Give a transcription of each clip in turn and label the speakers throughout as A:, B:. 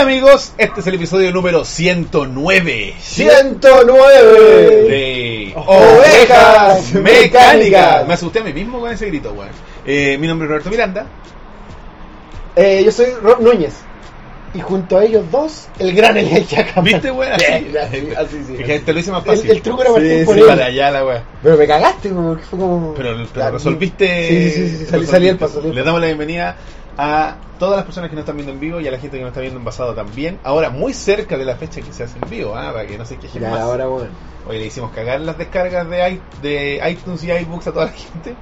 A: amigos, este es el episodio número 109
B: 109.
A: de
B: Oh, Ovejas Mecánicas.
A: Me asusté a mí mismo con ese grito, weón. Eh, mi nombre es Roberto Miranda.
B: Eh, yo soy Rob Núñez. Y junto a ellos dos, el gran Eliel Chacamán.
A: ¿Viste, weón? Así,
B: Sí, así, así, sí.
A: Fíjate, te lo hice más
B: El-
A: fácil.
B: el truco era partir
A: Sí,
B: por
A: sí,
B: él.
A: para allá la weón.
B: Pero me cagaste, como que fue como.
A: Pero, pero
B: Ya,
A: resolviste.
B: Sí, sí, sí, sí, salí,
A: resolviste.
B: salí del paso. salí del
A: Le damos la bienvenida a todas las personas que nos están viendo en vivo y a la gente que nos está viendo en pasado también. Ahora, muy cerca de la fecha que se hace en vivo, ah, para que no se
B: paso.
A: quejen
B: Ya,
A: más.
B: ahora, bueno.
A: Hoy le hicimos cagar las descargas de, i- de iTunes y iBooks a toda la gente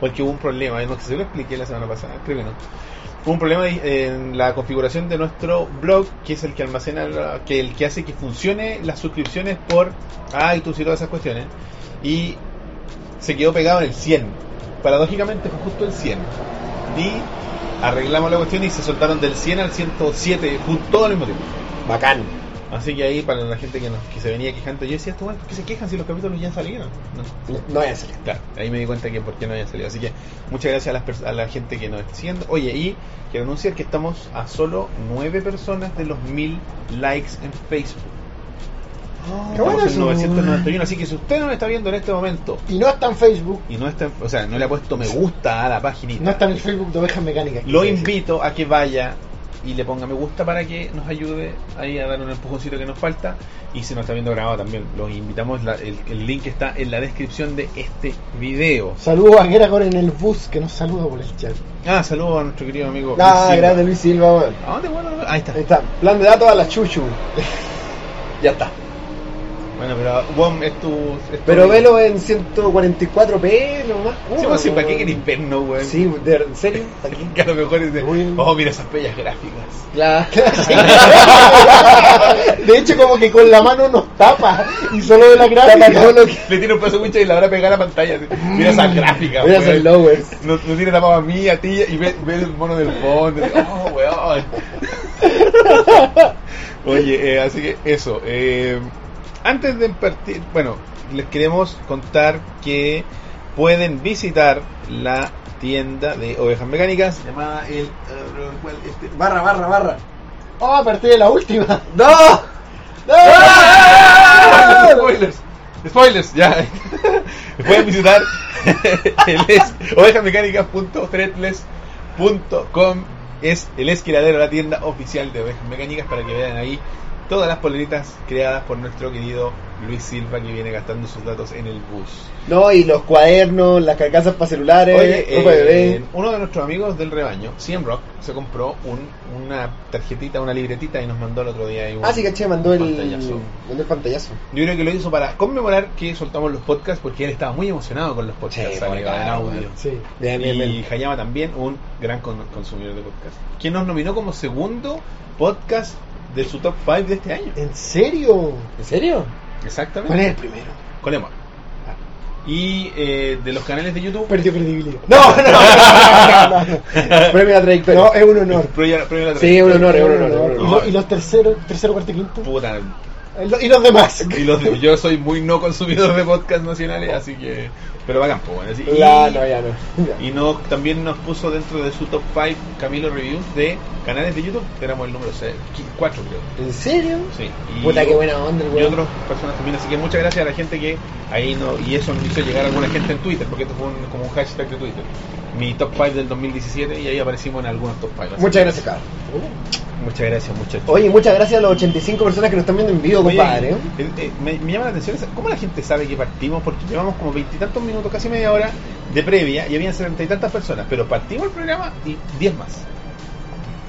A: porque hubo un problema, eh, no sé si lo expliqué la semana pasada, creo que no. Hubo un problema de- en la configuración de nuestro blog, que es el que almacena, la- que el que hace que funcione las suscripciones por iTunes y todas esas cuestiones. Y se quedó pegado en el 100. Paradójicamente fue justo el 100. Y arreglamos la cuestión y se soltaron del 100 al 107, junto todo al mismo tiempo.
B: Bacán.
A: Así que ahí para la gente que, nos, que se venía quejando, yo decía, esto bueno, ¿por qué se quejan si los capítulos ya salieron? No.
B: No voy a salir.
A: Claro, ahí me di cuenta que por qué no habían salido. Así que muchas gracias a, las pers- a la gente que nos está siguiendo. Oye, y quiero anunciar que estamos a solo nueve personas de los mil likes en Facebook.
B: Qué Ah, bueno
A: Estamos en
B: eso.
A: 991, así que si usted no me está viendo en este momento
B: Y no está en Facebook.
A: y no está, en- o sea, no le ha puesto me gusta a la página,
B: No está en el Facebook de Ovejas Mecánicas.
A: lo
B: Sí, sí.
A: invito a que vaya y le ponga me gusta para que nos ayude ahí a dar un empujoncito que nos falta. Y si nos está viendo grabado también, los invitamos. la- el, el link está en la descripción de este video.
B: Saludos a Geragor en el bus que nos saluda por el chat.
A: Ah, saludos a nuestro querido amigo.
B: Ah,
A: Luis Silva.
B: grande Luis Silva, bueno.
A: ¿A dónde bueno? Ahí está.
B: Ahí está. Plan de datos a la chuchu.
A: Ya está. Bueno, pero Wom es tu. es tu
B: Pero
A: amigo.
B: velo en 144p, nomás.
A: Sí, vos sí, ¿para qué querés vernos, weón?
B: Sí, de, en serio. ¿Para qué?
A: Que a lo mejor es de.
B: Uy.
A: Oh, mira esas bellas gráficas.
B: Claro. De hecho, como que con la mano nos tapa y solo de la gráfica.
A: Le tiene un pedazo mucho y la hora pegar a la pantalla. así. Mira esas gráficas,
B: Mira
A: weón.
B: esos lowers.
A: No, no tiene tapado a mí, a ti, y ve, ve el mono del fondo. y, Oh, weón. Oye, eh, así que eso. eh, antes de partir, bueno, les queremos contar que pueden visitar la tienda de ovejas mecánicas llamada el eh, ¿cuál? Este,
B: Barra, barra, barra. Oh, a partir de la última.
A: ¡No!
B: ¡Ah!
A: Spoilers. Spoilers, ya. Pueden visitar el es- ovejasmecánicas.threadless.com. Es el esquiladero, la tienda oficial de Ovejas Mecánicas, para que vean ahí todas las poleritas creadas por nuestro querido Luis Silva, que viene gastando sus datos en el bus.
B: No, y los cuadernos, las carcasas para celulares,
A: Oye,
B: ropa de
A: eh,
B: bebé.
A: uno de nuestros amigos del rebaño, Cien Rock, se compró un- una tarjetita, una libretita y nos mandó el otro día. ahí un-
B: Ah, sí, caché, mandó
A: un
B: el
A: pantallazo.
B: mandó el pantallazo.
A: Yo creo que lo hizo para conmemorar que soltamos los podcasts porque él estaba muy emocionado con los podcasts
B: Sí,
A: amigo, en audio.
B: Sí, bien, bien,
A: Y
B: bien.
A: Hayama también, un gran con- consumidor de podcasts, quien nos nominó como segundo podcast de su top 5 de este año.
B: ¿En serio?
C: ¿En serio?
A: Exactamente.
B: ¿Cuál es el primero?
A: Con Emma. Y eh, de los canales de YouTube, Ah.
B: Perdió credibilidad. No, no, no, no, no. Premio a la trayectoria. No, es un honor.
A: Primero- primero la
B: Sí, un honor, es un honor.
A: un
B: es un
A: honor.
B: honor. ¿Y los terceros, tercero, cuarto y quinto?
A: Puta,
B: Y lo- Y los demás.
A: y los de- yo soy muy no consumidor de podcasts nacionales, así que. Pero bacán, pues, bueno. así- y-
B: La, no, ya no. Ya.
A: Y no, también nos puso dentro de su top 5 Camilo Reviews de canales de YouTube. Éramos el número 4, creo.
B: ¿En serio?
A: Sí. Y,
B: Puta, qué buena onda el
A: Y
B: weón.
A: otras personas también. Así que muchas gracias a la gente que ahí no. Y eso nos hizo llegar a alguna gente en Twitter, porque esto fue un- como un hashtag de Twitter. Mi top 5 del 2017 y ahí aparecimos en algunos top 5.
B: Muchas gracias, cabrón.
A: muchas gracias, muchachos.
B: Oye, muchas gracias a los 85 personas que nos están viendo en vivo,
A: Oye,
B: compadre. ¿eh?
A: el- eh, me, me llama la atención esa- cómo la gente sabe que partimos, porque llevamos como veintitantos minutos, casi media hora de previa y habían setenta y tantas personas, pero partimos el programa y diez más.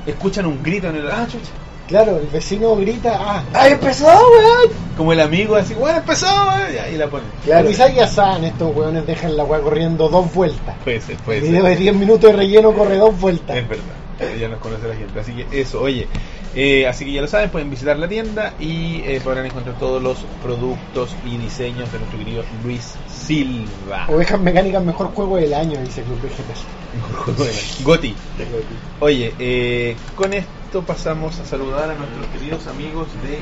A: Escuchan un grito en el. ¡Ah, chucha!
B: Claro, el vecino grita, ah,
C: ¡Ay, empezó, weón!
A: Como el amigo, así, bueno, empezó, eh", y la ponen.
B: claro.
C: Claro.
B: Quizás ya saben, estos weones dejan la weá corriendo dos vueltas.
A: Puede ser, puede
B: El
A: ser.
B: video de 10 minutos de relleno corre dos vueltas.
A: Es verdad, ya nos conoce la gente. Así que eso, oye. eh, así que ya lo saben, pueden visitar la tienda y eh, podrán encontrar todos los productos y diseños de nuestro querido Luis Silva.
B: Ovejas mecánicas, mejor juego del año, dice Club Vegetal.
A: Goti. Oye, eh, con esto pasamos a saludar a nuestros queridos amigos de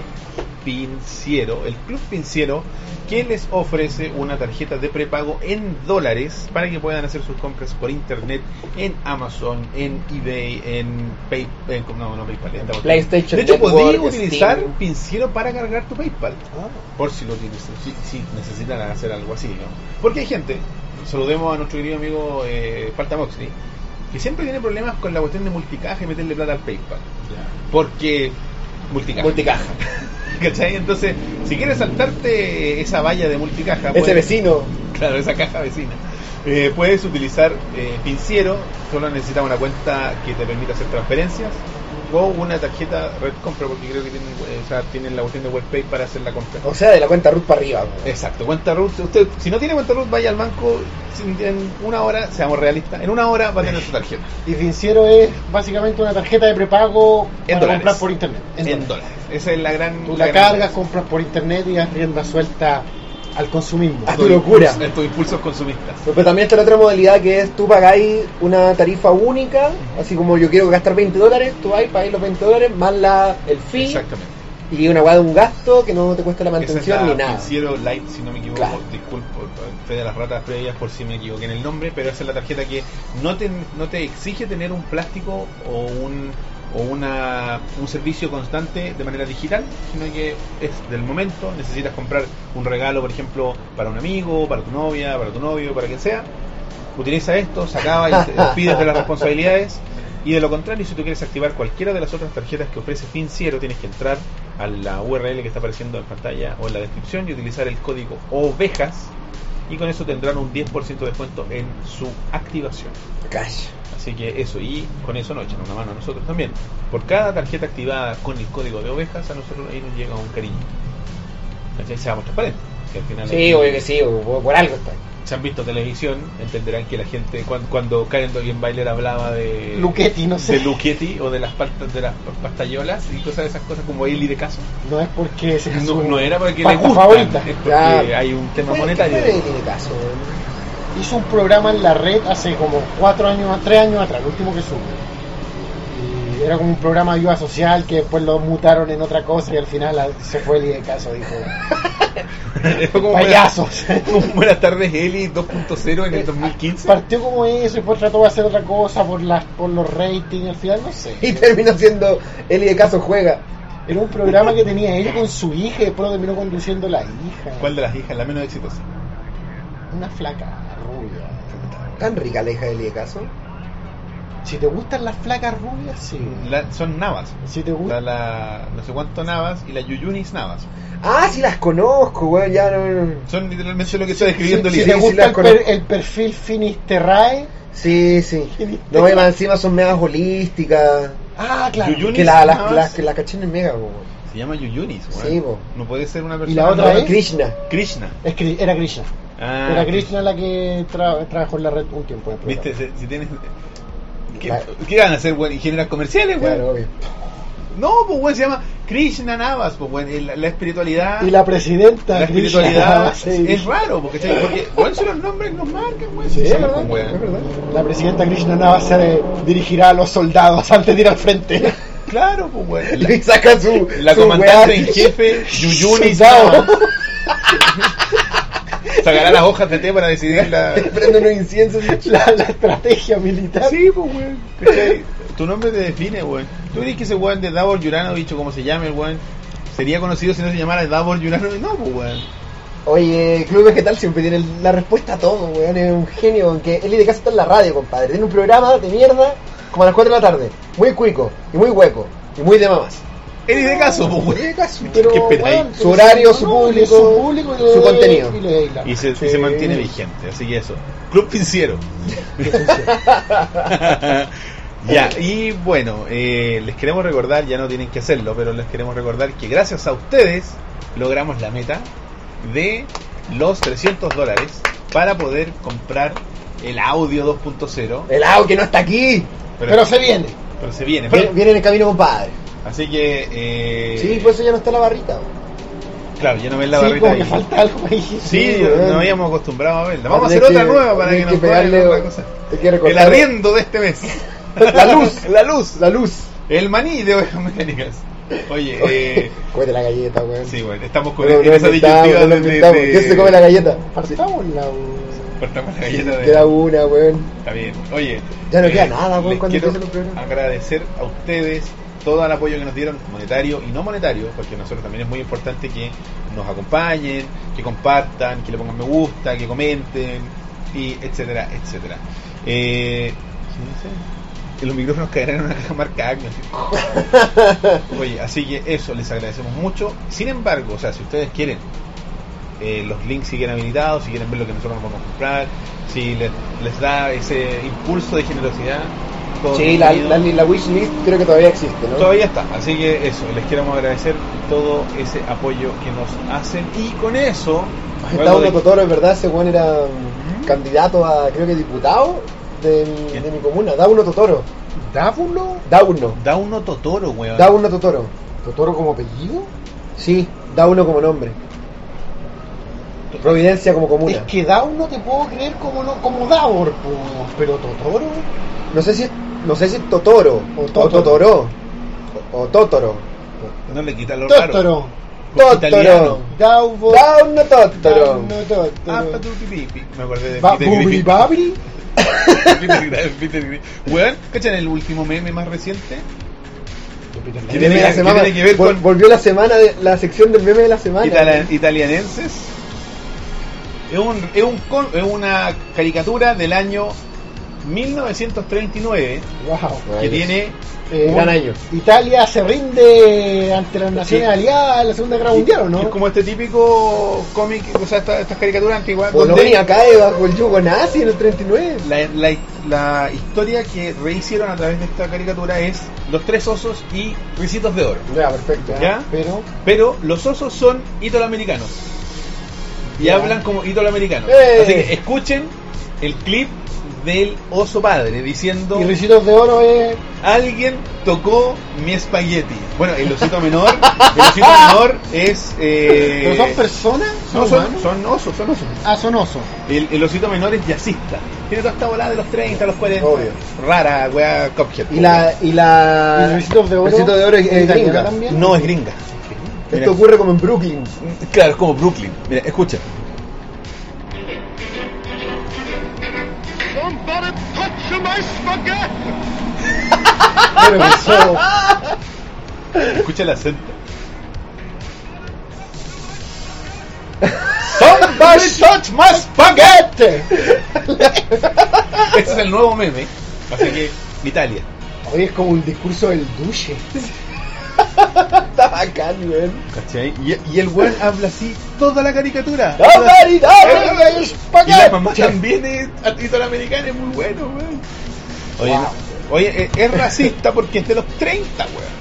A: Pinciero, el Club Pinciero, que les ofrece una tarjeta de prepago en dólares para que puedan hacer sus compras por internet en Amazon, en eBay, en PayPal. no, no PayPal. en Amazon.
C: PlayStation
A: de hecho,
C: Network,
A: podéis utilizar
C: Steam.
A: Pinciero para cargar tu PayPal.
B: Ah.
A: Por si lo utilizan, si, si necesitan hacer algo así, digamos. Porque hay gente, saludemos a nuestro querido amigo eh, Falta Moxley, que siempre tiene problemas con la cuestión de multicaja y meterle plata al PayPal. Porque multicaja.
C: Multicaja.
A: ¿Cachai? Entonces, si quieres saltarte esa valla de multicaja,
B: Ese
A: puedes-
B: vecino.
A: Claro, esa caja vecina. Eh, puedes utilizar eh, Pinciero, solo necesitas una cuenta que te permita hacer transferencias o una tarjeta red compra, porque creo que tienen, eh, o sea, tienen la cuestión de WebPay para hacer la compra.
B: O sea, de la cuenta Ruth para arriba. weón.
A: Exacto, cuenta Ruth. Usted, si no tiene cuenta Ruth, vaya al banco sin- en una hora, seamos realistas, en una hora va a tener su tarjeta.
D: Y financiero es básicamente una tarjeta de prepago
A: En
D: para
A: dólares.
D: comprar por internet.
A: En, dólares. Esa es la gran.
D: Tú la
A: gran-
D: cargas, compras por internet y das rienda suelta al consumismo.
B: Ah,
A: tu
B: tu locura.
A: impulso- tus impulsos consumistas.
B: Pero, pero también está la otra modalidad que es tú pagáis una tarifa única, así como yo quiero gastar 20 dólares, tú vas y pagáis los 20 dólares más la, el fee
A: Exactamente.
B: y una guada de un gasto que no te cuesta la
A: Esa es
B: mantención
A: la
B: ni nada.
A: Financiero Light, si no me equivoco.
B: Claro.
A: Disculpo, fe de las ratas previas por si me equivoqué en el nombre, pero esa es la tarjeta que no te, no te exige tener un plástico o un o una, un servicio constante de manera digital, sino que es del momento, necesitas comprar un regalo, por ejemplo, para un amigo, para tu novia, para tu novio, para quien sea, utiliza esto, se acaba y te despides de las responsabilidades. Y de lo contrario, si tú quieres activar cualquiera de las otras tarjetas que ofrece Financiero, tienes que entrar a la URL que está apareciendo en pantalla o en la descripción y utilizar el código OVEJAS y con eso tendrán un 10% de descuento en su activación.
B: Cash.
A: Así que eso, y con eso nos echan una mano a nosotros también. Por cada tarjeta activada con el código de ovejas, a nosotros ahí nos llega un cariño. ¿Cachai? Seamos transparentes. que al final
C: Sí,
A: aquí-
C: obvio que sí, por, por algo está.
A: si han visto televisión, entenderán que la gente, cuan- cuando, Karen Doyen Bailer hablaba de
D: Luchetti, no sé.
A: de Luchetti o de las pastas de las pa- pastayolas y cosas de esas cosas como Eli de caso.
D: No es porque se
A: No, no era porque le
D: pasta
A: gusta,
D: favorita.
A: es porque
B: Claro.
A: hay un tema
B: Bueno,
A: monetario.
B: ¿qué puede- tiene caso?
D: Hizo un programa en la red hace como cuatro años, tres años atrás, el último que supe. Y era como un programa de ayuda social que después lo mutaron en otra cosa y al final la- se fue el de caso, dijo.
A: Fue como
D: Payasos.
A: Buenas, como buenas tardes Eli 2.0
B: Eh,
A: en el 2015.
D: Partió como eso y después trató de hacer otra cosa por las por los ratings, al final no sé.
B: Y terminó siendo Eli de caso juega.
D: Era un programa que tenía ella con su hija y después lo terminó conduciendo la hija.
A: ¿Cuál de las hijas la menos exitosa?
D: Una flaca rubia.
B: Tan rica la hija de Eli de caso.
D: Si te gustan las flacas rubias, sí.
B: Mm.
A: La- son Navas.
D: Si te
A: Está
D: gustan.
A: la no sé cuánto Navas y la Yuyunis Navas.
B: Ah, sí las conozco, weón, ya no, no.
A: Son literalmente lo que estoy describiendo
D: Si
A: Eli.
D: te
B: sí,
D: gusta
B: las
D: el,
B: conozco.
D: per- el perfil Finisterrae.
B: Sí, sí. No, y más encima son megas holísticas.
D: Ah, claro.
A: Yuyunis
B: Que la, las
A: Navas.
B: las que la caché en el mega, weón.
A: Se llama Yuyunis, weón.
B: Sí, po.
A: No puede ser una persona.
D: la otra
A: no,
D: es?
B: Krishna.
A: Krishna.
D: Es que era Krishna.
A: Ah,
D: Era Krishna la que tra- trabajó en la red un tiempo. en el programa.
A: Viste, se- si tienes. ¿Qué,
B: Claro.
A: qué van a hacer, weón? ¿Ingenieras comerciales, weón?
B: Claro, obvio.
A: No, pues, weón, se llama Krishna Navas, pues, weón. El- La, espiritualidad.
D: Y la presidenta
A: la
D: Krishna,
A: espiritualidad
D: sí.
A: es raro, porque, ¿cachai? porque weón, son los nombres que nos marcan, weón.
D: Sí,
A: Sí,
D: es
A: pues,
D: verdad,
A: weón.
B: Es verdad.
D: La presidenta Krishna Navas se dirigirá a los soldados antes de ir al frente.
A: Claro, pues, weón. La,
B: Y saca su.
A: la
B: su
A: comandante
B: weá.
A: en jefe, Yuyuni
D: Soldado.
A: Navas. Sacará las hojas de té para decidir la.
B: Prende unos inciensos.
D: La, la estrategia militar.
A: Sí, pues, weón. ¿Cachai? Tu nombre te define, weón. ¿Tú crees que ese weón de Davor Yurano, dicho como se llame, el weón, sería conocido si no se llamara Davor Yurano? No, pues, weón.
B: Oye, Club Vegetal siempre tiene la respuesta a todo, weón. Es un genio. Aunque Eli de casa está en la radio, compadre. Tiene un programa de mierda como a las 4 de la tarde. Muy cuico, y muy hueco, y muy de mamás.
A: Eres de caso, pues,
B: Eli
A: weón.
B: de caso.
D: Pero,
A: Qué pena ahí.
D: bueno,
B: Su horario, su
D: y
B: público,
D: y le-
B: su contenido.
D: y le- y la-
A: Y se, y
D: Sí.
A: se mantiene vigente, así que eso. Club Pinciero. ya, y bueno, eh, les queremos recordar, ya no tienen que hacerlo, pero les queremos recordar que gracias a ustedes logramos la meta de los 300 dólares para poder comprar el audio 2.0.
B: El AU que no está aquí.
D: Pero se viene.
A: pero se viene.
B: Viene, viene en el camino, compadre.
A: Así que... eh,
B: Sí, pues. por eso ya no está la barrita. weón.
A: Claro, ya no ven la
D: sí,
A: barrita
D: como
A: ahí.
D: que falta algo ahí.
A: Sí,
B: Sí,
A: no
B: weón.
A: habíamos acostumbrado a verla. Vamos a
B: Hay
A: hacer otra
B: que-
A: nueva para
B: hay
A: que nos
B: pegarle-
A: paguen otra cosa.
B: hay que
A: El
B: recortar-
A: arriendo de este mes.
B: La luz.
A: la luz.
B: La luz.
A: El maní de ovejas mecánicas. Oye, eh,
B: Cómete la galleta, weón.
A: sí, bueno, estamos con
B: Pero
A: en
B: no
A: esa
B: inventamos,
A: disyuntiva
B: no
A: de- de-
B: inventamos.
A: de-
B: ¿Quién se come la galleta?
D: Partamos la. weón.
A: Partamos la galleta de-
B: Queda una, weón.
A: Está bien. Oye. eh,
B: Ya no queda nada, weón,
A: les
B: cuando
A: quiero
B: empiecen los programas.
A: Agradecer a ustedes todo el apoyo que nos dieron, monetario y no monetario, porque a nosotros también es muy importante que nos acompañen, que compartan, que le pongan me gusta, que comenten, y etcétera, etcétera. Eh, que los micrófonos caerán en una caja marca Acme. Oye, así que eso, les agradecemos mucho. Sin embargo, o sea, si ustedes quieren, eh, los links siguen habilitados, si quieren ver lo que nosotros nos vamos a comprar, si les, les da ese impulso de generosidad. todo
B: Sí, la,
A: bienvenido.
B: la, la wishlist creo que todavía existe, ¿no?
A: Todavía está, así que eso, les queremos agradecer todo ese apoyo que nos hacen y con eso...
B: Estaba
A: luego de-
B: uno Totoro, en verdad, ese weón era mm, candidato a, creo que diputado de, mi-
A: ¿Quién?
B: de mi comuna. Dauno Totoro.
D: ¿Dávulo?
B: Dauno.
A: Da uno Totoro, weón.
B: Dauno Totoro.
D: ¿Totoro como apellido?
B: Sí, Dauno como nombre. Providencia como comuna.
D: Es que Dao no te puedo creer como, no, como Davor, po, pero Totoro. ¿eh?
B: No sé si es, no sé si es Totoro
D: O
B: o,
D: Totoro.
B: Totoro o, o Totoro.
A: No le quita lo raro.
D: Totoro.
A: Como
B: Totoro.
A: italiano.
D: Davor.
B: Dauno Totoro.
D: Dauno
A: Ah,
D: Totoro.
A: patutipipi. Me acordé de
D: Ba-
A: Peter Griffin.
D: Bubri Babri.
A: Peter Griffin, Peter Griffin. Weón, ¿cachan el último meme más reciente?
B: El
A: ¿Qué
B: meme
A: tiene
B: de
A: que-
B: la
A: qué
B: semana.
A: tiene que ver
B: Vol-
A: con-
B: Volvió la semana de, la sección del meme de la semana.
A: Itala- italianenses. Es, un, es, un con- es una caricatura del año 1939
D: Wow.
A: que tiene
D: Eh,
B: Gran año.
D: Italia se rinde ante las naciones
A: Sí.
D: aliadas en la Segunda Guerra Mundial, ¿o
A: Es
D: no?
A: como este típico cómic, o sea, esta- estas caricaturas antiguas. donde
B: Polonia cae bajo el yugo nazi en el 39.
A: la, la- la historia que rehicieron a través de esta caricatura es Los Tres Osos y Ricitos de Oro.
D: Ya, perfecto.
A: Ya.
D: Pero.
A: Pero los osos son italoamericanos. Y
D: Ya.
A: hablan como italoamericanos.
B: ¡Eh!
A: Así que escuchen el clip del oso padre diciendo
D: Y Ricitos de Oro es.
A: alguien tocó mi espagueti. Bueno, el osito menor, el osito menor es eh,
D: ¿Pero son personas?
A: no, son,
D: humanos?
A: son osos, son osos.
D: Ah, son osos.
A: El, el osito menor es jazzista. Tiene toda esta volada de los 30, los 40.
B: Obvio.
A: Rara, wea Cuphead.
B: Y la. Y la.
D: ¿Y Ricitos de Oro?
B: Ricitos de Oro es, es
D: ¿Italiana
B: gringa.
D: también?
A: No es gringa. Mira.
B: Esto ocurre como en Brooklyn.
A: Claro, es como Brooklyn. Mira, escucha.
E: Somebody touch my spaghetti!
D: Pero eso.
A: Escucha el acento.
D: Somebody touch my spaghetti.
A: Este es el nuevo meme. Así que, Italia.
D: Oye, es como un discurso del duche.
B: Está bacán, weón.
A: ¿Cachai? Y, y el weón habla así toda la caricatura.
B: ¡Ah,
A: Habla-
B: ¡Dale, dale,
A: habla-
B: dale,
A: Y la mamá
B: espagueti!
A: también es italoamericana, es muy bueno, weón. Oye, no- oye, eh, es, es racista porque es de los 30, weón.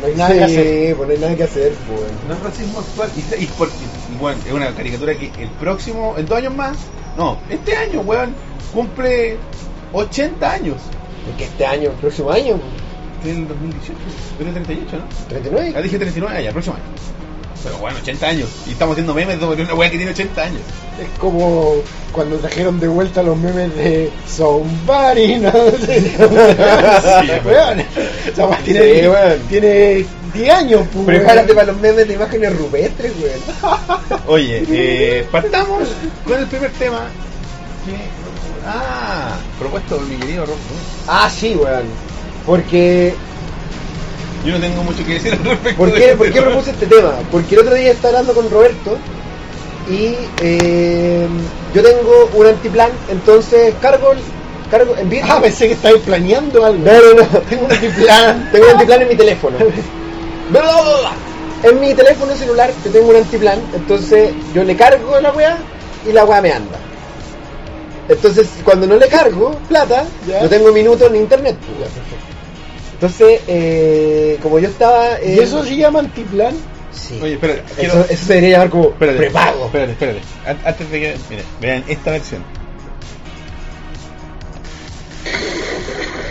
B: No hay nada que hacer, pues no hay nada que hacer, pues. weón.
A: No es racismo actual. Y, y por- y, bueno, es una caricatura que el próximo, en dos años más, no, este año, weón, cumple 80 años.
B: Porque este año, el próximo año,
A: Del 2018, del 38, ¿no?
B: pues, 39.
A: Ya dije 39, ah, ya, próximo año. Pero bueno, 80 años. Y estamos haciendo memes sobre una weá que tiene 80 años.
D: Es como cuando trajeron de vuelta los memes de Somebody, ¿no? Sí, weón. Esa weá
B: Sí,
D: tiene,
B: weón.
D: tiene 10 años, pues,
B: Prepárate
D: weón.
B: para los memes de imágenes rupestres, weón.
A: Oye, eh, partamos con el primer tema. que- Ah, propuesto por mi querido Rob.
B: Ah, sí, weón. Porque,
A: Yo no tengo mucho que decir al respecto.
B: ¿por
A: de
B: qué,
A: este
B: ¿por qué
A: tema.
B: propuse este tema? Porque el otro día estaba hablando con Roberto y eh, yo tengo un antiplan, entonces cargo, el- cargo, envío.
D: Ah, pensé que estabas planeando algo.
B: No, no, no.
D: Tengo un antiplan.
B: Tengo un antiplan en mi teléfono. Bla, bla, bla, bla. En mi teléfono celular yo tengo un antiplan, entonces yo le cargo la weá y la weá me anda. Entonces cuando no le cargo plata,
D: Ya.
B: no tengo minutos ni internet. pues, weón. Entonces, eh, como yo estaba... eh,
D: ¿Y eso se llama antiplan?
B: Sí.
A: Oye, espera, quiero.
B: eso, eso se debería llamar como
A: espérate,
B: prepago.
A: Espérate, espérate. An- Antes de que. Miren, vean esta versión.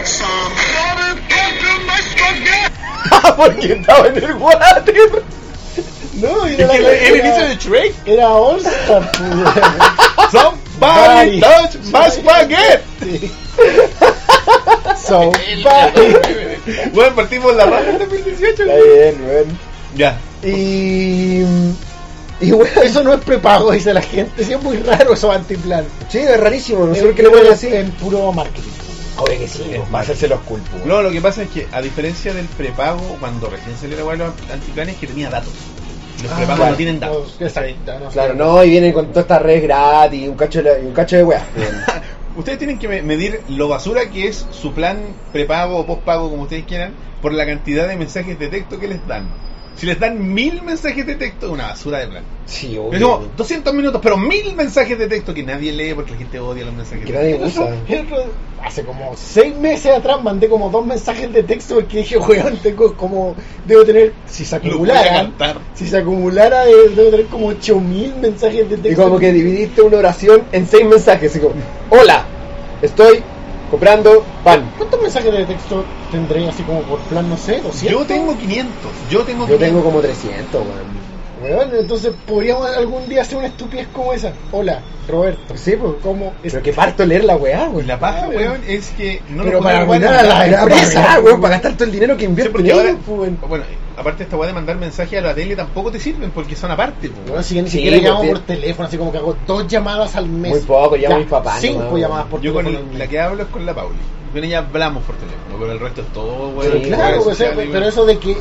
E: Somebody touch my spaghetti!
B: Porque estaba en el water.
D: No, era,
A: Es
D: la-
A: que el
D: era-
A: inicio de Shrek.
D: era All Star, pues, weón.
A: Ah, Somebody
D: Bye.
A: touch my spaghetti.
D: So, bye.
A: Bueno, partimos la raja en 2018.
B: Está bien, weón.
A: Ya.
D: Y.
B: mm, Y weón,
D: Eso no es prepago, dice la gente. Sí, es muy raro eso antiplan.
B: sí, es rarísimo. No sé por
D: que
B: qué le ponen así.
D: En puro marketing.
B: Obvio que sí,
A: es
B: va a hacerse los culpos.
A: No, lo que pasa es que, a diferencia del prepago, cuando recién salió la web antiplanes, que tenía datos. Los prepagos
B: Ah, claro.
A: no tienen datos.
D: Ah, No, exacto, no,
B: Claro, no, y vienen con todas estas redes gratis, un cacho de, la- un cacho de weá.
A: Ustedes tienen que me- medir lo basura que es su plan prepago o postpago, como ustedes quieran, por la cantidad de mensajes de texto que les dan. Si les dan mil mensajes de texto, es una basura de plan.
B: Sí,
A: Es como 200 minutos, pero mil mensajes de texto que nadie lee porque la gente odia los mensajes
B: Que
A: de
B: nadie
A: texto.
B: usa.
D: El otro- Hace como seis meses atrás mandé como dos mensajes de texto porque dije, weón, tengo como. Debo tener. Si se
A: Lo voy a
D: acumularan.
A: cantar.
D: Si se acumulara, eh, debo tener como 8000 mensajes de texto.
B: Y como que dividiste una oración en seis mensajes. Y como, hola, estoy comprando pan.
D: ¿Cuántos mensajes de texto tendré así como por plan, no sé, 200?
A: Yo tengo 500. Yo tengo
B: Yo tengo como 300, weón.
D: Weón, entonces podríamos algún día hacer una estupidez como esa. Hola, Roberto.
B: Sí, pues.
D: ¿Cómo es-
B: Pero que parto leer la weá, weón.
A: La paja,
D: Ah,
A: weón, es que no
D: Pero
A: lo
D: para
A: podemos
D: arruinar
A: mandar.
D: a la
B: La
D: empresa,
B: empresa, weón, para gastar todo el dinero que
A: Sí,
B: invierte
A: porque
B: en
A: ahora,
B: ello, pues, weón.
A: bueno, aparte esta weá de mandar mensajes a la tele tampoco te sirven porque son aparte. po.
D: Weón, si yo ni
B: Sí,
D: siquiera
B: pues,
D: llamo
B: sí.
D: por teléfono, así como que hago dos llamadas al mes.
B: Muy poco, llamo
D: Ya,
B: a mis papás
D: Cinco
B: nomás,
D: llamadas
B: weón.
D: por
A: Yo con
D: teléfono. al
A: el-
D: mes.
A: la que hablo es con la Pauli. Con ella hablamos por teléfono, pero el resto es todo,
B: Sí,
A: weón.
D: Pero
A: redes
D: claro, pues,
A: sociales,
D: pero
A: weón.
D: eso de que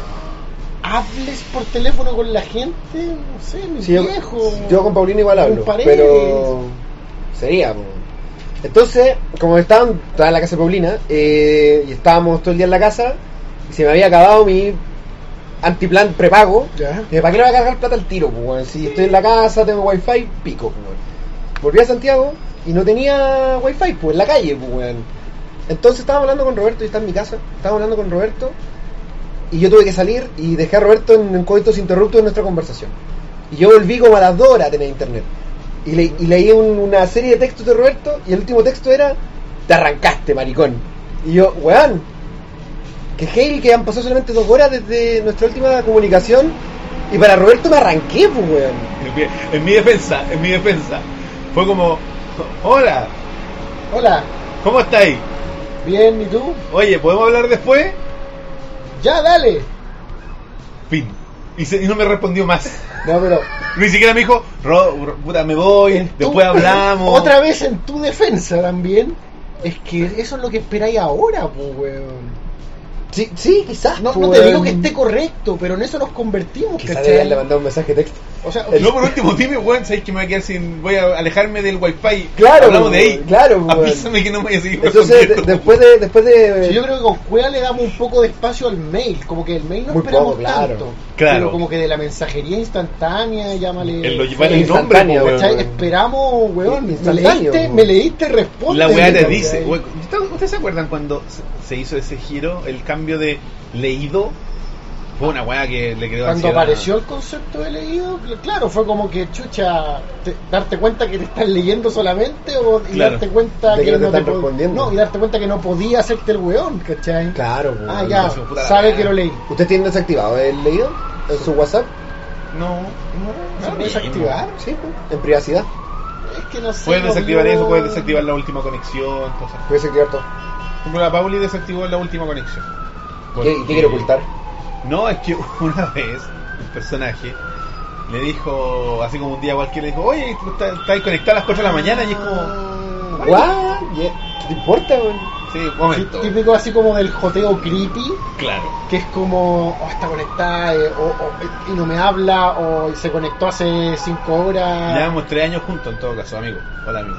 D: hables por teléfono con la gente, no sé, mi
B: Sí, yo,
D: viejo.
B: yo con Paulina igual hablo,
D: Con paredes.
B: pero sería. po. Entonces, como estaban, estaba en la casa de Paulina eh, y estábamos todo el día en la casa, y se me había acabado mi antiplan prepago.
D: Ya.
B: Dije, ¿Para qué le voy a cargar plata al tiro? po, weón? Si estoy en la casa, tengo wifi, pico. po, weón. Volví a Santiago y no tenía wifi, pues en la calle. po, weón. Entonces estaba hablando con Roberto, y está en mi casa, estaba hablando con Roberto y yo tuve que salir y dejé a Roberto en, en coitos interruptos de nuestra conversación. Y yo volví como a las dos horas a tener internet. Y, le- y leí un- una serie de textos de Roberto y el último texto era, te arrancaste, maricón. Y yo, weón, que Hale, que han pasado solamente dos horas desde nuestra última comunicación y para Roberto me arranqué, pues, weón.
A: En mi- En mi defensa, en mi defensa. Fue como, hola,
D: Hola,
A: ¿cómo estáis?
D: bien, ¿y tú?
A: Oye, ¿podemos hablar después?
D: Ya, dale.
A: Fin. Y, se- y no me respondió más.
D: No, pero.
A: Ni siquiera me dijo, "Ro- ro- puta, me voy,
D: en tu-
A: después hablamos.
D: Otra vez en tu defensa también. Es que eso es lo que esperáis ahora, pues, weón.
B: Sí, sí, quizás.
D: No,
B: pues,
D: no te digo
B: weón.
D: que esté correcto, pero en eso nos convertimos,
B: Quizás
D: ¿cachai?
B: deberían le mandar un mensaje de texto.
D: O sea,
A: No, por último, dime, weón, sabes que me voy a quedar sin. Voy a alejarme del wifi.
B: Claro,
A: hablamos
D: pues,
A: de ahí.
B: weón, claro, weón.
A: Avísame que no me voy a seguir
B: Entonces, de-
A: respondiendo,
B: después de... Después de
D: Sí, yo creo que con Cueva le damos un poco de espacio al mail, como que el mail no
B: Muy
D: esperamos
B: poco, claro.
D: tanto.
A: Claro.
D: Pero como que de la mensajería instantánea, llámale.
A: El lo
D: Sí,
A: llevar el nombre, pues,
B: instantáneo,
A: po,
D: ¿cachai?
A: weón.
D: Esperamos, weón. Me
B: Instantáneo,
D: leíste,
B: weón.
D: me leíste, responde.
A: La weá te
D: ¿cachai?
A: dice. weón. ¿Ustedes- ¿Ustedes se acuerdan cuando se- se hizo ese giro? El cambio de leído. Fue una weá que le quedó
D: Cuando
A: ansiedad.
D: apareció el concepto de leído, cl- claro, fue como que chucha, te- darte cuenta que te estás leyendo solamente o y
A: Claro.
D: darte cuenta
B: De que no te están
D: po-
B: respondiendo.
D: No, y darte cuenta que no podía hacerte el weón, ¿cachai?
B: Claro, pues,
D: Ah,
B: weón.
D: ya,
A: Entonces, puta la
D: sabe
A: weá.
D: que lo leí.
B: ¿Usted tiene desactivado el leído en su WhatsApp?
A: No, no,
D: ¿Se
A: no,
D: puede desactivar?
B: Sí, pues, en privacidad.
D: Es que no sé.
A: Puedes
D: no
A: desactivar
D: vio-
A: eso, puedes desactivar la última conexión. Cosas.
B: Puede desactivar todo.
A: Por ejemplo, la Pauli desactivó la última conexión.
B: ¿Qué, qué quiere ocultar?
A: No, es que una vez el personaje le dijo, así como un día cualquiera, le dijo, oye, tú estás, estás conectada a las 4 de la mañana y es como,
D: Ah,
B: ¿What? ¿Qué te importa, weón?
A: sí, un
D: sí,
A: momento.
D: típico así como del joteo creepy,
A: Claro.
D: que es como, oh, está conectada eh, o, o- y no me habla, o se conectó hace cinco horas.
A: Llevamos 3 años juntos en todo caso, amigo. Hola, amigo.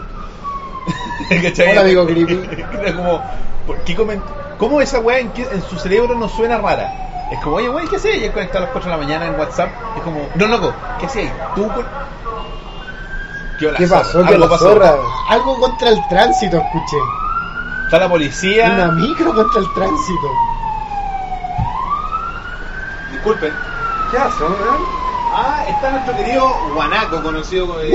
A: ¿Cachai?
D: Hola, amigo creepy.
A: Era como, ¿por qué coment- ¿Cómo esa weá en, qué- en su cerebro no suena rara? Es como, oye, wey, ¿qué hacía ayer conectado a las 4 de la mañana en WhatsApp? Es como, no, loco, ¿qué hacía ahí? ¿Tú? con- ¿Qué, hola,
B: ¿Qué
A: zorra?
B: pasó? ¿Qué
A: Algo
B: la zorra?
D: Algo contra el tránsito, escuché.
A: Está la policía.
D: Una micro contra el tránsito.
A: Disculpen.
B: ¿Qué pasó, weón?
A: Ah, está nuestro querido Guanaco, conocido como. eh,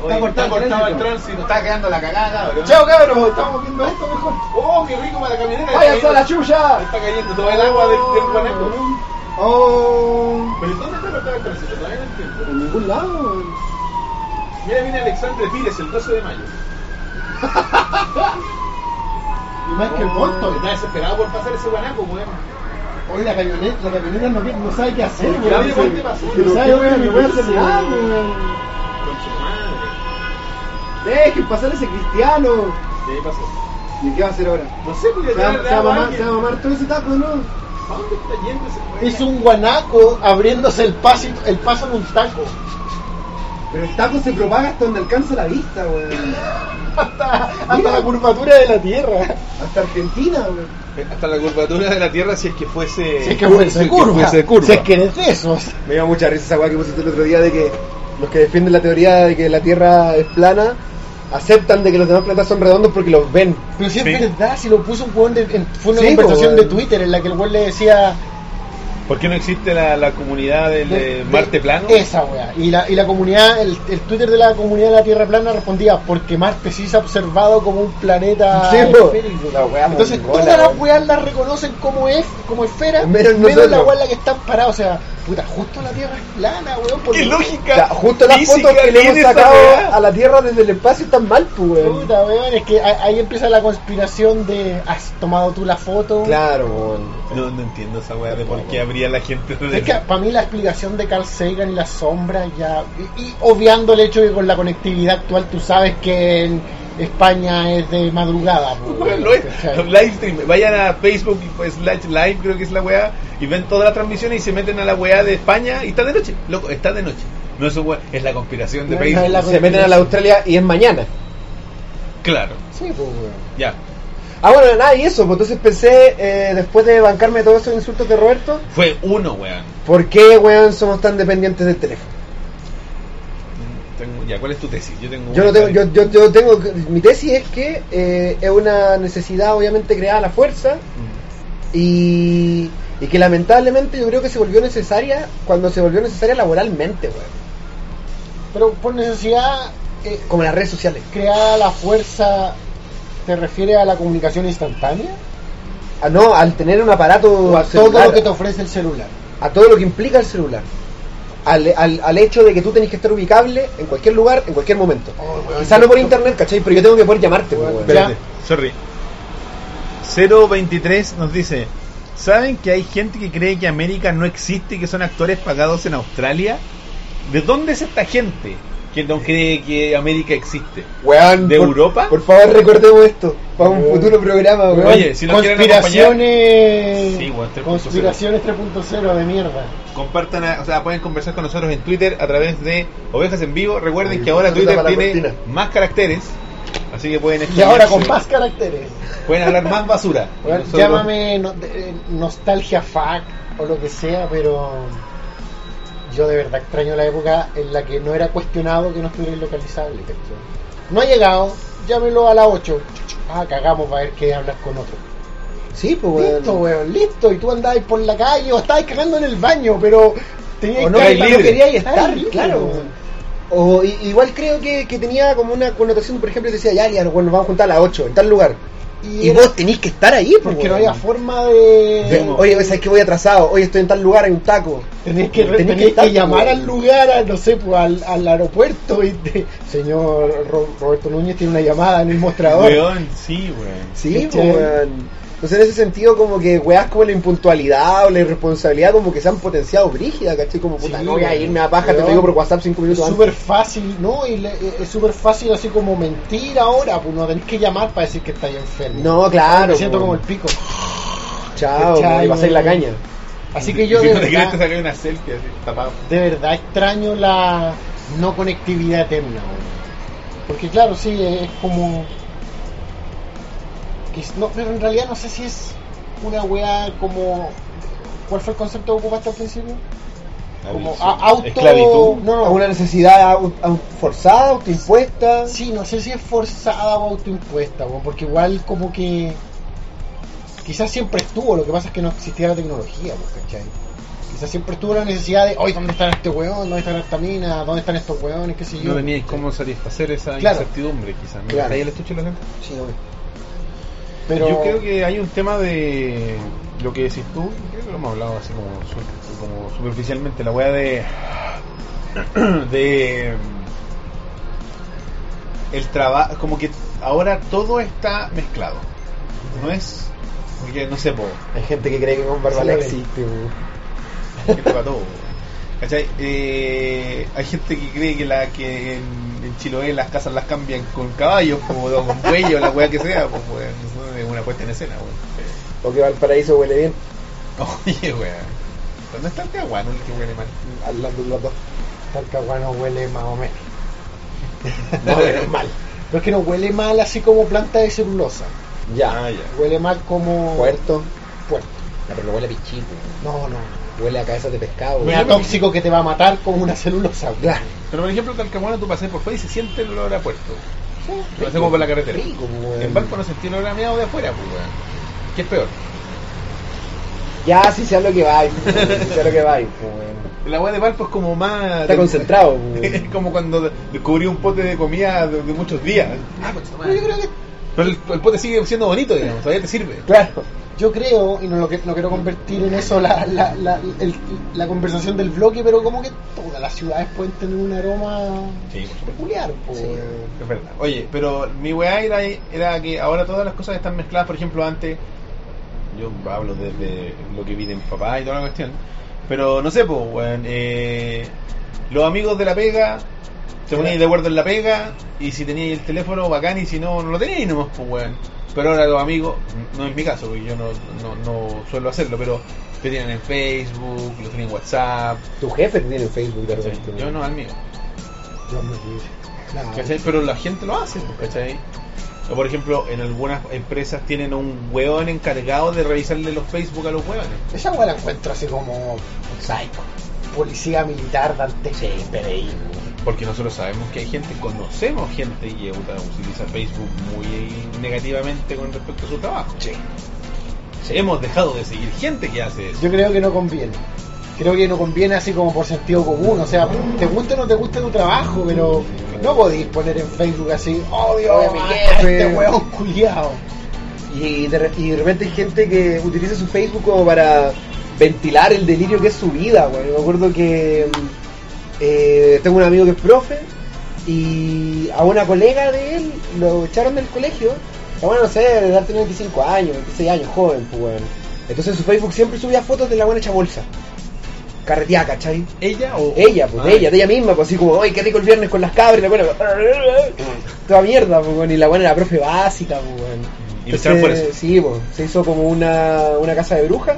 A: Oye,
D: ¿What?
A: está cortado,
D: cortado
A: el
D: el
A: tránsito, está quedando la cagada, bro.
D: Chao, cabros, estamos viendo esto mejor.
A: ¡Oh, qué rico para la camioneta!
B: ¡Váyanse a la
A: Me
B: chucha!
A: Está cayendo todo el agua del, del Guanaco.
B: ¡Oh!
A: Pero ¿dónde está cortado el tránsito? Todavía no entiendo.
B: En ningún lado, weón.
A: Mira, viene Alexandre Pires el 12 de mayo.
D: Michael Bolton.
F: Está desesperado por pasar ese guanaco, weón.
D: Hoy la camioneta, la camioneta no, no sabe qué hacer,
F: Oye,
D: weón.
F: oye,
D: Dice,
F: ¿dónde pasó?
D: No sabe, weón, no puede hacer
F: Sí.
D: nada, weón.
F: Con su madre.
B: Dejen pasar ese cristiano.
F: ¿Qué pasó?
B: ¿Y qué va a hacer ahora?
F: No sé,
B: Se
F: porque
B: va, se va a mamar, se va a mamar todo ese taco, ¿no?
F: dónde está yendo ese weón?
D: Hizo un guanaco abriéndose el paso, el paso en un taco.
B: Pero el taco se propaga hasta donde alcanza la vista, weón.
D: Hasta, hasta la curvatura de la tierra.
B: Hasta Argentina, weón.
A: Hasta la curvatura de la Tierra si es que fuese...
D: Si es que fuese curva.
A: fuese curva.
D: Si es que eres de esos.
B: Me dio mucha risa esa weá que pusiste el otro día de que los que defienden la teoría de que la Tierra es plana aceptan de que los demás planetas son redondos porque los ven.
D: Pero si es
A: Sí.
D: verdad, si lo puso un weón, de- en- fue una
B: Sí,
D: conversación
B: weón.
D: de Twitter en la que el weón le decía...
A: ¿Por qué no existe la, la comunidad del eh,
D: de-
A: Marte plano?
D: Esa weá. Y la, y la comunidad, el, el Twitter de la comunidad de la Tierra Plana respondía, porque Marte sí se ha observado como un planeta.
B: Sí, po.
D: esférico".
B: La weá
D: Entonces
B: mongola,
D: todas las
B: weón.
D: weas las reconocen como es, como esfera,
B: Menos
D: menos, la
B: nosotros.
D: weá en la que están parados. O sea, puta, justo la Tierra es plana, weón. por
A: ¡Qué
D: lo-
B: O
A: lógica!
B: sea, justo las
A: física
B: fotos que le
A: tiene
B: hemos
A: esa
B: sacado
A: weá!
B: a la Tierra desde el espacio están mal, pues, weón.
D: Puta, weón, es que a- ahí empieza la conspiración de has tomado tú la foto.
B: Claro, weón.
A: No, no entiendo esa weá de por qué habría la gente...
D: Es que para mí la explicación de Carl Sagan y las sombras ya, y, y obviando el hecho de que con la conectividad actual tú sabes que en España es de madrugada. po,
A: Bueno, lo es.
D: ¿cachai?
A: Los live stream, vayan a Facebook pues, slash live, creo que es la weá, y ven todas las transmisiones y se meten a la weá de España y está de noche, loco, está de noche. No es, un weá, es la conspiración de
D: No, no
A: Facebook.
D: es la-
B: Se meten a la Australia y es mañana.
A: Claro,
D: Sí, po, weón.
A: ya.
B: Ah, bueno, nada, y eso, pues entonces pensé, eh, después de bancarme todos esos insultos de Roberto,
A: Fue uno, weón.
B: ¿por qué, weón, somos tan dependientes del teléfono?
A: Tengo- ya, ¿cuál es tu tesis? Yo tengo
B: Yo
A: una
B: no tengo, yo,
A: parecida.
B: yo, yo tengo, mi tesis es que eh, es una necesidad obviamente creada a la fuerza y, y que lamentablemente yo creo que se volvió necesaria cuando se volvió necesaria laboralmente, weón.
D: Pero por necesidad eh,
B: Como las redes sociales.
D: creada la fuerza, ¿te refiere a la comunicación instantánea?
B: Ah, no, al tener un aparato
D: O a todo
B: celular,
D: lo que te ofrece el celular.
B: a todo lo que implica el celular. Al, al, al hecho de que tú tenés que estar ubicable en cualquier lugar, en cualquier momento.
D: Oh, weón,
B: Quizás no por
D: yo-
B: internet, ¿cachai? Pero yo tengo que poder llamarte,
D: Weón,
B: weón.
A: Espérate, sorry. 023 nos dice, ¿saben que hay gente que cree que América no existe y que son actores pagados en Australia? ¿De dónde es esta gente que no cree que América existe?
B: Weón,
A: ¿De
B: por-
A: Europa?
B: Por favor, recordemos esto para un
D: Weón.
B: futuro programa, weón.
A: Oye, si nos quieren
D: conspiraciones,
A: acompañar- Sí, weón, 3.0.
D: conspiraciones 3.0 de mierda.
A: Compartan, a- o sea, pueden conversar con nosotros en Twitter a través de Ovejas en Vivo. Recuerden
B: Ay,
A: que ahora
B: puta
A: Twitter
B: para la
A: tiene
B: cortina.
A: más caracteres, así que pueden
D: Y ahora
A: expandirse.
D: con más caracteres.
A: Pueden hablar más basura. Y
D: Bueno,
A: nosotros-
D: llámame no- de- eh, nostalgia fuck o lo que sea, pero yo de verdad extraño la época en la que no era cuestionado que no estuviera localizable. No ha llegado, llámelo a las 8. Ah, cagamos, va a ver que hablar con otro.
B: Sí, pues, weón.
D: Listo, weón, listo. Y tú andabas por la calle o estabas cagando en el baño, pero tenías
B: o no,
D: que-
A: estáis
B: no
A: libre.
B: quería estar,
D: Estáis libre,
B: claro.
D: weón.
B: O i- igual creo que, que tenía como una connotación, por ejemplo, decía, ya, ya, bueno, nos vamos a juntar a las 8 en tal lugar. Y,
D: era-
B: vos tenés que estar ahí, pues,
D: porque no
B: weón.
D: había forma de.
B: De- Oye, ¿sabes que voy atrasado? Oye, estoy en tal lugar, hay un taco.
D: Tenés que,
B: Tenés que
D: tenés que,
B: estar,
D: llamar
B: weón.
D: al lugar, a, no sé, pues, al, al aeropuerto. Y te- señor Ro- Roberto Núñez tiene una llamada en el mostrador.
A: Weón, sí, weón.
B: Sí, pues,
D: ¿Cachai?
B: weón. Entonces, en ese sentido, como que weas como la impuntualidad o la irresponsabilidad, como que se han potenciado brígida, ¿cachai? Como, puta,
D: Sí,
B: no voy a
D: weón.
B: irme a paja, te
D: Weón.
B: pego por WhatsApp cinco
D: Es
B: minutos antes.
D: súper fácil, ¿no? Y le- e, es súper fácil así como mentir ahora, pues no tenés que llamar para decir que estás enfermo.
B: No, claro. pues.
D: Me siento
B: weón.
D: como el pico.
B: Chao,
D: Chao,
B: weón, y pasáis la
D: weón.
B: caña.
D: Así que yo
A: si
D: de
A: no te crees, te
D: verdad,
A: salió una selfie así, tapado.
D: de verdad extraño la no conectividad eterna, weón. Porque claro, sí, es como... que es- no, pero en realidad no sé si es una weá como... ¿Cuál fue el concepto que ocupaste al principio? Como a- auto...
A: Esclavitud.
D: No, no,
B: A una necesidad au- au- forzada, autoimpuesta.
D: Sí, no sé si es forzada o autoimpuesta, weón, porque igual como que quizás siempre estuvo, lo que pasa es que no existía la tecnología, pues, ¿cachai? Quizás siempre estuvo la necesidad de, hoy ¿dónde están este weón? ¿Dónde están estas minas? ¿Dónde están estos weones? ¿Qué sé yo?
A: No teníais cómo satisfacer esa
D: Claro.
A: incertidumbre, quizás. ¿no?
B: Claro.
A: Ahí el estuche de la gente.
B: Sí, weón.
D: Pero
A: Yo creo que hay un tema de lo que decís tú, creo que lo hemos hablado así como, su- como superficialmente, la weá de. de. mm, el trabajo, como que ahora todo está mezclado. no es. Porque no sé, po.
B: Hay gente que cree que con barba
D: Sí,
B: no
D: lo leí.
B: existe, weón.
A: gente para todo, po. ¿Cachai? Eh, hay gente que cree que la que en, en Chiloé las casas las cambian con caballos, po, o con bueyes, o la weá que sea, po, weón. Eso Es una puesta en escena, weón.
B: O que Valparaíso huele bien.
A: Oye, weón. ¿Dónde está el caguano el que huele mal?
B: Al lado de los dos.
D: Talcahuano huele más o menos.
B: No, menos mal.
D: Pero es que no huele mal así como planta de celulosa.
B: Ya.
A: Ah, ya.
D: Huele mal como
B: Puerto.
D: puerto.
B: No, pero no huele a pichín, weón.
D: No, no.
B: Huele a cabezas de pescado.
D: Huele a
B: weón.
D: tóxico que te va a matar como una celulosa. güey.
B: Claro.
A: Pero por ejemplo, Talcahuano tú pasas por fuera y se siente el olor a puerto. Lo hacemos por la carretera.
B: Rico, weón.
A: En barco no sentí el olor a meado de afuera, pues, weón. ¿Qué es peor?
B: Ya, si sea lo que va, si sea lo que va, weón.
A: El agua de barco es como más.
B: Está concentrado, pues.
A: Es
B: weón.
A: como cuando descubrí un pote de comida de, de muchos días.
B: Ah, pues,
D: Pero yo creo que
A: Pero el, el pote sigue siendo bonito, digamos, todavía te sirve.
B: Claro.
D: Yo creo, y no, lo que, no quiero convertir en eso la, la, la, el- la conversación del bloque, pero como que todas las ciudades pueden tener un aroma
A: Sí, por supuesto.
D: peculiar. pues. po.
A: Es verdad. Oye, pero mi weá era, era que ahora todas las cosas están mezcladas. Por ejemplo, antes, yo hablo desde lo que vi de mi papá y toda la cuestión. Pero no sé, pues, weón. eh, los amigos de la pega, te poníais de acuerdo en la pega. Y si teníais el teléfono, bacán. Y si no, no lo teníais nomás, pues, weón. Pero ahora los amigos, no es mi caso, porque yo no, no, no suelo hacerlo, pero te tienen en Facebook, lo tienen en WhatsApp.
B: Tu jefe tiene en Facebook de repente.
A: Yo
B: weón.
A: no, al mío.
D: Dios mío. Nada.
A: ¿Cachai? Pero la gente lo hace, pues, ¿cachai? O por ejemplo, en algunas empresas tienen un weón encargado de revisarle los Facebook a los weones.
D: Esa hueá la encuentro así como psycho. Policía militar, Dante. Sí, PDI.
A: Porque nosotros sabemos que hay gente, conocemos gente que utiliza Facebook muy negativamente con respecto a su trabajo.
D: Sí.
A: Hemos dejado de seguir gente que hace eso.
D: Yo creo que no conviene. Creo que no conviene así como por sentido común. O sea, te gusta o no te gusta tu trabajo, pero no podéis poner en Facebook así, odio
B: Oye, mi
D: a
B: jefe.
D: este hueón culiado.
B: Y de, re- y de repente hay gente que utiliza su Facebook como para ventilar el delirio que es su vida, weón. Me acuerdo que mm, eh, tengo un amigo que es profe y a una colega de él lo echaron del colegio. La buena, no sé, de edad tenía 25 años, 26 años, joven, pues, weón. Entonces en su Facebook siempre subía fotos de la buena hecha bolsa. Carreteada, ¿cachai?
A: ¿Ella o
B: Ella, pues,
A: Ah,
B: de ella, de ella misma, pues así como, ay, qué rico el viernes con las cabras, y la buena, pues, toda mierda, pues, weón, y la buena era profe básica, pues, weón.
A: Y lo echaron por
B: Entonces,
A: eso.
B: Sí, pues, se hizo como una, una casa de brujas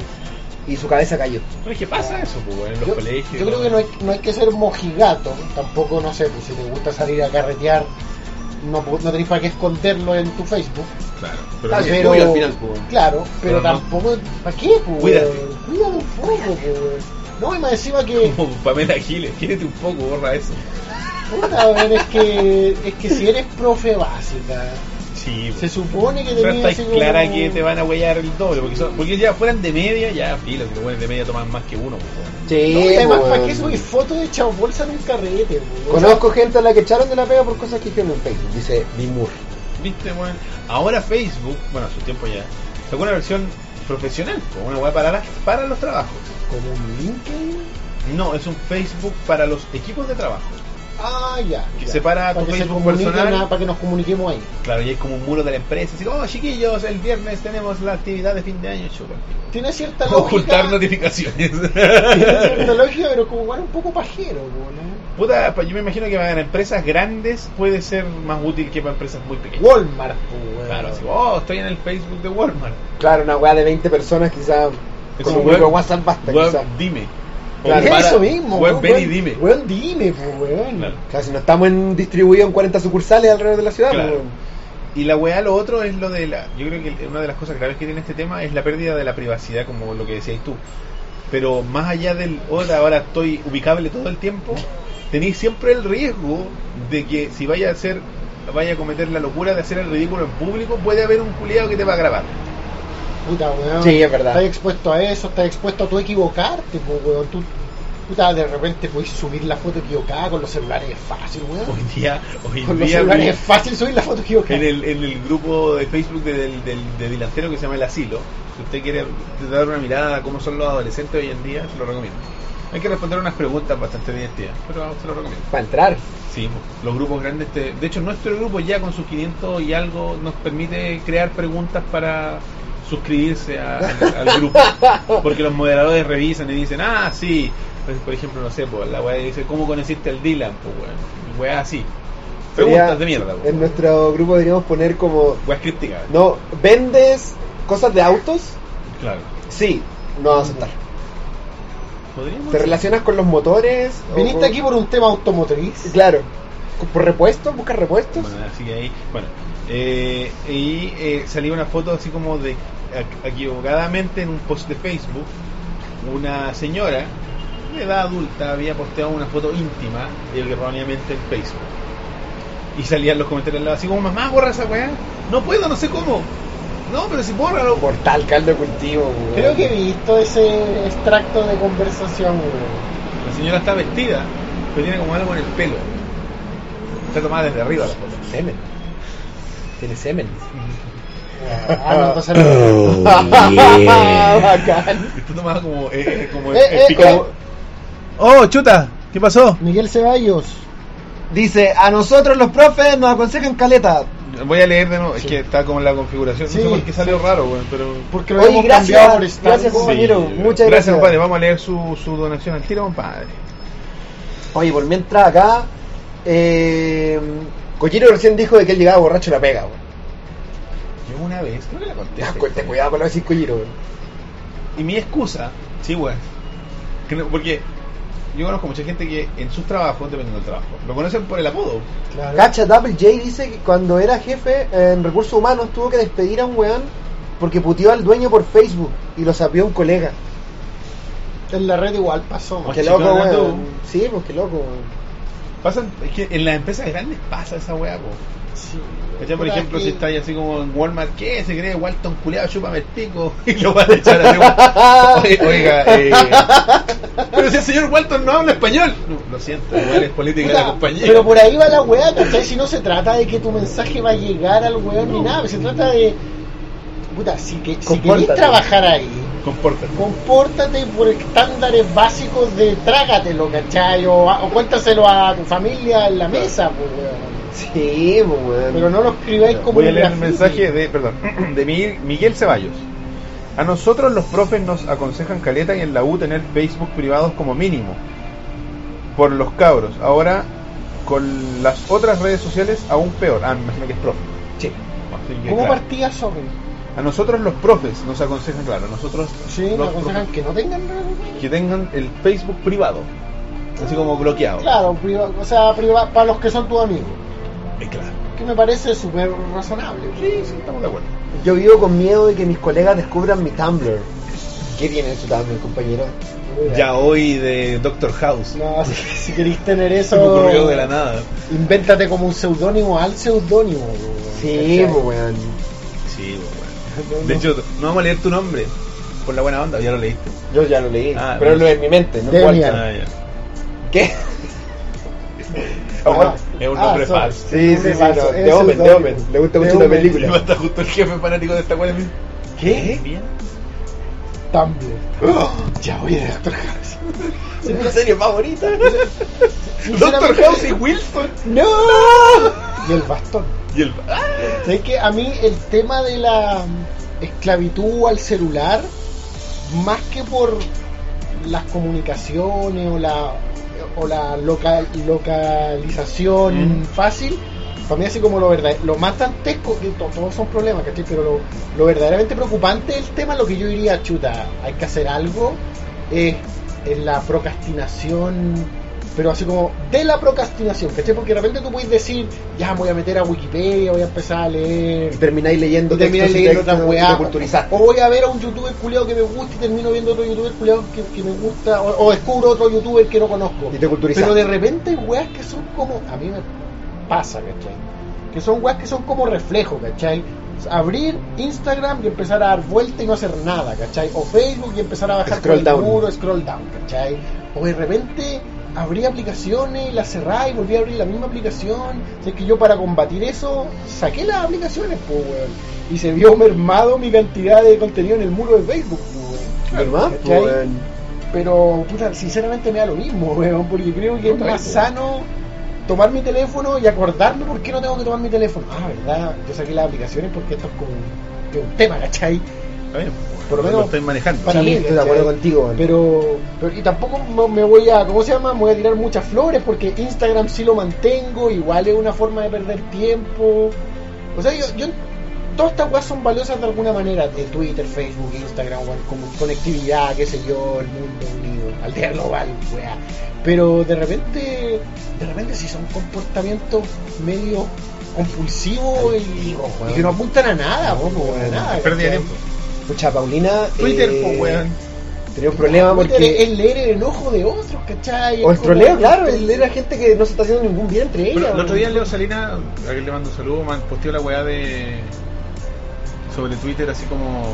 B: y su cabeza cayó.
A: No, es que pasa eso, pues, weón, en los
D: Yo,
A: colegios.
D: yo creo que no hay, no hay que ser mojigato, tampoco, no sé, pues si te gusta salir a carretear, no, pu- no tenés para qué esconderlo en tu Facebook.
A: Claro, pero
D: Ah, Pero,
B: bien, tuyo al final, pues.
D: claro, pero,
A: Pero no.
D: tampoco, ¿para qué? Pues,
A: Cuídate.
D: Cuídate un poco, pues. No, y más encima que,
A: como Pamela Giles, quírate un poco, borra eso.
D: puta, weón, es que, es que si eres profe básica,
A: Sí,
D: se supone que
A: Pero
D: tenés
A: está
D: así como-
A: clara que te van a huellar el doble, porque, son- porque ya fueran de media, ya filo, si los buenos de media toman más que uno. pues, bueno.
B: Sí,
D: No, y además, ¿para qué subís fotos de chavo bolsa en un carrete? pues? O sea,
B: Conozco gente a la que echaron de la pega por cosas que hicieron en Facebook, dice Bimur.
A: ¿Viste, weón? Ahora Facebook, bueno, a su tiempo ya, sacó una versión profesional, pues, una weá para, las- para los trabajos.
D: ¿Como un LinkedIn?
A: No, es un Facebook para los equipos de trabajo.
D: Ah, ya.
A: Que
D: ya.
A: separa tu
D: para que se
A: Facebook
D: comuniquen,
A: personal.
D: ah, Para que nos comuniquemos ahí.
A: Claro, y es como un muro de la empresa, así, oh chiquillos, el viernes tenemos la actividad de fin de año, chupa.
D: Tiene cierta lógica.
A: Ocultar notificaciones.
D: Tiene cierta lógica, pero como igual un poco pajero, ¿eh? po, ¿no?
A: Puta, pues yo me imagino que para empresas grandes puede ser más útil que para empresas muy pequeñas.
D: Walmart, po, weón.
A: Claro, así, oh, estoy en el Facebook de Walmart.
B: Claro, una weá de 20 personas quizás
A: Es
B: con
A: un
B: un grupo de
A: web-
B: WhatsApp basta,
A: Web,
B: quizás.
A: dime. O
B: Claro.
A: para-
D: Eso mismo.
A: Web,
D: weón,
A: ven y
D: weón,
A: dime.
D: Weón, dime, po,
B: pues,
D: weón.
A: Claro.
B: Claro, si no estamos en, distribuidos en 40 sucursales alrededor de la ciudad,
A: Claro.
B: pues,
A: Y la weá, lo otro es lo de la. Yo creo que una de las cosas graves que tiene este tema es la pérdida de la privacidad, como lo que decías tú. Pero más allá del. Hola, ahora estoy ubicable todo el tiempo. Tenéis siempre el riesgo de que si vaya a hacer. Vaya a cometer la locura de hacer el ridículo en público, puede haber un culiado que te va a grabar.
D: Puta, weón.
B: Sí, es verdad.
D: Estás expuesto a eso, estás expuesto a tú equivocarte, po, weón. Tú, puta, de repente podés subir la foto equivocada con los celulares, es fácil,
A: Hoy
D: weón.
A: día. Hoy
D: Con los
A: día.
D: celulares
A: vi-
D: es fácil subir la foto equivocada.
A: en el, en el grupo de Facebook de, del del- de Dilantero que se llama El Asilo. Si usted quiere dar una mirada a cómo son los adolescentes hoy en día, se lo recomiendo. Hay que responder unas preguntas bastante divertidas, pero se lo recomiendo.
B: para entrar.
A: Sí, pues, los grupos grandes. te- De hecho, nuestro grupo ya con sus 500 y algo nos permite crear preguntas para suscribirse a- al, al grupo. Porque los moderadores revisan y dicen, ah, sí. Pues, por ejemplo, no sé, pues, la weá dice, ¿cómo conociste al Dylan? Pues, weón. Weá así. Preguntas
B: Sería-
A: de mierda, pues.
B: En nuestro grupo deberíamos poner como.
A: Weas crípticas.
B: No, ¿vendes cosas de autos?
A: Claro.
B: Sí, no vas a aceptar.
A: ¿Podríamos?
B: ¿Te relacionas con los motores? ¿O
D: Viniste
B: con-
D: aquí por un tema automotriz.
B: Claro. ¿Por repuestos? ¿Buscas repuestos?
A: Bueno, así que ahí, bueno. eh, y eh, salió una foto así como de ac- equivocadamente en un post de Facebook, una señora de edad adulta había posteado una foto íntima y erróneamente en Facebook. Y salían los comentarios al lado, así como, mamá, borra esa weá. No puedo, no sé cómo. No, pero si bórralo.
B: Mortal, caldo de cultivo, weón.
D: Creo que he visto ese extracto de conversación, güey.
A: La señora está vestida, pero tiene como algo en el pelo. Está tomada desde arriba la foto.
B: Semen. Tiene semen.
D: Ah, no, entonces no.
B: Oh, Bacán.
A: Está tomada como, eh, como
D: Eh, eh,
A: picado.
D: eh.
A: ¡Oh, chuta! ¿Qué pasó?
D: Miguel Ceballos.
B: Dice, a nosotros los profes nos aconsejan caleta.
A: Voy a leer de nuevo, es que está como la configuración. No
D: Sí,
A: sé por qué salió raro, weón, pero.
D: Porque lo
B: Oye,
D: hemos cambiado por
B: gracias,
D: Star
B: gracias
D: Wars.
B: compañero,
A: Sí,
B: muchas gracias.
A: compadre. Vamos a leer su, su donación al tiro, compadre.
B: Oye, por mientras acá, eh, Cochino recién dijo de que él llegaba borracho a la pega, weón.
A: Yo una vez, creo que la conté.
B: Ya, cu- Ten cuidado con lo que decís Cochino, weón.
A: Y mi excusa, sí, weón. que no- Porque yo conozco mucha gente que en sus trabajos, dependiendo del trabajo, lo conocen por el apodo.
D: Claro.
B: Cacha Double J dice que cuando era jefe en recursos humanos tuvo que despedir a un weón porque puteó al dueño por Facebook y lo sapió un colega.
D: En la red igual pasó.
A: Oye,
B: Qué loco,
A: chicos, ¿no?
B: weón. Sí, pues qué loco, weón.
A: Pasan, es que en las empresas grandes pasa esa weá, po.
D: Sí.
A: ¿Cachai? Este, Por
D: Puta,
A: ejemplo,
D: aquí-
A: si estáis así como en Walmart, ¿qué? Se cree Walton culeado, chúpame el pico y lo van a echar a Oiga, oiga eh, pero si el señor Walton no habla español. No, lo siento, igual es política de
D: Puta,
A: la compañía.
D: Pero por ahí va la weá, ¿cachai? Si no se trata de que tu mensaje va a llegar al weón ni nada, se trata de. Puta, si, que, si querés
B: Compórtate.
D: trabajar ahí,
A: Compórtate.
D: compórtate por estándares básicos de trágatelo, ¿cachai? O, o cuéntaselo a tu familia en la mesa, pues, weón.
B: Sí, pues, weón.
D: Pero no lo escribáis como
A: Voy a
D: un
A: leer el
D: graffiti.
A: mensaje de, perdón, de Miguel, Miguel Ceballos. A nosotros los profes nos aconsejan caleta y en la U tener Facebook privados como mínimo. Por los cabros. Ahora con las otras redes sociales aún peor. Ah, me imagino que es profe.
B: Sí.
A: Así que,
D: ¿Cómo
A: claro.
D: partías sobre?
A: A nosotros los profes nos aconsejan, claro, a nosotros
D: Sí, me
A: los
D: aconsejan
A: profes
D: que no tengan red.
A: que tengan el Facebook privado, así como bloqueado.
D: Claro, priva- o sea, priva- para los que son tus amigos.
A: Eh, claro.
D: Que me parece súper razonable.
A: Sí, sí, estamos de acuerdo.
B: Yo vivo con miedo de que mis colegas descubran mi Tumblr. ¿Qué tiene su Tumblr, compañero?
A: Ya hoy de Doctor House.
D: No, si, si queréis tener
A: Se me
D: eso,
A: ocurrió de la nada.
D: invéntate como un seudónimo al seudónimo. weón,
B: Sí,
D: ¿cachai?
B: pues, weón.
A: Sí, bueno.
D: No,
A: De
D: no.
A: hecho, no vamos a leer tu nombre. Por la buena onda, ya lo leíste.
B: Yo ya lo leí,
A: Ah,
B: pero
A: bien.
B: lo de mi mente, no
D: De
B: importa.
D: mierda.
A: ya.
B: ¿Qué?
A: Ah, bueno, es un nombre
D: sorry.
A: falso.
B: Sí, sí, sí,
D: Nombre
B: no,
D: falso,
B: de
D: es
B: Omen, de
D: seudónimo.
B: Omen. Le gusta
D: De
B: mucho la
D: Omen.
A: Y
B: película.
A: va a estar justo el jefe fanático de esta ¿eh? weá.
D: ¿Qué?
A: Bien.
D: Tumblr.
B: ¡Oh!
D: ya voy a Doctor House.
B: Es mi serie favorita.
A: Doctor House y Wilson.
D: ¡No! Y el bastón.
A: Y el. ¡Ah!
D: ¿Sabes que a mí el tema de la mm, esclavitud al celular, más que por las comunicaciones o la, o la local- localización
A: Mm.
D: fácil, para mí así como lo verdad, lo más dantesco, que to- todos son problemas, ¿cachai? Pero lo, lo verdaderamente preocupante del tema, lo que yo diría, chuta, hay que hacer algo, es en la procrastinación pero así como de la procrastinación, ¿cachai? Porque de repente tú puedes decir, ya me voy a meter a Wikipedia, voy a empezar a leer.
B: Y termináis leyendo
D: Y terminas
B: textos y
D: leyendo
B: textos y
D: otras
B: te
D: weas.
B: culturizaste.
D: O voy a ver a un youtuber culiado que me gusta y termino viendo otro youtuber culiado que, que me gusta. O, o descubro otro youtuber que no conozco.
B: Y te
D: Pero
B: culturizaste.
D: de repente hay weas que son como. A mí me pasa, ¿cachai? Que son weas que son como reflejo, ¿cachai? Abrir Instagram y empezar a dar vuelta y no hacer nada, ¿cachai? O Facebook y empezar a bajar
B: Scroll
D: por el
B: down.
D: muro, scroll down, ¿cachai? O de repente abrí aplicaciones, las cerré y volví a abrir la misma aplicación. O sea, es que yo para combatir eso saqué las aplicaciones, pues, weón. Y se vio mermado mi cantidad de contenido en el muro de Facebook, pues, weón.
B: ¿Verdad? Pues,
D: ¿Cachai? Pero, puta, sinceramente me da lo mismo, weón, porque creo que es más sano tomar mi teléfono y acordarme por qué no tengo que tomar mi teléfono. Ah, verdad, yo saqué las aplicaciones porque esto es como que un tema, ¿cachai?
A: Está bien, pues,
D: Por lo menos-
A: estoy manejando.
D: Para
B: Sí,
D: mí,
B: estoy de acuerdo contigo, bueno.
D: Pero, pero- y tampoco me- me voy a, ¿cómo se llama? Me voy a tirar muchas flores porque Instagram sí lo mantengo, igual es una forma de perder tiempo. O sea, yo, yo todas estas weas son valiosas de alguna manera, de Twitter, Facebook, Instagram, weón, como conectividad, qué sé yo, el mundo unido, aldea global, wea. Pero de repente, de repente si son comportamientos medio compulsivos y,
B: Antiguos, weón.
D: y que no apuntan a nada, weón, a nada.
A: Pérdida de
D: ¿cachai?
A: tiempo.
B: Escucha, Paulina.
A: Twitter,
B: eh,
A: po, weón.
B: Tenía un problema
D: Twitter
B: porque.
D: es leer el enojo de otros, ¿cachai?
B: o el
D: Es como-
B: troleo, claro, es leer a gente que no se está haciendo ningún bien entre
A: Bueno,
B: ellas.
A: el otro
B: weón.
A: día Leo Salinas, a quien le mando un saludo, man, posteó la weá de. sobre Twitter, así como.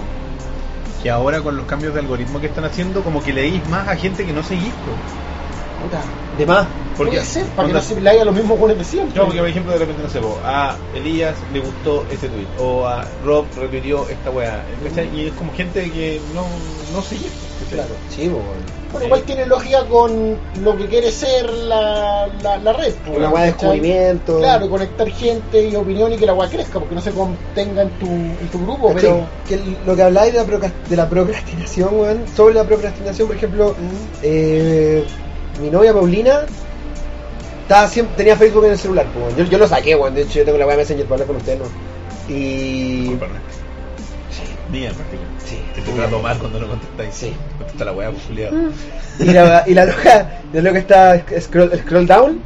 A: que ahora con los cambios de algoritmo que están haciendo, como que leís más a gente que no seguís, po.
D: Puta,
B: De más.
A: ¿Por
D: puede
A: qué?
D: ser, para que
A: Onda-
D: no se le haya los mismos goles de siempre.
A: No, porque por ejemplo de repente no sé, po, a Elías le gustó este tweet o a Rob retuiteó esta weá, ¿cachai? Y es como gente que no, no sigue.
D: Claro.
B: Sí, po, weón.
D: Bueno, igual tiene lógica con lo que quiere ser la, la, la red. pues,
B: Una weá de
D: ¿cachai?
B: descubrimiento.
D: Claro, conectar gente y opinión y que la weá crezca, porque no se contenga en tu, en tu grupo,
B: ¿Cachai?
D: pero...
B: Que lo que habláis de la, procras- de la procrastinación, weón, sobre la procrastinación, por ejemplo, eh, mi novia Paulina estaba siempre, tenía Facebook en el celular, po, weón. Yo, yo lo saqué, weón, de hecho yo tengo la web Messenger para hablar con ustedes, ¿no? Y...
A: Disculpa, Ernesto. Dígame, Martín.
B: Sí,
A: Te toca a tomar cuando no contestáis.
B: Sí.
A: Contesta la weá, pues culiao.
B: y la, y la loca, la loca estaba scroll, scroll down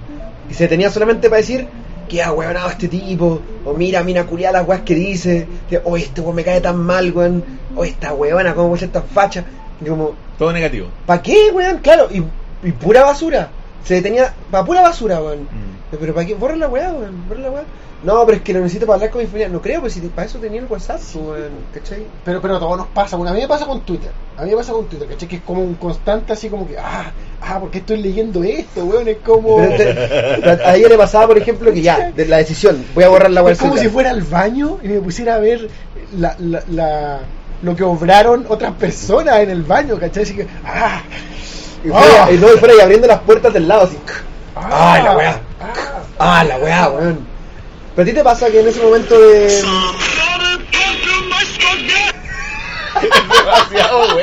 B: y se tenía solamente para decir que ha huevonado este tipo, o mira, mira culiá las weas que dice, que hoy este weón me cae tan mal, weón, o esta huevona, cómo puede ser tan facha, y como,
A: Todo negativo.
B: ¿pa' qué, weón? Claro, y, y pura basura, se detenía, pa' pura basura, weón.
A: Mm.
B: Pero ¿para qué? Borra la weá, weón, borra la weá. No, pero es que lo necesito para hablar con mi familia. No creo, pues si para eso tenía el WhatsApp, weón, ¿cachai?
D: Pero, pero a todos nos pasa, bueno, a mí me pasa con Twitter, a mí me pasa con Twitter, ¿cachai? Que es como un constante así como que, ah, ah, ¿por qué estoy leyendo esto, weón? Es como...
B: Pero te- pero a ella le pasaba, por ejemplo, que ya, de la decisión, voy a borrar la web.
D: Es como si fuera al baño y me pusiera a ver la, la- la- lo que obraron otras personas en el baño, ¿cachai? Así que, ¡ah!
B: Y fuera, y no, y fuera y abriendo las puertas del lado, así.
D: ¡Ah!
B: ¡Ay, la weá!
D: ¡Ah!
B: ¡Ah, la weá, weón! Pero a ti te pasa que en ese momento de.
E: Somebody get to my spaghetti!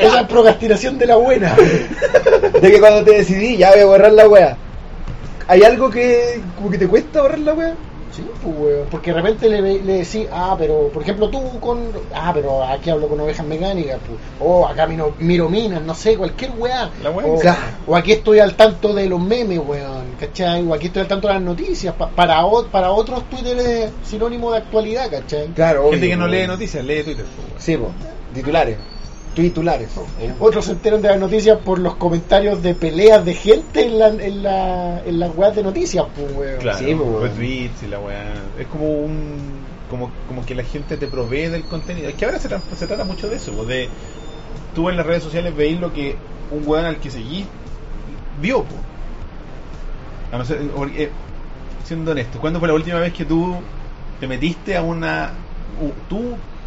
D: Esa es procrastinación de la buena.
B: de que cuando te decidí, ya voy a borrar la weá. ¿Hay algo que, como que te cuesta borrar la weá?
D: Sí, pues, weón, Porque de repente le, le decís, ah, pero, por ejemplo, tú con. Ah, pero aquí hablo con ovejas mecánicas, pues. O acá miro, miro minas, no sé, cualquier weá.
A: La weá
D: o,
B: que sea.
D: o aquí estoy al tanto de los memes, weón, ¿cachai? O aquí estoy al tanto de las noticias. pa- para, o- para otros Twitter es sinónimo de actualidad, ¿cachai?
B: Claro,
A: Gente
B: obvio,
A: que no
B: weón.
A: lee noticias, lee Twitter. po, weón.
B: Sí, po. Titulares. Titulares. Eh,
D: Otros se enteran de las noticias por los comentarios de peleas de gente en la, en la, en las weas de noticias, pues, weón.
A: Claro,
B: Sí, po, weón.
A: retweets y la weá. Es como un. Como, como que la gente te provee del contenido. Es que ahora se, tra- se trata mucho de eso, po, de tú en las redes sociales veis lo que un weón al que seguís vio. po. A no ser, porque, eh, siendo honesto, ¿cuándo fue la última vez que tú te metiste a una. u- tú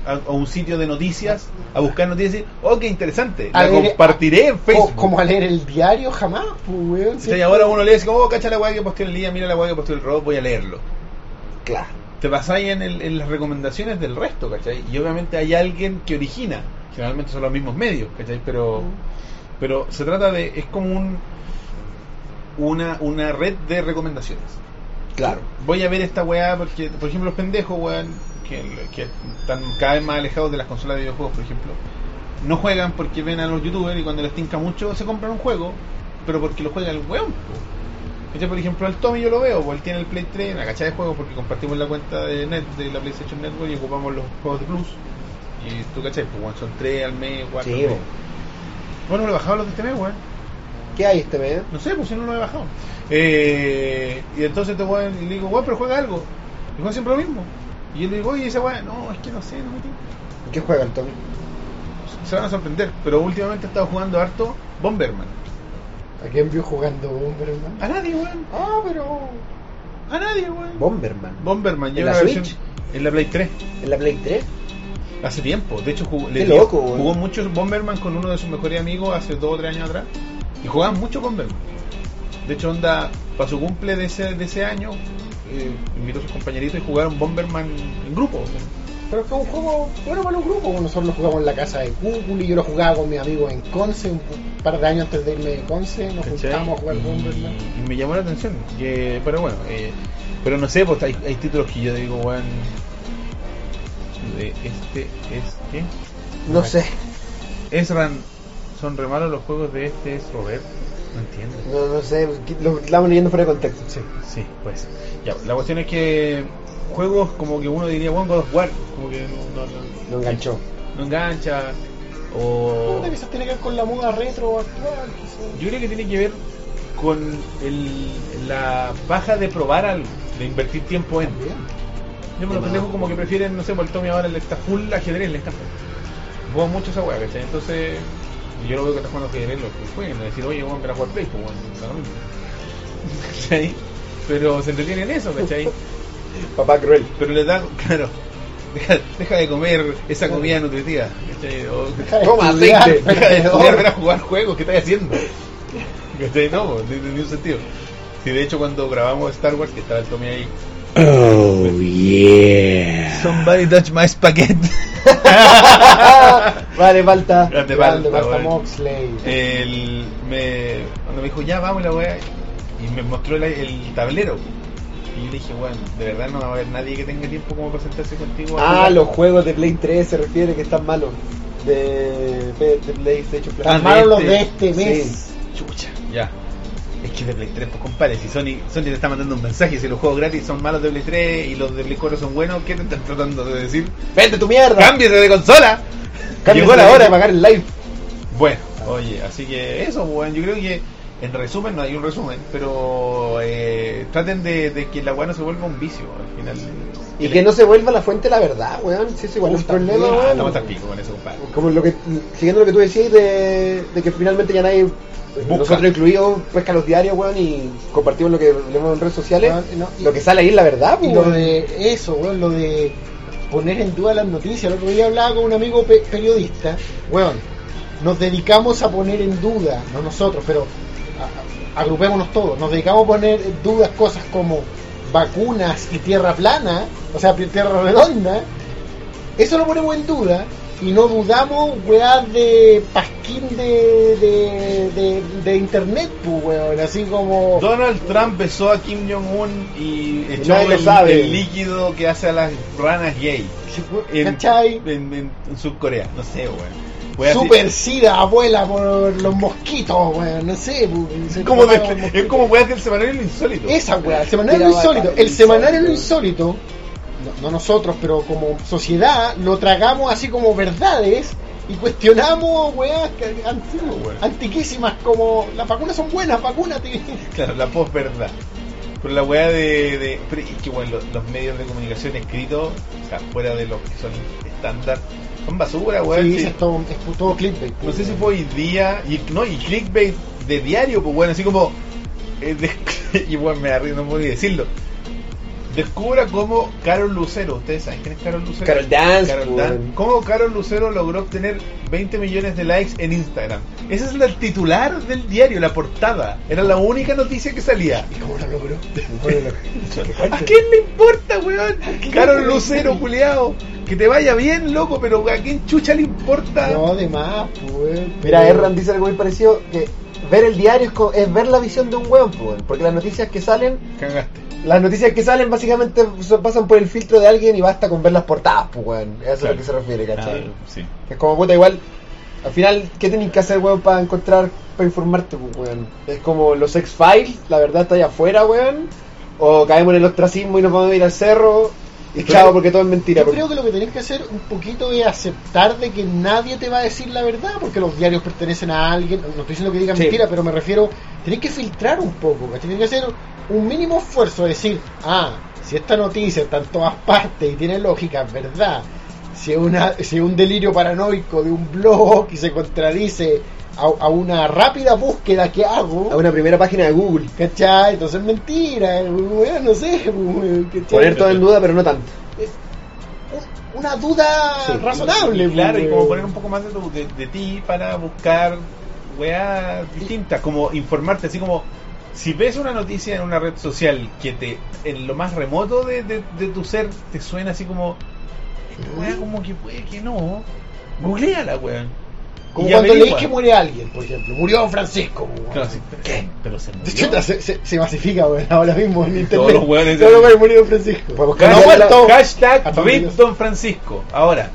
A: a, a un sitio de noticias a buscar noticias y decir, oh, qué interesante, la
D: A ver,
A: compartiré en Facebook?
D: Co- Como a leer el diario jamás, pues, weón.
A: O sea, y ahora uno lee así como, oh, cacha la weá que posteó el día, mira la weá que posteó el robot, voy a leerlo.
B: Claro.
A: Te basáis en, el- en las recomendaciones del resto, ¿cachai? Y obviamente hay alguien que origina, generalmente son los mismos medios, ¿cachai? Pero, pero se trata de, es como un, una, una red de recomendaciones.
B: Claro.
A: Voy a ver esta weá porque, por ejemplo, los pendejos, weón, que, que están cada vez más alejados de las consolas de videojuegos, por ejemplo, no juegan porque ven a los youtubers y cuando les tinca mucho se compran un juego, pero porque lo juega el weón. po. ¿Cachai? Por ejemplo, al Tommy yo lo veo, porque él tiene el Play 3, una cachada de juegos, porque compartimos la cuenta de, net, de la PlayStation Network y ocupamos los juegos de Plus. Y tú, ¿cachai? Pues, weón, son 3 al mes, 4
B: Sí,
A: al mes.
B: weón.
A: Bueno, lo he bajado los de este mes, weón.
B: ¿Qué hay este mes?
A: No sé, pues si no lo he bajado. Eh, y entonces te weón, y le digo, weón, pero juega algo. Y juega siempre lo mismo. Y yo le digo, oye, ese weón, no, es que no sé, no me tinca".
B: ¿Qué juega el Tommy?
A: Se van a sorprender, pero últimamente he estado jugando harto Bomberman.
D: ¿A quién vio jugando, weón, pero,
A: A nadie, weón.
D: Ah, pero.
A: A nadie, weón.
B: Bomberman.
A: Bomberman,
B: ¿En
A: lleva
B: la
A: la versión
B: Switch?
A: en la Play 3.
B: ¿En la Play 3?
A: Hace tiempo, de hecho jugó,
B: Qué
A: dio-
B: loco, weón.
A: jugó mucho Bomberman con uno de sus mejores amigos hace dos o tres años atrás. Y jugaban mucho Bomberman. De hecho, onda, para su cumple de ese, de ese año, eh, invitó a sus compañeritos y jugaron Bomberman en grupo.
D: Pero es que es un juego bueno para un grupo. Nosotros lo jugamos en la casa de Cúculi, yo lo jugaba con mis amigos en Conce, un par de años antes de irme de Conce, nos
A: ¿Cachai?
D: juntamos a jugar Bomberman.
A: Y me llamó la atención. que- pero bueno, eh, pero no sé, pues hay, hay títulos que yo digo, weón. de este es que.
B: No sé.
A: Esran, son re malos los juegos de este es Robert. No entiendo.
B: No, no sé. Lo estamos leyendo fuera de contexto.
A: Sí, sí, pues. Ya, la cuestión es que juegos como que uno diría, bueno, God of War, como que no, no- no-
B: Lo enganchó.
A: no engancha. O.
D: Puta, Quizás tiene que ver con la moda retro actual. quizás.
A: Yo creo que tiene que ver con el- la baja de probar algo, de invertir tiempo en. Yo me lo pendejo como que prefieren, no sé, por el Tommy ahora le está full ajedrez, le encanta. Juega mucho esa weá, ¿cachai? Entonces, yo lo veo que está jugando ajedrez, lo que jueguen, no decir, oye, vamos a jugar Play, pues, bueno, da lo mismo. ¿Cachai? Pero se entretienen en eso, ¿cachai?
B: Papá cruel.
A: Pero le da, claro, deja, deja de comer esa comida nutritiva, ¿cachai? O,
D: de
B: Toma,
D: estudiar,
B: aceite.
A: Deja de
D: perdedor.
A: estudiar, ven a jugar juegos, ¿qué estás haciendo? ¿Cachai? No, no tiene ningún sentido. Si de hecho cuando grabamos Star Wars, que estaba el Tommy ahí.
C: Oh, yeah.
A: Somebody touch my spaghetti.
B: Ah, Vale, falta.
A: Grande
D: Grande,
A: Balta,
D: Marta
A: weón.
D: Moxley.
A: El, me, cuando me dijo, ya vamos la weá, y me mostró el, el tablero. Y yo dije, bueno, de verdad no va a haber nadie que tenga tiempo como para sentarse contigo. a
B: Ah,
A: jugar".
B: los juegos de Play 3 se refiere que están malos. De, de, de PlayStation Plus.
A: Ah,
D: Tan malos los
A: de
D: de
A: este.
D: este mes.
A: Chucha, ya. Es que de Play 3, pues compadre, si Sony, Sony te está mandando un mensaje, si los juegos gratis son malos de Play 3 y los de Play 4 son buenos, ¿qué te están tratando de decir?
B: ¡Vete tu mierda!
A: ¡Cámbiese de consola!
B: Cámbiate
A: Llegó la
B: de
A: hora.
B: pagar el live.
A: Bueno, oye, así que eso, bueno, yo creo que en resumen, no hay un resumen, pero eh, traten de, de que la weá no se vuelva un vicio al final.
B: Y que no se vuelva la fuente de la verdad, weón. Si es igual un
D: Puta,
B: problema,
D: weón.
A: Ah,
B: weón.
A: estamos tan pico con eso, compadre.
B: Como lo que, siguiendo lo que tú decís de, de que finalmente ya nadie,
A: Busca.
B: nosotros incluidos, pesca los diarios, weón, y compartimos lo que leemos en redes sociales.
D: Weón, no, Ah, y-
B: lo que sale ahí es la verdad,
D: Y
B: pues,
D: lo
B: weón.
D: de eso, weón, lo de poner en duda las noticias. El otro día hablaba con un amigo pe- periodista, weón, nos dedicamos a poner en duda, no nosotros, pero a- a- agrupémonos todos, nos dedicamos a poner en dudas cosas como vacunas y tierra plana, o sea, pi- tierra redonda. Eso lo ponemos en duda y no dudamos, weón, de pasquín de, de, de, de internet, pues, weón, así como...
A: Donald Trump besó a Kim Jong-un y echó
B: nadie lo
A: el,
B: sabe.
A: el líquido que hace a las ranas gay en,
D: ¿Cachai?
A: en, en- en Subcorea. No sé, weón. Weón, así-
D: Super sida, abuela, por los mosquitos, weón. No sé, weón, se
A: Es como, de-
D: mataron los
A: es como weas del semanario lo insólito.
D: Esa weá, el semanario
B: Mira,
D: lo insólito.
B: va, va,
D: El semanario lo
B: insólito.
D: insólito, no, no nosotros, pero como sociedad, lo tragamos así como verdades y cuestionamos weas que- antiguas,
A: Bueno.
D: antiquísimas, como las vacunas son buenas, vacúnate.
A: Claro, la posverdad. Pero la weá de. de- pero es que bueno, los, los medios de comunicación escritos, o sea, fuera de los que son estándar, son basura, weón.
D: Sí,
A: Sí.
D: es todo, es todo clickbait.
A: No sé si fue hoy día, y, no, y clickbait de diario, pues bueno, así como. eh, de- y bueno, me da risa, no puedo ni decirlo. Descubra cómo Carol Lucero, ustedes saben quién es Carol Lucero.
B: Carol Dance, pues.
A: Carol
B: weón.
A: Dance. Cómo Carol Lucero logró obtener 20 millones de likes en Instagram. Ese es el titular del diario, la portada. Era la única noticia que salía.
D: ¿Y cómo lo logró? Ah,
A: ¿A quién le importa, weón? Carol Lucero, culiao. Que te vaya bien, loco, pero ¿a quién chucha le importa?
D: No, de más, weón.
B: Mira, Erran dice algo muy parecido, que ver el diario es, co- es ver la visión de un weón, pues, weón, porque las noticias que salen,
A: Cagaste.
B: las noticias que salen básicamente so- pasan por el filtro de alguien y basta con ver las portadas, pues, weón. Eso es a lo que se refiere, ¿cachai?
A: Ah, sí.
B: Es como puta, igual. Al final, ¿qué tenés que hacer, weón, para encontrar, para informarte, pues, weón? Es como los X-Files, la verdad está allá afuera, weón. O caemos en el ostracismo y nos vamos a ir al cerro. Y
A: Pero-
B: chao, porque todo es mentira.
D: Yo
B: porque-
D: creo que lo que tenés que hacer un poquito es aceptar de que nadie te va a decir la verdad, porque los diarios pertenecen a alguien. No estoy diciendo que digan
B: Sí.
D: mentira, pero me refiero, tenés que filtrar un poco, ¿cachai? Tenés que hacer un mínimo esfuerzo de decir, ah, si esta noticia está en todas partes y tiene lógica, es verdad. Si es una, si es un delirio paranoico de un blog y se contradice a, a una rápida búsqueda que hago,
B: A una primera página de Google.
D: ¿cachai? Entonces es mentira, eh, weón, no sé, weón, ¿cachai?
B: Poner todo en duda, pero no tanto.
D: Un- una duda
B: Sí.
D: razonable.
A: Y claro, y
D: pues,
A: como poner un poco más de, tu- de, de ti para buscar weas distintas, como informarte, así como Si ves una noticia en una red social que te en lo más remoto de, de- de tu ser te suena así como esta weá como que puede que no, googleala weón.
D: Como
A: Y
D: cuando leí
A: averigua.
D: que muere alguien, por ejemplo. Murió Francisco. weón.
A: Claro, sí, pero- Pero se
D: De
A: murió.
D: hecho, está- se, se- se masifica, weón, ahora mismo en internet.
A: los weones-
D: Todos los weones murieron Francisco. Para buscar
A: Ganó
D: a
A: vuelto.
D: Don-
A: Hashtag
D: Hasta
A: RIP
D: Dios.
A: Don Francisco. Ahora.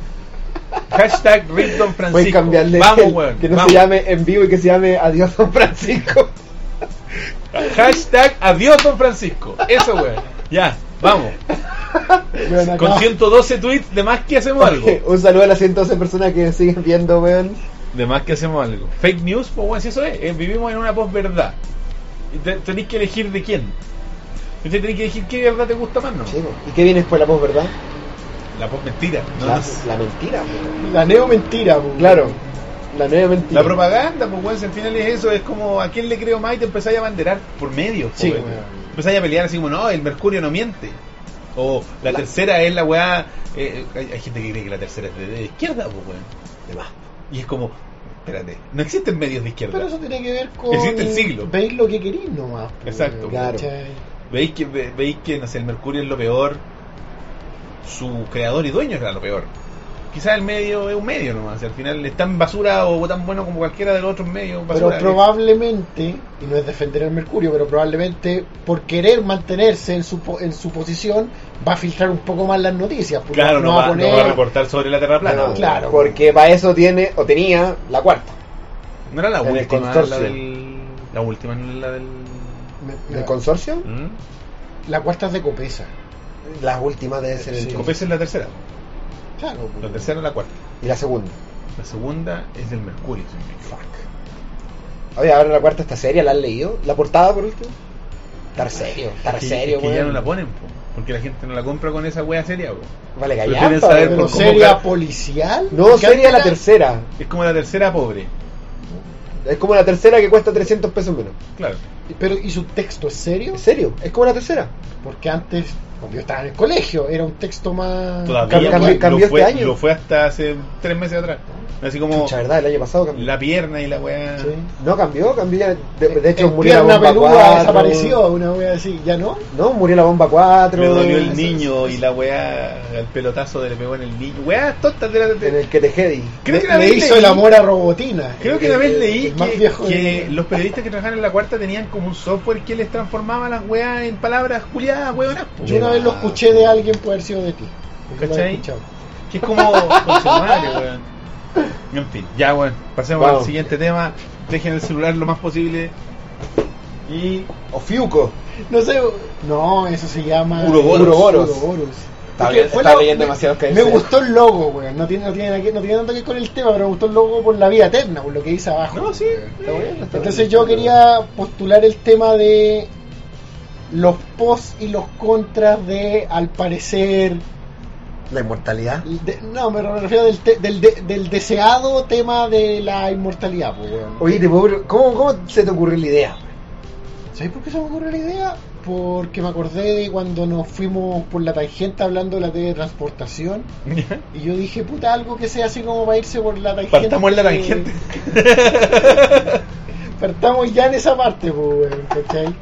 A: Hashtag RIP Don Francisco.
B: Pueden cambiarle
A: Vamos,
B: el-
A: weón.
B: que no
A: vamos.
B: se llame en vivo y que se llame Adiós Don Francisco.
A: Hashtag adiós Don Francisco. Eso, weón. Ya, vamos.
D: Weón, acá-
A: Con 112 tweets, de más que hacemos algo.
B: Un saludo a las 112 personas que siguen viendo, weón.
A: De más que hacemos algo. Fake news, pues bueno, si eso es, eh, vivimos en una posverdad. Y te- Tenéis que elegir de quién. Entonces tenéis que elegir qué verdad te gusta más, ¿no?
B: Sí, po. ¿Y qué viene después la voz, verdad?
A: La posmentira. ¿no?
B: la,
A: No sé.
B: la mentira, weón.
D: La neo mentira, weón.
B: Claro, la nueva mentira.
A: La propaganda, pues bueno, si al final es eso, es como a quién le creo más y te empezáis a banderar por medios. pues,
D: Sí,
A: weón.
D: weón.
A: Empezáis a pelear así como, no, el mercurio no miente. O la, tercera es la weá. eh, hay, hay gente que cree que la tercera es de, de izquierda, pues weón.
B: De más.
A: Y es como, espérate, no existen medios de izquierda.
D: Pero eso tiene que ver con.
A: Existe el siglo.
D: Veis lo que querís nomás. weón,
A: Exacto.
B: Claro.
D: ¿cachai?
A: Veis que, ve- veis que no sé, el mercurio es lo peor. Su creador y dueño era lo peor. Quizás el medio es un medio nomás. Al final es tan basura o tan bueno como cualquiera de los otros medios.
D: Pero
A: basura, que-
D: probablemente, y no es defender el Mercurio, pero probablemente por querer mantenerse en su, po- en su posición, va a filtrar un poco más las noticias. pues, porque
A: Claro, no, va, no va a reportar sobre la Tierra plana.
B: No,
A: pues,
D: claro.
B: Porque para eso tiene, o tenía, la cuarta.
A: No era la
B: En el
A: última, la
B: consorcio.
A: del. La última, no era la del.
D: Me-
B: ¿El
D: me-
B: consorcio?
A: ¿Mm?
D: La cuarta es de Copesa.
B: Las últimas deben ser el
D: Sí.
A: Copesa es la tercera.
D: Claro. pues.
A: La tercera es la cuarta.
B: Y la segunda.
A: La segunda es del Mercurio. si no me equivoco.
B: Oye, ahora la cuarta está seria, ¿la han leído? ¿La portada por último? Estar serio, estar
A: Que-
B: serio,
A: es que ya
B: weón.
A: no la ponen, po, porque la gente no la compra con esa wea seria. po.
B: Vale,
A: Prefieren
B: callar.
A: saber
D: ¿Pero
A: por cómo
D: seria
A: car-
D: policial?
B: No,
D: Porque
B: seria
D: antes
B: la
D: era-
B: tercera.
A: Es como la tercera pobre.
B: Es como la tercera que cuesta 300 pesos menos.
A: Claro.
D: Pero, ¿y su texto es serio?
B: ¿En serio? Es como la tercera.
D: Porque antes, cuando yo estaba en el colegio, era un texto más...
A: Todavía
B: cambió-
D: pues.
A: weón,
B: cambió
A: lo, fue,
B: este año.
A: lo fue hasta hace tres meses atrás. Así como
B: Mucha verdad, el año pasado cambió.
A: la pierna y la wea.
D: Sí.
B: No cambió, cambió ya. De, de hecho,
D: En
B: murió la
D: pierna
B: bomba
D: peluda
B: 4.
D: desapareció, una wea así. ¿Ya no?
B: No, murió la bomba 4.
A: Le dolió el
B: eso-
A: niño y la weá, el pelotazo de le pegó en el niño. Weá, tontas de la
B: En el que te jedi.
A: Creo que
D: Le-
A: una
D: le
A: vez
D: hizo
A: leí-
D: el amor a Robotina.
A: Creo que una
D: El-
A: vez
D: el-
A: leí
D: el más
A: que,
D: viejo
A: que
D: de-
A: los periodistas que trabajaban en la cuarta tenían como un software que les transformaba las weas en palabras culiadas, weonas. po.
D: Yo una vez lo escuché de alguien, puede haber sido de ti. Porque lo
A: ¿Cachai?
D: he escuchado.
A: Que es como. con su madre, weón. En fin, ya, weón. Pasemos
B: Vamos.
A: al siguiente tema. Dejen el celular lo más posible. Y.
B: O Fiuco.
D: No sé, no, eso se llama...
A: Uroboros.
B: Uroboros.
D: Uroboros.
B: Está
D: Porque
B: bien-
D: fue
B: está
D: la-
B: leyendo
D: me-
B: demasiado que
D: Me
B: sea.
D: gustó el logo, weón. No tiene, no, tiene, nada que- no tiene tanto que ver con el tema, pero me gustó el logo por la vida eterna, por lo que dice abajo.
A: No, sí.
B: Está bueno, está
D: Entonces
B: bueno.
D: yo quería postular el tema de los pos y los contras de, al parecer,
B: La inmortalidad.
D: de- no, me refiero del, te- del, de- del deseado tema de la inmortalidad. Pues, weón.
B: Oye, te puedo pre- ¿cómo, ¿cómo se te ocurrió la idea?
D: ¿Sabéis por qué se me ocurrió la idea? Porque me acordé de cuando nos fuimos por la tangente hablando de la teletransportación y yo dije, puta, algo que sea así como para irse por la tangente.
A: Partamos en la tangente.
D: Partamos ya en esa parte, pues, weón, ¿cachai?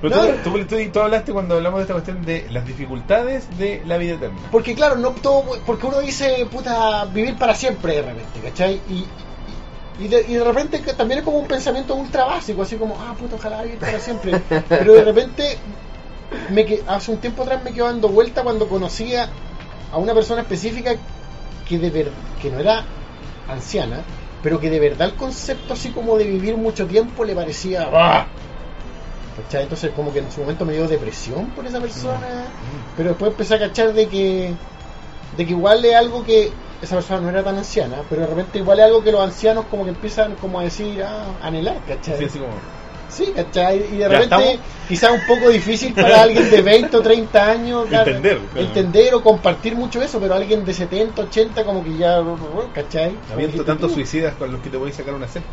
A: Pero
D: No,
A: tú, tú- tú- tú hablaste cuando hablamos de esta cuestión de las dificultades de la vida eterna.
D: Porque claro, no todo, porque uno dice, puta, vivir para siempre de repente, ¿cachai? Y, y, de, y de repente que también es como un pensamiento ultra básico, así como, ah, puta, ojalá vivir para siempre. Pero de repente, me que, hace un tiempo atrás me quedó dando vuelta cuando conocía a una persona específica que, de ver, que no era anciana, pero que de verdad el concepto así como de vivir mucho tiempo le parecía... "Ah". ¿Cachai? Entonces como que en su momento me dio depresión por esa persona, pero después empecé a cachar de que, de que igual es algo que esa persona no era tan anciana, pero de repente igual es algo que los ancianos como que empiezan como a decir, ah, a anhelar, ¿cachai?
A: Sí, así como.
D: Sí, ¿cachai? Y de
A: Ya
D: repente
A: estamos.
D: quizás un poco difícil para alguien de 20 o 30 años claro,
A: Entender, claro.
D: entender o compartir mucho eso, pero alguien de 70, 80 como que ya, ¿cachai?
A: Habiendo
D: Como que-
A: tantos suicidas con los que te voy a sacar una selfie.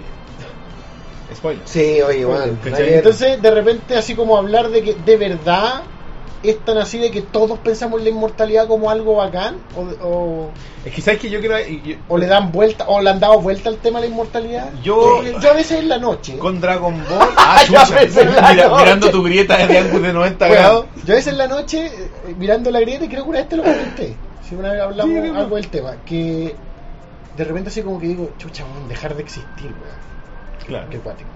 A: Spoiler.
B: Sí, oye, igual.
A: ¿Cachai?
B: nadie-
D: Entonces, de repente, así como hablar de que de verdad es tan así de que todos pensamos la inmortalidad como algo bacán o, o,
A: Es que sabes que yo creo. yo-
D: o le dan vuelta o le han dado vuelta al tema de la inmortalidad.
A: Yo-
D: Yo- yo a veces en la noche.
A: Con Dragon Ball. Ah,
B: Ya
A: chucha.
B: pensé en la
A: Mira-
B: noche.
A: mirando tu grieta de ángulo de 90 grados.
D: Bueno, yo a veces en la noche, eh, eh, mirando la grieta, y creo que una vez te lo comenté. Si una vez hablamos
A: Sí, creo.
D: algo del tema, que de repente así como que digo, chucha, weón, dejar de existir, weón.
A: Claro.
D: Qué cuático.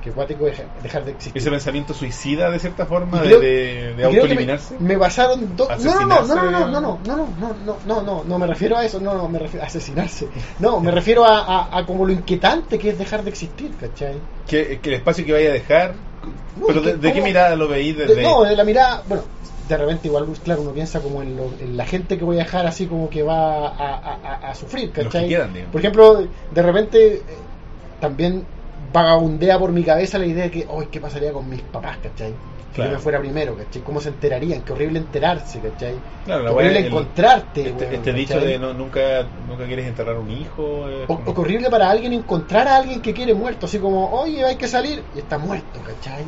D: Qué cuático dejar, dejar de existir.
A: Ese pensamiento suicida, de cierta forma,
D: Y creo-
A: de, de, de
D: Y creo que
A: autoeliminarse.
D: Me, me basaron dos. No, no,
A: Asesinarse.
D: no, no, no, no, no, no, no, no, no, no, no, no me refiero a eso, no, no, me refiero a asesinarse. No, me refiero a, a, a como lo inquietante que es dejar de existir, ¿cachai?
A: Que, que el espacio que vaya a dejar.
D: No,
A: pero de,
D: que
A: de qué
D: cómo-
A: mirada lo veís?
D: De-
A: Desde...
D: no, de la mirada, bueno, de repente igual, claro, uno piensa como en, lo- en la gente que voy a dejar así como que va a, a- a- a sufrir,
A: Los
D: ¿cachai?
A: que quedan, digamos.
D: Por ejemplo, de repente eh, también vagabundea por mi cabeza la idea de que, hoy ¿qué pasaría con mis papás, ¿cachai? Que
A: Claro.
D: yo me fuera primero, ¿cachai? ¿Cómo se enterarían? Qué horrible enterarse, ¿cachai?
A: Claro, la
D: Qué
A: wea,
D: horrible
A: el-
D: encontrarte,
A: Este,
D: weón,
A: este dicho
D: ¿cachai?
A: de no, nunca, nunca quieres enterrar un hijo. eh,
D: O,
A: como-
D: o que horrible para alguien encontrar a alguien que quiere muerto, así como, oye, hay que salir, y está muerto, ¿cachai?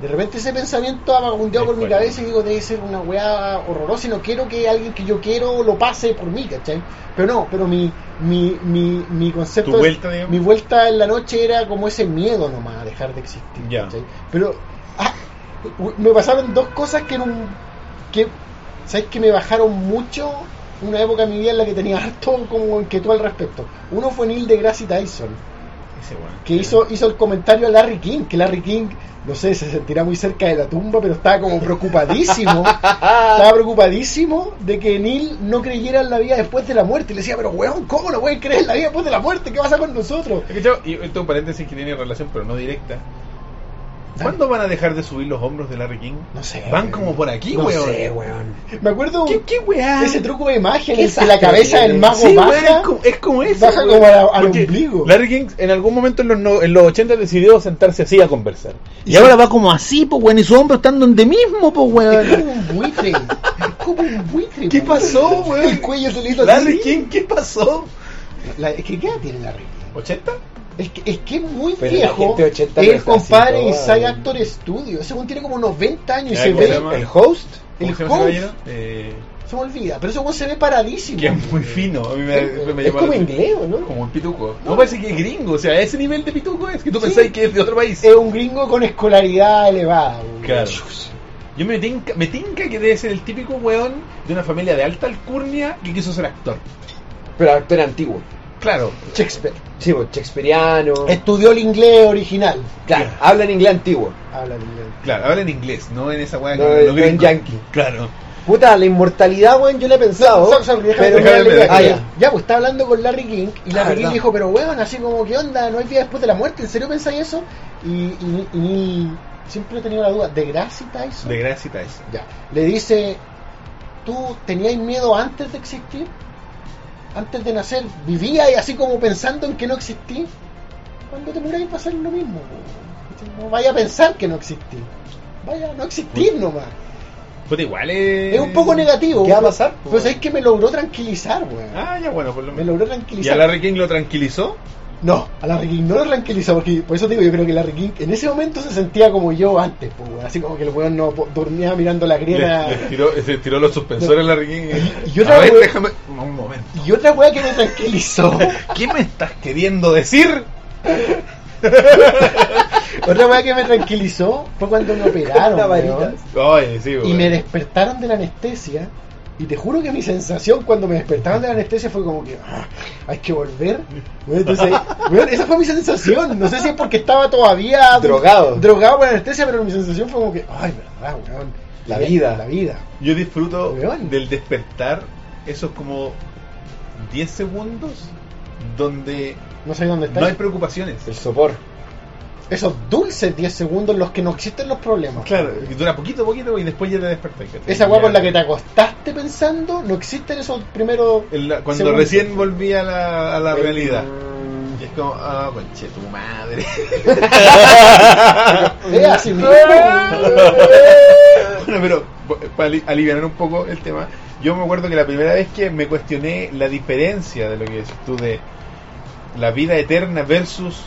D: De repente ese pensamiento ha vagabundeado
A: Es
D: por mi
A: cuático.
D: cabeza y digo, debe ser una weá horrorosa y no quiero que alguien que yo quiero lo pase por mí, ¿cachai? Pero no, pero mi, mi, mi, mi concepto.
A: Tu
D: es-
A: vuelta, digamos.
D: mi vuelta en la noche era como ese miedo nomás a dejar de existir,
A: Ya.
D: ¿cachai? Pero ah, u- me pasaron dos cosas que en un. que. ¿Sabes que me bajaron mucho? Una época de mi vida en la que tenía harto como inquietud al respecto. Uno fue Neil deGrasse Tyson
A: Ese weón.
D: que hizo, hizo el comentario a Larry King, que Larry King, no sé, se sentirá muy cerca de la tumba, pero estaba como preocupadísimo, estaba preocupadísimo de que Neil no creyera en la vida después de la muerte. Y le decía, pero weón, ¿cómo no pueden creer en la vida después de la muerte? ¿Qué pasa con nosotros?
A: Es que, chavo, y esto es un paréntesis que tiene relación, pero no directa. ¿Cuándo van a dejar de subir los hombros de Larry King?
D: Ah. No sé.
A: Van como por aquí,
D: No
A: weón.
D: sé, weón. Me acuerdo
A: ¿Qué, qué weá?
D: ese truco de magia en
B: Qué
D: el que la
B: sastre
D: cabeza del
B: eres.
D: mago
A: eh? Sí,
D: baja.
A: weón, es como, es como eso.
D: baja
A: weón.
D: como a la- al
A: Porque
D: ombligo.
A: Larry King en algún momento en los, no- en los 80 decidió sentarse así a conversar.
C: Y ahora va como así, pues, weón, y su hombro están donde mismo, pues,
D: Es
C: weón.
D: como un buitre. es como un buitre.
A: ¿Qué
D: weón.
A: pasó, weón?
D: El cuello se le hizo
A: Larry
D: así.
A: King, ¿qué pasó?
D: La- es que ¿qué edad tiene Larry King?
A: ¿80?
D: Es que es que es muy
B: Pero la
D: viejo.
B: gente 80 no
D: el
B: está
D: compadre
B: así,
D: Inside
B: weón.
D: Actor Studio. Ese weón tiene como 90 años y
A: Ya,
D: se
A: ¿cómo se
D: ve.
A: llama?
B: ¿El host?
A: ¿Cómo
D: El
A: se llama ese
D: coach.
A: caballero? Eh,
D: Se me olvida. Pero ese weón se ve paradísimo.
A: que es muy fino. A mí me, me, me
B: es
A: llamó
B: como
A: la-
B: inglés, ¿o ¿no?
A: Como un pituco. No parece que es gringo, o sea, ese nivel de pituco es que tú pensáis que es de otro país.
D: Es un gringo con escolaridad elevada. weón.
A: Claro. Yo me tinca, me tinca que debe ser el típico weón de una familia de alta alcurnia que quiso ser actor.
B: Pero actor antiguo.
A: Claro.
D: Shakespeare.
B: Sí, pues, shakespeareano.
D: Estudió el inglés original.
B: Claro, habla en inglés antiguo.
D: Habla el inglés.
A: Claro, habla en inglés, no en esa weá
B: No,
A: que-
B: no
A: lo gringo.
B: en yankee.
A: Claro.
B: Puta, la inmortalidad, weón, yo la he pensado.
D: Sorry, sorry, déjame
B: pero
D: terminar la idea.
B: Ah,
D: ya.
B: ya.
D: Ya, pues está hablando con Larry King y Larry
B: Ah,
D: King
B: verdad.
D: dijo, pero weón, así como, ¿qué onda? ¿No hay vida después de la muerte? ¿En serio pensáis eso? Y, y- y- siempre he tenido la duda, ¿de Gracie Tyson?
A: De gracia Tyson.
D: Ya. Le dice, ¿tú tenías miedo antes de existir? Antes de nacer, ¿vivías así como pensando en que no existí? Cuando te muráis va a ser lo mismo. po. No vaya a pensar que no existí. Vaya, a no existir nomás.
A: Puta, igual es.
D: Es un poco negativo.
B: Eh, ¿qué va a
D: pero-
B: pasar, po?
D: Pero es que me logró tranquilizar, weón.
A: Ah, ya bueno, por lo
D: Me
A: menos.
D: logró
A: ¿Y a
D: tranquilizar.
A: Larry King lo tranquilizó?
D: No, a Larry King no lo tranquilizó, porque por eso te digo, yo creo que Larry King en ese momento se sentía como yo antes, po, weón. Así como que el weón no po- dormía mirando la
A: Le,
D: grieta.
A: le tiró, se tiró los suspensores a Larry King.
D: Y- y otra
A: a ver,
D: wea-
A: déjame. Un momento.
D: Y otra weá que me tranquilizó,
A: ¿Qué me estás queriendo decir?
D: otra weá que me tranquilizó fue cuando me
B: La
D: operaron
B: varita.
D: weón,
A: Oye, sí,
D: y
A: weón.
D: me despertaron de la anestesia. Y te juro que mi sensación cuando me despertaron de la anestesia fue como que "Ah, hay que volver. Weón, Entonces, weón, esa fue mi sensación. No sé si es porque estaba todavía
B: Drogado.
D: drogado por la anestesia, pero mi sensación fue como que, ay, verdad, weón.
B: La vida.
D: La vida.
A: Yo disfruto
D: Weón.
A: del despertar esos como 10 segundos donde
D: No sé dónde está.
A: no hay preocupaciones.
B: El sopor.
D: Esos dulces 10 segundos en los que no existen los problemas.
A: Claro, y dura poquito a poquito y después ya te despertas. ¿cachai?
D: Esa weá
A: Ya.
D: con la que te acostaste pensando, no existen esos primeros.
A: En la- cuando
D: segundos.
A: recién volví a la, a la realidad.
B: Mm,
A: Y es como, ah, conche tu madre.
D: Es eh,
B: Ah.
D: así mismo.
A: bueno, pero para aliviar un poco el tema, yo me acuerdo que la primera vez que me cuestioné la diferencia de lo que decís tú de la vida eterna versus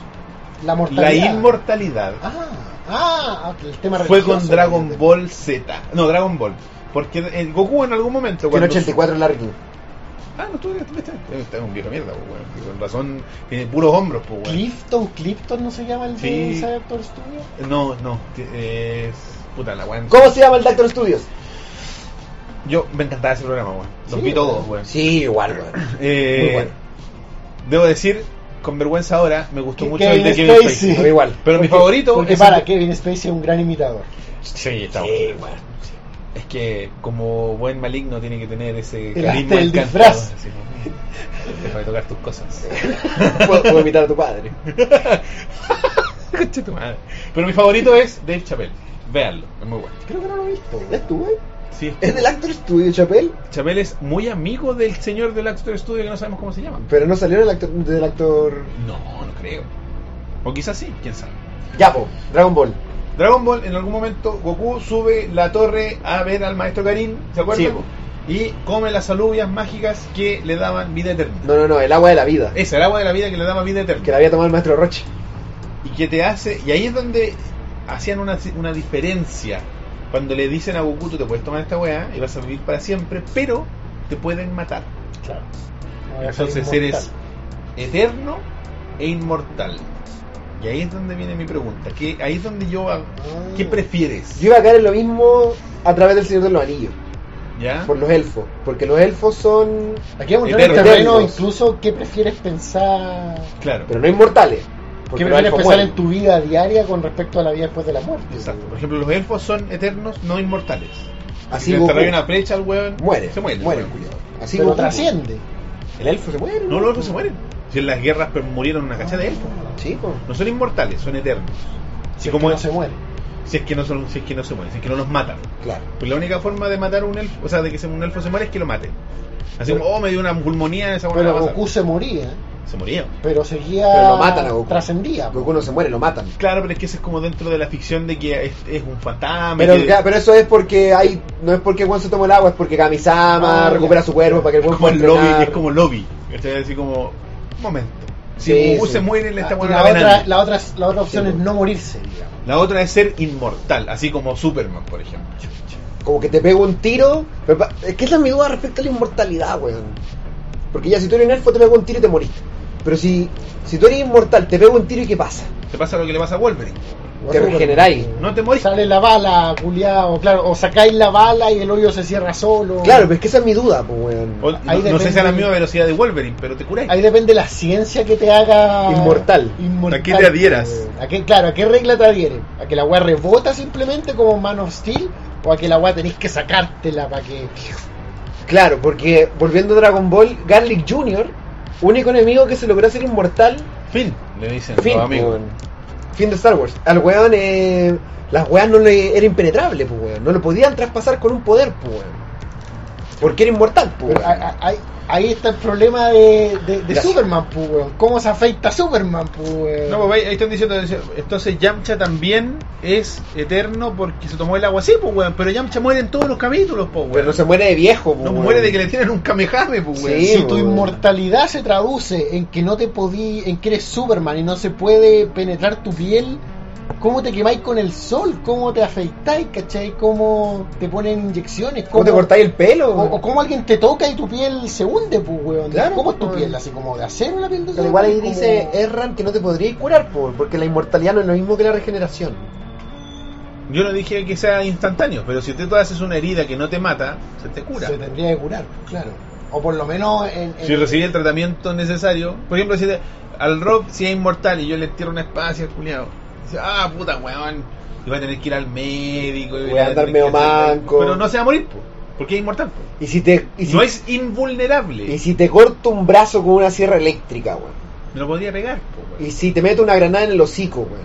D: La
A: la
D: mortalidad.
A: inmortalidad.
D: Ah, Ah, ok, el tema
A: fue
D: religioso,
A: con Dragon
D: obviamente.
A: Ball Z. No, Dragon Ball. Porque el Goku en algún momento.
B: Que el
A: cuando-
B: 84 Larry King.
A: Ah, no estuve. Está un viejo mierda, pues, weón. Con razón, tiene puros hombros, pues, weón.
D: Clifton, Clifton, ¿no se llama el de
A: Sí.
D: ese Doctor Studio?
A: No, no. ti- eh, Es. Puta la weón.
B: ¿Cómo se llama el Doctor Studios?
A: Yo me encantaba ese programa, weón. Los
D: Sí,
A: vi todos,
D: weón.
A: weón.
B: Sí, igual, weón.
A: Eh,
B: Muy bueno.
A: Debo decir, con vergüenza ahora, me gustó
D: Que-
A: mucho
D: Kevin
A: el de Kevin Spacey.
D: Spacey.
B: Pero igual.
A: Pero mi
D: Porque-
A: favorito
D: Porque
A: es
D: para,
A: el-
D: Kevin Spacey es un gran imitador.
A: Sí, está
B: Sí,
A: bueno.
B: weón.
A: Es que como buen maligno tiene que tener ese
D: El
A: carisma
D: arte del
A: encantador,
D: disfraz.
A: así como, Para tocar tus cosas.
B: Puedo, puedo imitar a tu padre.
A: Concha tu madre. Pero mi favorito es Dave Chappelle. Véanlo, es muy bueno.
D: Creo que no lo he visto. ¿eh?
B: ¿Es tu, weón?
A: Sí.
B: ¿Es del Actor Studio, Chapel?
A: Chappelle es muy amigo del señor del Actor Studio que no sabemos cómo se llama.
B: Pero no salió del actor. Del actor...
A: No, no creo. O quizás sí, quién sabe.
B: Ya, po, Dragon Ball.
A: Dragon Ball, en algún momento, Goku sube la torre a ver al maestro Karin, ¿se acuerdan? y come las alubias mágicas que le daban vida eterna.
B: No, no, no, el agua de la vida.
A: Es el agua de la vida que le daba vida eterna.
B: Que la había tomado el maestro Roche.
A: y que te hace y ahí es donde hacían una, una diferencia cuando le dicen a Goku tú te puedes tomar esta weá y vas a vivir para siempre pero te pueden matar
D: Claro. Ah,
A: entonces eres eterno e inmortal y ahí es donde viene mi pregunta que ahí es donde yo hago-
D: Ah.
A: qué prefieres
B: Yo iba a caer en lo mismo a través del Señor de los Anillos.
A: ya
B: Por los elfos. Porque los elfos son.
D: Aquí vamos a entrar en
A: Eternos.
D: el terreno,
B: Eternos.
D: incluso, ¿qué prefieres pensar?
A: claro
B: Pero no inmortales.
D: ¿Qué
B: Porque los
D: prefieres
B: elfos
D: pensar
B: mueren.
D: en tu vida diaria con respecto a la vida después de la muerte?
A: exacto por ejemplo los elfos son eternos no inmortales
B: Así
A: si le
B: Goku.
A: trae una flecha al weón
B: Muere.
A: se muere, el
B: Muere,
A: weón.
B: culiao. Así
D: Pero
B: Goku.
D: trasciende.
B: El elfo se muere.
A: no los elfos se mueren si en las guerras pues, murieron una cacha de elfos
B: Sí, po.
A: no son inmortales son eternos
D: Si
A: como
D: no
A: es-
D: se muere.
A: si es que no son, si es que no se mueren, si es que no los matan.
B: Claro.
A: Pues la única forma de matar a un elfo, o sea, de que se- un elfo se muera es que lo maten. Así como, oh, me dio una pulmonía esa weá
D: Pero
A: va a pasar.
D: Goku se moría,
A: se moría.
D: pero seguía.
B: Pero lo matan a Goku.
D: Trascendía. pues.
B: Goku no se muere, lo matan.
A: Claro, pero es que eso es como dentro de la ficción de que es, es un fantasma.
B: Pero,
A: que-
B: ya, pero eso es porque hay. No es porque Juan se tomó el agua, es porque Kamisama
D: Ah,
B: recupera
D: ya.
B: su cuerpo para que el
A: es
B: Juan
A: como
B: pueda
A: el lobby,
B: entrenar.
A: es como lobby. ¿Cachai? Así como, un momento. Si
B: Sí,
A: Goku
B: sí.
A: se muere, le
D: Ah,
A: está
D: y
A: buena
D: la,
A: la
D: otra,
A: banana.
D: la, otra, la otra opción
B: Sí,
D: es
B: pues.
D: no morirse, digamos.
A: La otra es ser inmortal, así como Superman, por ejemplo.
B: como que te pega un tiro. pero pa- es que esa es mi duda respecto a la inmortalidad, weón. Porque ya si tú eres un elfo te pega un tiro y te moriste. Pero si, si tú eres inmortal, te pega un tiro y ¿qué pasa?
A: Te pasa lo que le pasa a Wolverine.
B: Te regeneráis.
A: No te morís.
D: Sale la bala, culiado, claro. O sacáis la bala y el hoyo se cierra solo.
B: Claro, pero es que esa es mi duda, pues, weón.
A: O- no, no sé
D: depende-
A: si a la misma velocidad de Wolverine, pero te curáis.
D: Ahí depende la ciencia que te haga
B: Inmortal.
D: inmortal.
A: ¿A qué te adhieras?
D: ¿A qué, claro, ¿a qué regla te adhieres? ¿A que la weá rebota simplemente como Man of Steel? ¿O a que la weá tenés que sacártela para que.?
B: Claro, porque volviendo a Dragon Ball, Garlic Jr., único enemigo que se logró hacer inmortal,
A: Fin, le dicen
B: fin,
A: los amigos.
B: weón. fin de Star Wars. Al weón, eh, las weas no le era impenetrable, pues, weón. No lo podían traspasar con un poder, pues, weón. Porque era inmortal, pues,
D: Pero
B: weón.
D: a- a- ahí, ahí está el problema de, de- de
B: Ya.
D: Superman, pues, weón. ¿Cómo se afecta a Superman, pues, weón?
A: No, pues ahí- ahí están diciendo, entonces Yamcha también es eterno porque se tomó el agua. Sí, pues, weón, pero Yamcha muere en todos los capítulos, pues, weón.
B: Pero no se muere de viejo, pues,
A: No
B: weón.
A: muere de que le tienen un kamehame, pues, weón.
B: Sí.
D: si tu
B: weón.
D: inmortalidad se traduce en que no te podí, en que eres Superman y no se puede penetrar tu piel, ¿cómo te quemáis con el sol? ¿Cómo te afeitáis? ¿Cachai? ¿Cómo te ponen inyecciones?
B: ¿Cómo te cortáis el pelo?
D: o, o cómo alguien te toca y tu piel se hunde, pues, weón.
B: Claro,
D: ¿Cómo es tu
B: weón.
D: piel? ¿Así como de acero la piel de
B: Pero
D: Superman?
B: igual ahí
D: ¿Como-
B: dice Erran que no te podrías curar, por, porque la inmortalidad no es lo mismo que la regeneración.
A: Yo no dije que sea instantáneo, pero si tú te haces una herida que no te mata, se te cura.
D: Se tendría que curar, pues, claro. O por lo menos en... en-
A: Si recibí el tratamiento necesario, por ejemplo, si te- al Rob si es inmortal y yo le tiro una espada hacia el culiao, dice, ah, puta, weón, y va a tener que ir al médico. y
B: Voy
A: le va
B: a
A: tener
B: andar
A: que
B: medio
A: hacer-
B: manco.
A: Pero no se va a morir, pues, porque es inmortal. pues.
B: Y si te, y si,
A: No es invulnerable.
B: y si te corto un brazo con una sierra eléctrica, weón.
A: Me lo podría pegar, pues, weón.
B: Y si te mete una granada en el hocico, weón.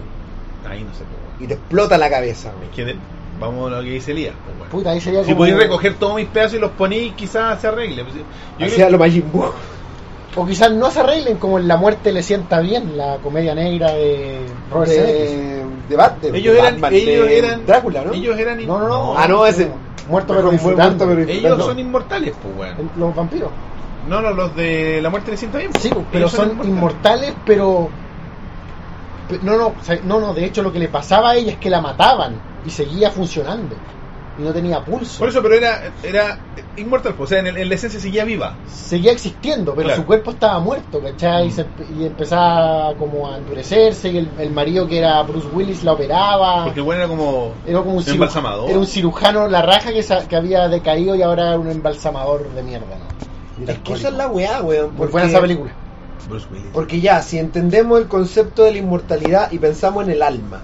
A: Ahí no se puede.
B: Y te explota la cabeza, weón.
A: Es que de- vamos a lo que dice Elías. pues, bueno.
D: Puta, ahí sería
A: Si
D: como-
A: podéis recoger todos mis pedazos y los ponéis, quizás se arregle. Pues, Yo
B: Hacía
A: creo-
B: lo Majin Buu.
D: O quizás no se arreglen como en La Muerte le sienta bien, la comedia negra de Robert Zemeckis.
B: De, de Batman.
A: ellos
B: de
A: eran,
B: Batman,
A: ellos
B: de
A: eran
B: Drácula, ¿no?
A: Ellos eran in-
D: No, no, no.
B: Ah, no, ese-
D: Muerto
B: Pero
D: pero
B: fue
D: disfrutando.
B: muerto, pero-
A: ellos
B: no.
A: son inmortales, pues bueno.
D: Los vampiros.
A: No, no, los de la muerte de siento bien. pues.
D: Sí,
A: Ellos
D: pero son inmortales, pero Pe- No, no, o sea, no, no, de hecho lo que le pasaba a ella es que la mataban y seguía funcionando. Y no tenía pulso.
A: Por eso, pero era, era inmortal, pues, o sea, en, el- en la esencia seguía viva.
D: Seguía existiendo, pero
A: Claro. Mm.
D: su cuerpo estaba muerto, ¿cachai? Y, se empe- y empezaba como a endurecerse y el, el marido que era Bruce Willis la
B: Ah.
D: operaba.
A: Porque el bueno era como.
B: Eh,
D: Era como un, ciru-
A: Embalsamador.
D: era un cirujano la raja que, sa- que había decaído y ahora era un embalsamador de mierda, ¿no?
B: Es que esa es la weá, weón.
D: Muy
B: porque-
D: buena Pues esa película.
A: Bruce Willis.
B: Porque ya, si entendemos el concepto de la inmortalidad y pensamos en el alma,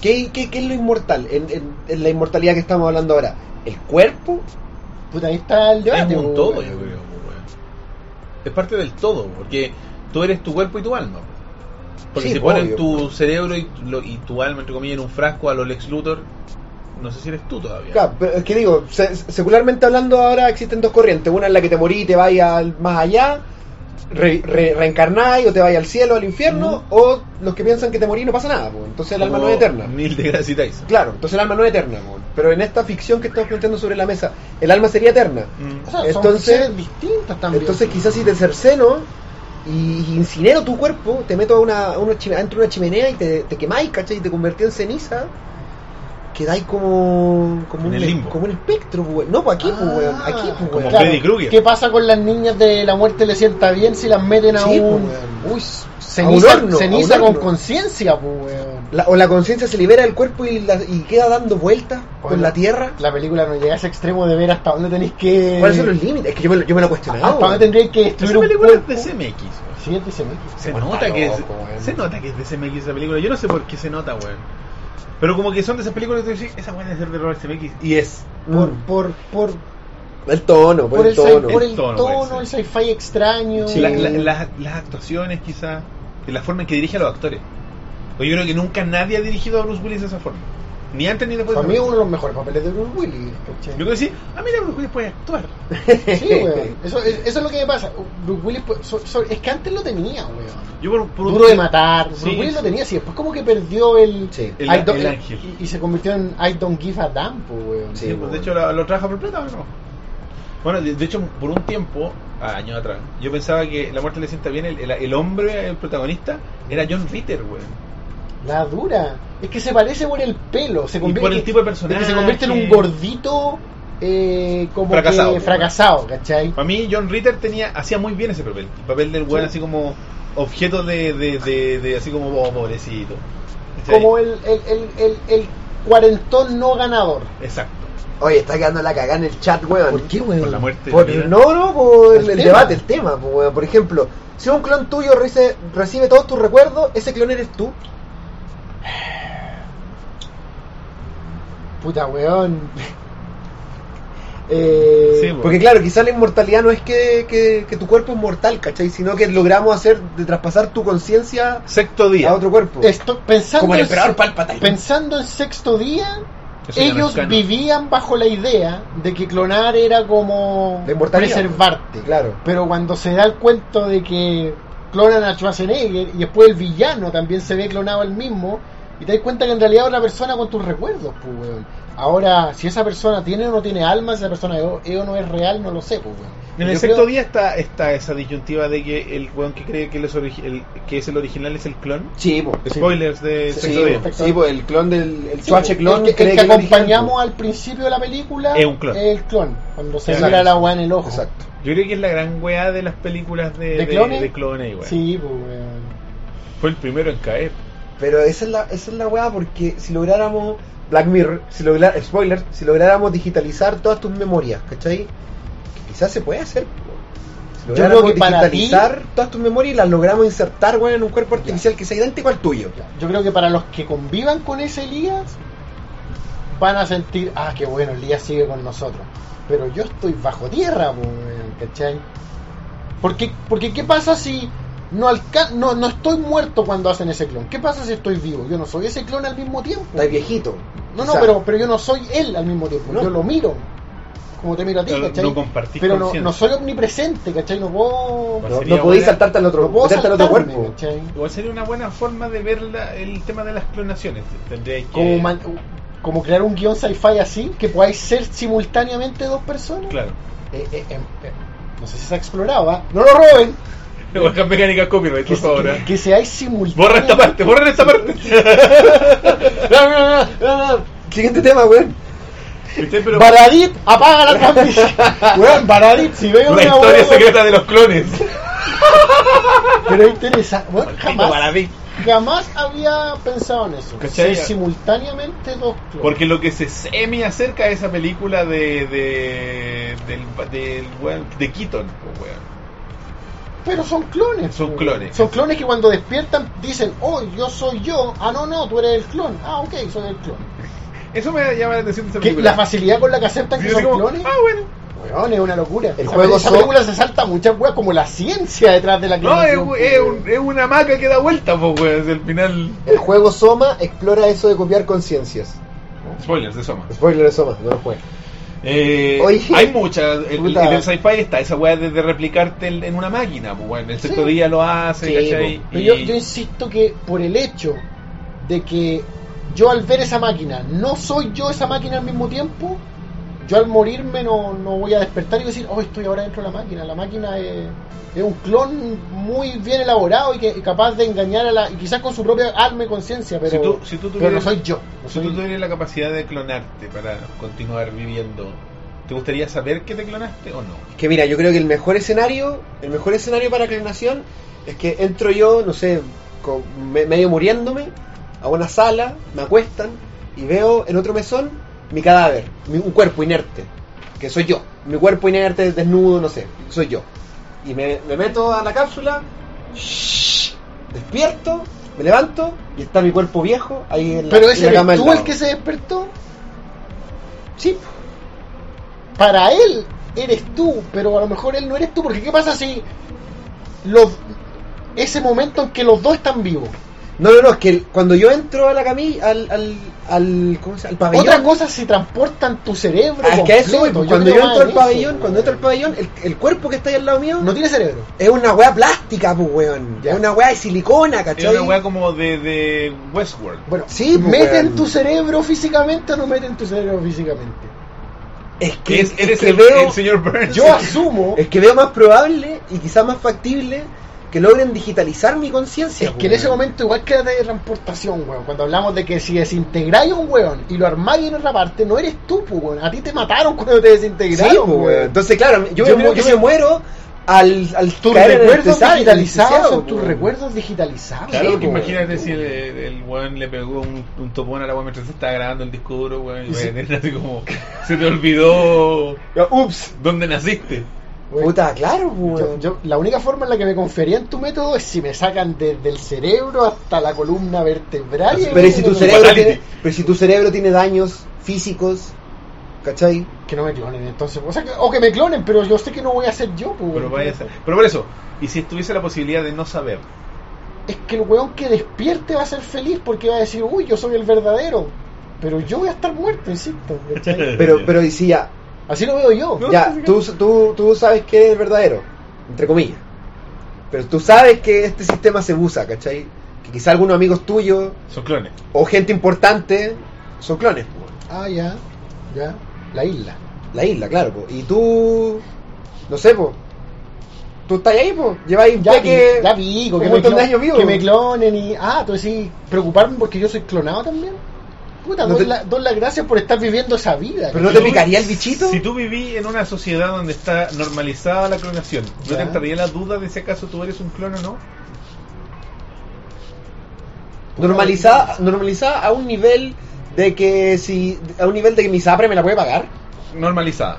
B: ¿qué, qué- qué es lo inmortal? En, en- en la inmortalidad que estamos hablando ahora, ¿el cuerpo?
D: Puta, ahí está el
A: Es
D: debate.
A: un
D: weón.
A: todo, yo creo, pues, weón. Es parte del todo, porque tú eres tu cuerpo y tu alma. Porque
B: Sí,
A: si ponen
B: obvio.
A: tu cerebro y, lo- y tu alma, entre comillas, en un frasco a los Lex Luthor, no sé si eres tú todavía.
B: Claro, pero es que digo, se- secularmente hablando ahora existen dos corrientes, una en la que te morís y te vais al- más allá, re, re- reencarnáis o te vais al cielo, al infierno, o los que piensan que te morís y no pasa nada, pues, entonces el alma no
A: Como
B: es eterna.
A: Neil deGrasse Tyson.
B: Claro, entonces el alma no es eterna, pues, pero en esta ficción que estamos planteando sobre la mesa, el alma sería eterna.
A: Mm.
D: O sea,
B: Entonces-
D: son seres distintos también.
B: Entonces quizás si te cerceno y incinero tu cuerpo, te meto a una, a una chime- adentro de una chimenea y te, te quemáis, ¿cachai? Y te convertís en ceniza, quedáis como, como,
A: En
B: un,
A: el limbo.
B: como un espectro, pues, weón. No, pues aquí, pues, weón,
D: Ah,
B: aquí, pues,
A: como
B: weón.
A: Freddy Krueger.
D: ¿Qué pasa con las niñas de la muerte le sienta bien si las meten a
B: Sí, pues,
D: un
B: weón. Uy,
D: ceniza,
B: a un horno,
D: ceniza
B: a un
D: con
B: horno.
D: conciencia, pues, weón?
B: La- o la conciencia se libera del cuerpo y, la- y queda dando vueltas con
D: Bueno,
B: la tierra.
D: La película no llega a ese extremo de ver hasta dónde tenéis que.
B: ¿Cuáles son los límites? Es que yo me, lo- yo me lo he cuestionado.
D: Hasta dónde
B: weón.
D: tendríais que
A: Esa
D: destruir un
A: película es
D: cuerpo.
A: de CMX. weón.
D: Sí, es de CMX.
A: Se
B: Bueno,
A: nota,
B: está
A: que
B: loco,
A: es,
B: weón.
A: se nota que es de CMX esa película. Yo no sé por qué se nota, weón. Pero como que son de esas películas que tú decís, esa weón debe ser de Robert CMX. Y es.
D: Por,
B: Mm.
D: por, por,
B: El tono, por,
D: por
B: el,
D: el, sci-
B: tono.
D: por el
A: El
D: tono,
A: tono,
D: el
A: puede ser.
D: sci-fi extraño.
B: Sí.
A: La- la- la- las actuaciones, quizás. La forma en que dirige a los actores. Pues yo creo que nunca nadie ha dirigido a Bruce Willis de esa forma. Ni antes ni después.
D: Para
A: de
D: mí es
A: Bruce.
D: uno de los mejores papeles de Bruce Willis.
A: Yo
D: ¿cachai?
A: creo que sí. Ah, mira, Bruce Willis puede actuar.
D: Sí, weón. Eso, es- eso es lo que me pasa. Bruce Willis, pues, so- so- es que antes lo tenía, weón.
A: Yo por, por un-
D: Duro de matar.
A: Sí,
D: Bruce Willis lo
A: sí.
D: tenía así. Después como que perdió el...
B: Sí.
A: El-
D: I don't-
A: el
D: el-
A: ángel.
D: y, y se convirtió en I don't give a damn, po, weón.
A: Sí,
B: Sí,
A: pues,
B: bueno.
A: de hecho lo, lo trabaja por plata, ¿o no? Bueno, de, de hecho, por un tiempo, ah, años atrás, yo pensaba que La Muerte le sienta bien, el, el- el hombre, el protagonista, era John Ritter, güey.
D: La dura. Es que se parece por el pelo. Se
A: Y
D: convierte,
A: por el tipo de personaje.
D: es que se convierte en un gordito eh, como
A: Fracasado,
D: que
A: weón.
D: fracasado, ¿cachai?
A: Para mí, John Ritter tenía, hacía muy bien ese papel. El papel del güey,
D: Sí.
A: así como objeto de, de, de, de- así como oh, pobrecito. ¿Cachai?
D: Como el, el, el, el, el cuarentón no ganador.
A: Exacto.
B: Oye, está quedando la cagada en el chat, weón.
D: weón?
A: Por la muerte. de
B: Por-
A: Mira.
B: no, no,
A: pues,
B: por el,
D: El
B: el
D: tema.
B: debate, el tema. po, weón. Por ejemplo, si un clon tuyo rece- recibe todos tus recuerdos, ese clon eres tú.
D: Puta, weón. eh,
A: Sí, po.
B: Porque claro, quizás la inmortalidad no es que, que- que tu cuerpo es mortal, ¿cachai? Sino que logramos hacer de traspasar tu conciencia
A: Sexto día.
B: a otro cuerpo.
D: esto- pensando,
B: Como el
D: en-
B: emperador Palpatine.
D: pensando en sexto día,
A: Eso ya no
D: ellos
A: es canon.
D: vivían bajo la idea de que clonar era como
B: La inmortalidad.
D: preservarte.
B: Claro.
D: Pero cuando se da el cuento de que clonan a Schwarzenegger y después el villano también se ve clonado al mismo, y te das cuenta que en realidad es otra persona con tus recuerdos, pues, weón. Ahora, si esa persona tiene o no tiene alma, si esa persona es o es o no es real, no lo sé, pues, weón.
A: En el
D: Yo
A: sexto
D: creo-
A: día está, está esa disyuntiva de que el weón que cree que, él es origi- el- que es el original es el clon.
B: Sí, po.
A: Spoilers de
B: Sí,
A: sexto día.
B: po. sí, po, el clon del el
D: Sí,
B: chuache
D: po,
B: clon
D: el que, el
B: cree
D: que
B: es original,
D: acompañamos
B: po.
D: al principio de la película
A: Es un clon.
D: el clon, cuando se
A: Exacto.
D: mira la weá en el ojo.
B: Exacto.
A: Yo creo que es la gran weá de las películas de,
D: ¿De
A: de,
D: clones?
A: de clones, weón.
D: Sí, pues, weón.
A: Fue el primero en caer.
B: Pero esa es la, esa es la weá, porque si lográramos Black Mirror, si lograr, spoiler, si lográramos digitalizar todas tus memorias, ¿cachai? Que quizás se puede hacer. po. Si
D: Yo creo
B: lográramos
D: que para
B: digitalizar todas tus memorias y las logramos insertar, weón, en un cuerpo artificial que sea idéntico al tuyo.
D: Yo creo que para los que convivan con ese Elías, van a sentir, ah, qué bueno, Elías sigue con nosotros. Pero yo estoy bajo tierra, po, weón, ¿cachai? Porque, porque ¿qué pasa si no, alca- no, no estoy muerto cuando hacen ese clon? ¿Qué pasa si estoy vivo? Yo no soy ese clon al mismo tiempo.
B: Estás viejito.
D: No, no,
B: Quizás.
D: pero, pero yo no soy él al mismo tiempo.
B: No.
D: Yo lo miro. Como te miro a ti,
A: Claro,
D: ¿cachai?
A: no compartís
D: pero no,
A: conciencia.
D: no soy omnipresente, ¿cachai? No puedo.
A: Bueno,
B: No,
A: sería
B: no podéis
A: buena-
B: saltarte al otro,
D: no puedo
B: meterte al otro
D: saltarme,
B: cuerpo.
D: ¿cachai?
A: Igual sería una buena forma de ver la- el tema de las clonaciones. Tendría que...
D: Como, man- como crear un guión sci-fi así, que podáis ser simultáneamente dos personas.
A: Claro.
D: Eh, eh, em- eh, no sé si se ha explorado, ¿ah? No lo roben.
A: Bajas mecánicas copyright,
D: Que,
A: por favor.
D: que,
A: ¿eh?
D: que seáis simultáneos.
A: Borra esta parte, borra esta parte.
D: No, no, no, no, no.
B: Siguiente tema, weón.
A: ¿Viste? Pero
D: Baradit, apaga la transmisión. Weón, Baradit, si veo
A: la
D: una
A: historia
D: weá,
A: secreta de los clones.
D: Pero interesante. Weón, jamás,
A: Baradit.
D: jamás había pensado en eso.
A: ¿Cachai?
D: Ser simultáneamente dos clones.
A: Porque lo que se semi acerca a esa película de. de. del. del. weón, de Keaton, pues, weón.
D: Pero son clones.
A: Son
D: weón.
A: clones.
D: Son clones que cuando despiertan dicen, oh, yo soy yo. Ah, no, no, tú eres el clon. Ah, ok, soy el clon.
A: Eso me llama la atención de esa
D: Que
A: película.
D: la facilidad con la que aceptan
A: Y
D: que
A: yo
D: son
A: así como,
D: clones.
A: Ah, bueno.
D: Weón, es una locura.
B: El
D: Esa
B: juego
D: pe- esa
B: son-
D: película se salta muchas weas, como la ciencia detrás de la
A: No, es,
D: clonación,
A: es
D: weón.
A: un- es una maca que da vuelta, pues, weón. Al final.
B: El juego Soma explora eso de copiar conciencias.
A: Spoilers de Soma.
B: Spoiler de Soma, no lo juegues.
A: Eh,
B: Oye.
A: hay muchas. El, el,
D: Puta.
A: el sci-fi está esa weá de, de replicarte en, en una máquina, pues, weón. El sexto
D: Sí. pues.
A: día lo hace,
B: Sí,
A: ¿cachai?
D: Pero
A: Y-
D: yo, yo insisto que por el hecho de que yo al ver esa máquina no soy yo esa máquina al mismo tiempo, yo al morirme no, no voy a despertar y decir, oh, estoy ahora dentro de la máquina. La máquina es, es un clon muy bien elaborado y que y capaz de engañar a la. y quizás con su propia alma y conciencia, pero,
A: Si tú- si tú
D: pero no
A: tuvieras-
D: soy yo. no
A: Si
D: soy-
A: tú tuvieras la capacidad de clonarte para continuar viviendo, ¿te gustaría saber que te clonaste o no?
B: Que mira, yo creo que el mejor escenario, el mejor escenario para clonación es que entro yo, no sé, con- me- medio muriéndome, a una sala, me acuestan y veo en otro mesón mi cadáver, mi- un cuerpo inerte, que soy yo, mi cuerpo inerte, desnudo, no sé, soy yo. Y me, me meto a la cápsula, despierto, me levanto y está mi cuerpo viejo ahí en la,
D: Pero
B: en
D: ese
B: la
D: eres
B: cama del
D: tú el
B: lado.
D: que se despertó.
B: Sí,
D: para él eres tú, pero a lo mejor él no eres tú, porque ¿qué pasa si los ese momento en que los dos están vivos?
B: No, no, no, es que el- cuando yo entro a la camilla, al, al, al, ¿cómo se llama? Al pabellón.
D: Otra cosa se transporta en tu cerebro.
B: Ah, es que a eso voy,
D: completo.
B: cuando
D: creo
B: yo
D: más
B: entro
D: en
B: al
D: eso,
B: pabellón,
D: weón.
B: cuando entro al pabellón, el, el cuerpo que está ahí al lado mío
D: no tiene cerebro.
B: es una weá plástica, pues weón.
D: Ya.
B: Es una weá de silicona,
A: Es
B: ¿cachai?
A: una weá como de, de Westworld.
D: Bueno,
B: Sí, pues,
D: mete
B: weón.
D: en tu cerebro físicamente o no mete en tu cerebro físicamente.
B: Es
A: Que
B: que,
A: es,
B: es
A: eres
B: que
A: el,
B: veo,
A: el señor Burns.
D: Yo asumo
B: es que veo más probable y quizás más factible que logren digitalizar mi conciencia.
D: es
B: pues,
D: que en ese
B: weón.
D: momento igual que la teletransportación, weón, cuando hablamos de que si desintegráis a un weón y lo armáis en otra parte, no eres tú, pues, weón. A ti te mataron cuando te
B: Sí,
D: desintegraron,
B: pues, weón.
D: weón.
B: Entonces, claro, yo,
D: Yo
B: me,
D: creo
B: mu-
D: que
B: yo me
D: me-
B: muero al, al
D: tus
B: caer en el
D: recuerdos
B: desastre,
D: digitalizados
B: desquiciado,
D: son tus
B: weón.
D: recuerdos digitalizados.
A: Claro,
D: Sí, pues.
A: porque
D: po,
A: imagínate
D: weón.
A: si el, el, el weón le pegó un, un topón a la weón mientras se estaba grabando el disco duro, weón. Y
D: Sí.
A: weón, era así como, se te olvidó
B: Ups.
A: dónde naciste.
D: Weón,
B: Puta, claro, pues,
D: yo-
B: weón.
D: yo- la única forma en la que me confería en tu método es si me sacan desde el cerebro hasta la columna vertebral. y-
B: Pero ¿y si tu
D: que-
B: cerebro
A: fatality.
B: tiene, pero si tu cerebro tiene daños físicos, ¿cachai?
D: Que no me clonen, entonces. O, sea, que, o que me clonen, pero yo sé que no voy a ser yo. po,
A: Pero,
D: weón.
A: vaya a ser- pero por eso, y si tuviese la posibilidad de no saber,
D: Es que el weón que despierte va a ser feliz porque va a decir, uy, yo soy el verdadero. Pero yo voy a estar muerto, insisto. ¿cachai?
B: Pero, pero y si ya,
D: Así lo veo yo.
B: ya, tú, tú, tú sabes que eres el verdadero, entre comillas. Pero tú sabes que este sistema se usa, ¿cachai? Que quizá algunos amigos tuyos
A: son clones.
B: o gente importante son clones, po.
D: Ah, ya. Ya. La isla.
B: la isla, claro, po. y tú, no sé, po. tú estás ahí, po. lleváis
D: Ya,
B: ya
D: que,
B: que
D: ya pico, que,
B: un
D: me
B: montón de
D: clon-
B: años vivo.
D: que me clonen y. Ah, tú decís, preocuparme porque yo soy clonado también. Puta,
B: No
D: doy
B: te-
D: la- doy las gracias por estar viviendo esa vida.
B: Pero no
D: ¿cachai?
B: te picaría el bichito.
A: Si tú viví en una sociedad donde está normalizada la clonación, ¿no
D: Ya.
A: te entraría la duda de si acaso tú eres un clon o no?
B: normalizada, normalizada a un nivel de que si a un nivel de que mi sapre me la puede pagar.
A: Normalizada.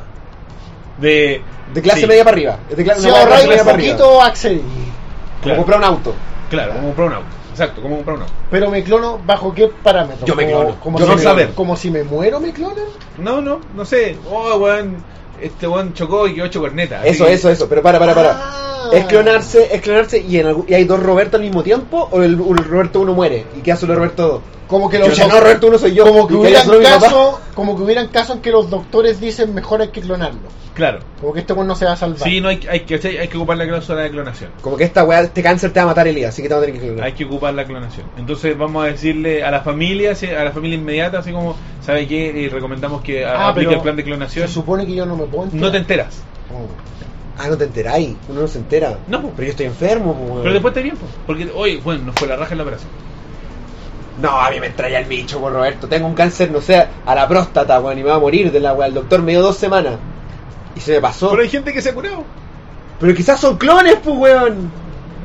A: De,
B: De clase
A: sí,
B: media para arriba. De cla-
D: Si
B: no, de
D: ahorráis
B: clase media
D: un
B: para arriba.
D: poquito, accedí.
B: Como
A: Claro,
B: comprar un auto.
A: claro, como comprar un auto. Exacto, como comprar un auto.
D: Pero me clono bajo qué parámetros?
B: Yo me
D: Como-
B: clono.
D: Como,
A: Yo
D: si,
A: no
D: me,
A: saber.
D: como si me muero, me clonan.
A: No, no, no sé. Oh, weón, este weón chocó y quedó hecho corneta. Así
B: Eso,
A: que-
B: eso, eso. Pero para, para, para.
D: Ah.
B: Es clonarse, es clonarse y, en algún- y hay dos Roberto al mismo tiempo o el, el Roberto uno muere. ¿Y qué hace el Roberto 2?
D: Como que
B: Yo
D: los
B: ya no, Roberto uno soy yo.
D: Como que
B: Y que haya
D: hubieran
B: solo mi papá.
D: caso, como que hubieran casos en que los doctores dicen mejor hay que clonarlo.
A: Claro.
D: Como que este weón no se va a salvar.
A: Sí, no hay, hay, que, hay que ocupar la cláusula de clonación.
B: Como que esta weá, este cáncer te va a matar Elías, así que te va a tener que clonar.
A: Hay que ocupar la clonación. Entonces vamos a decirle a la familia, así- a la familia inmediata, así como, ¿sabe qué? Y recomendamos que a-
D: Ah,
A: aplique
D: pero
A: el plan de clonación.
D: Se supone que yo no me puedo
A: No te
D: enterar.
A: enteras.
D: Oh.
B: Ah, no te enteráis. Uno no se entera.
A: No, po.
B: Pero yo estoy enfermo, po, weón.
A: Pero después te bien, po. porque hoy, bueno, nos fue la raja en la operación.
B: No, a mí me traía el bicho, por Roberto. Tengo un cáncer, no sé, a la próstata, weón, y me va a morir de la weón. El doctor me dio dos semanas. Y se me pasó.
A: Pero hay gente que se ha curado.
B: Pero quizás son clones, pues, weón.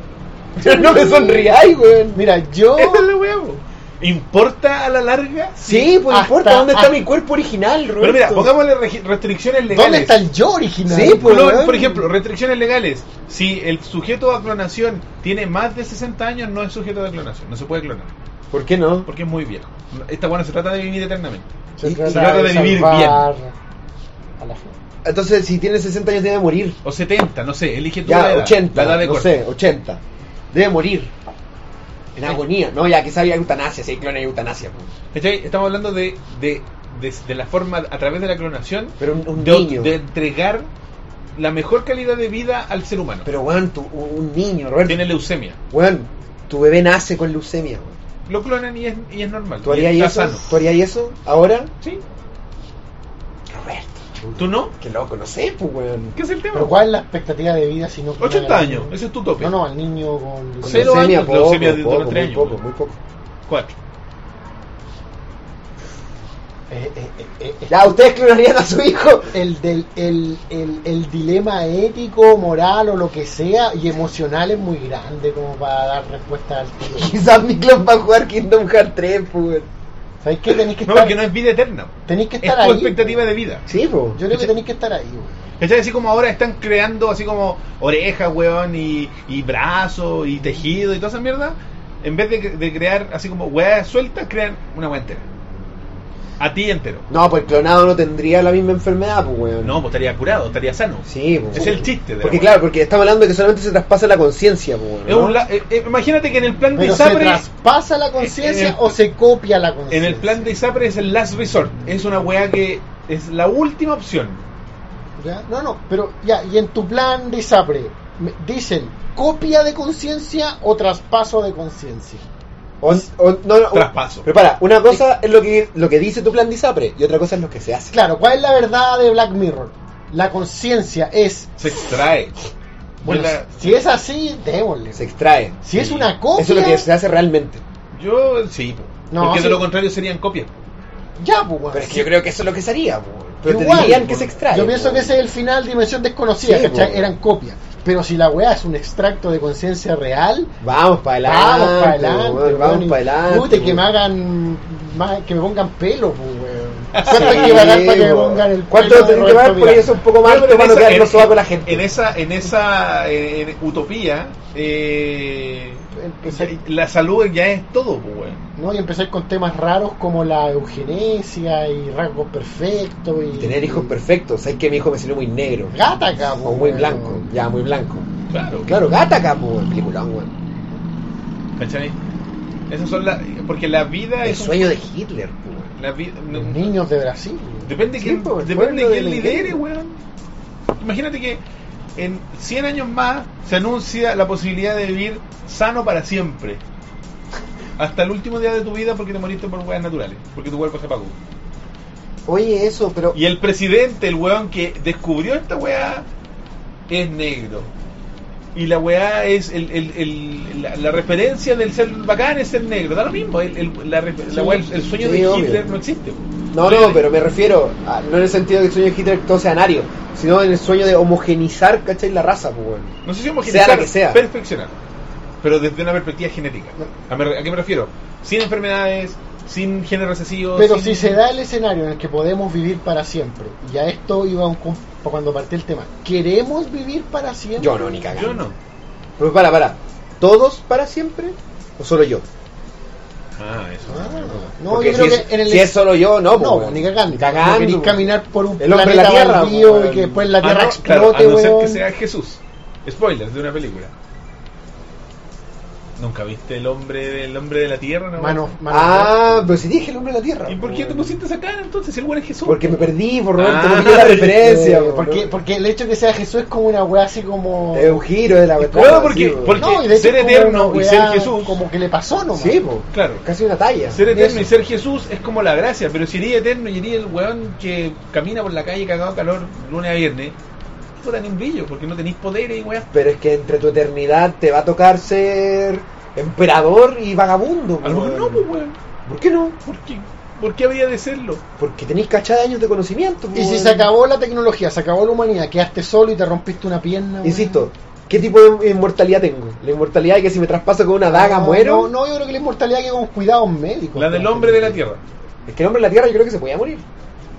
B: Pero no me sonríais, weón.
D: Mira, yo.
A: Esa es la weá, po. ¿Importa a la larga?
B: Sí, pues
D: Hasta-
B: importa dónde está
D: ah.
B: mi cuerpo original, Roberto.
A: Pero mira, pongámosle regi- restricciones legales.
D: ¿Dónde está el yo original?
B: Sí, pues,
A: No,
B: weón.
A: por ejemplo, restricciones legales. Si el sujeto de clonación tiene más de 60 años, no es sujeto de clonación. No se puede clonar.
B: ¿Por qué no?
A: Porque es muy viejo. Esta buena se trata de vivir eternamente.
D: Se
B: Y-
D: trata,
B: se
A: trata
D: de,
A: de vivir
D: salvar a la gente.
B: Entonces, si tiene 60 años, debe morir.
A: O 70, no sé. Elige tu
B: Ya,
A: edad,
B: 80,
A: la edad de
B: no
A: corte.
B: sé, 80. Debe morir. En agonía. No, ya, quizá había eutanasia, si hay clones hay eutanasia. pues.
A: ¿Cachai? Estamos hablando de, de, de, de la forma, a través de la clonación,
B: Pero un, un
A: de,
B: niño.
A: de entregar la mejor calidad de vida al ser humano.
B: Pero, weón, tu- un niño, Roberto.
A: Tiene leucemia.
B: Weón, tu bebé nace con leucemia, weón.
A: Lo clonan y es, y es normal.
B: ¿Tú
A: y
B: harías
A: está
B: eso?
A: sano.
B: ¿Tú harías eso? ¿Ahora?
A: ¿Sí?
B: Roberto,
A: ¿Tú no?
B: qué loco, no sé, pues, weón.
A: ¿Qué es el tema?
D: Pero ¿cuál es la expectativa de vida si no clonan
A: 80
D: al
A: años,
D: niño?
A: ese es tu tope.
D: No, no, al niño con.
B: Con
A: Cero
B: leucemia,
A: años,
B: poco,
A: leucemia de
B: poco,
A: durante
B: muy
A: años,
B: poco,
A: weón.
B: muy poco.
A: Cuatro.
D: Eh, eh, eh, eh, eh.
B: Ya, Ah, ¿ustedes clonarían a su hijo?
D: el, del, el, el, el dilema ético, moral o lo que sea y emocional es muy grande como para dar respuesta al tiro.
B: Quizás mi clon va a jugar Kingdom Hearts 3, pues, weón.
D: ¿Sabéis qué? Tenéis que
A: No,
D: estar,
A: porque no es vida eterna.
D: tenéis que
A: Es
D: estar
A: tu
D: ahí.
A: expectativa de vida.
B: Sí, pues.
D: Yo creo que tenéis que estar ahí, güey.
A: ¿Cachai? Así como ahora están creando así como orejas, weón, y, y brazos, y tejido, y toda esa mierda. En vez de, de crear así como weas sueltas, crean una wea entera. A ti entero.
B: No, pues el clonado no tendría la misma enfermedad, pues, weón.
A: No, pues estaría curado, estaría sano.
B: Sí, pues.
A: Es el chiste de la
B: Porque,
A: wea.
B: claro, porque estamos hablando de que solamente se traspasa la conciencia, pues, weón.
A: Es
B: ¿no?
A: un la- eh, eh, imagínate que en el plan de
D: Pero se
A: Isapre,
D: traspasa la
A: en
D: conciencia
A: el-
D: o se copia la conciencia.
A: en el plan de Isapre es el last resort. Es una wea que es la última opción.
D: ¿Ya? No, no, pero ya, y en tu plan de ISAPRE, me- dicen copia de conciencia o traspaso de conciencia.
B: O- o- no, no,
A: Traspaso.
B: Pero para, una cosa es lo que, lo que dice tu plan de ISAPRE y otra cosa es lo que se hace.
D: Claro, ¿cuál es la verdad de Black Mirror? La conciencia es
A: Se Pues extrae.
D: Bueno,
A: Vuela-
D: si es así, démosle.
B: Se extrae.
D: Si es una copia,
B: Eso es lo que se hace realmente.
A: Yo sí.
D: No,
A: porque
D: sí.
A: de lo contrario serían copias.
D: ya, pues, weón.
B: Pero es que yo creo que eso es lo que se haría, po. Pero
D: Igual,
B: te dirían que
D: pues.
B: se extrae.
D: Yo
B: po.
D: pienso que ese es el final Dimensión Desconocida,
B: Sí,
D: ¿cachai?
B: pues.
D: Eran copias. Pero si la weá es un extracto de conciencia real,
B: Vamos para adelante.
D: vamos para adelante,
B: weón, vamos
D: weón.
B: para adelante.
D: Puta, que
B: weón.
D: me hagan, más- que me pongan pelo, pues, weón.
B: Sí,
D: ¿Cuánto hay que pagar para que me
B: weón.
D: pongan el
B: ¿Cuánto
D: pelo de
B: tienen que pagar
D: Roberto
B: por
D: Vidal?
B: eso un poco más
A: Pero
B: alto
A: en
B: para no
A: esa-
B: quedar
A: en-
B: los con la gente?
A: En esa, en esa eh, en utopía, eh,
D: Empecé-
A: la salud ya es todo, pues, weón.
D: ¿no? Y empezar con temas raros como la eugenesia y rasgos perfectos. Y,
B: Y Tener hijos perfectos. Sabes que mi hijo me salió muy negro.
D: Gata, cabrón.
B: O muy blanco. Ya, muy blanco.
A: Claro,
B: Claro, gata, capo. El peliculón, weón.
A: ¿Cachai? Esas son las. Porque la vida
B: El
A: es. un-
B: sueño de Hitler, po, weón.
A: la vida-
D: Los niños de Brasil.
A: depende
B: Sí,
A: quién,
B: po, el
A: depende quién
B: pueblo de la
A: lidere,
B: iglesia.
A: weón. Imagínate que en 100 años más se anuncia la posibilidad de vivir sano para siempre. Hasta el último día de tu vida porque te moriste por weas naturales. Porque tu cuerpo se apagó.
B: Oye, eso, pero.
A: Y el presidente, el weón que descubrió esta weá, es negro. Y la weá es el, el- el- la, la referencia del ser bacán es ser negro. Da lo mismo. El, el- la, ref- la weá, el, el sueño
B: Sí,
A: de
B: obvio.
A: Hitler no existe.
B: No, no, pero me refiero, a- no en el sentido de que el sueño de Hitler todo sea anario, sino en el sueño de homogenizar, ¿cachai? La raza, pues, weón.
A: No sé si hemos
B: Sea la que sea.
A: perfeccionar. Pero desde una perspectiva genética. ¿A, me- a qué me refiero? Sin enfermedades, sin género recesivo.
D: Pero
A: sin-
D: si se da el escenario en el que podemos vivir para siempre, y a esto iba un com- cuando partí el tema, ¿queremos vivir para siempre?
B: Yo no, ni cagando.
A: Yo no.
B: Pero para, para, ¿todos para siempre o solo yo?
A: Ah, eso.
D: Ah, no,
B: Porque
D: yo creo
B: si es,
D: que en el...
B: si es solo yo, no,
D: no,
B: pues, weón.
D: ni cagando.
B: Cagando,
D: No querís
B: pues.
D: caminar por un
B: El hombre de la tierra,
D: vacío
B: weón.
D: y que después la
A: Ah,
D: tierra
A: no,
D: explote,
A: claro, a no ser
D: weón.
A: que sea Jesús. Spoilers de una película. ¿Nunca viste el hombre, el hombre de la tierra? No?
D: Mano, mano-
B: Ah, pero si dije el hombre de la tierra.
A: ¿Y por
B: pues,
A: qué te
B: weón.
A: pusiste esa cara entonces? El güey es Jesús.
B: Porque me perdí, por Roberto,
A: Ah,
B: no pillo la referencia,
D: Eh,
B: weón.
D: porque, porque el hecho de que sea Jesús es como una weá así como...
B: Es un giro de la
A: Claro, porque-
B: sí,
A: porque-
D: y de hecho
A: ser
D: es como
A: eterno
D: una
A: y
D: weá
A: ser Jesús-
D: Como que le pasó nomás.
B: Sí, pues.
A: Claro.
B: Casi una talla.
A: Ser eterno
B: Eso.
A: y ser Jesús es como la gracia, pero si iría eterno y iría el weón que camina por la calle cagado calor lunes a viernes, factura ni un brillo, porque no tenéis poderes y weas.
B: Pero es que entre tu eternidad te va a tocar ser emperador y vagabundo.
A: A lo mejor no,
B: weón.
A: pues weón.
B: ¿Por qué no?
A: ¿Por qué? ¿Por qué habría de serlo?
B: Porque tenéis cachada de años de conocimiento.
D: Y si
B: weón.
D: se acabó la tecnología, se acabó la humanidad, quedaste solo y te rompiste una pierna. weón.
B: Insisto, ¿qué tipo de inmortalidad tengo? La inmortalidad de que si me traspaso con una daga
D: No,
B: muero.
D: No, no, yo creo que la inmortalidad que con cuidados médicos.
A: La del hombre de la tierra.
B: Es que el hombre de la tierra yo creo que se podía morir.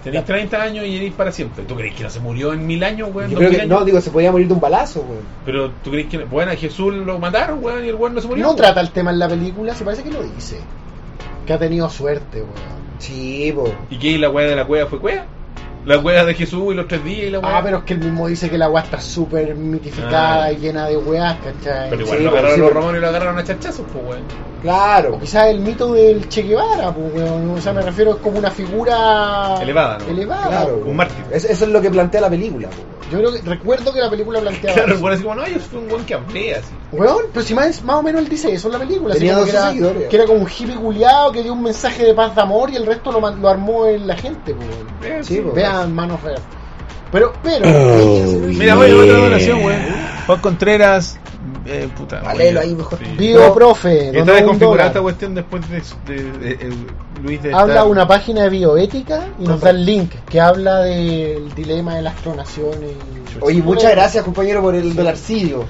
A: Tenéis 30 años y eres para siempre. ¿Tú crees que no se murió en mil años, weón?
B: Yo
A: ¿Dos
B: creo
A: mil
B: que,
A: años?
B: no, digo, se podía morir de un balazo, weón.
A: Pero tú crees que. Bueno, a Jesús lo mataron, weón, y el weón no se murió.
D: No trata el tema en la película, se parece que lo dice. Que ha tenido suerte, weón.
B: Sí, po.
A: ¿Y qué? ¿Y la weá de la cueva fue cueva? La cueva de Jesús y los tres días y la weá.
D: Ah, pero es que él mismo dice que la agua está súper mitificada
A: Ah.
D: y llena de weas, ¿cachai?
A: Pero igual
B: Sí,
A: lo
B: pues,
A: agarraron
B: sí,
A: los
B: pues.
A: romanos y lo agarraron a chachazos, pues weón.
B: Claro.
D: Quizás el mito del Che Guevara, pues, weón. O sea, me refiero, es como una figura.
A: Elevada, ¿no?
D: Elevada,
B: Claro,
D: pues.
A: Un mártir.
B: Es- eso es lo que plantea la película, po.
D: Yo creo que, recuerdo que la película planteaba.
B: pues.
A: Claro, el
D: eso.
A: weón así como, no, yo soy un weón que hablé así.
D: Weón, pero si más, más o menos él dice eso en la película. así
B: Tenía
D: como que,
B: 12
D: era,
B: seguidores.
D: que era como un hippie culiado que dio un mensaje de paz, de amor y el resto lo, man- lo armó en la gente. pues, weón.
A: Eh,
B: Sí, po.
D: Vean manos reales. Pero, pero.
A: Mira, oye, otra donación, weón. Juan Contreras. Eh, puta.
B: Valelo
A: weón.
B: ahí mejor.
D: Digo,
A: No,
D: profe.
A: Está
D: donó un
A: desconfigurada esta
D: dólar.
A: cuestión después de, de- de- el Luis de.
D: Habla
A: estar-
D: una página de bioética y nos
A: Opa.
D: da el link que habla del dilema de las donaciones. y-
B: Oye, muchas gracias, compañero, por el dolarcillo.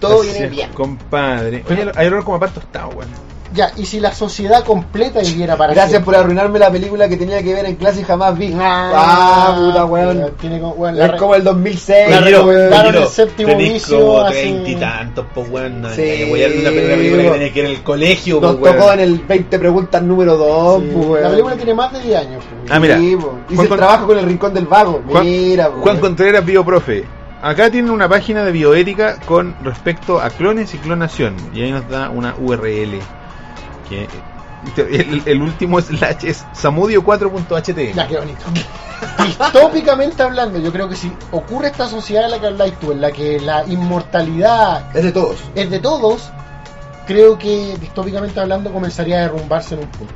B: Todo viene
A: Gracias,
B: bien.
A: Compadre. Oye, hay olor como a pan tostado, weón.
D: Ya, y si la sociedad completa viviera para
B: Gracias
D: siempre?
B: por arruinarme la película que tenía que ver en clase y jamás vi.
D: Ah,
B: Ah, puta, weón.
D: Tiene como, weón, la
B: Es
D: re-
B: como el 2006.
D: La
B: weón.
D: recomendaron el séptimo
A: tenés
D: vicio
A: como
D: hace-
A: treinta y tantos, pues weón. No,
B: Sí,
A: no, weón, la primera película que
B: weón.
A: tenés que ir al colegio,
B: Nos
A: pues,
B: tocó
A: weón.
B: en el 20 preguntas número 2,
D: Sí,
B: pues, weón.
D: La película tiene más de 10 años. pues.
A: Ah, mira.
B: Sí, po. Hice
A: Juan
B: el
A: Con-
B: trabajo con el rincón del vago.
A: Juan-
B: Mira,
D: pues,
B: po.
A: Juan Contreras, bioprofe. Acá tienen una página de bioética con respecto a clones y clonación. Y ahí nos da una URL. Que este, el, el último slash es samudio4.htm.
D: Ya, qué bonito. Distópicamente hablando, yo creo que si ocurre esta sociedad de la que habláis tú, en la que la inmortalidad
B: Es de todos.
D: es de todos, creo que distópicamente hablando comenzaría a derrumbarse en un punto.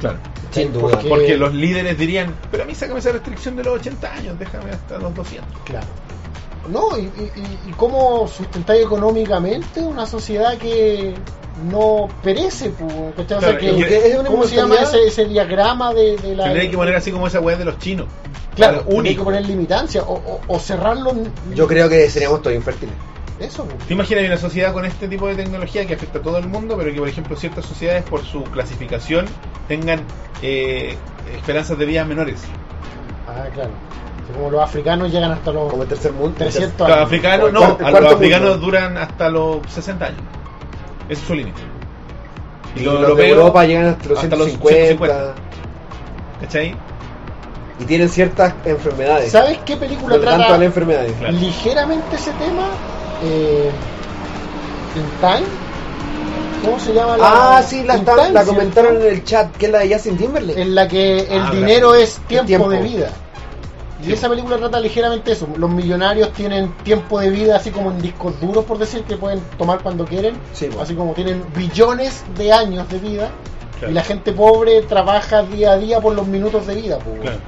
A: Claro.
B: Sin duda.
D: Porque-
A: Porque los líderes dirían, pero a mí sácame esa restricción de los 80 años, déjame hasta los 200.
D: Claro. No, y, y- y- y cómo sustentáis económicamente una sociedad que no perece, pues, ¿cachai? O sea,
A: Claro,
D: que-
A: y que-
B: es una
D: ¿Cómo se llama
B: inmortalidad?
D: ese, ese diagrama de, de la...
A: Tendría que poner así como esa weá de los chinos.
D: Claro, tendría que
A: único.
D: poner limitancia o, o, o cerrarlo. en-
B: Yo creo que seríamos todos infértiles.
D: Eso, pues.
A: ¿Te imaginas una sociedad con este tipo de tecnología que afecta a todo el mundo, pero que, por ejemplo, ciertas sociedades por su clasificación tengan eh, esperanzas de vida menores?
D: Ah, claro. Así Como los africanos llegan hasta los
B: Como el tercer mundo.
D: 300
A: Los africanos, no,
B: Cuarto-
A: a los
B: cuarto
A: africanos
B: mundo.
A: duran hasta los 60 años. Ese es su límite. Y los
B: los de
A: europeos,
B: Europa llegan hasta los
A: hasta los
B: 150.
A: ¿cachai?
B: Y tienen ciertas enfermedades.
D: ¿Sabes qué película
B: Lo tanto
D: trata
B: a las enfermedades.
A: Claro.
D: ligeramente ese tema? Eh, In Time. ¿Cómo se llama la
B: Ah, sí, la,
D: In
B: está-
D: Time,
B: la
D: ¿cierto?
B: comentaron en el chat, que es la de Justin Timberlake.
D: En la que el
A: Ah,
D: dinero es tiempo,
B: tiempo.
D: de vida. Y esa película trata ligeramente eso. Los millonarios tienen tiempo de vida, así como en discos duros, por decir, que pueden tomar cuando quieren.
B: Sí, bueno.
D: Así como tienen billones de años de vida.
A: Claro.
D: Y la gente pobre trabaja día a día por los minutos de vida. pues.
A: Claro.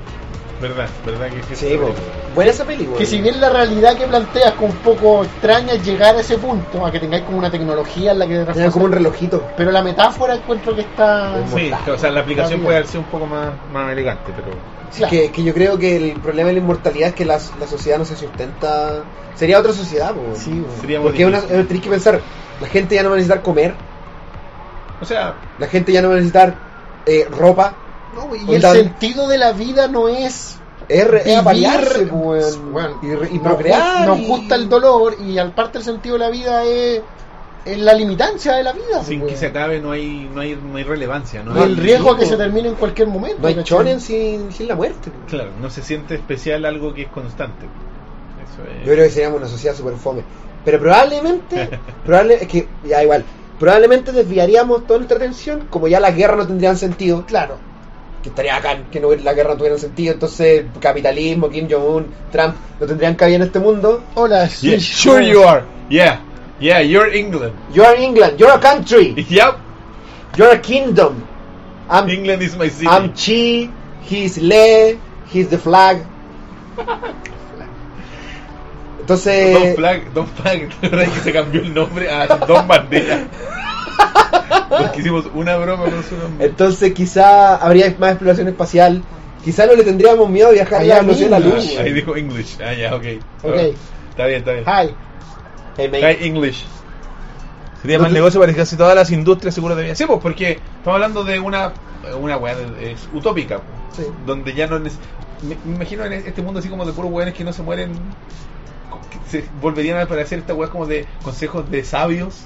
A: ¿Verdad? ¿Verdad que que-
B: Sí, po. Buena esa película.
D: Que si bien la realidad que planteas con un poco extraña es llegar a ese punto, a que tengáis como una tecnología en la que te
B: Era
D: traspasas-
B: como un relojito.
D: Pero la metáfora encuentro que está...
A: Sí,
B: Mortal.
A: o sea, la aplicación
D: Rápido.
A: puede haber sido un poco más, más elegante, pero...
D: Claro.
B: Que, que yo creo que el problema de la inmortalidad es que la, la sociedad no se sustenta. Sería otra sociedad, po.
D: Sí, bueno.
A: Sería muy
B: Porque una,
A: difícil.
B: eh, tenés que pensar, la gente ya no va a necesitar comer,
A: O sea,
B: la gente ya no va a necesitar eh, ropa.
D: No, y
B: Un
D: el
B: dan-
D: sentido de la vida no es
B: Es, re- es
D: Vivir,
B: aparearse, po,
D: bueno,
B: E weón, y, re- y
D: nos
B: procrear.
D: gu- Nos,
B: y-
D: gusta el dolor y al parte el sentido de la vida es, es la limitancia de la vida.
A: sin
D: pues,
A: que se acabe no hay, no hay, no hay relevancia, ¿no?
D: weón. Y el
B: No,
D: riesgo a
B: sí,
D: que se
B: pues.
D: termine en cualquier momento.
B: No hay
D: ¿cachai?
B: chonen sin, sin la muerte. po.
A: Claro, no se siente especial algo que es constante. Eso es...
B: Yo creo que seríamos una sociedad super fome. Pero probablemente, probable, es que ya igual, probablemente desviaríamos toda nuestra atención, como ya las guerras no tendrían sentido,
D: Claro.
B: que estaría acá, que no, la guerra no tuviera sentido, entonces capitalismo, Kim Jong-un, Trump, no tendrían cabida en este mundo.
D: Hola,
A: Yeah,
D: Switch.
A: sure you are. Yeah, yeah, you're England.
B: You are England, you're a country,
A: Yep,
B: you're a kingdom. I'm,
A: England is my city.
B: I'm Chi, he's Le, he's the flag. Entonces,
A: Don Flag, Don Flag, ¿te acuerdas que se cambió el nombre a Don Bandera? Porque hicimos una broma con su nombre.
B: entonces quizá habría más exploración espacial. Quizá no le tendríamos miedo a viajar a la
D: Allá
B: velocidad de la
D: mismo.
B: luz.
A: Ahí dijo English. Ah, ya, ok.
D: Ok.
A: Está bien, está bien.
D: Hi.
B: Hey, mate.
A: Hi, English.
G: Sería más negocio para casi todas las industrias seguro de
A: Sí, pues porque estamos hablando de una una weá de- es utópica, pues.
D: Sí.
A: donde ya no es, me, me imagino en este mundo así como de puros weones que no se mueren, que se volverían a aparecer estas weas como de consejos de sabios,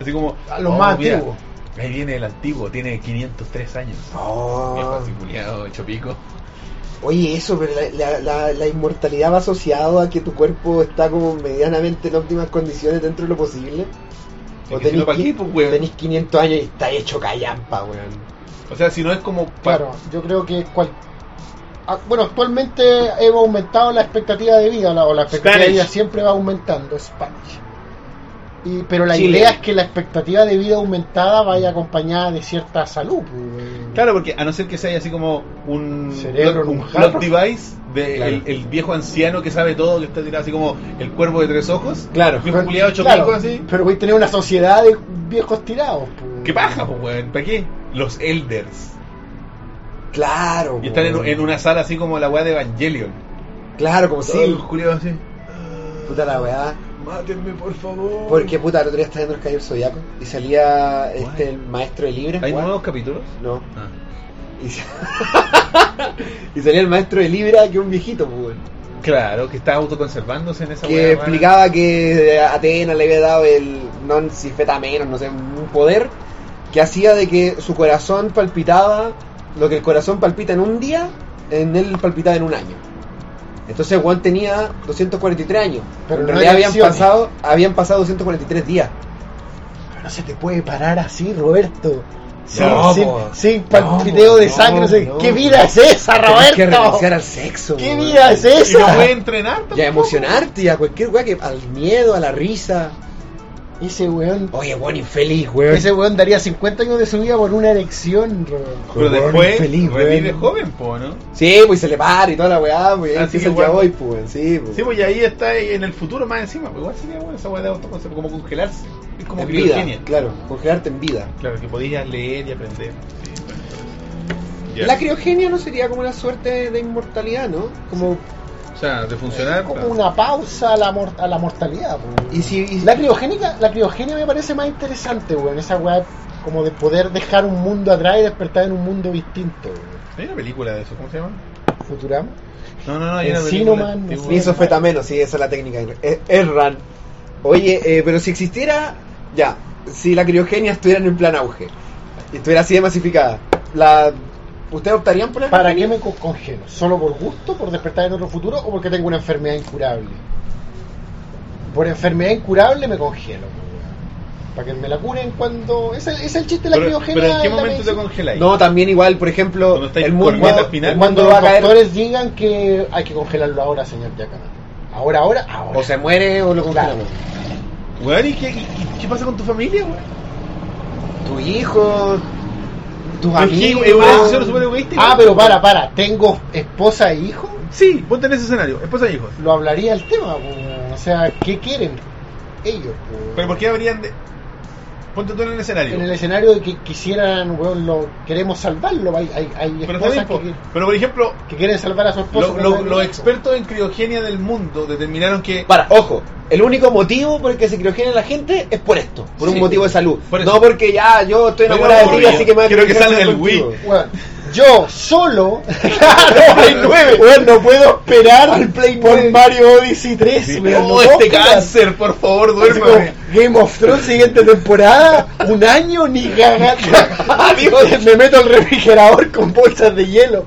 A: así como oh,
D: A los más
A: mira,
D: antiguos.
A: Ahí viene el antiguo, tiene 503 años.
D: Ah.
A: Viejo
B: Oh.
A: así culiado, hecho pico.
B: Oye, eso, pero la, la- la- la inmortalidad va asociado a que tu cuerpo está como medianamente en óptimas condiciones dentro de lo posible.
A: Es que si no, ¿pa' qué,
B: qui-
A: pues, weón?
B: tenís 500 años y está hecho callampa, weón.
A: O sea, si no es como pa-
D: Claro, yo creo que cual... ah, Bueno, actualmente hemos aumentado la expectativa de vida, o la, o la expectativa de
A: Spanish.
D: vida siempre va aumentando, Spanish. Y, pero la
B: Chile.
D: idea es que la expectativa de vida aumentada vaya acompañada de cierta salud. pues, eh.
A: Claro, porque a no ser que sea así como un
D: Cerebro en
A: un
D: un jarro.
A: plot device de
B: Claro.
A: el, el viejo anciano que sabe todo, que está tirado así como el cuervo de tres ojos.
B: Claro.
A: viejo culiado hecho
D: Claro,
A: pico así.
D: Pero voy a tener una sociedad de viejos tirados. pues.
A: ¿Qué paja, pues, weón? ¿Para qué? Los elders.
B: Claro.
A: Y están en,
B: weón.
A: en una sala así como la weá de Evangelion.
B: Claro, como
A: Todos
B: sí.
A: los culiados así. Ah,
B: Puta la weá.
A: Mátenme, por favor.
B: Porque puta, el otro día estaba viendo el Cayer Zodiaco y salía este
A: Guay.
B: el maestro de Libras.
A: ¿Hay
B: guay.
A: nuevos capítulos?
B: No.
A: Ah.
B: Y, sa- y salía el maestro de Libra que un viejito, pues, weón.
A: Claro, que está autoconservándose en esa
B: que
A: weá, weón.
B: explicaba que Atenas le había dado el non menos no sé, un poder que hacía de que su corazón palpitaba lo que el corazón palpita en un día, en él palpitaba en un año. Entonces Juan tenía 243 años,
D: Pero
B: pero en
D: no
B: realidad
D: era
B: habían
D: acciones.
B: pasado, habían pasado 243 días.
D: No se te puede parar así, Roberto. Sin,
B: No,
D: sin,
B: po.
D: sin
B: No,
D: palpiteo de
B: no,
D: sangre. no sé.
B: no.
D: ¿Qué vida es esa,
B: Tenés que
D: Roberto?
B: renunciar al sexo.
D: ¿Qué
B: weón.
D: vida es
A: Y no
D: esa?
A: puede entrenar tampoco.
B: Y a emocionarte, y a cualquier weá que al miedo, a la risa.
D: Ese weón,
B: Oye, Juan infeliz, weón.
D: ese weón daría 50 años de su vida por una erección, Roberto.
A: Pero
B: Weón
A: después
B: infeliz, weón.
A: revive joven, po, ¿no?
B: Sí, pues se le para y toda la weá, pues.
A: Así
B: Así
A: que
B: que
A: bueno.
B: hoy, pues, weón, sí, pues.
A: Sí, pues y ahí está y en el futuro más encima. Pues igual sería bueno esa weá de autoconcepto, como congelarse. Es como
B: en vida,
A: criogenia.
B: claro, congelarte en vida.
A: Claro, que podías leer y aprender. Ya.
B: La criogenia no sería como una suerte de inmortalidad, ¿no? Como
A: O sea, de funcionar.
D: Como
A: claro.
D: una pausa a la, mor- a la mortalidad, weón.
B: y si y-
D: La criogénica, la criogenia me parece más interesante, weón. Esa weá como de poder dejar un mundo atrás y despertar en un mundo distinto, weón.
A: Hay una película de eso, ¿cómo se llama?
D: Futurama.
A: No, no, no, hay
D: El
A: una película.
D: Sinoman, no
A: antigua.
D: sé.
B: eso fue también, sí, esa es la técnica. Es, es run. Oye, eh, pero si existiera, ya, si la criogenia estuviera en plan auge, y estuviera así de masificada, la ¿ustedes optarían por la
D: ¿Para qué me co- congelo? ¿Solo por gusto, por despertar en otro futuro o porque tengo una enfermedad incurable? Por enfermedad incurable me congelo. weón. Para que me la curen cuando... Ese ese es el chiste de la
A: Pero,
D: criogenia.
A: pero ¿en qué
D: la
A: momento te
D: medicina.
A: congeláis?
B: No, también igual, por ejemplo,
A: Cuando estáis
B: el mundo,
A: corneta final.
B: el
D: Cuando
B: mundo va
D: los
B: a caer,
D: doctores digan que hay que congelarlo ahora, señor Yacana. Ahora, ahora, ahora.
A: Pues,
B: o se muere o lo congelamos.
A: Weón, ¿y qué, y- y qué pasa con tu familia, weón?
B: Tu hijo, tus
A: Pero es que
B: amigos.
A: es una decisión súper egoísta.
D: ah, pero para, para. ¿Tengo esposa e hijo?
A: Sí, ponte en ese escenario, esposa e hijos.
D: Lo hablaría el tema. weón. O sea, ¿qué quieren ellos? weón?
A: Pero ¿por qué habrían de.? Ponte tú en el escenario.
D: en el escenario de que quisieran, weón, lo, queremos salvarlo. Hay, hay, hay
A: pero, está
D: esposas
A: bien, po.
D: que,
A: pero por ejemplo,
D: que quieren salvar a su esposo.
A: lo-
D: pero
A: lo-
D: no
A: los
D: hay ningún-
A: expertos en criogenia del mundo determinaron que.
B: Para, ojo, el único motivo por el que se criogena la gente es por esto, por un
A: Sí.
B: motivo de salud.
A: Por eso.
B: no porque ya yo estoy
A: Pero
B: enamorada de ti,
A: aburrido.
B: así que me voy a
A: Quiero que
B: criogenar
A: salga el
B: contigo.
A: Wii.
D: Weón, yo solo.
B: ¡Claro, Play 9! Bueno, no puedo esperar al Play
D: por
B: 9.
D: Mario Odyssey 3.
A: Sí.
D: weón,
A: oh,
D: no
A: este
D: puedo esperar.
A: cáncer, por favor,
D: Así como,
A: duérmame.
D: Game of Thrones, siguiente temporada, un año ni cagando. Digo, me meto al refrigerador con bolsas de hielo.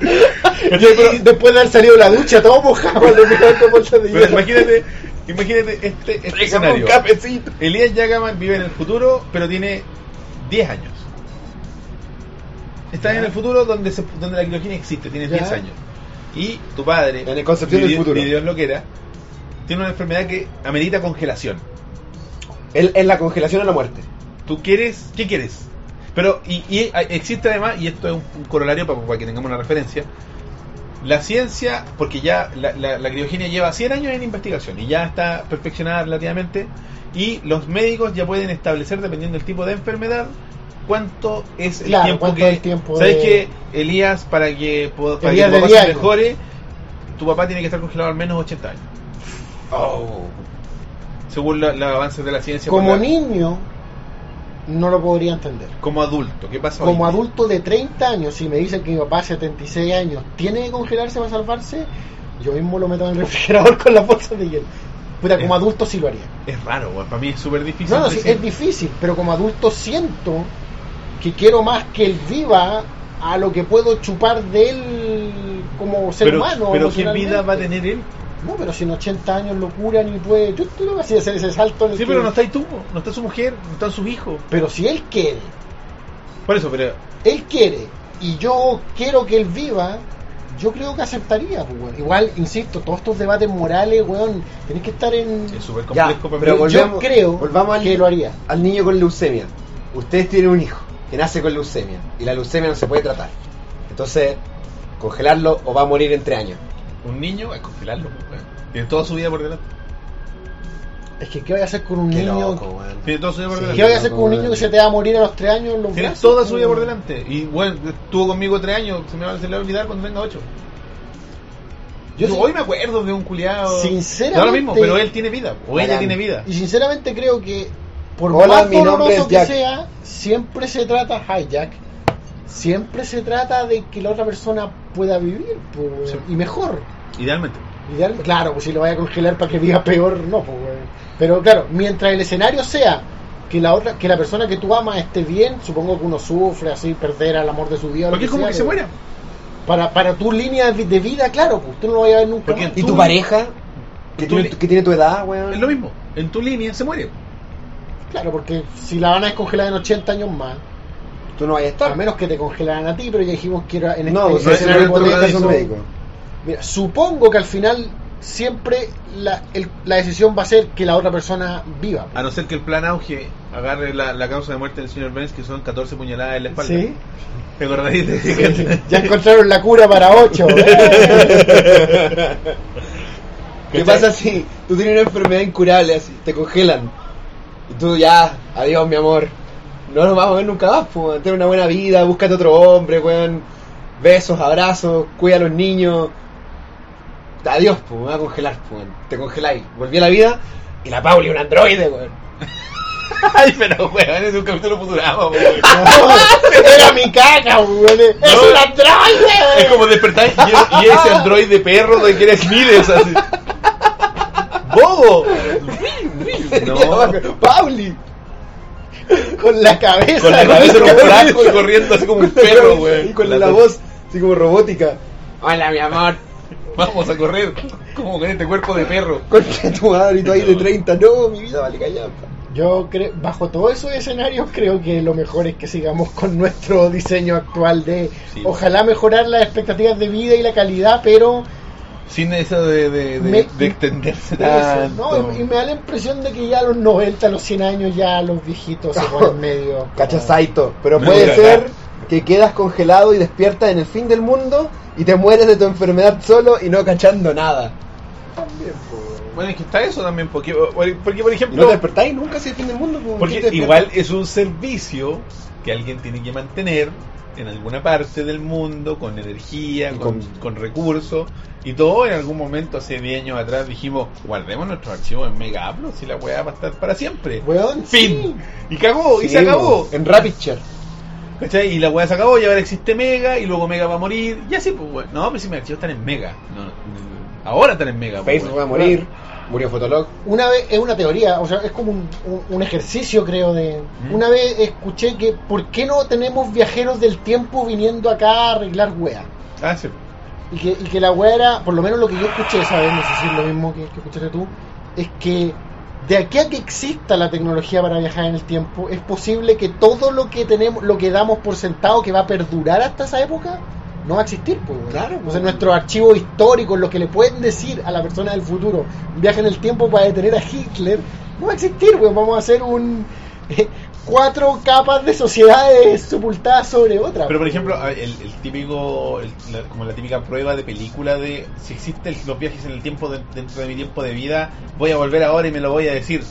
D: Y después de haber salido de la ducha, todo mojado al refrigerador con bolsas de
A: Pero
D: hielo.
A: imagínate, imagínate este, este escenario. Elías Yagaman vive en el futuro, pero tiene 10 años. Está en el futuro donde, se, donde la criogenia existe, tiene
D: Ya.
A: 10 años. Y tu padre,
B: En el concepción
A: ni
B: del
A: Dios-
B: futuro.
A: ni Dios lo que era, tiene una enfermedad que amerita congelación.
B: Es es la congelación o la muerte.
A: ¿Tú quieres? ¿Qué quieres? ah, Pero, y, y existe además, y esto es un, un corolario para, para que tengamos una referencia, La ciencia, porque ya la, la- la criogenia lleva 100 años en investigación y ya está perfeccionada relativamente, y los médicos ya pueden establecer, dependiendo del tipo de enfermedad, cuánto es el
D: Claro,
A: tiempo
D: cuánto
A: que...
D: es el tiempo
A: ¿Sabes
D: de-
A: que Elías, para que, po- para que
D: Elías
A: tu
D: de
A: papá se
D: diario.
A: mejore, tu papá tiene que estar congelado al menos 80 años? Oh. Según la- los avances de la ciencia. por
D: Como
A: la-
D: niño, no lo podría entender.
A: como adulto, ¿qué pasa
D: Como
A: hoy?
D: adulto de 30 años, si me dicen que mi papá, 76 años, tiene que congelarse para salvarse, yo mismo lo meto en el refrigerador con las bolsas de hielo. Puta, como
A: Eh.
D: adulto sí lo haría.
A: Es raro, weón, para mí es súper difícil.
D: No, no, sí,
A: decir-
D: es difícil, pero como adulto siento que quiero más que él viva a lo que puedo chupar de él como ser
A: pero,
D: humano.
A: pero ¿qué vida va a
D: emocionalmente.
A: tener él?
D: No, pero si en 80 años lo curan y puede. Yo tú no vas a hacer ese salto. en el
A: Sí,
D: que-
A: pero no está ahí tú, no está su mujer, no están sus hijos.
D: Pero si él quiere,
A: Por eso, pero
D: él quiere, y yo quiero que él viva, yo creo que aceptaría, pues, weón. Igual, insisto, todos estos debates morales, weón, tenés que estar en.
A: es súper
B: Ya,
A: complejo para
B: pero
A: mí.
D: Yo
B: volvamos-
D: creo
B: volvamos al-
D: que lo haría.
B: Al niño con leucemia. Ustedes tienen un hijo que nace con leucemia y la leucemia no se puede tratar. Entonces, congelarlo o va a morir entre años.
A: Un niño, a congelarlo, pues, weón. Tiene toda su vida por delante.
D: Es que, ¿qué voy a hacer con un
B: Qué
D: niño?
B: loco, weón.
A: Tiene toda su vida por
B: Sí,
A: delante.
D: ¿Qué voy a hacer
B: loco,
D: con un
B: weón.
D: niño que se te va a morir a los 3 años en los
A: Tiene
D: brazos?
A: toda su vida por
D: weón?
A: delante. Y bueno, estuvo conmigo tres años, se me va, se le va a olvidar cuando tenga ocho. Yo
D: Yo sí-
A: hoy me acuerdo de un culiado.
D: Sinceramente-
A: No lo mismo, pero él tiene vida, o ella
B: Bacán.
A: tiene vida.
D: Y sinceramente creo que, por
B: Hola,
D: más
B: mi nombre
D: doloroso
B: es
D: que
B: Jack.
D: sea, siempre se trata, hi Jack, siempre se trata de que la otra persona pueda vivir pues,
A: Sí.
D: y mejor.
A: Idealmente.
D: Ideal- claro, pues si lo vaya a congelar para que viva peor, no, pues, weón. Pero claro, mientras el escenario sea que la otra, que la persona que tú amas esté bien, supongo que uno sufre así, perder al amor de su vida. o lo
A: Porque es como
D: sea,
A: que se
D: pero
A: muera.
D: Para, para tu línea de vi- de vida, claro, pues tú no lo vas a ver nunca.
A: Porque
D: más.
B: ¿Y
A: Tú-
B: tu pareja? Que,
A: tú
B: tiene,
A: le-
B: que tiene tu edad, weón.
A: Es lo mismo. En tu línea se muere.
D: Claro, porque si la van a descongelar en 80 años más,
B: Tú no vas a
D: a
B: estar.
D: menos que te congelaran a ti, pero ya dijimos que era en
B: No,
D: este
B: pues,
A: no
B: ese no
A: es
B: es
A: otro
B: tu
D: hipotético.
B: caso médico.
D: Mira, supongo que al final siempre la, el- la decisión va a ser que la otra persona viva.
A: A no ser que el plan auge agarre la, la causa de muerte del señor Benz, que son 14 puñaladas en la espalda.
D: ¿Sí?
A: ¿Te acordáis de
D: Ya encontraron la cura para ¿eh? 8.
B: ¿Qué pasa si tú tienes una enfermedad incurable, así, te congelan? Y tú ya, adiós mi amor. No nos vamos a ver nunca más, pues, weón. Ten una buena vida, búscate otro hombre, weón. Besos, abrazos, cuida a los niños. Adiós, pues, me voy a congelar, pues, weón. Te congeláis. Volví a la vida y la Pauli, un androide, weón.
A: Ay, pero weón, es un capítulo futurama, weón.
D: Era mi caca, weón. Es
A: No.
D: un androide.
A: Es como despertar y, es- y ese androide perro de que eres miles, así. ¡Bobo! No.
B: Pauli.
D: Con la cabeza.
A: Con la
D: ¿no?
A: cabeza como blanco y corriendo así como un perro,
B: Y
A: weón.
B: con la, voz, así como robótica. Hola, mi amor.
A: Vamos a correr, como con este cuerpo de perro.
B: Concha tu madre y tú ahí de 30. No, mi vida vale callampa.
D: Yo creo, bajo todos esos escenarios, creo que lo mejor es que sigamos con nuestro diseño actual de
A: Sí.
D: ojalá mejorar las expectativas de vida y la calidad, pero
A: Sin eso de, de, de,
D: Me-
A: de extenderse
D: Eso,
A: tanto.
D: Ah, ¿no? y, y me da la impresión de que ya a los 90, a los 100 años, ya los viejitos se ponen medio.
B: Cacha Saito, pero
A: No,
B: puede
A: mira,
B: ser que quedas congelado y despiertas en el fin del mundo y te mueres de tu enfermedad solo y no cachando nada.
D: pues.
A: Bueno, es que está eso también, porque, porque por
B: Y
A: ejemplo...
B: no te despertáis nunca si el fin del mundo. pues, ¿quién
A: Porque
B: te despierta?
A: igual es un servicio que alguien tiene que mantener en alguna parte del mundo con energía,
B: Y
A: con,
B: con-
A: con recursos y todo. En algún momento hace 10 años atrás dijimos, guardemos nuestros archivos en Mega Upload si la weá va a estar para siempre.
D: Weón,
A: Fin. Y cagó, y
B: Sí,
A: se acabó.
B: En Rapidshare.
A: ¿Cachai? Y la weá se acabó y ahora existe Mega y luego Mega va a morir. Y así, pues, weón. No, pero si mis archivos están en Mega. No, no, no. ahora están en Mega. pues,
B: Facebook va a
A: weón.
B: morir. Murió Fotolog.
D: Una vez, es una teoría, o sea, es como un, un- un ejercicio, creo, de...
A: Mm.
D: Una vez escuché que, ¿por qué no tenemos viajeros del tiempo viniendo acá a arreglar weas?
A: Ah, sí.
D: Y que, y que la weá era, por lo menos lo que yo escuché esa vez, no sé si es lo mismo que, que escuchaste tú, es que de aquí a que exista la tecnología para viajar en el tiempo, es posible que todo lo que tenemos, lo que damos por sentado que va a perdurar hasta esa época, no va a existir, pues. weón.
B: Claro,
D: Entonces nuestros archivos históricos, lo que le pueden decir a la persona del futuro, viaje en el tiempo para detener a Hitler, no va a existir, weón. Vamos a hacer un eh, cuatro capas de sociedades sepultadas sobre otra.
A: Pero por ejemplo, a- el, el típico, el- la- como la típica prueba de película de si existen los viajes en el tiempo de- dentro de mi tiempo de vida, voy a volver ahora y me lo voy a decir.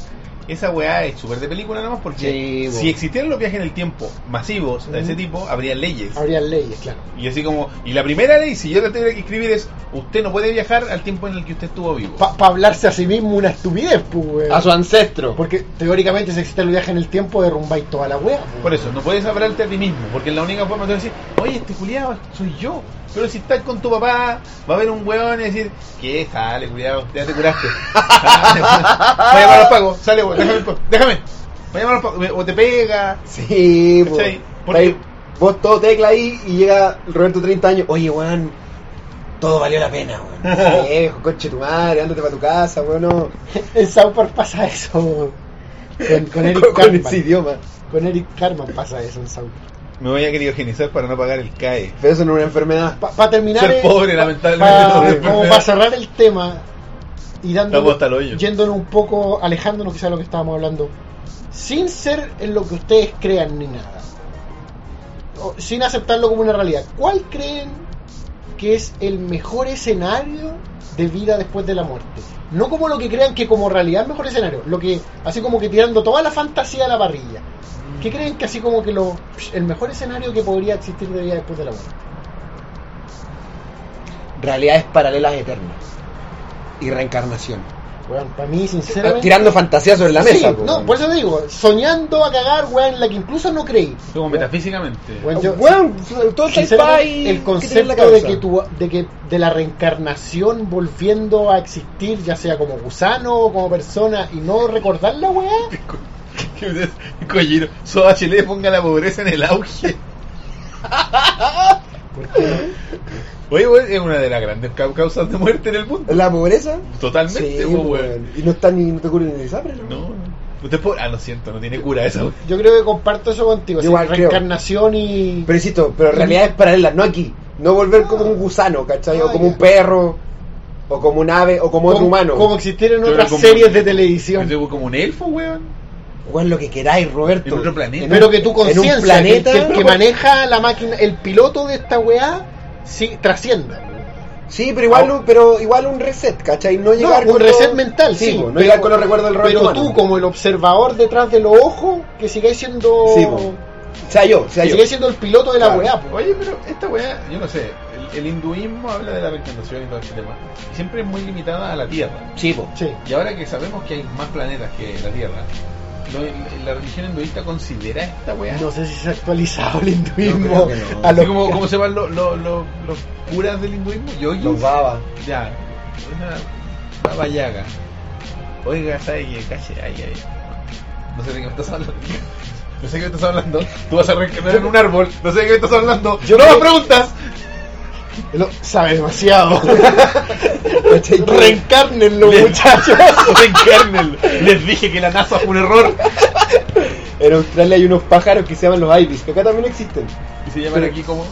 A: Esa weá es súper de película nomás porque
B: Sí, bo.
A: si existieran los viajes en el tiempo masivos de ese
D: Ujú.
A: tipo, habría leyes.
D: Habría leyes, claro.
A: Y así como, y la primera ley, si yo la tuviera que escribir es, usted no puede viajar al tiempo en el que usted estuvo vivo.
D: Para hablarse a sí mismo una estupidez, pues, weón.
B: A Ah, su ancestro.
D: Porque teóricamente si existe el viaje en el tiempo derrumbáis toda la wea. pues.
A: Por eso, no puedes hablarte a ti mismo, porque es la única forma de decir, oye, este culiado soy yo. Pero si estás con tu papá, va a haber un weón y decir, ¿qué? Sale, culiado, ya te curaste. Sale, weón. Voy a llamar al pago, sale, weón, déjame, en paz, déjame. Voy a llamar al pago, o te pega.
B: Sí, po.
A: ¿Cachai?
B: Está ahí, Vos todo tecla ahí y llega el Roberto 30 años. Oye, weón, todo valió la pena, weón. Viejo, coche tu madre, ándate para tu casa, weón. no.
D: En South Park pasa eso. weón. Con, con Eric
B: Con- con
D: Cartman.
B: ese idioma.
D: Con Eric Carman pasa eso en South Park.
A: Me voy a criogenizar para no pagar el CAE.
B: Pero eso no es una enfermedad.
D: Para terminar.
A: Ser
D: eh,
A: pobre,
D: pa-
A: lamentablemente,
D: pa-
A: es una
D: como
A: enfermedad.
D: para cerrar el tema y dando.
A: Estamos hasta el hoyo.
D: Yéndonos un poco, alejándonos quizá de lo que estábamos hablando. Sin ser en lo que ustedes crean ni nada. o sin aceptarlo como una realidad. ¿Cuál creen que es el mejor escenario de vida después de la muerte? No como lo que crean que como realidad es mejor escenario, lo que así como que tirando toda la fantasía a la parrilla. ¿Qué creen que así como que lo el mejor escenario que podría existir de vida después de la muerte?
B: Realidades paralelas eternas. Y reencarnación.
D: Bueno, para mí sinceramente
B: Tirando fantasías sobre la
D: Sí,
B: mesa, po,
D: no,
B: weón.
D: por eso te digo, soñando a cagar, weón, en la que incluso no creí.
A: Como
D: Weón,
A: metafísicamente.
D: weón, yo-
B: Weón, todo está
D: Sinceramente,
B: ahí, ¿qué tiene
D: el
B: en la
D: concepto de
B: cabeza?
D: que, tu- de que de la reencarnación volviendo a existir, ya sea como gusano o como persona, y no recordar la weá,
A: Colliro, Soda Chile ponga la pobreza en el auge.
D: porque
A: Oye, weón, es una de las grandes ca- causas de muerte en el mundo.
B: ¿La pobreza?
A: Totalmente,
B: Sí,
A: po,
B: po,
D: pues,
A: weón.
B: weón. Y no está ni, no te cura ni el sapre, ¿no?
A: No, no. Usted es pobre. Ah, lo siento, no tiene cura esa weón.
D: yo creo que comparto eso contigo,
B: Yo
D: o sea,
B: igual creo.
D: reencarnación y...
B: Pero insisto, pero realidades paralelas, no aquí. No volver como un gusano, ¿cachai? o
D: Ah,
B: como
D: ya.
B: un perro, o como un ave, o como otro
D: como,
B: humano.
D: como existir en
A: Yo creo
D: otras
A: que como-
D: series de
A: Yo
D: televisión.
A: soy como un elfo, weón.
B: Weón, lo que queráis, Roberto.
A: En otro planeta.
B: En
D: Pero
B: un-
D: que tu
B: En un
D: conciencia, que,
B: planeta.
D: que el que maneja la máquina, el piloto de esta weá, sí, trascienda.
B: Sí, pero igual, un- pero igual un reset, ¿cachai? No
D: Ah. No,
B: llegar
D: un
B: con
D: reset
B: lo-
D: mental, sí.
B: po, no
D: pero-
B: llegar con los recuerdos del Roberto.
D: Pero tú,
B: humano.
D: como el observador detrás de los ojos, que sigáis siendo...
B: Sí, po. O sea, yo, o sea,
D: Que
B: yo.
D: sigue siendo el piloto de la
B: Claro.
D: weá, pues. po.
A: Oye, pero esta weá, yo no sé. El, el hinduismo habla de la reencarnación y todo ese tema. Siempre es muy limitada a la Tierra.
B: Sí, po.
D: Sí.
A: Y ahora que sabemos que hay más planetas que la Tierra, lo- la religión hinduista considera esta weá.
D: No sé si se ha actualizado el hinduismo.
B: No, creo que no.
D: a
A: Así
D: los-
A: como, ¿Cómo se llaman los, los, los, los curas del hinduismo? Yogis.
B: Los baba.
A: Ya, una baba yaga. Oiga, ¿sabes qué? Cache, ay, ay. No sé de qué me estás hablando. No sé de qué me estás hablando. Tú vas a reencarnar en un árbol. No sé de qué me estás hablando.
B: Yo
A: no
B: creo-
A: me preguntas.
D: lo- sabe demasiado.
B: ¿Cachai?
D: Reencarnenlo, muchachos.
A: Reencarnenlo. Les dije que la NASA fue un error.
B: En Australia hay unos pájaros que se llaman los ibis, que acá también existen.
A: Y se llaman aquí como.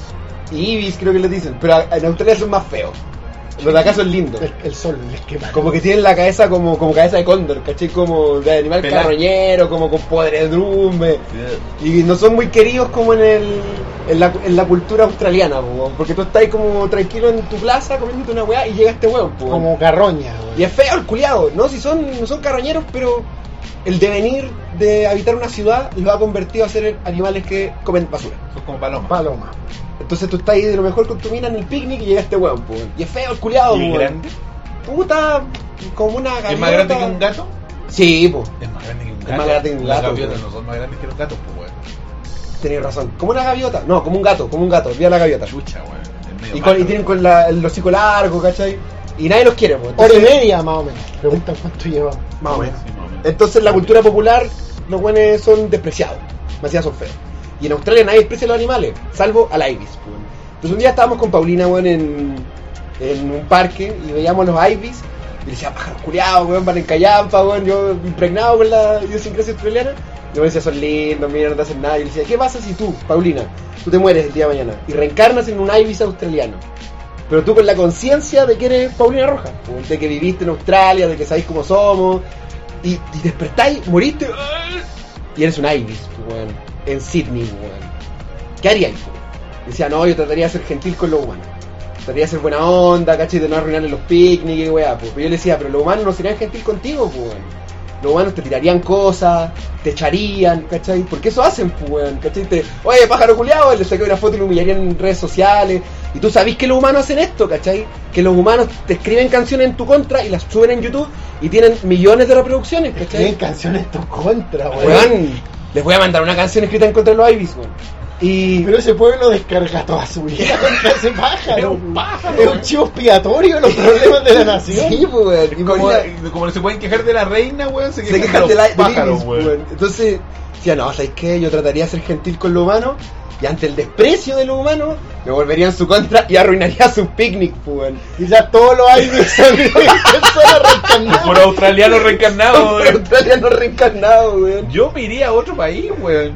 B: Ibis creo que les dicen, pero a- en Australia son más feos. Los de acá son lindos.
D: El, el sol les quema.
B: Como que tienen la cabeza como, como cabeza de cóndor, ¿cachai? Como de animal
A: Pelá.
B: carroñero, como con podredumbre.
A: eh,
B: Y no son muy queridos como en el en la, en la cultura australiana, po, weón. porque tú estás ahí como tranquilo en tu plaza comiéndote una weá y llega este weón. po, weón.
D: Como carroña,
B: Y
D: weón.
B: es feo el culiado, ¿no? Si son, no son carroñeros, pero el devenir de habitar una ciudad lo ha convertido a ser animales que comen basura.
A: Son como palomas.
D: Paloma.
B: Entonces tú estás ahí de lo mejor con tu mina en el picnic y llega este weón, po, weón. Y es feo el culiado,
A: ¿Y es
B: po, weón.
A: grande?
B: Puta, como una gaviota.
A: ¿Es más grande que un gato?
B: Sí, pues,
A: Es más grande que un
B: Es
A: gato.
B: más grande que un
A: Las
B: gato,
A: gaviotas
B: weón.
A: no son más grandes que los gatos, pues, weón.
B: tenéis razón. Como una gaviota. No, como un gato, como un gato. Vía la gaviota.
A: Chucha, weón. Es medio
B: Y, con- y
A: malo.
B: tienen con la, el hocico largo, ¿cachai? Y nadie los quiere, pues.
D: Hora y media, más o menos. Preguntan cuánto lleva.
B: Más o menos.
A: Sí, más o menos.
B: Entonces la cultura popular, los buenos son despreciados. Demasiado son feos. Y en Australia nadie desprecia a los animales, salvo a la ibis. pues. Entonces un día estábamos con Paulina, weón, en, en un parque y veíamos los ibis. Y le decía, pájaros culiados, weón, van en callampa, weón, yo impregnado con la idiosincrasia australiana. Y yo me decía, son lindos, mira, no te hacen nada. Y le decía, ¿qué pasa si tú, Paulina, tú te mueres el día de mañana y reencarnas en un ibis australiano? Pero tú con la conciencia de que eres Paulina Roja, weón, de que viviste en Australia, de que sabéis cómo somos, y, y despertáis, moriste, ¡ah! y eres un Ibis, pues, weón, en Sydney, pues, weón. ¿Qué harías, pues? Decía, no, yo trataría de ser gentil con los humanos. Trataría de ser buena onda, ¿cachai? De no arruinarle los picnics, y weá, pues. Pero yo le decía, pero los humanos no serían gentil contigo, pues, weón. Los humanos te tirarían cosas, te echarían, ¿cachai? Porque eso hacen, pues, weón, ¿cachai? Te, Oye, pájaro culiado, le saqué una foto y lo humillarían en redes sociales. Y tú sabés que los humanos hacen esto, ¿cachai? Que los humanos te escriben canciones en tu contra y las suben en YouTube y tienen millones de reproducciones, ¿cachai?
D: Tienen canciones tu contra, weón.
B: Weón, les voy a mandar una canción escrita en contra de los Ibis, weón. Y.
D: Pero ese pueblo descarga toda su vida contra ese pájaro. Es un pájaro. Es un chivo expiatorio de los problemas de la nación.
B: Sí, pues, weón. Y
A: Como,
B: ponía-
A: la- como no se pueden quejar de la reina, weón, se
B: se
A: quejan
B: quejan
A: de
B: de
A: los
B: la- de
A: pájaros,
B: Ibis,
A: weón.
B: weón. Entonces, decía, no, ¿sabes qué? Yo trataría de ser gentil con lo humano y ante el desprecio de lo humano, me volvería en su contra y arruinaría su picnic, pues, weón.
D: Y ya todos los aires son personas
G: Por australiano reencarnado,
B: Pero
G: weón.
B: Australia no reencarnado, weón.
A: Yo me iría a otro país, weón.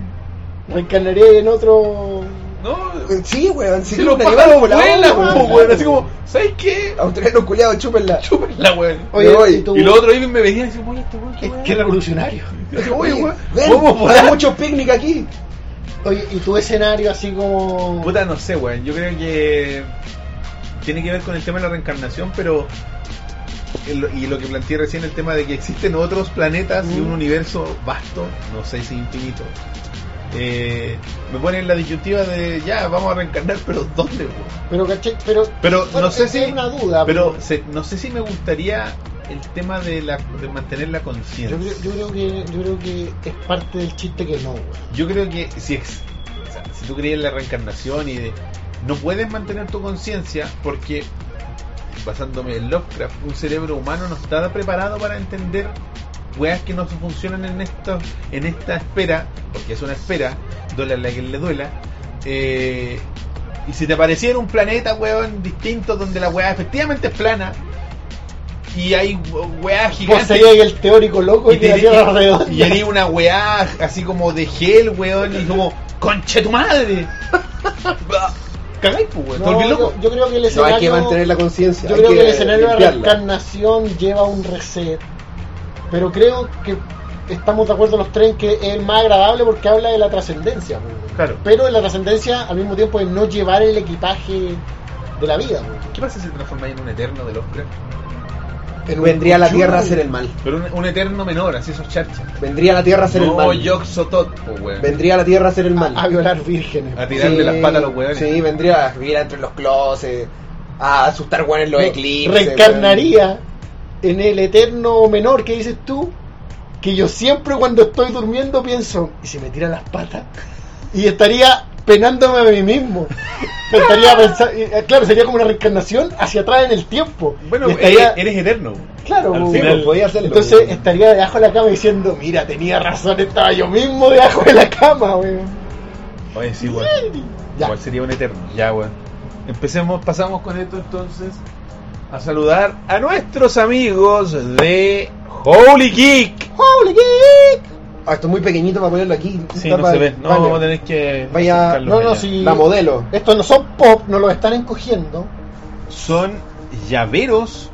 D: Reencarnaría en otro.
A: No,
B: Sí, weón, si
A: si
B: tú
A: los
B: un animal
A: pájaros
B: volador,
A: vuelan,
B: weón.
A: po, weón. Así como, ¿sabes qué? Ah,
B: Australianos culiados, chúpenla.
A: Chúpenla, weón.
B: Oye,
D: Oye,
B: voy.
D: ¿y tú?
A: Y los otros ahí me veían y decían, oye, este weón, qué
D: Es
A: weón.
D: que es revolucionario.
A: Así, Oye, weón,
B: Ven,
A: podemos
B: hay
A: volar.
B: muchos picnic aquí.
D: Oye, ¿y tu escenario así como.?
A: Puta, no sé, weón. Yo creo que tiene que ver con el tema de la reencarnación, pero. el- Y lo que planteé recién, el tema de que existen otros planetas y un
D: Mm.
A: universo vasto, no sé si infinito. Eh, me pone en la disyuntiva de ya, vamos a reencarnar, pero ¿dónde? weón?
D: Pero, caché, pero.
A: Pero
D: bueno,
A: no sé
D: es
A: si.
D: una duda.
A: pero se- no sé si me gustaría el tema de, la, de mantener la
D: Yo
A: conciencia.
D: creo, yo, creo que, yo creo que es parte del chiste que no, weón.
A: Yo creo que si, ex- o sea, si tú crees en la reencarnación y de, no puedes mantener tu conciencia porque, basándome en Lovecraft, un cerebro humano no está preparado para entender weas que no funcionan en, esto, en esta espera, porque es una espera, duela la que le duela. eh, y si te apareciera un planeta, weón, distinto, donde la wea efectivamente es plana y hay weas
D: Vos
A: gigantes
D: serías el teórico loco y,
A: y
D: que la
A: tenía-
D: tierra es redonda.
A: y tenía una weá así como de gel, weón, y como, conche tu madre. Cagáis, pues, weón, te
D: No,
A: volví
D: yo,
A: loco.
D: yo creo que el
B: No,
D: Este escenario.
B: hay que mantener la conciencia.
D: Yo
B: hay
D: creo que el escenario de la
B: limpiarla.
D: reencarnación lleva un reset. Pero creo que estamos de acuerdo los tres en que es el más agradable porque habla de la trascendencia. güey.
A: Claro.
D: Pero la trascendencia al mismo tiempo es no llevar el equipaje de la vida. güey.
A: ¿Qué pasa si te transformáis en un eterno de Lovecraft?
B: Vendría a la tierra a hacer el mal.
A: Pero un, un eterno menor, así esos charchas.
B: Vendría a la tierra a hacer el
A: No,
B: mal.
A: Yoxotot, pues, weón.
B: Vendría a la tierra a hacer el mal.
D: A violar vírgenes.
A: A tirarle
B: Sí,
A: las patas a los weones.
B: Sí, vendría a vivir entre los closets, a asustar weones en los
D: No,
B: eclipses.
D: Reencarnaría en el eterno menor que dices tú, que yo siempre cuando estoy durmiendo pienso, ¿y si me tiran las patas? Y estaría penándome a mí mismo. estaría pensa- y, eh, claro, sería como una reencarnación hacia atrás en el tiempo.
A: Bueno, eh,
D: Y estaría-
A: eres, eres eterno.
D: claro,
A: al
D: güey.
A: final-
B: weón. Podía hacerlo.
D: entonces
B: weón.
D: estaría debajo de la cama diciendo, mira, tenía razón, estaba yo mismo debajo de la cama, weón.
A: Oye, sí, weón.
D: Ya.
A: Igual sería un eterno. Ya, weón. Empecemos, pasamos con esto entonces a saludar a nuestros amigos de Holy Geek.
D: Holy geek.
B: Ah, esto es muy pequeñito para ponerlo aquí.
A: Sí,
B: Está
A: no
B: para-
A: se ve. No,
B: vale.
A: vamos a tener que.
B: Vaya-
A: acercarlo
D: no, no,
A: allá.
D: sí.
B: La modelo.
D: Estos no son pop, no los están encogiendo.
A: Son llaveros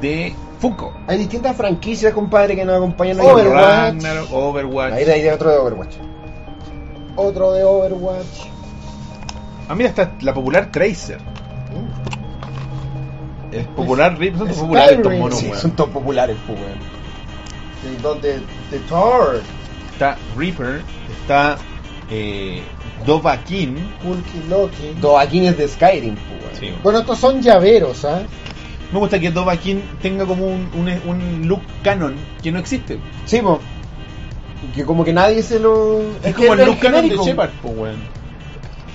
A: de Funko.
B: Hay distintas franquicias, compadre, que nos acompañan aquí.
D: Overwatch.
A: Ragnarok, Overwatch.
B: Ahí hay otro de Overwatch.
D: Otro de Overwatch.
A: Ah, mira, está la popular Tracer.
D: Mm.
A: Es popular, Rip. Son
D: es
A: populares estos
D: Skyrim.
A: monos,
B: Sí,
A: weón.
B: son todos populares, pues, weón. Y donde de Thor.
A: Está Reaper, está eh, Dovahkiin.
D: Kulki Loki.
B: Doaquines de Skyrim, pues, weón.
A: Sí.
D: Bueno, estos son llaveros, ¿ah?
A: Me gusta que Dovahkiin tenga como un, un, un look canon que no existe.
B: Sí, po. Y Que como que nadie se lo.
A: Es, como
B: que
A: el look canon de
B: genérico.
A: Shepard, pues, weón.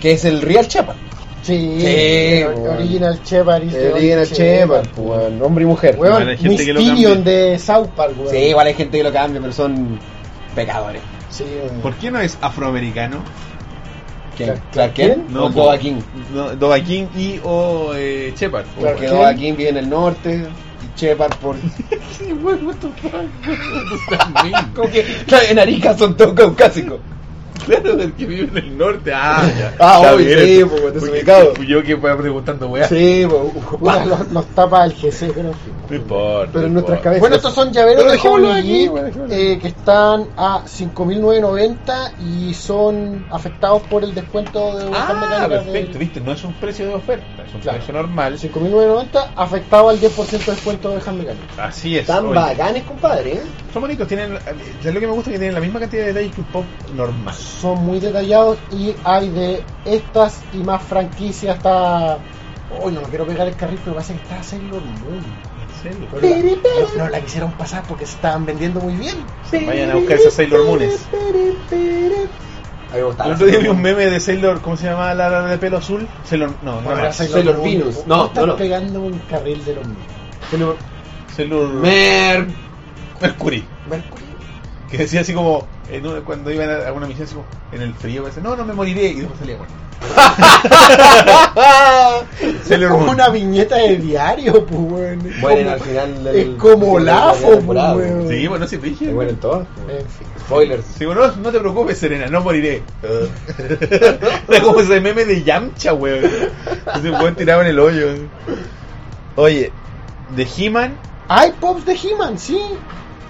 B: Que es el Real Shepard.
D: Sí.
B: Sí,
D: el
B: weón.
D: original
A: Eh,
D: Shepard. is the
B: El Real Shepard,
D: Shepard.
B: pues, weón. Hombre y mujer.
D: Weón,
A: Bueno, hay gente que lo
D: Mysterion
A: cambia.
D: de South Park, weón.
B: Sí, igual hay gente que lo cambia, pero son pecadores.
D: Sí, weón.
A: ¿Por qué no es afroamericano?
B: ¿Quién?
D: Clark-
B: ¿Clark Kent?
A: No,
B: No, pues
A: po.
B: Boba King.
A: No, Dovahkiin y o eh, Shepard. pues,
B: Porque
A: weón.
D: Kent.
B: Boba King vive en el norte. Y Shepard por. como que claro, en Arica son todos caucásicos.
A: Claro, del que vive en el norte. Ah, ya.
B: Ah,
A: Está
B: obvio,
A: bien.
B: sí, pues,
A: Porque
B: desubicado.
A: fui Yo que voy preguntando, weá.
B: Sí, po.
D: Puta, los, los tapa el GC, pero.
A: No importa.
B: Pero en
A: no
B: nuestras
A: importa.
B: cabezas.
D: Bueno, estos son llaveros
B: Pero
D: de
B: dejémoslo
D: Holy
B: aquí,
D: Geek,
B: bueno, dejémoslo.
D: eh, que están a 5.990 y son afectados por el descuento de botón
A: Ah,
D: mecánica del-
A: perfecto, viste, no es un precio de oferta, es un
D: Claro.
A: precio normal.
D: 5.990 afectado al 10% de descuento de Hand Mechanic.
A: Así es.
B: Están
A: oye.
B: bacanes, compadre. ¿eh?
A: Son bonitos, tienen. ¿Sabes lo que me gusta? Que tienen la misma cantidad de detalles que un pop normal.
D: Son muy detallados y hay de estas y más franquicias hasta... Hoy no me quiero pegar el carril, pero parece que está Sailor Moon.
A: En serio.
D: Pero la- no, no la quisieron pasar porque se estaban vendiendo muy bien.
A: Vayan a buscar esas Sailor Moones.
B: A mí me
A: El
B: gustaba.
A: otro día vi un meme de Sailor, ¿cómo se llama la, la de pelo azul? Sailor, no, no,
D: Bueno,
A: no.
D: era
B: Sailor Venus. No,
D: están
B: no, no.
D: pegando un carril de los míos.
B: Sailor-
A: Sailor
B: Mer.
A: Mercury.
D: Mercury.
A: Que decía así como, en una- cuando iban a alguna misión, así como, en el frío, decía, no, no me moriré. Y después salía, bueno. Sailor
D: como
A: Moon.
D: una viñeta de diario, pues, weón. Es
B: Mueren
D: como-
B: al final del.
D: Es como
B: de la
D: Lafo, pues,
B: primera temporada,
D: weón.
A: Sí, bueno, sí, dije.
B: Se mueren todos.
D: En fin.
B: Eh, Spoilers.
A: Sí, bueno, no, no te preocupes, Serena, no moriré. Era como ese meme de Yamcha, weón. Ese weón tiraba en el hoyo. Oye, de He-Man,
D: Hay pops de He-Man, sí.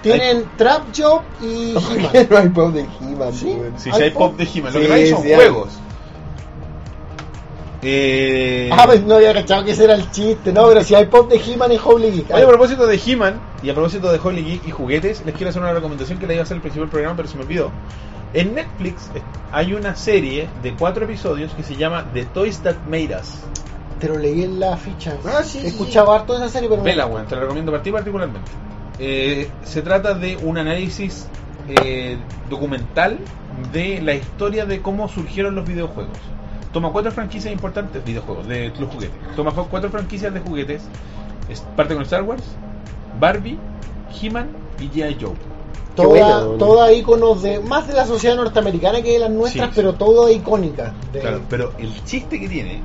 D: Tienen Trap Job y He-Man.
B: no hay pop de He-Man,
D: Sí.
B: weón.
A: si sí, sí hay pop de He-Man, lo que no
B: Sí,
A: hay son
B: sí hay.
A: juegos. Eh,
D: Ah, pues no había cachado que ese era el chiste, no, pero si hay pop de He-Man en Holy Geek.
A: Oye, a propósito de He-Man y a propósito de Holy Geek y juguetes, les quiero hacer una recomendación que le iba a hacer al principio del programa, pero se me olvidó. En Netflix eh, hay una serie de cuatro episodios que se llama The Toys That Made Us.
D: Te lo leí en la ficha.
B: Ah, sí, sí.
D: Escuchaba harto de esa serie, pero.
A: Vela, weón, te la recomiendo para ti particularmente. Eh, se trata de un análisis eh, documental de la historia de cómo surgieron los videojuegos. Toma cuatro franquicias importantes, videojuegos, de los juguetes. Toma cu- cuatro franquicias de juguetes. Es- parte con Star Wars, Barbie, He-Man y G.I. Joe.
D: Toda,
B: Qué bueno, weón.
D: toda íconos de. Más de la sociedad norteamericana que de las nuestras,
A: Sí.
D: pero toda icónica. De-
A: Claro, pero el chiste que tiene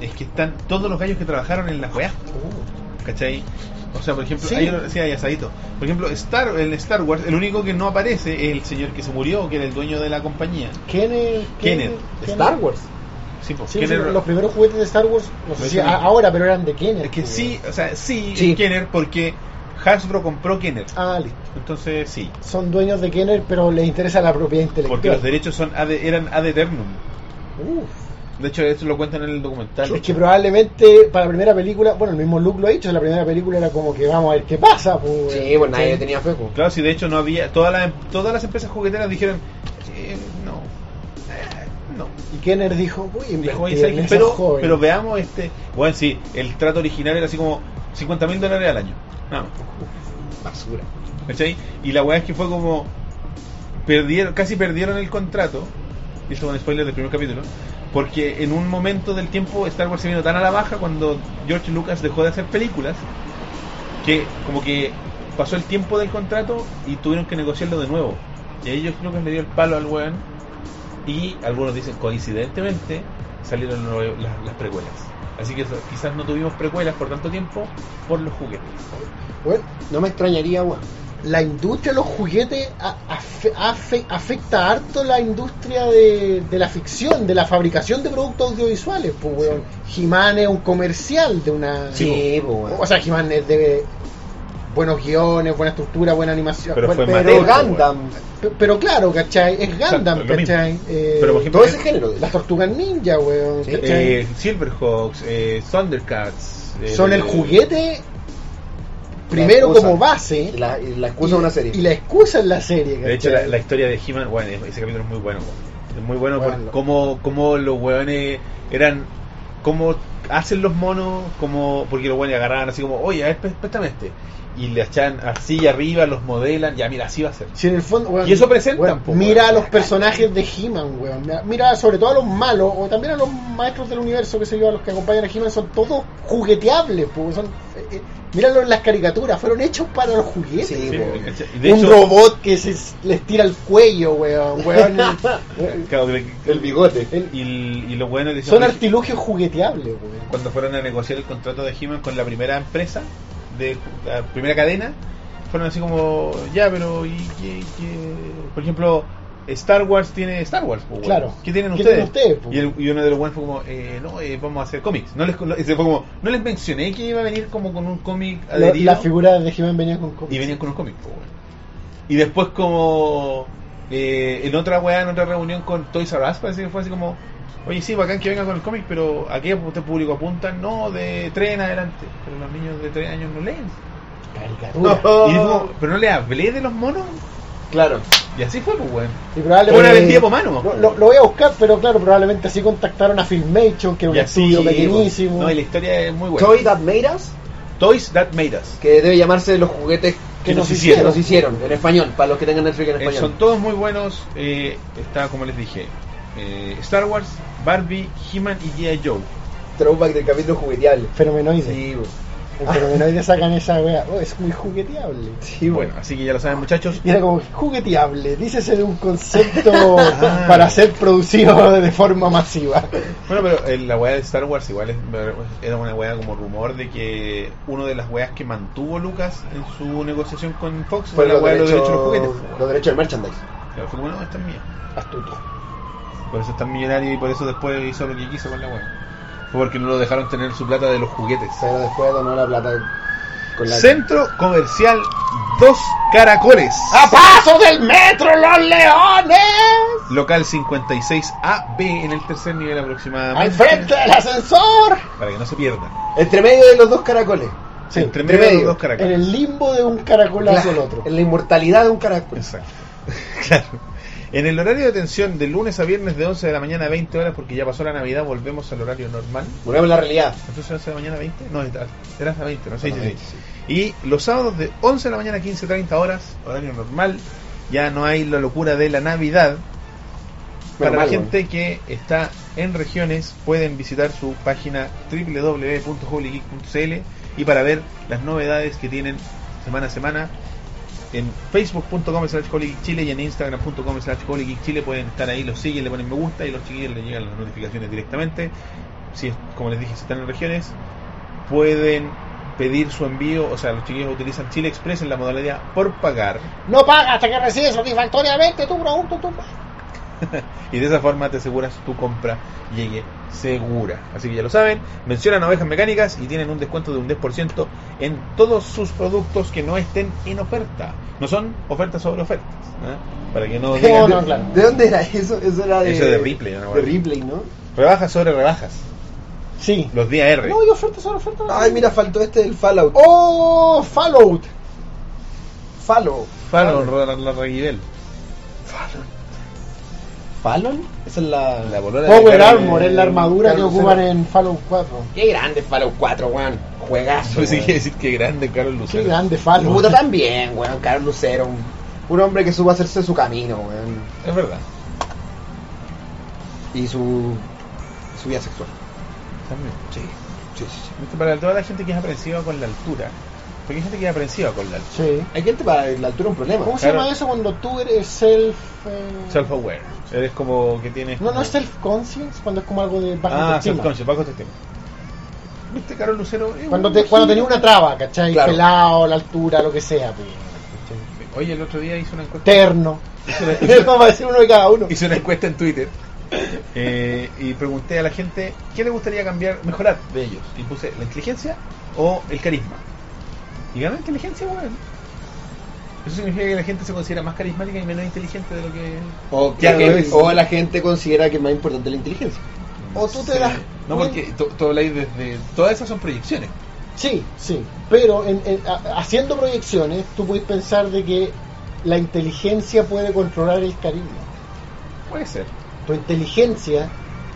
A: es que están todos los gallos que trabajaron en las weas.
D: Oh.
A: ¿Cachai? O sea, por ejemplo,
D: Sí.
A: ahí lo decía Yasadito. Por ejemplo, Star, el Star Wars, el único que no aparece es el señor que se murió, que era el dueño de la compañía.
D: Kenneth.
A: Kenneth.
B: Star Wars.
A: Sí, pues,
D: Sí,
A: Kenner-
D: sí, los primeros juguetes de Star Wars, no sé
A: Pero
D: si
A: eso
D: a-
A: no-
D: ahora, pero eran de Kenneth.
A: es que
D: pues,
A: sí, o sea, sí,
B: Sí.
A: es Kenner porque Hasbro compró Kenner.
D: weón. Ah, listo.
A: Entonces, sí.
D: Son dueños de Kenner, pero les interesa la propiedad
A: Porque los
D: intelectual.
A: derechos son ad- eran ad eternum.
D: Uf.
A: De hecho, eso lo cuentan en el documental.
D: Es que probablemente para la primera película, bueno, el mismo Luke lo ha dicho, la primera película era como que vamos a ver qué pasa. Pues,
B: Sí, pues nadie
D: ¿cachai?
B: le tenía fe, po.
A: Claro, si de hecho no había. Todas las, todas las empresas jugueteras dijeron: eh, No, eh, no.
D: Y Kenner dijo, uy,
A: Dijo,
D: invertir
A: "Oye, ¿sabes
D: en
A: qué?
D: esos
A: pero,
D: jóvenes".
A: pero veamos este. Bueno, sí, el trato original era así como 50 mil dólares al año. Nada más.
B: Basura.
A: ¿Cachai? Y la weá es que fue como. Perdieron, casi perdieron el contrato. Y esto es un spoiler del primer capítulo. Porque en un momento del tiempo Star Wars se vino tan a la baja cuando George Lucas dejó de hacer películas. Que como que pasó el tiempo del contrato y tuvieron que negociarlo de nuevo. Y ahí George Lucas le dio el palo al weón. Y algunos dicen, coincidentemente, salieron lo- las- las precuelas. Así que eso, quizás no tuvimos precuelas por tanto tiempo por los juguetes.
D: Bueno, no me extrañaría, weón. La industria de los juguetes a- afe- afe- afecta harto la industria de, de la ficción, de la fabricación de productos audiovisuales. Pues, weón. He-Man es un comercial de una. eh,
B: Sí, po, weón.
D: O sea, He-Man es de buenos guiones, buena estructura, buena animación.
A: Pero
D: buen-
A: fue
D: pero,
B: De
A: Mattel,
D: Gan-
B: Gundam.
D: pe- pero claro, ¿cachai? Es Gundam,
A: Exacto, lo mismo.
D: ¿cachai? Eh,
A: Pero, por ejemplo,
B: Todo ese género.
D: Las tortugas ninja, weón.
B: Sí.
D: ¿cachai?
A: Eh, Silverhawks, eh, Thundercats. eh,
D: Son el juguete primero
B: excusa.
D: como base.
B: Y la, y la excusa de una serie.
D: Y la excusa en la serie.
A: De hecho, la,
D: ¿cachai?
A: la historia de He-Man, bueno, ese capítulo es muy bueno. weón. Es muy bueno
D: Bueno,
A: por
D: lo-
A: cómo, cómo los hueones eran. cómo hacen los monos, como porque los hueones agarraban así como, oye, a ver, pré- préstame este. Y le echan así arriba, los modelan, ya mira, así va a ser.
D: Si en el fondo, weón,
A: Y eso presentan,
D: weón,
A: po,
D: mira
A: weón.
D: a los personajes de He-Man, weón. Mira- Mira sobre todo a los malos, o también a los maestros del universo, que sé yo, a los que acompañan a He-Man, son todos jugueteables, po, son, eh, eh, míralo en las caricaturas, fueron hechos para los juguetes.
B: Sí,
A: Sí,
B: po.
A: ¿cachai? Y de
D: Un
A: hecho,
D: robot que se s- les tira el cuello, weón. weón. Eh,
A: claro, que-
B: El bigote.
A: y, y los hueones decían,
D: son
A: "Oye,
D: artilugios jugueteables, weón.
A: cuando fueron a negociar el contrato de He-Man con la primera empresa, de la primera cadena, fueron así como, ya, pero, ¿y qué? qué?". Por ejemplo, Star Wars tiene Star Wars, pues, weón.
D: Claro.
A: ¿Qué tienen
D: ¿Qué
A: ustedes?
D: tienen ustedes, pues?
A: y, el- y uno de los weones fue como, eh, no, eh, vamos a hacer cómics. No les, no- ese fue como, no les mencioné que iba a venir como con un cómic
D: La-
A: adherido.
D: Las figuras de He-Man venían con cómics.
A: Y venían con un cómic, po, weón. Y después como eh, en otra weá, en otra reunión con Toys R Us, parece que fue así como, oye sí, bacán que venga con el cómic, pero ¿a qué usted público apuntan? No, de 3 en adelante. Pero los niños de 3 años no leen.
D: Caricatura.
A: Y yo como, pero no le hablé de los monos.
B: Claro.
A: Y así fue, pues weón.
D: Y probablemente-
A: Una vendida por mano,
D: lo, lo- lo voy a buscar, pero claro, probablemente así contactaron a Filmation, que era un
A: Y así,
D: estudio
A: pues,
D: pequeñísimo.
A: No, y la historia es muy buena.
B: Toy That Made Us,
A: Toys That Made Us.
B: que debe llamarse Los juguetes
A: Que nos
B: que
A: hicieron.
B: nos hicieron, en español, para los que tengan Netflix en
A: Eh,
B: español.
A: son todos muy buenos. eh, está, como les dije, eh, Star Wars, Barbie, He-Man y G.I. Joe.
B: Throwback del capítulo jugueteable.
D: Fenomenoide.
B: Sí, bo.
D: En Fenomenoide sacan esa wea. Oh, es muy jugueteable.
B: sí, bo.
A: Bueno, así que ya lo saben, muchachos.
D: Y era como jugueteable, dícese de un concepto
A: Ah.
D: para ser producido de forma masiva.
A: Bueno, pero eh, la weá de Star Wars igual es- era una weá como rumor de que uno de las weas que mantuvo Lucas en su negociación con Fox fue
B: Fue
A: la
B: los
A: weá de los
B: derechos,
A: derechos de los juguetes.
B: los derechos del merchandise.
A: Claro, fue como, no, esta es mía.
D: Astuto.
A: Por eso es tan millonario y por eso después hizo lo que quiso con la weá. Fue porque no lo dejaron tener su plata de los juguetes.
B: Pero después donó la plata con la...
A: Centro comercial Dos Caracoles.
D: ¡A paso del metro, los leones!
A: Local 56AB en el tercer nivel aproximadamente.
D: ¡Al frente del ascensor!
A: Para que no se pierdan.
B: Entre medio de los dos caracoles.
D: Sí,
A: Entre
B: entre
A: medio de los
B: medio.
A: dos
D: en
A: caracoles.
D: el limbo de un caracol hacia el otro.
B: En la inmortalidad de un caracol.
A: Exacto. claro. En el horario de atención de lunes a viernes de 11 de la mañana a 20 horas, porque ya pasó la Navidad, volvemos al horario normal.
B: Volvemos a la realidad.
A: Entonces, 11 de la mañana 20? No, era era hasta 20, no sé sí, sí, sí. Y los sábados de 11 de la mañana a 15, 30 horas, horario normal. Ya no hay la locura de la Navidad. Para
B: Menos
A: la
B: mal,
A: gente que está en regiones, pueden visitar su página www.holygeek.cl y para ver las novedades que tienen semana a semana en facebook.com slash chile y en instagram.com slash chile pueden estar ahí, los siguen, le ponen me gusta y los chiquillos les llegan las notificaciones directamente. Si es, como les dije, si están en regiones, pueden pedir su envío, o sea, los chiquillos utilizan Chile Express en la modalidad por pagar
D: No paga hasta que recibes satisfactoriamente tu producto, tu
A: y de esa forma te aseguras tu compra llegue segura. Así que ya lo saben, mencionan ovejas mecánicas y tienen un descuento de un 10% en todos sus productos que no estén en oferta. No son ofertas sobre ofertas, ¿eh? para que no
D: No,
A: digan
D: no, claro.
B: ¿De dónde era eso? Eso era de...
A: Eso de Ripley, ¿no?
B: De Ripley, ¿no?
A: rebajas sobre rebajas.
D: Sí.
A: Los días R.
D: No, y oferta sobre oferta.
B: Ay, mira, faltó este del Fallout.
D: ¡Oh! Fallout.
B: Fallout.
A: Fallon, Ra- Ra- Ra- Raguibel.
B: ¿Fallon? Oh. Esa es la...
A: La bolona de
D: Power
A: Carmen.
D: Armor es la armadura que
B: Carlos
D: ocupan
B: Cero.
D: en Fallout 4.
B: Qué grande Fallout 4, weón. Juegazo.
A: Eso Pues sí
B: weón.
A: quiere decir que grande Carlos
D: Qué
A: Lucero.
D: grande
B: Puta
D: Fallout.
B: también, weón. Carlos Lucero. Un, un hombre que supo hacerse su camino, weón.
A: Es verdad.
B: Y su... Su vida sexual.
A: También.
B: Sí. Sí, sí, sí.
A: Viste, Para toda la gente que es aprensiva con la altura. Porque hay gente que es aprensiva con la altura.
D: Sí.
B: Hay gente para la altura un problema.
D: ¿Cómo se
A: Claro.
D: llama eso cuando tú eres self... eh,
A: Self-aware. Eres como que tienes...
D: No, no
A: como-
D: es self-conscious, cuando es como algo de baja
A: Ah,
D: autoestima.
A: self-conscious, bajo autoestima. ¿Viste, Carlos Lucero? es
D: Cuando,
A: un
D: te, cuando
A: gigante.
D: tenías una traba, ¿cachai?
B: Claro.
D: Pelado, la altura, lo que sea. pues.
A: Oye, el otro día hice una encuesta.
D: Terno.
A: Hice una,
D: Eso va a decir uno de cada uno.
A: hice una encuesta en Twitter. eh, y pregunté a la gente qué le gustaría cambiar, mejorar de ellos. Y puse la inteligencia o el carisma. Y ganó inteligencia, weón. Eso significa que la gente se considera más carismática y menos inteligente de lo que.
B: O,
A: Ya
B: que-
A: lo ves.
B: o la gente considera que es más importante la inteligencia.
D: O tú te
A: Sí.
D: das
A: No, porque tú tú habláis desde. Todas esas son proyecciones.
D: Sí, sí. Pero en- en- a- haciendo proyecciones, tú puedes pensar de que la inteligencia puede controlar el carisma.
A: Puede ser.
D: Tu inteligencia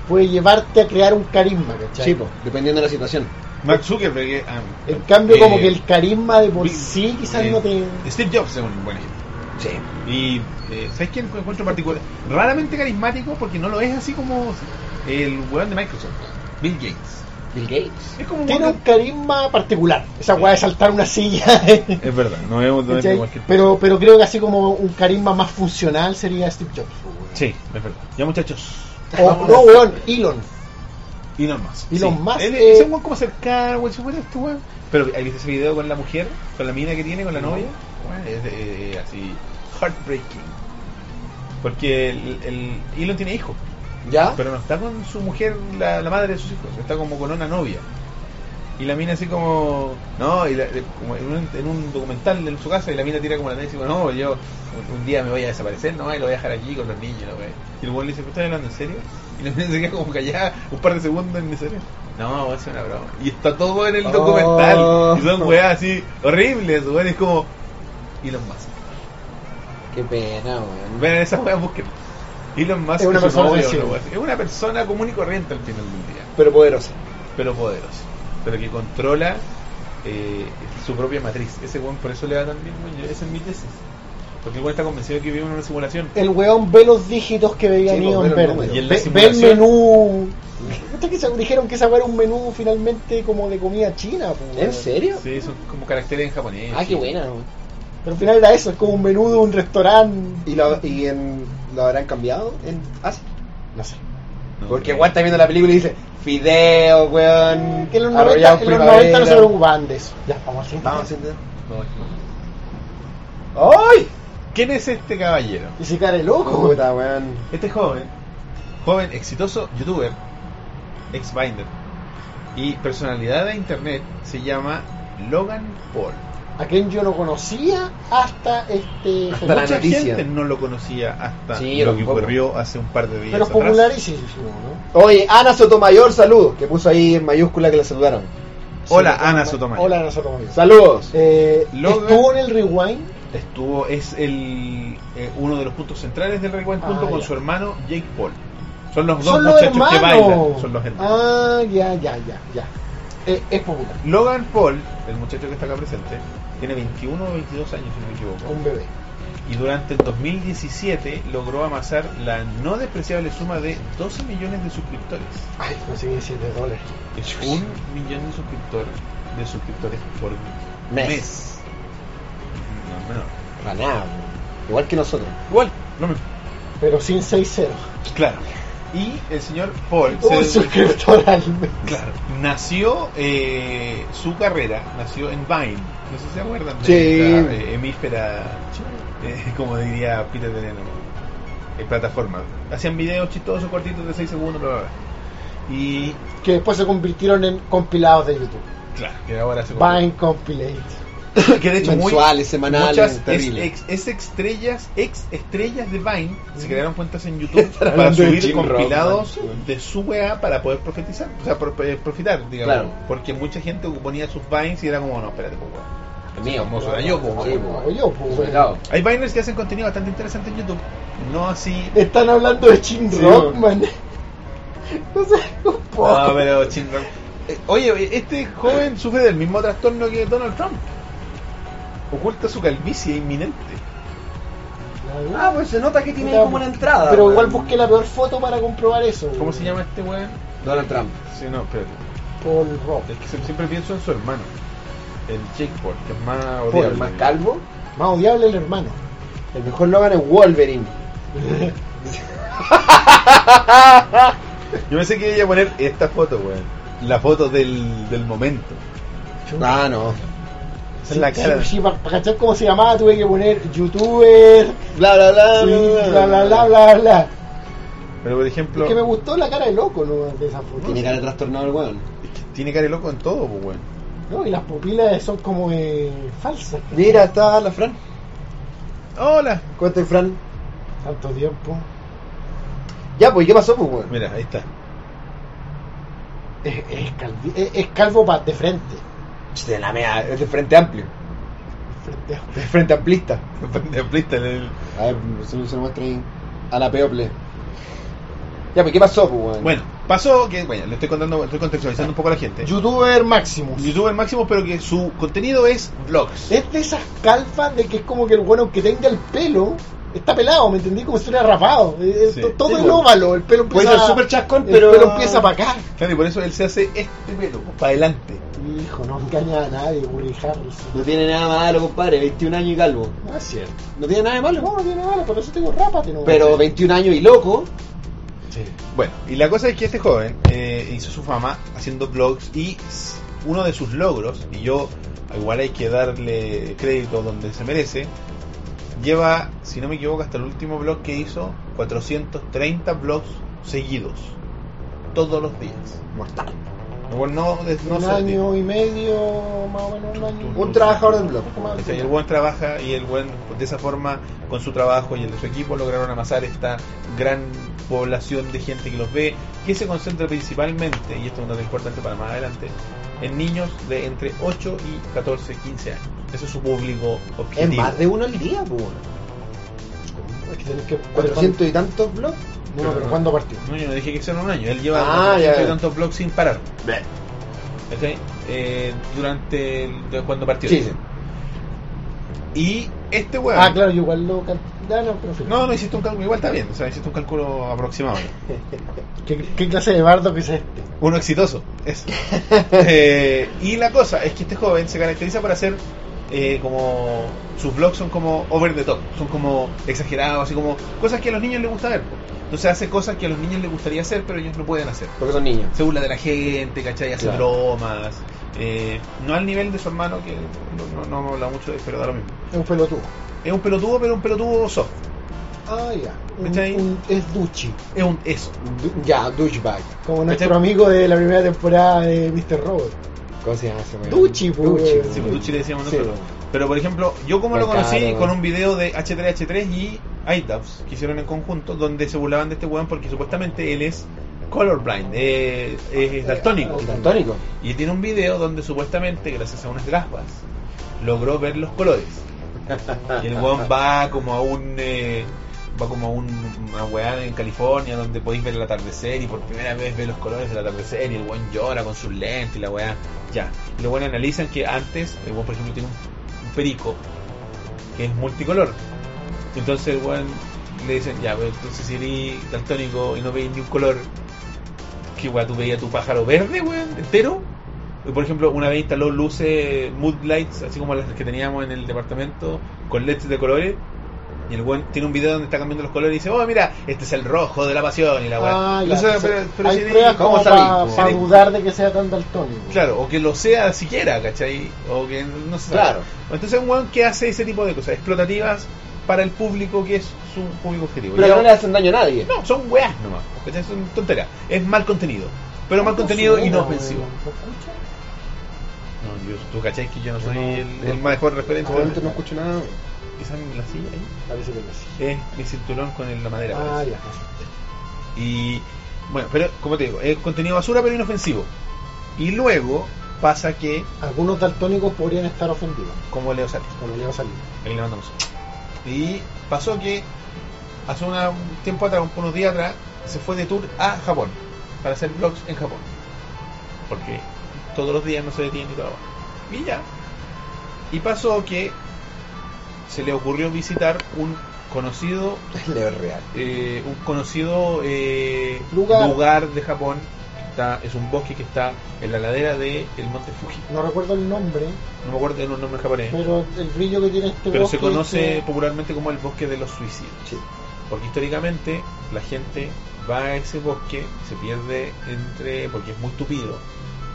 D: puede llevarte a crear un carisma, ¿cachai?
B: Sí, po, dependiendo de la situación.
A: Mark Zuckerberg. eh, ah,
D: En cambio, como
A: eh,
D: que el carisma de por
A: Big-
D: Pues sí quizás
A: eh,
D: no te...
A: Steve Jobs es un buen ejemplo.
B: Sí.
A: Y eh, ¿sabes quién encuentro particular? Raramente carismático porque no lo es así como el weón de Microsoft, Bill Gates.
B: Bill Gates.
A: Es como un
D: Tiene
A: weón
D: un carisma particular. Esa weá de saltar una silla. ¿cachai?
A: que- Es verdad, no es un no es cualquier-
D: pero, pero creo que así como un carisma más funcional sería Steve Jobs.
A: Sí, es verdad. Ya muchachos.
D: O, Oh, no, weón, Elon.
A: Elon Musk.
D: Elon
A: sí.
D: Musk,
A: Él-
D: eh,
A: Ese weón como cercano, weón, se este weón. Pero ahí viste ese video con la mujer, con la mina que tiene, con la novia. Weón, es de- eh, así, heartbreaking. Porque el, el Elon tiene hijos,
B: ¿Ya?
A: pero no está con su mujer, la, la madre de sus hijos, está como con una novia. Y la mina así como, no, y la- de- como en, un, en un documental en su casa y la mina tira como la tele y dice, no, yo un, un día me voy a desaparecer, no, y lo voy a dejar aquí con los niños, la wea". Y el weón le dice, ¿pero estás hablando en serio? Y la mina se queda como callada un par de segundos en serio. No, es una broma. Y está todo en el
B: Oh.
A: documental. Y son weas así horribles, weón, es como Elon Musk.
B: Qué pena, weón.
A: Vean esa weá, busquen. Elon Musk
D: Es una
A: su
D: persona
A: novio,
D: sensible.
A: una wea así. Es una persona común y corriente al final del día,
B: Pero poderosa.
A: pero poderosa. Pero que controla eh, su propia matriz. Ese weón por eso le da tan bien, weón. Yo- Esa es mi tesis. Porque el weón está convencido de que vive en una simulación.
D: El weón ve los dígitos que veía
B: Sí,
D: Neo
B: pues, ve los
D: en verde.
B: números.
A: Y en la
D: Ve, ve el
A: simulación-
D: menú. Hasta que se- dijeron que esa weá era un menú finalmente como de comida china. pues, weón.
B: ¿En serio?
A: Sí, son como caracteres en japonés.
B: Ah, qué buena, weón.
D: Pero al final era eso, es como un menú de un restaurante.
B: ¿Y, lo, y en, lo habrán cambiado en Asia?
D: No sé.
A: No,
B: Porque
A: no.
B: igual está viendo la película y dice, fideo, weón.
D: Que en los 90,
B: arrollado
D: en los
B: primavera".
D: 90 no se preocupaban de eso. Ya, vamos al siguiente.
B: Vamos a entender.
A: No, no.
B: ¡Ay!
A: ¿Quién es este caballero?
D: Y si cara de loco, weón.
B: Puta, weón.
A: Este joven, joven exitoso youtuber, ex Binder y personalidad de internet se llama Logan Paul.
D: a quien yo no conocía hasta este
B: Hasta la
A: Mucha
B: noticia.
A: gente no lo conocía hasta
B: Sí, yo
A: lo que
B: tampoco.
A: ocurrió hace un par de días
D: pero
A: atrás.
D: popularísimo ¿no?
B: Oye, Ana Sotomayor, saludos. Que puso ahí en mayúscula que la saludaron.
A: Hola,
D: Sí,
A: Ana Sotomayor.
D: hola Ana Sotomayor
B: Saludos.
D: Eh,
A: Logan-
D: estuvo en el rewind
A: Estuvo, es el, eh, uno de los puntos centrales del Rewind
D: Ah,
A: junto con
D: ya.
A: su hermano Jake Paul. Son los dos
D: son los
A: muchachos que
D: hermanos
A: bailan. Son los hermanos.
D: ah ya ya ya ya Eh, es popular
A: Logan Paul, el muchacho que está acá presente, tiene 21 o 22 años, si no me equivoco.
D: un bebé
A: y durante el 2017 logró amasar la no despreciable suma de 12 millones de suscriptores.
D: ay conseguí 7 dólares
A: Es un millón de suscriptores, de suscriptores por mes.
B: Mes.
A: No, es menor.
B: Para nada, weón. Igual que nosotros.
A: Igual, lo mismo.
D: pero sin 6-0
A: Claro. Y el señor Paul
D: un suscriptor al mes
A: claro, nació eh, su carrera, nació en Vine. No sé si se acuerdan de
B: Sí.
A: esta, eh, hemísfera, eh, como diría Peter Deneno, en plataforma. Hacían videos chistosos, cortitos de 6 segundos, bla, bla, bla. Y
D: que después se convirtieron en compilados de YouTube
A: Claro, que ahora se
D: Vine Compilate
A: que de hecho muy-
B: Mensuales, semanales,
A: muchas es,
B: terrible.
A: ex, es estrellas, ex estrellas de Vine se crearon cuentas en YouTube
B: Estar
A: para
B: hablando de
A: subir
B: Jim Rock,
A: compilados
B: man.
A: de su weá para poder profetizar, o sea, pro- eh, profitar, digamos,
B: Claro.
A: porque mucha gente ponía sus Vines y era como, no, espérate, pues, weá.
B: Es mío.
A: Famoso era yo, pues,
B: Sí,
A: weón.
B: po.
D: Hago yo, pues, weón.
B: Claro.
A: Hay Viners que hacen contenido bastante interesante en YouTube, no así.
D: están hablando de Chin
A: Sí,
D: Rockman no sé un poco
A: No, pero ching- Eh, Oye, este joven sufre del mismo trastorno que Donald Trump. Oculta su calvicie inminente.
B: Ah, pues se nota que tiene ahí como una entrada. pues.
D: Pero
B: weón.
D: igual busqué la peor foto para comprobar eso.
A: ¿Cómo se llama este weón?
B: Donald Trump.
A: Sí, no, espérate.
D: Paul Rock.
A: Es que se- siempre pienso en su hermano, el Jake Paul, que es más
B: Por
A: odiable.
B: el más calvo.
D: Más odiable el hermano.
B: El mejor Logan es Wolverine.
A: Yo pensé que iba a poner esta foto, weón. La foto del, del momento.
B: Ah, no.
A: Esa es la cara.
D: para, cachar cómo se llamaba tuve que poner youtuber,
B: Bla, bla, bla.
D: sí, bla bla bla bla bla.
A: Pero por
D: Es
A: ejemplo,
D: que me gustó la cara de loco ¿no? de esa foto.
B: Tiene cara de trastornado el weón.
A: es que tiene cara de loco en todo, pues, weón.
D: No, y las pupilas son como eh, falsas.
B: Mira, está la Fran.
A: ¡Hola!
B: Cuéntame, Fran.
D: Tanto tiempo.
B: Ya, pues, ¿qué pasó, pues, weón?
A: Mira, ahí está.
D: Es, es calvi- es- es calvo pa- de frente.
B: De Este, la mea, es de frente amplio.
D: Frente a-
B: De frente amplista.
A: Amplista en el-
B: A ver, se, se lo muestra ahí a la People. Ya, pues, ¿qué pasó, pues, weón?
A: Bueno, pasó que, bueno, le estoy contando, estoy contextualizando un poco a la gente.
D: Youtuber Maximus.
A: Youtuber máximo, pero que su contenido es vlogs.
D: Es de esas calvas de que es como que el bueno que tenga el pelo está pelado, ¿me entendí? Como si estuviera rapado. Eh, eh,
A: Sí.
D: to- Todo
B: Sí,
D: el
B: bueno.
D: óvalo, el pelo empieza
B: Puede ser súper chascón,
D: el
B: pero-
D: pelo empieza para acá.
A: Claro, y por eso él se hace este pelo, para adelante.
D: Hijo, no engaña a nadie, Woody Harrelson.
B: No tiene nada malo, compadre. 21 años y calvo.
D: No es cierto.
B: No tiene nada de malo.
D: No, no tiene nada, por eso tengo rápate, ¿no?
B: Pero 21 años y loco.
D: Sí.
A: Bueno, y la cosa es que este joven eh, hizo su fama haciendo blogs y s- uno de sus logros, y yo igual hay que darle crédito donde se merece, lleva, si no me equivoco, hasta el último blog que hizo, 430 blogs seguidos. Todos los días.
B: Mortal.
A: Bueno, no, no
D: un
A: se-
D: año y medio, más o menos un año.
A: tú-
B: Un trabajador del blog.
D: poco más.
A: O sea, y el buen trabaja y el buen, pues, de esa forma, con su trabajo y el de su equipo, lograron amasar esta gran población de gente que los ve, que se concentra principalmente, y esto es un dato importante para más adelante, en niños de entre 8 y 14, 15 años. Ese es su público
B: Es
A: objetivo.
B: más de uno al día, pues.
D: Es que tenés que-
B: 400 y tantos blogs.
D: No, pero ¿cuándo partió?
A: No, yo no dije que sea en un año, él lleva
B: Ah,
A: 400
B: ya.
A: y tantos blogs sin parar. ¿cachai? Eh, durante el- de cuando partió.
B: Sí, sí.
A: Y este weón.
D: Ah, claro, yo igual lo can- ah, no, pero en fin.
A: No, no hiciste un cálculo, igual está bien, o sea, hiciste un cálculo aproximado.
D: ¿Qué, qué clase de bardo que es este?
A: Uno exitoso, eso. Eh, y la cosa es que este joven se caracteriza por hacer eh, como. Sus blogs son como over the top, son como exagerados, así como cosas que a los niños les gusta ver. po. Entonces hace cosas que a los niños les gustaría hacer, pero ellos no pueden hacer.
B: Porque son niños.
A: Se burla de la gente, ¿cachai? Hace
B: Claro.
A: bromas. eh, no al nivel de su hermano, que no, no, no hemos hablado mucho de él, pero da lo mismo.
D: Es un pelotudo.
A: Es un pelotudo, pero un pelotudo soft.
D: Ah, ya. Un-
A: ¿Cachai?
D: un- es Duchi,
A: Es un eso.
B: Du- ya, douchebag.
D: como nuestro
A: ¿Cachai?
D: amigo de la primera temporada de Mr. Robot.
B: ¿Cómo se llama ese weón?
D: Duchi, pues.
B: Duchi.
A: Sí, pues, Duchi le decíamos
B: Sí.
A: nosotros. Pero por ejemplo, yo como lo
B: Pues
A: conocí
B: claro.
A: con un video de H3H3 y iTabs que hicieron en conjunto, donde se burlaban de este weón porque supuestamente él es colorblind, eh, es daltónico.
B: El daltónico.
A: Y tiene un video donde supuestamente, gracias a unas gafas, logró ver los colores. Y el weón va como a un. eh, va como a un, una weá en California donde podéis ver el atardecer y por primera vez ve los colores del atardecer y el weón llora con sus lentes y la weá. Ya. Y los weones analizan que antes, el weón por ejemplo tiene un, un perico que es multicolor. Entonces el weón le dicen, ya, pero entonces si eres daltónico y no veis ni un color, que weá, tú veías tu pájaro verde, weón, entero. Y, Por ejemplo, una vez instaló luces, mood lights, así como las que teníamos en el departamento, con LEDs de colores. Y el weón tiene un video donde está cambiando los colores y dice, oh, mira, este es el rojo de la pasión y la weá.
D: Ah, ya.
A: Entonces,
D: Entonces,
A: pero- pero
D: hay
A: si eres-
D: pruebas
A: ¿cómo
D: como
A: sabéis,
D: para
A: po? Si eres-
D: dudar de que sea tan daltónico.
A: Claro, o que lo sea siquiera, ¿cachai? O que no se sabe.
B: Claro.
A: Entonces un weón que hace ese tipo de cosas explotativas para el público que es su público objetivo.
B: Pero
A: Ya-
B: no le hacen daño a nadie.
A: no, son weas nomás, ¿cachai? Son tonteras. Es mal contenido. Pero mal contenido
D: Suena,
A: inofensivo.
D: weón. ¿Lo escuchas?
A: No, yo, tú cachai que yo no soy
B: No,
A: el,
B: no.
A: el mejor referente.
B: Probablemente no escucho nada.
A: Esa es la silla ahí.
D: Parece que no sé.
A: Es mi cinturón con el- la madera.
D: Ah,
A: parece.
D: ya.
A: Y bueno, pero como te digo, es contenido basura pero inofensivo. Y luego pasa que,
D: Algunos daltónicos podrían estar ofendidos,
A: como Leo Sartre,
D: como ya va a salir.
A: ahí le mandamos. un- Y pasó que hace una- un tiempo atrás, unos días atrás, se fue de tour a Japón para hacer vlogs en Japón. Porque todos los días no se detiene y todo. Y ya. Y pasó que se le ocurrió visitar un conocido
B: Leo es real.
A: eh, un conocido eh,
D: Lugar.
A: lugar. de Japón. que Está, es un bosque que está en la ladera del el monte Fuji.
D: No recuerdo el nombre,
A: No me acuerdo de un nombre japonés. Pero,
D: pero el brillo que tiene este bosque
A: se conoce
D: es que-
A: popularmente como el bosque de los suicidios.
B: Sí.
A: Porque históricamente la gente va a ese bosque, se pierde entre. porque es muy tupido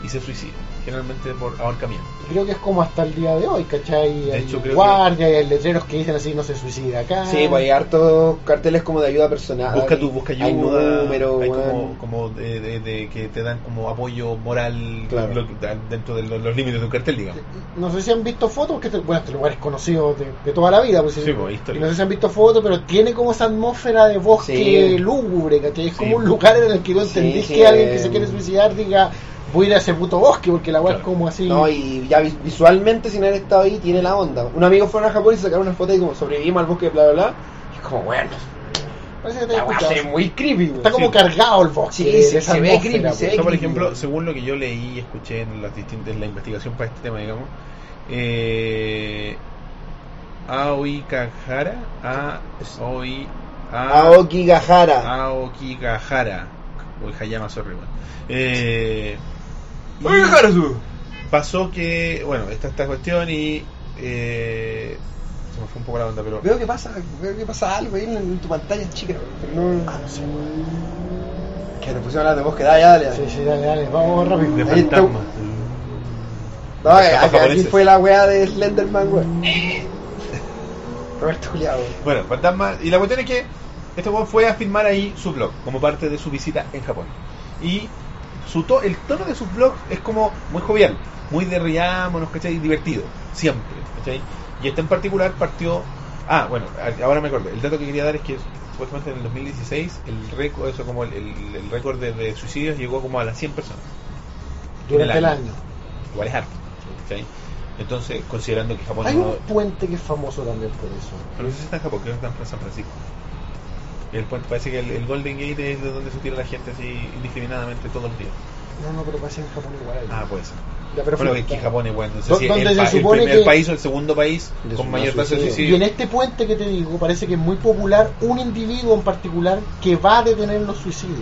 A: y se suicida. Generalmente por ahorcamiento.
D: Creo que es como hasta el día de hoy, ¿cachai?
A: De
D: hay
A: hecho, creo
D: guardia, hay letreros que dicen así, no se suicida acá.
B: Sí, pues hay hartos carteles como de ayuda personal.
A: Ah. Busca tu, busca ayuda.
B: Hay número,
A: hay
B: weón.
A: como, como de, de- de que te dan como apoyo moral
B: Claro.
A: lo- dentro de los, los límites de un cartel, digamos.
D: No sé si han visto fotos, que este, bueno, este lugar es conocido de, de toda la vida. Pues,
A: Sí,
D: eh,
A: pues, histórico.
D: no sé si han visto fotos, pero tiene como esa atmósfera de bosque
B: Sí.
D: lúgubre, ¿cachai? Es
A: Sí.
D: como un lugar en el que no
B: Sí,
D: entendí
B: sí,
D: que alguien que
B: eh,
D: se quiere suicidar diga, voy a ir a ese puto bosque, porque la weá es
A: Claro.
D: como así.
B: No, y ya vi- visualmente, sin haber estado ahí, tiene la onda. Un amigo fue a Japón y sacaron una foto y como sobrevivimos al bosque, bla, bla, bla. Y es como, bueno,
D: Parece que te
B: la
D: has
B: weá se ve
D: escuchado.
B: muy creepy,
D: Está
B: weón.
D: como
A: Sí.
D: cargado el bosque.
B: Sí,
D: de
B: se-
D: esa
B: se ve
D: atmósfera,
B: creepy,
D: pues.
B: se
A: O sea, por
B: Técnico.
A: ejemplo, según lo que yo leí y escuché en las distintas en la investigación para este tema, digamos, eh, Aoi Kagahara, Aoi A-
B: Aoki Gahara.
A: Aoki Kagahara, o Hayama, sorry, weón. Eh, y pasó que, bueno, está esta cuestión y eh, se me fue un poco la onda, pero
B: Veo que pasa, veo que pasa algo ahí en, en tu pantalla, chica. Pero no... Ah, no sé. Que nos pusimos a hablar de bosque, dale, dale. dale.
D: Sí, sí, dale, dale, vamos rápido.
A: de
B: ahí está.
A: fantasmas.
B: No,
A: Los
B: eh,
A: capos
B: acá- aquí
A: japoneses.
B: fue la weá de Slenderman, weón.
D: Roberto Juliado.
A: Bueno, fantasma. Y la cuestión es que este weón fue a firmar ahí su blog como parte de su visita en Japón. Y su to- el tono de sus blogs es como muy jovial, muy de riámonos, ¿cachai? Divertido, siempre, ¿cachai? Y este en particular partió. Ah, bueno, a- ahora me acuerdo. El dato que quería dar es que supuestamente en el 2016 el récord, eso como el, el- el récord de, de suicidios llegó como a las 100 personas.
D: Durante el
A: El
D: año.
A: año. Igual es harto, ¿cachai? Entonces, considerando que Japón
D: Hay
A: no.
D: un puente que es famoso también por eso.
A: Pero eso está en Japón, creo que está en San Francisco. El puente, parece que el, el Golden Gate es de donde se tira la gente así indiscriminadamente todos los días.
D: No, no, pero pasa en Japón igual. ahí.
A: Ah, puede ser.
D: Ya, pero
A: Bueno,
D: fue-
A: es que Japón es bueno. No sé
D: Do-
A: si es
D: donde
A: el,
D: se
A: pa- el
D: supone
A: primer
D: que-
A: país o el segundo país
B: De
A: con
B: su-
A: mayor
B: no,
A: tasa de
B: suicidio.
D: Y en
A: suicidio.
D: este puente que te digo, parece que es muy popular un individuo en particular que va a detener los suicidios.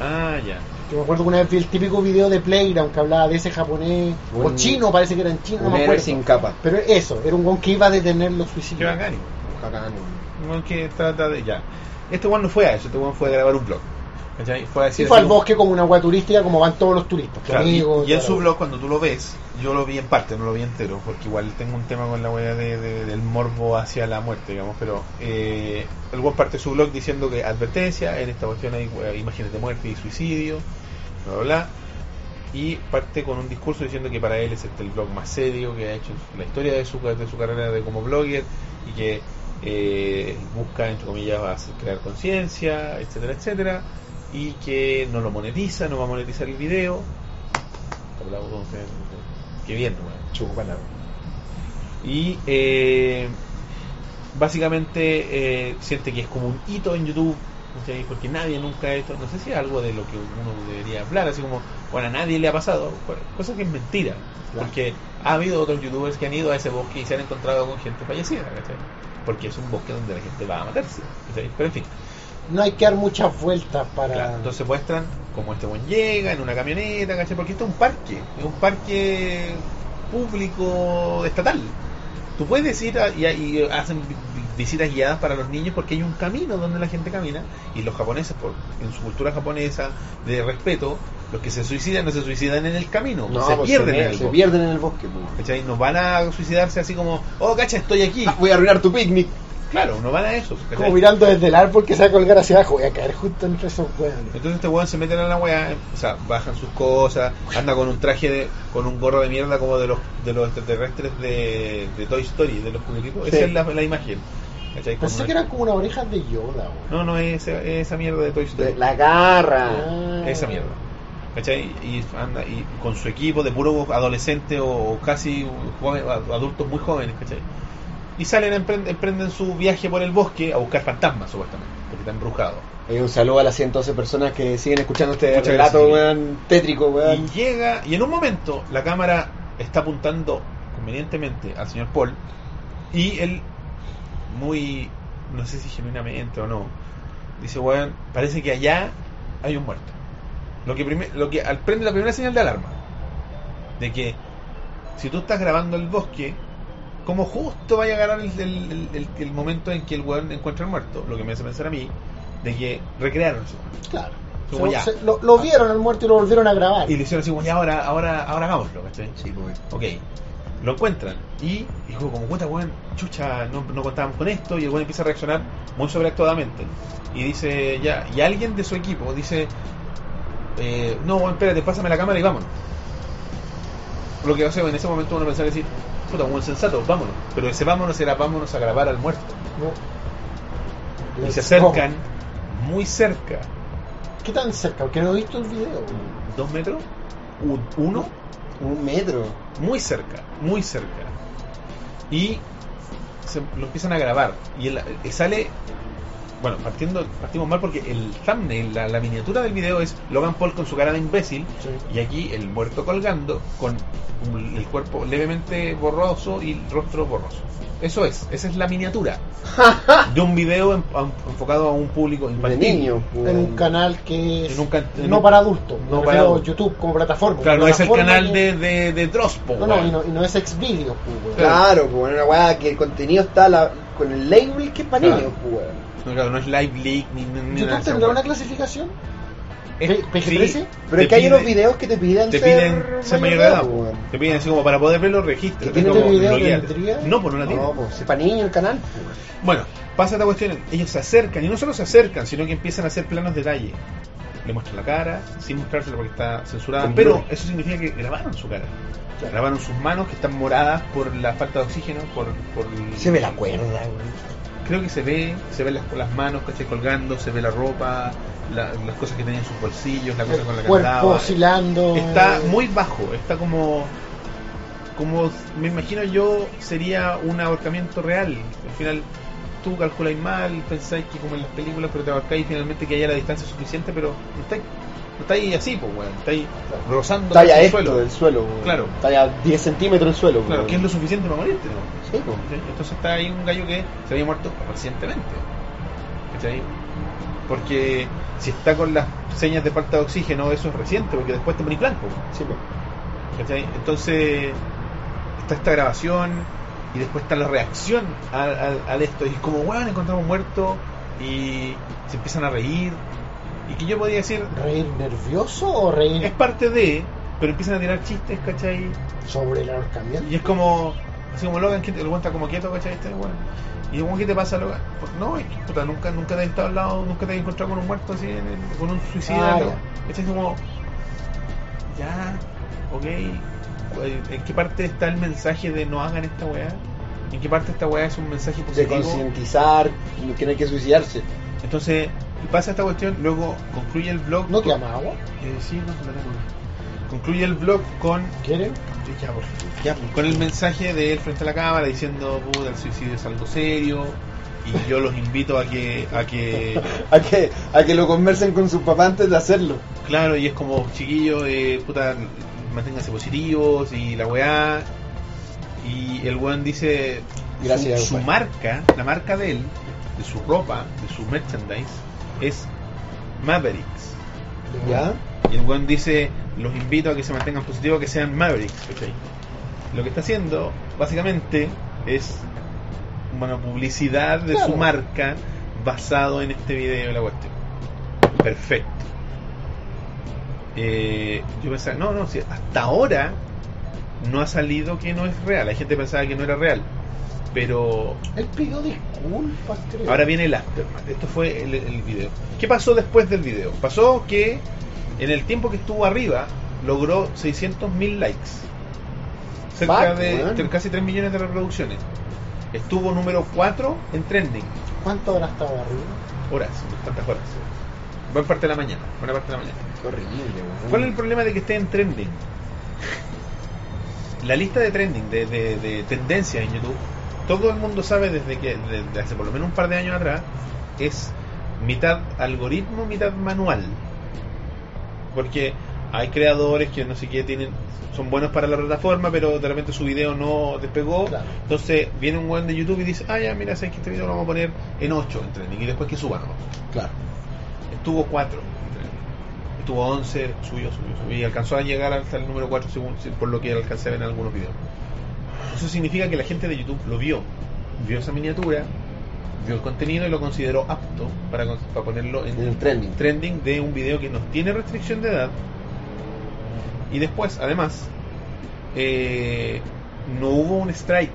A: Ah, ya.
D: Yo me acuerdo que una vez vi el típico video de Playground que hablaba de ese japonés, o
B: Un-
D: chino, parece que era en chino, no
B: Un
D: me
B: héroe
D: acuerdo.
B: sin capa.
D: Pero eso, era un guan que iba a detener los
A: Qué
D: suicidios.
A: bacán.
B: Bacán.
A: No, que trata de. Ya. Este one no fue a eso, este one fue a grabar un blog. ¿Cachai? Fue a
D: Y
A: decir.
D: fue
A: así
D: al
A: como-
D: bosque como una agua turística, como van todos los turistas, tu
A: Claro, y-
D: amigo,
A: y, en
D: toda
A: su
D: la-
A: blog, cuando tú lo ves, yo lo vi en parte, no lo vi entero, porque igual tengo un tema con la huella de- de- del morbo hacia la muerte, digamos, pero eh, el buen parte de su blog diciendo que advertencia, en esta cuestión hay eh, imágenes de muerte y suicidio, bla, bla, bla, y parte con un discurso diciendo que para él es este el blog más serio que ha hecho en la historia de su, de su carrera de como blogger y que eh, busca, entre comillas, hacer- crear conciencia, etcétera, etcétera, y que no lo monetiza, no va a monetizar el video. Aplaudo, o sea, Qué bien, weón. Y eh, básicamente eh, siente que es como un hito en YouTube, ¿cachai? porque nadie nunca ha hecho, no sé si es algo de lo que uno debería hablar, así como, bueno, a nadie le ha pasado, bueno, cosa que es mentira, porque ha habido otros youtubers que han ido a ese bosque y se han encontrado con gente fallecida, ¿cachai? porque es un bosque donde la gente va a matarse, ¿cachai? pero en fin.
D: No hay que dar muchas vueltas para...
A: Claro, entonces muestran cómo este buen llega en una camioneta, ¿cachai? Porque este es un parque, es un parque público estatal. Tú puedes ir a- y, y hacen vi- vi- visitas guiadas para los niños porque hay un camino donde la gente camina y los japoneses, por, en su cultura japonesa de respeto, los que se suicidan no se suicidan en el camino,
B: No,
A: se
B: pues,
A: pierden
B: me-
A: en el
B: se
A: bosque,
B: pierden en el bosque. pues.
A: ¿cachai? No van a suicidarse así como, oh, cacha, estoy aquí.
B: Ah, Voy a arruinar tu picnic.
A: Claro, no van a eso. ¿cachai?
D: Como mirando desde el árbol que se va a colgar hacia abajo, voy a caer justo entre esos hueones.
A: Entonces este weón se meten a la weá, o sea, bajan sus cosas, anda con un traje de, con un gorro de mierda como de los de los extraterrestres de, de Toy Story, de los juguetitos,
D: Sí.
A: esa es la, la imagen. ¿cachai? Con
D: Pensé
A: una-
D: que eran como unas orejas de Yoda, güey.
A: No, no, es esa, es esa mierda de Toy Story.
B: La garra.
D: Ah.
A: Esa mierda. ¿Cachai? Y anda, y con su equipo de puro adolescente o, o casi joven- adultos muy jóvenes, ¿cachai? Y salen, a emprend- emprenden su viaje por el bosque a buscar fantasmas, supuestamente, porque están embrujados.
B: Y Eh, un saludo a las 112 personas que siguen escuchando este
A: Muchas
B: relato,
A: gracias.
B: weón, tétrico,
A: Y
B: weón.
A: llega, y en un momento la cámara está apuntando convenientemente al señor Paul y él, muy, no sé si genuinamente o no, dice, weón, parece que allá hay un muerto. Lo que, prime- lo que al- prende la primera señal de alarma, de que si tú estás grabando el bosque, como justo vaya a ganar el, el- el- el- el momento en que el weón encuentra al muerto, lo que me hace pensar a mí, de que recrearon eso.
D: Claro.
A: Como
D: Se-
A: ya.
D: se- lo, lo vieron al muerto y lo volvieron a grabar.
A: Y le hicieron así, como, ya ahora, ahora, ahora hagámoslo, ¿cachai?
B: Sí, pues.
A: Ok, lo encuentran. Y dijo, como puta, weón, chucha, no, no contábamos con esto. Y el weón empieza a reaccionar muy sobreactuadamente. Y dice, ya, y alguien de su equipo dice, eh, no, weón, espérate, pásame la cámara y vámonos. Lo que hace en ese momento uno pensar y decir, puta, un sensato, vámonos. Pero ese vámonos era vámonos a grabar al muerto.
D: No.
A: Y se
D: Les-
A: acercan muy cerca,
D: Oh, ¿Qué tan cerca? Porque no he visto el video.
A: dos metros, un- uno,
B: Un metro.
A: muy cerca, muy cerca. Y se, lo empiezan a grabar. Y el- eh, sale. Bueno, partiendo, partimos mal porque el thumbnail, la, la miniatura del video es Logan Paul con su cara de imbécil
D: Sí.
A: y aquí el muerto colgando con un- el cuerpo levemente borroso y el rostro borroso. Eso es, esa es la miniatura de un video en- a un- enfocado a un público
B: De
A: infantil.
B: niño.
D: En un
B: weón.
D: canal que es
A: Uh. En un can- en
D: no
A: un-
D: para adultos.
A: no
D: No
A: para
D: para
A: adultos.
D: YouTube como plataforma.
A: Claro, no es el
D: Plataforma
A: canal
D: que-
A: de, de, de Drospo.
D: No, no,
A: weón.
D: y no, y no es Xvideos, pues, güey.
B: Claro, pues, weón, una weá que el contenido está la- con el label que es para
A: Claro.
B: niños, pues, weón.
A: No, claro, no es Live League ni, ni- ni nada de
D: ¿YouTube
A: esa
D: tendrá
A: weá.
D: una clasificación?
A: es-
D: ¿PG-13?
A: sí,
D: Pero
A: te
D: es que hay
A: pide-
D: unos videos que te piden,
A: Te piden
D: ser,
A: ser mayor de edad,
B: pues,
A: po.
D: weón.
A: te piden así como para poder verlo registro.
D: ¿Y tiene
A: como,
D: otro video que
A: bloqueate.
D: tendría?
A: No, pues no la tiene.
D: No, pues, para niños el canal. pues.
A: Bueno, pasa esta cuestión, ellos se acercan, y no solo se acercan, sino que empiezan a hacer planos detalle. Le muestran la cara, sin mostrársela porque está censurada,
D: Con
A: pero
D: blur.
A: eso significa que grabaron su cara.
D: Claro.
A: Grabaron sus manos que están moradas por la falta de oxígeno, por... por el-
D: Se ve la cuerda, weón.
A: Creo que se ve, se ven las, las manos que colgando, se ve la ropa, la- las cosas que tenía en sus bolsillos, la cosa con la que
D: Cuerpo
A: andaba. eh.
D: oscilando. eh,
A: Está muy bajo, está como. Como me imagino yo, sería un ahorcamiento real. Al final, tú calculáis mal, pensáis que como en las películas, pero te ahorcáis finalmente que haya la distancia suficiente, pero no estáis, no estáis así, pues, weón. Estáis rozando
D: Talla
A: casi el
D: esto
A: suelo.
D: del suelo, weón.
A: Claro.
D: Talla 10 centímetros del suelo,
A: Claro,
D: weón.
A: que es lo suficiente para morirte, ¿no?
D: Sí, pues.
A: ¿Cachai? Entonces está ahí un gallo que se había muerto recientemente. ¿Cachai? Porque si está con las señas de falta de oxígeno, eso es reciente, porque después te morís blanco.
D: Sí, pues.
A: ¿cachai? Entonces está esta grabación y después está la reacción al, al- al esto. Y es como, weón, encontramos muerto y se empiezan a reír. Y que yo podía decir,
D: ¿Reír nervioso o
A: es
D: reír
A: parte de, pero empiezan a tirar chistes, ¿cachai?
D: sobre el ahorcamiento?
A: Y es como, así como Logan, que te lo cuenta como quieto, ¿cachai? Este, weón. Y como, ¿qué te pasa, Logan? Pues no, es que, puta, nunca, nunca te has estado al lado, nunca te has encontrado con un muerto así, en el- con un suicida.
D: Ah,
A: ¿no?
D: ya.
A: ¿Cachai? Este Es como, ya, ok. eh, ¿En qué parte está el mensaje de no hagan esta weá? ¿En qué parte esta weá es un mensaje
D: De
A: positivo?
D: concientizar que no hay que suicidarse.
A: Entonces, pasa esta cuestión, luego concluye el blog.
D: ¿No te llama agua?
A: Eh, sí, no, no tengo. Concluye el blog con
D: ¿Quieren?
A: Ya, pues. por fin. Con el mensaje de él frente a la cámara diciendo, puta, el suicidio es algo serio y yo los invito a que, a que,
D: A que, a que lo conversen con sus papás antes de hacerlo.
A: claro, y es como, chiquillos, eh, puta, manténganse positivos y la weá. Y el weón dice,
D: Gracias,
A: su, su
D: compadre.
A: marca, la marca de él, de su ropa, de su merchandise, es Mavericks.
D: ¿Ya?
A: Y el weón dice, los invito a que se mantengan positivos, que sean Mavericks, ¿cachai? Lo que está haciendo, básicamente, es bueno, publicidad de
D: Claro.
A: su marca basado en este video y la cuestión. Perfecto. Eh, yo pensaba, no, no, si hasta ahora no ha salido que no es real. La gente pensaba que no era real. Pero
D: Él pidió disculpas, creo.
A: Ahora viene el aftermath. Esto fue el, el video. ¿Qué pasó después del video? Pasó que en el tiempo que estuvo arriba logró 600.000 likes. Cerca
D: Bacán.
A: de tre- casi 3 millones de reproducciones. Estuvo número 4 en trending.
D: ¿Cuánto habrá estado arriba?
A: Horas, tantas horas. Buena parte de la mañana. Buena parte de la mañana.
D: Qué horrible, weón.
A: ¿Cuál es el problema de que esté en trending? La lista de trending, de, de, de tendencias en YouTube, todo el mundo sabe desde que desde hace por lo menos un par de años atrás, es mitad algoritmo, mitad manual. Porque hay creadores que no sé qué tienen, son buenos para la plataforma, pero de repente su video no despegó.
D: Claro.
A: Entonces viene un buen de YouTube y dice, ah, ya, mira, sabes que este video lo vamos a poner en 8 en trending y después que suba, ¿no?
D: Claro.
A: Estuvo 4. Estuvo 11, subió, subió, subió. Y alcanzó a llegar hasta el número 4 según por lo que alcancé a ver en algunos videos. Eso significa que la gente de YouTube lo vio. Vio esa miniatura, vio el contenido y lo consideró apto para, con- para ponerlo en,
D: En el trending.
A: trending de un video que no tiene restricción de edad. Y después, además, eh, no hubo un strike.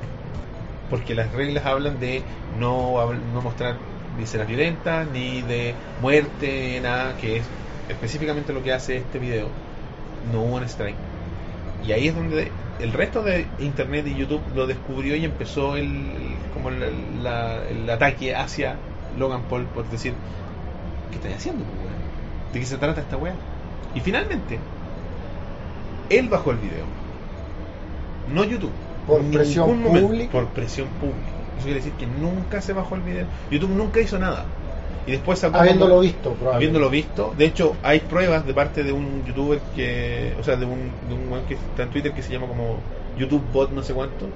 A: Porque las reglas hablan de no, habl- no mostrar ni escenas violentas, ni de muerte, nada, que es específicamente lo que hace este video. No hubo un strike. Y ahí es donde el resto de Internet y YouTube lo descubrió y empezó el, como el, la- el ataque hacia Logan Paul por decir, ¿qué estáis haciendo? pues, weón? ¿De qué se trata esta weá? Y finalmente, él bajó el video. No YouTube.
D: Por
A: En
D: presión
A: ningún momento.
D: pública.
A: Por presión pública. Eso quiere decir que nunca se bajó el video. YouTube nunca hizo nada. Y después sacó
D: Habiéndolo
A: como-
D: visto, probablemente.
A: habiéndolo visto. De hecho, hay pruebas de parte de un youtuber que, o sea, de un, de un weón que está en Twitter que se llama como YouTube Bot, no sé cuánto.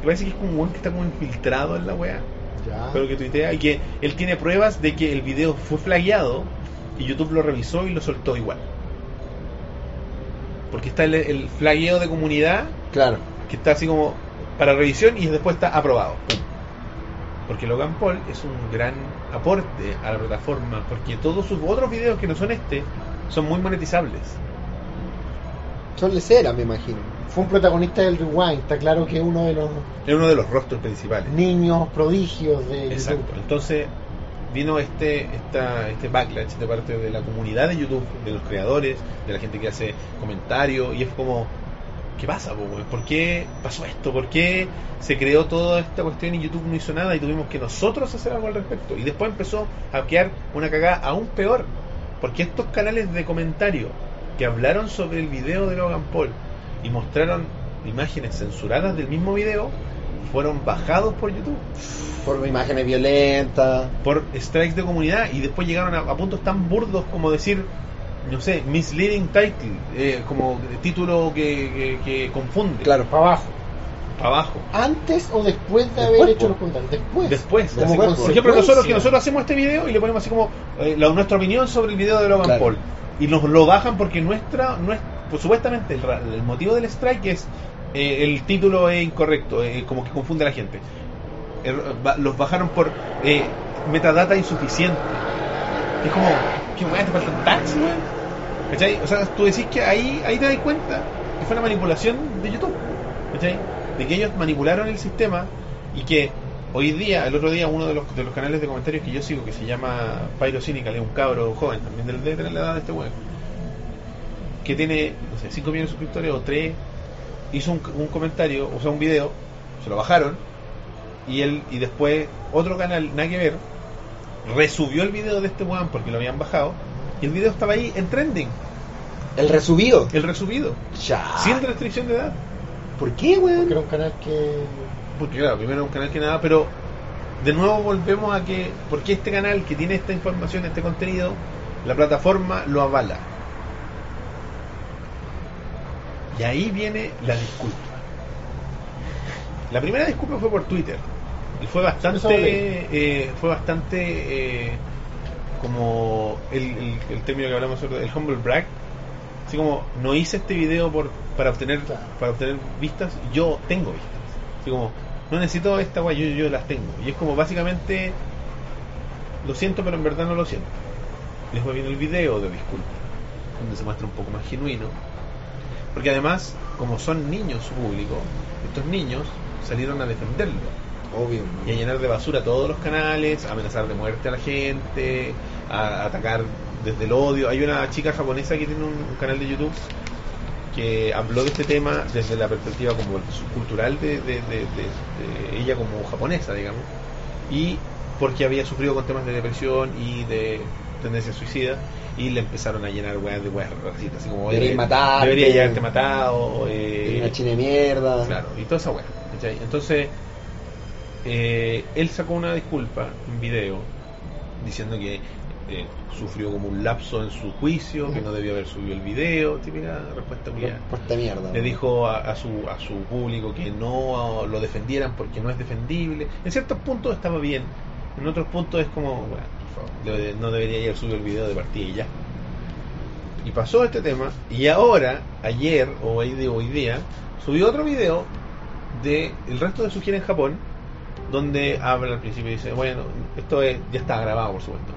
A: Que parece que es como un weón que está como infiltrado en la weá,
B: Ah.
D: Ya.
A: pero que tuitea y que él tiene pruebas de que el video fue flagueado y YouTube lo revisó y lo soltó igual. Porque está el, el flagueo de comunidad
D: Claro.
A: que está así como para revisión y después está aprobado. Porque Logan Paul es un gran aporte a la plataforma, porque todos sus otros videos que no son este son muy monetizables.
B: Son leceras, me imagino.
D: Fue un protagonista del Rewind, está claro que es uno de los
A: Es uno de los rostros principales.
D: niños prodigios de YouTube.
A: Exacto. Entonces vino este esta, este backlash de parte de la comunidad de YouTube, de los creadores, de la gente que hace comentarios y es como ¿qué pasa? po, weón? ¿Por qué pasó esto? ¿Por qué se creó toda esta cuestión y YouTube no hizo nada y tuvimos que nosotros hacer algo al respecto? Y después empezó a crear una cagada aún peor, porque estos canales de comentario que hablaron sobre el video de Logan Paul y mostraron imágenes censuradas del mismo video fueron bajados por YouTube
B: Por imágenes violentas.
A: por strikes de comunidad y después llegaron a, a puntos tan burdos como decir, no sé, misleading title, eh, como título que, que- que confunde.
B: Claro.
D: Para abajo.
A: Para abajo.
D: Antes o después de haber
B: Después,
D: hecho
B: po.
D: los comentarios. Después.
A: Después,
D: Como
A: así como, por ejemplo,
D: consecuencia.
A: nosotros que nosotros hacemos este video y le ponemos así como eh, la- nuestra opinión sobre el video de Logan
B: Claro.
A: Paul y nos lo bajan porque nuestra, nues- pues, supuestamente el, ra- el motivo del strike es eh, el título es incorrecto, eh, como que confunde a la gente. Er- ba- los bajaron por eh, metadata insuficiente. Es como, ¿qué weá te faltan tags, weón? ¿Cachai? O sea, tú decís que ahí, ahí te das cuenta que fue una manipulación de YouTube. ¿Cachai? De que ellos manipularon el sistema y que hoy día, el otro día, uno de los, de los canales de comentarios que yo sigo, que se llama Pyro Cynical, es un cabro joven, también del- debe tener la edad de este weón, que tiene, no sé, 5 millones de suscriptores o 3, hizo un, un comentario, o sea, un video, se lo bajaron, y él, y después otro canal, nada que ver, resubió el video de este weón porque lo habían bajado, y el video estaba ahí en trending,
B: El resubido.
A: el resubido,
B: Ya.
A: sin restricción de edad.
B: ¿Por qué,
D: Porque era
B: weón?
D: un canal que.
A: Porque claro, primero un canal que nada, pero de nuevo volvemos a que, porque este canal que tiene esta información, este contenido, la plataforma lo avala. Y ahí viene la disculpa. La primera disculpa fue por Twitter. Y fue
D: Eso
A: bastante,
D: lo leí.
A: eh, fue bastante eh, como el, el- el término que hablamos sobre el humble brag. Así como no hice este video por, para obtener
D: Claro.
A: para obtener vistas, yo tengo vistas. Así como, no necesito esta guay, yo, yo las tengo. Y es como básicamente, lo siento, pero en verdad no lo siento. Y Después viene el video de Disculpa, donde se muestra un poco más genuino. Porque además, como son niños su público, estos niños salieron a defenderlo
B: Obvio.
A: y a llenar de basura todos los canales, a amenazar de muerte a la gente, a atacar desde el odio. Hay una chica japonesa que tiene un, un canal de YouTube que habló de este tema desde la perspectiva como subcultural de, de- de- de- de ella como japonesa, digamos, y porque había sufrido con temas de depresión y de tendencia suicida y le empezaron a llenar weas de weas racistas, así como oye,
B: Deberías matarte.
A: debería llevarte matado, eh,
B: Una china de mierda.
A: Claro, y toda esa weá. ¿cachai? Entonces, eh, él sacó una disculpa, un video, diciendo que eh, sufrió como un lapso en su juicio, que no debió haber subido el video, típica respuesta culiada.
B: Por esta mierda.
A: Le dijo a, a su, a su público que no lo defendieran porque no es defendible. En ciertos puntos estaba bien, en otros puntos es como, bueno, por favor, debe- no debería haber subido el video de partida y ya. Y pasó este tema, y ahora, ayer o hoy, de- hoy día, subió otro video de el resto de su gira en Japón, donde habla al principio y dice, bueno, esto es- ya está grabado, por supuesto.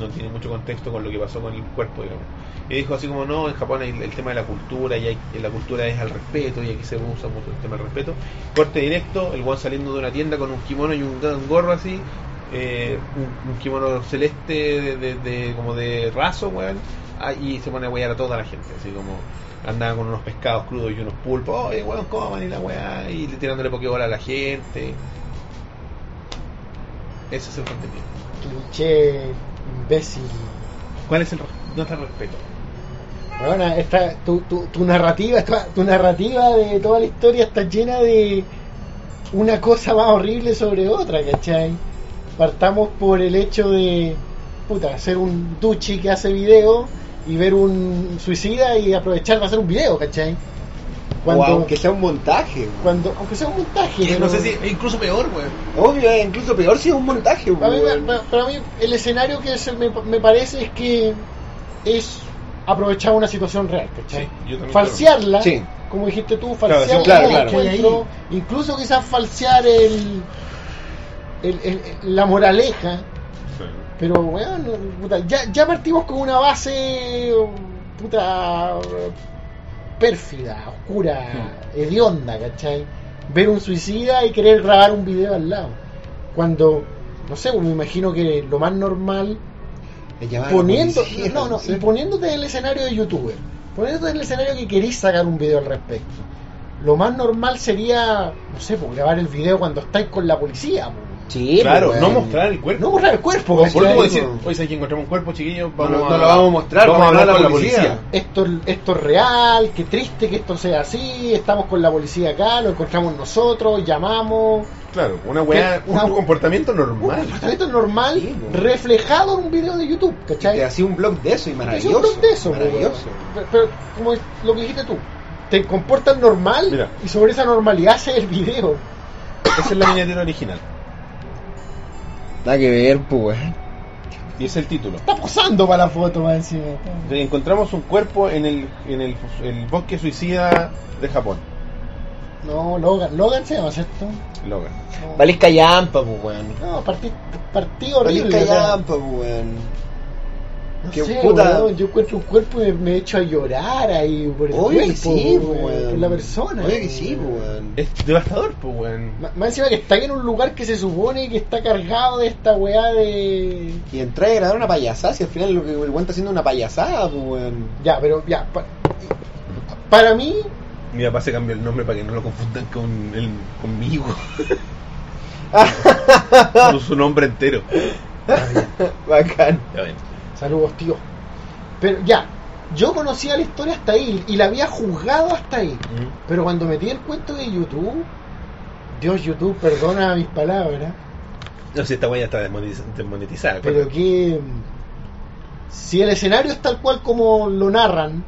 A: No tiene mucho contexto con lo que pasó con el cuerpo, digamos. Y dijo así como, no, en Japón hay el tema de la cultura, y hay- y la cultura es al respeto, y aquí se usa mucho el tema del respeto. Corte directo, el guan saliendo de una tienda con un kimono y un, ga- un gorro así, eh, un, un kimono celeste de, de- de- como de raso, weón, ah, y se pone a huear a toda la gente, así como andaba con unos pescados crudos y unos pulpos, oye, weón, coman y la weá, y le- tirándole pokebola a la gente. Ese es el contenido.
D: Cliché, imbécil.
A: ¿Cuál es el re- no está el respeto?
D: Bueno, esta, tu, tu, tu narrativa, esta- tu narrativa de toda la historia está llena de una cosa más horrible sobre otra, ¿cachai? Partamos por el hecho de, puta, ser un duchi que hace video y ver un suicida y aprovechar para hacer un video, ¿cachai? Cuando,
B: O aunque sea un montaje. weón.
D: cuando, aunque sea un montaje.
A: no
D: pero-
A: sé si, incluso peor, weón.
B: Obvio, es incluso peor si es un montaje,
D: Para mí,
B: weón.
D: para- para mí el escenario que se me, me parece es que es aprovechar una situación real, ¿cachai?
A: Sí, yo también
D: falsearla,
B: creo. Sí.
D: como dijiste tú, falsear
B: sí, claro,
D: un
B: claro.
D: encuentro, incluso quizás falsear el, el- el- el- la moraleja, pero bueno, ya, ya partimos con una base puta pérfida, oscura, hedionda, ¿cachai? Ver un suicida y querer grabar un video al lado. Cuando, no sé, pues, me imagino que lo más normal
B: Me llamaba Ah, la
D: poniendo,
B: policía,
D: no, no,
B: sé.
D: y poniéndote en el escenario de youtuber, poniéndote en el escenario que querís sacar un video al respecto. Lo más normal sería, no sé, pues grabar el video cuando estáis con la policía, pues.
B: Sí,
A: Claro,
B: pues,
A: no
B: weón.
A: mostrar el cuerpo.
D: no pues, borrar el cuerpo.
A: Por
D: ¿cachai?
A: último decir, oye, si aquí encontramos un cuerpo, chiquillo, vamos
B: no
A: a-
B: lo vamos a mostrar,
A: vamos a
B: porque
A: hablar
B: no
A: con
B: la
A: la
B: policía.
A: policía.
D: esto, esto es real, qué triste que esto sea así, estamos con la policía acá, lo encontramos nosotros, llamamos.
A: Claro, una weá,
D: ¿Qué?
A: un
D: Una-
A: comportamiento
D: Un
A: normal.
D: comportamiento normal
B: Sí, po.
D: reflejado en un video de YouTube, ¿cachai?
B: Te hacía un blog de eso y
D: Es un
B: maravilloso.
D: blog de eso, po,
B: maravilloso.
D: weón. Pero, pero como es lo que dijiste tú, te comportas normal
A: Mira.
D: y sobre esa normalidad haces el video.
A: Esa es la miniatura original.
B: Nada que ver, pues, weón.
A: Y es el título.
D: Está posando para la foto, más encima.
A: Encontramos un cuerpo en el, en el, el bosque suicida de Japón.
D: No, Logan, Logan se llama, ¿cierto?
A: Logan.
D: No,
B: Vale callampa, pues, weón.
D: no partí, partí
B: Vale
D: horrible. o sea,
B: callampa, pues, weón.
D: no
B: qué
D: sé,
B: puta.
D: weón, yo encuentro un cuerpo y me- me echo a llorar ahí por el
B: Obvio que
D: cuerpo,
B: sí, pues,
D: weón,
B: weón.
D: por la persona.
B: Obvio que sí, pues, weón.
A: Es devastador, pues, weón.
D: Ma- Más encima que está en un lugar que se supone que está cargado de esta weá de...
B: Y entrar a grabar una payasada, si al final lo que el weón está haciendo es una payasada, pues, weón.
D: Ya, pero ya. pa- para mí,
A: Mi papá se cambió el nombre para que no lo confundan con el, conmigo. Con su nombre entero.
B: Bacán.
A: Ya ven.
D: Saludos, tío. Pero ya, yo conocía la historia hasta ahí y la había juzgado hasta ahí.
A: Mm.
D: Pero cuando metí el cuento de YouTube, Dios, YouTube, perdona mis palabras,
A: No sé, esta weá ya está desmonetiz- desmonetizada.
D: pero
A: acuérdate.
D: que. Si el escenario es tal cual como lo narran,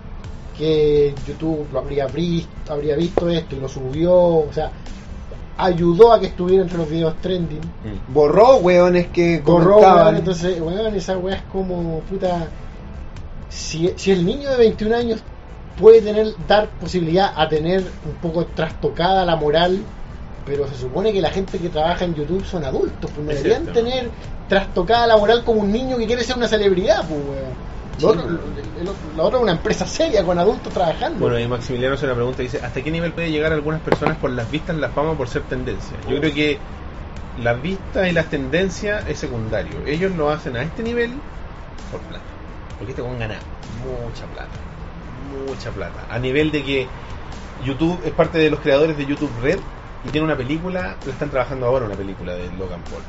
D: que YouTube lo habría visto, habría visto esto y lo subió, o sea, ayudó a que estuviera entre los videos trending.
A: Mm.
B: Borró, weones que
D: Corró,
B: comentaban.
D: weón, entonces, weón, esa weá es como, puta, si, si el niño de 21 años puede tener, dar posibilidad a tener un poco trastocada la moral, pero se supone que la gente que trabaja en YouTube son adultos, pues no
A: Es
D: deberían
A: cierto.
D: tener trastocada la moral como un niño que quiere ser una celebridad, pues weón. Lo
B: Sí,
D: otro,
A: pues,
D: lo- el otro- la otra es una empresa seria con adultos trabajando.
A: Bueno, y Maximiliano hace una pregunta y dice, ¿hasta qué nivel puede llegar algunas personas por las vistas, la fama, por ser tendencia? Yo creo que las vistas y las tendencias es secundario. Ellos lo hacen a este nivel por plata. Porque este con ganar mucha plata. Mucha plata. A nivel de que YouTube es parte de los creadores de YouTube Red y tiene una película, la están trabajando ahora una película de Logan Paul.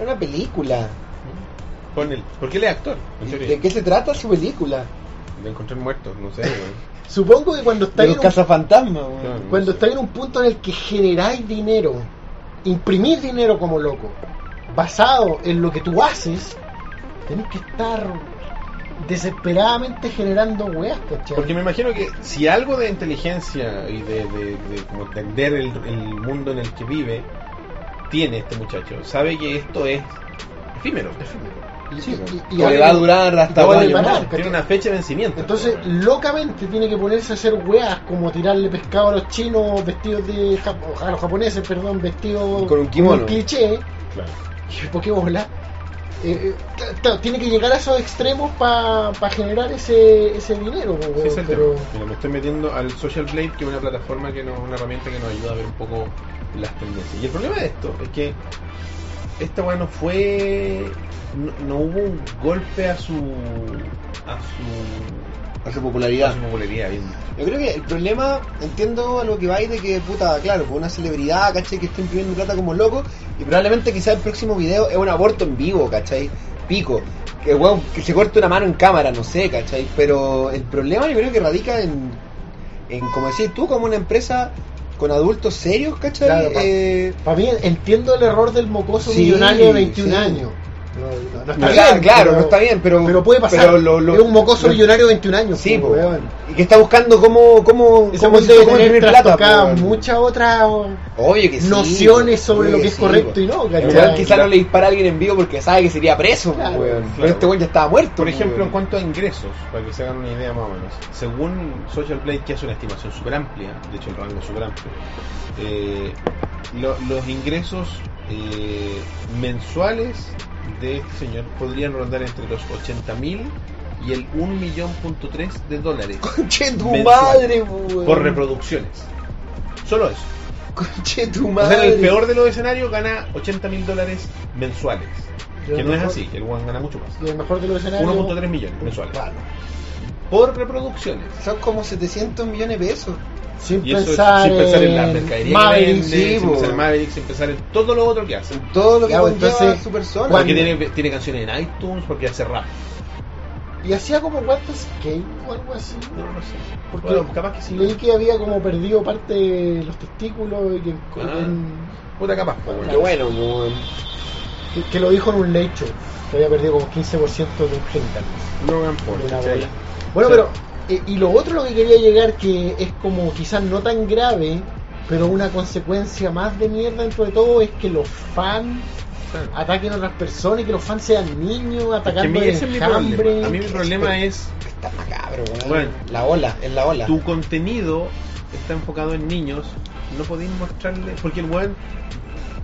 B: Era una película.
A: Con él. Porque él es actor. en
B: ¿De,
A: teoría.
B: de qué se trata su película?
A: De encontrar muertos, no sé. güey.
D: Supongo que cuando está
B: De
D: en
B: los
D: un-
B: cazafantasmas, weón.
A: Claro.
D: Cuando estáis en un punto en el que generáis dinero, imprimís dinero como loco, basado en lo que tú haces, tenés que estar desesperadamente generando weas, ¿cachai?
A: Porque me imagino que si algo de inteligencia y de, de- de como entender el, el mundo en el que vive tiene este muchacho, sabe que esto es efímero. efímero.
D: Y-
A: Sí,
D: y- y- y
B: Que
D: algo-
B: va a durar hasta
D: y
B: dos
D: vale
B: años
D: parar,
B: más.
D: ¿cachai?
A: Tiene una fecha de vencimiento.
D: Entonces, locamente tiene que ponerse a hacer weas como tirarle pescado a los chinos vestidos de. jap- a los japoneses, perdón, vestidos.
B: Con un kimono.
D: cliché.
A: Claro.
D: Y ¿Por qué bola? Eh, eh, claro, claro, tiene que llegar a esos extremos para generar ese, ese dinero, po,
A: Sí,
D: weón,
A: es el
D: pero
A: tema. Mira, me estoy metiendo al Social Blade, que es una plataforma que nos, una herramienta que nos ayuda a ver un poco las tendencias. Y el problema de esto es que esta weá no fue. No, no hubo un golpe a su. a su.
B: A su
A: a
B: popularidad.
A: su popularidad. bien.
B: Yo creo que el problema, entiendo a lo que va de que, puta, claro, pues una celebridad, ¿cachai? Que está imprimiendo plata como loco y probablemente quizás el próximo video es un aborto en vivo, ¿cachai? Pico. Que, weón, que se corte una mano en cámara, no sé, ¿cachai? Pero el problema yo creo que radica en, en como decís tú, como una empresa con adultos serios, ¿cachai?
D: Claro, pa-
B: Eh,
D: para mí entiendo el error del mocoso
B: Sí,
D: millonario de 21
B: sí.
D: años. No, no- no
B: No, claro, claro, no está bien, pero-
D: pero puede pasar.
B: pero lo- lo-
D: es un mocoso
B: lo-
D: millonario de 21 años.
B: sí,
D: po,
B: po.
D: weón.
B: Y que está buscando cómo, cómo,
D: Ese
B: cómo,
D: weón debe
B: cómo
D: tener
B: imprimir plata,
D: trastocada
B: po, weón.
D: muchas otras
B: Obvio que sí,
D: nociones sobre
B: obvio
D: lo que es
B: sí,
D: correcto
B: po.
D: y no,
B: El
D: ¿cachai?
B: weón quizá no le dispara a alguien en vivo porque sabe que sería preso,
D: Claro,
B: weón. Pero
A: claro.
B: este weón ya estaba muerto.
A: Por ejemplo,
B: weón.
A: en cuanto a ingresos, para que se hagan una idea más o menos, según Social Blade, que hace una estimación súper amplia, de hecho el rango es súper amplio, eh, lo- los ingresos eh, mensuales de este señor podrían rondar entre los 80 mil y el 1 millón punto 3 de dólares
B: Conche tu
A: Mensual.
B: madre, weón.
A: por reproducciones. Solo eso.
B: Conche tu
A: O
B: madre.
A: sea, en el peor de los escenarios gana 80 mil dólares mensuales. Que no es así, el one gana mucho más.
D: Y el mejor de los escenarios.
A: 1.3 millones mensuales.
D: Claro.
A: Por reproducciones.
B: Son como 700 millones de pesos.
D: Sin,
A: Y eso
D: pensar
A: sin pensar en la
D: en
A: mercadería
D: Maverick,
A: que vende,
D: sí, pues.
A: sin pensar
D: po.
A: en Maverick, sin pensar en todo lo otro que hace.
B: Todo lo que
D: Ya, pues,
B: conlleva
D: entonces,
B: su persona.
D: ¿cuál?
A: Porque tiene, tiene canciones en iTunes, porque hace rap.
D: Y hacía como cuántos cake o algo así.
A: No, no sé.
D: Porque
A: Bueno, capaz que sí.
D: leí que había como perdido parte de los testículos y que,
A: Ah.
D: en-
A: Puta capaz.
D: Bueno,
B: Qué bueno, weón.
D: que- que lo dijo en un lecho. Que había perdido como 15% de un genital.
A: Logan Paul.
D: de una
A: ¿cachai?
D: bola. Bueno,
A: O sea,
D: pero eh, y lo otro lo que quería llegar que es como quizás no tan grave, pero una consecuencia más de mierda dentro de todo es que los fans
A: Claro.
D: ataquen a otras personas y que los fans sean niños
A: Que a
D: atacando
A: mí
D: el
A: ese es mi problema. A mí
D: enjambre.
A: mi problema es
B: Está macabro, weón.
A: Bueno.
B: La ola, es la ola.
A: tu contenido está enfocado en niños, no podéis mostrarle, porque el weón,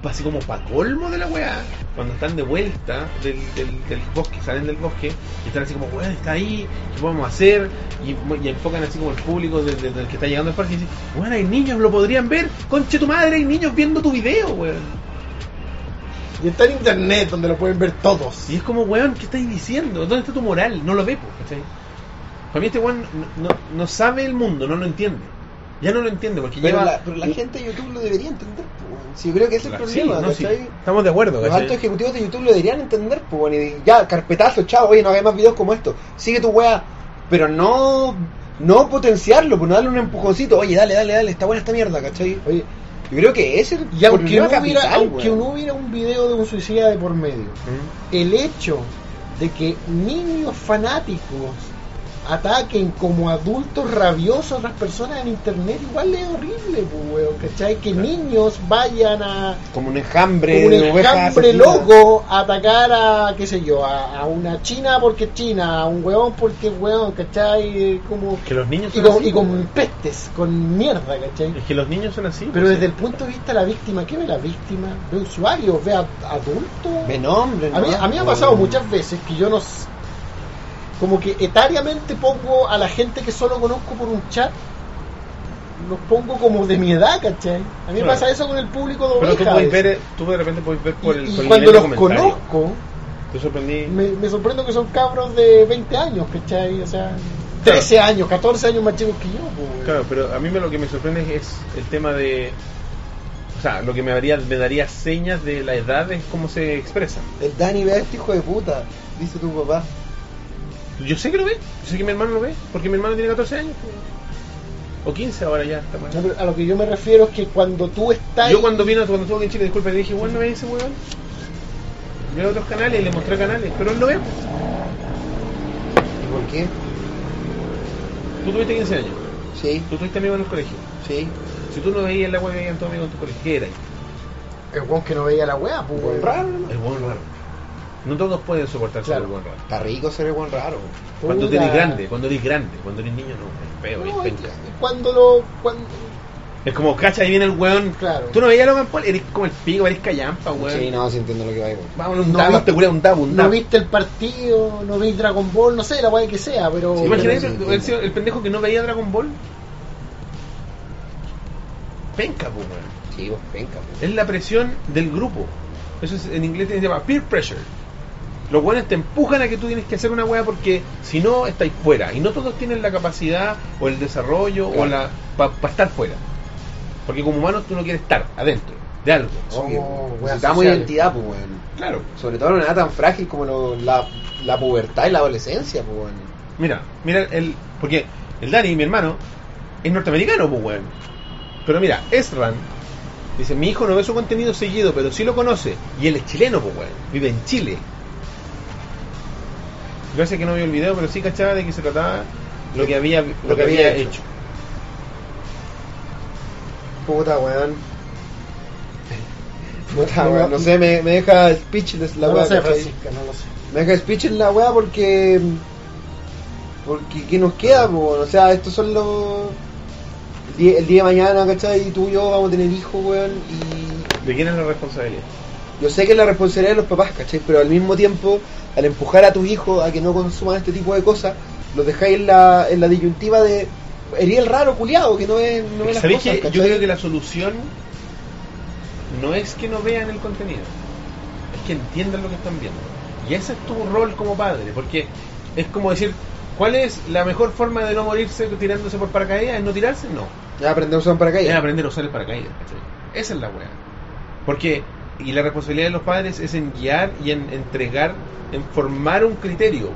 A: así como pa' colmo de la weá, cuando están de vuelta del, del, del bosque, salen del bosque, y están así como, weón, está ahí, ¿qué podemos hacer? Y, y enfocan así como el público del, del- del que está llegando al parque y dicen, weón, hay niños, lo podrían ver, conche tu madre, hay niños viendo tu video, weón.
D: Y está en internet donde lo pueden ver todos.
A: Y es como, weón, ¿qué estáis diciendo? ¿Dónde está tu moral? No lo ve, po, ¿cachai? Para mí este weón no, no- no sabe el mundo, no lo entiende. Ya no lo entiende porque
B: Pero,
A: lleva...
B: la, pero la gente de YouTube lo debería entender, pues, weón. Sí, yo creo que ese es el
A: Claro,
B: problema,
A: Ah, sí, no, sí.
B: ¿cachai?
G: Estamos de acuerdo,
B: Los altos
G: ¿cachai?
B: ejecutivos de YouTube lo deberían entender, pues, bueno, y ya, carpetazo, chao, oye, no hagas más videos como esto, sigue tu wea, pero no, no potenciarlo, pues no darle un empujoncito, oye, dale, dale, dale, está buena esta mierda, ¿cachai? Oye, yo creo que ese es el
D: Y aunque no,
B: problema
D: hubiera,
B: capital,
D: aunque
B: weón. ¿Mm?
D: no hubiera un video de un suicida de por medio, el hecho de que niños fanáticos ataquen como adultos rabiosos a otras personas en internet, igual es horrible, pues, weón, ¿cachai? Que niños vayan a
B: como un enjambre,
D: como un
B: de ovejas
D: enjambre
B: asesinas.
D: loco a atacar a, qué sé yo, a, a una china porque es china, a un weón porque es weón, ¿cachai? Como,
A: Que los niños
D: y,
A: son
D: con,
A: así. pues.
D: y con pestes, con mierda, ¿cachai?
A: Es que los niños son así.
D: Pero
A: pues,
D: desde el punto de vista de la víctima, ¿qué ve la víctima? ¿Ve usuarios? ¿Ve ad- adultos?
B: Ven, hombre,
D: A mí,
B: ¿no?
D: a mí me ha pasado muchas veces que yo no s- como que etariamente pongo a la gente que solo conozco por un chat los pongo como de mi edad, ¿cachai? A mí me
A: Claro.
D: pasa eso con el público de
A: Pero tú
D: ovejas.
A: podés ver, tú de repente podés ver
D: Y-
A: por el,
D: y
A: por el nivel
D: cuando
A: de
D: los
A: comentario.
D: conozco,
A: Te sorprendí.
D: me, me sorprendo que son cabros de 20 años, ¿cachai? O sea, 13 años, 14 años más chicos que yo. pues.
A: Claro, pero a mí me, lo que me sorprende es el tema de. O sea, lo que me daría, me daría señas de la edad es cómo se expresan.
B: El Dani ve a este hijo de puta, dice tu papá.
A: Yo sé que lo ve, yo sé que mi hermano lo ve, porque mi hermano tiene 14 años. pues. O 15 ahora ya, está mal.
D: No, pero A lo que yo me refiero es que cuando tú estás...
A: Yo cuando vino, cuando estuvo aquí en Chile, disculpa, le dije, bueno, no ve ese weón. Veo otros canales, le mostré canales, pero él lo ve. pues.
B: ¿Y por qué?
A: Tú tuviste 15 años,
B: Sí,
A: tú tuviste amigos en el colegio.
B: sí.
A: Si tú no veías la web, veían todos amigos en tu colegio. ¿Qué era?
D: El weón que no veía la weá, pues. weón.
B: Raro, ¿no?
A: El buen raro. No todos pueden soportar ser
D: Claro.
A: el buen raro.
B: Está rico ser el buen raro.
A: Cuando
D: Puta.
A: eres grande, cuando eres grande, cuando eres niño no, es feo,
D: No,
A: es
D: y-
A: penca.
D: y cuando lo... Cuando,
A: Es como, cacha, ahí viene el weón.
D: Claro.
A: Tú no veías a Logan Paul, eres como el pico, eres callampa, weón.
B: Sí, no, sí entiendo lo que va a ir.
A: Vamos, un
D: No
A: dabo,
D: vi-
A: te cura un dabo, un
D: No
A: dabo.
D: viste el partido, no vi Dragon Ball, no sé, la guay que sea, pero.
A: ¿Te imaginas
B: Sí,
A: el,
B: sí, sí.
A: el- el pendejo que no veía Dragon Ball? Penca, pues, weón.
B: Sí, vos, penca, po.
A: Es la presión del grupo. Eso es, en inglés se llama peer pressure. Los buenos te empujan a que tú tienes que hacer una weá porque si no estáis fuera. Y no todos tienen la capacidad o el desarrollo o
B: Claro.
A: la para estar fuera. Porque como humanos tú no quieres estar adentro de algo.
B: Obvio.
D: Somos weas
B: Necesitamos
D: sociales.
B: identidad, pues, weón.
A: Claro.
B: Sobre todo en una edad tan frágil como lo- la, la pubertad y la adolescencia, pues, weón.
A: Mira, mira el porque el Dani, mi hermano, es norteamericano, pues weón. Pero mira, Esran dice, mi hijo no ve su contenido seguido, pero sí lo conoce. Y él es chileno, pues weón. Vive en Chile. Yo sé que no vio el video, pero sí cachaba de que se trataba lo que había, lo que había hecho.
B: Puta, weón. Puta,
D: No,
B: weón. No
D: no.
B: sé, me, me deja speechless la
D: no
B: weá,
D: lo sé,
B: ¿cachai?
D: Francisca, no lo sé.
B: Me deja speechless la weá porque. Porque, ¿qué nos queda, pues, weón? O sea, estos son los. El día, el día de mañana, ¿cachai? Tú y yo vamos a tener hijos, weón. Y
A: ¿De quién es la responsabilidad?
B: Yo sé que es la responsabilidad de los papás, ¿cachai? Pero al mismo tiempo, al empujar a tus hijos a que no consuman este tipo de cosas, los dejáis en la, en la disyuntiva de. Ería el raro culiado que no ve, no ve las
A: ¿Sabéis
B: cosas,
A: que yo
B: ¿cachai?
A: creo que la solución no es que no vean el contenido, es que entiendan lo que están viendo. Y ese es tu rol como padre, porque es como decir, ¿cuál es la mejor forma de no morirse tirándose por paracaídas? ¿Es no tirarse? No.
B: Ya aprender a usar un
A: Es
B: paracaídas.
A: aprender a usar el paracaídas. ¿cachai? Esa es la weá. Porque, y la responsabilidad de los padres es en guiar y en entregar, en formar un criterio.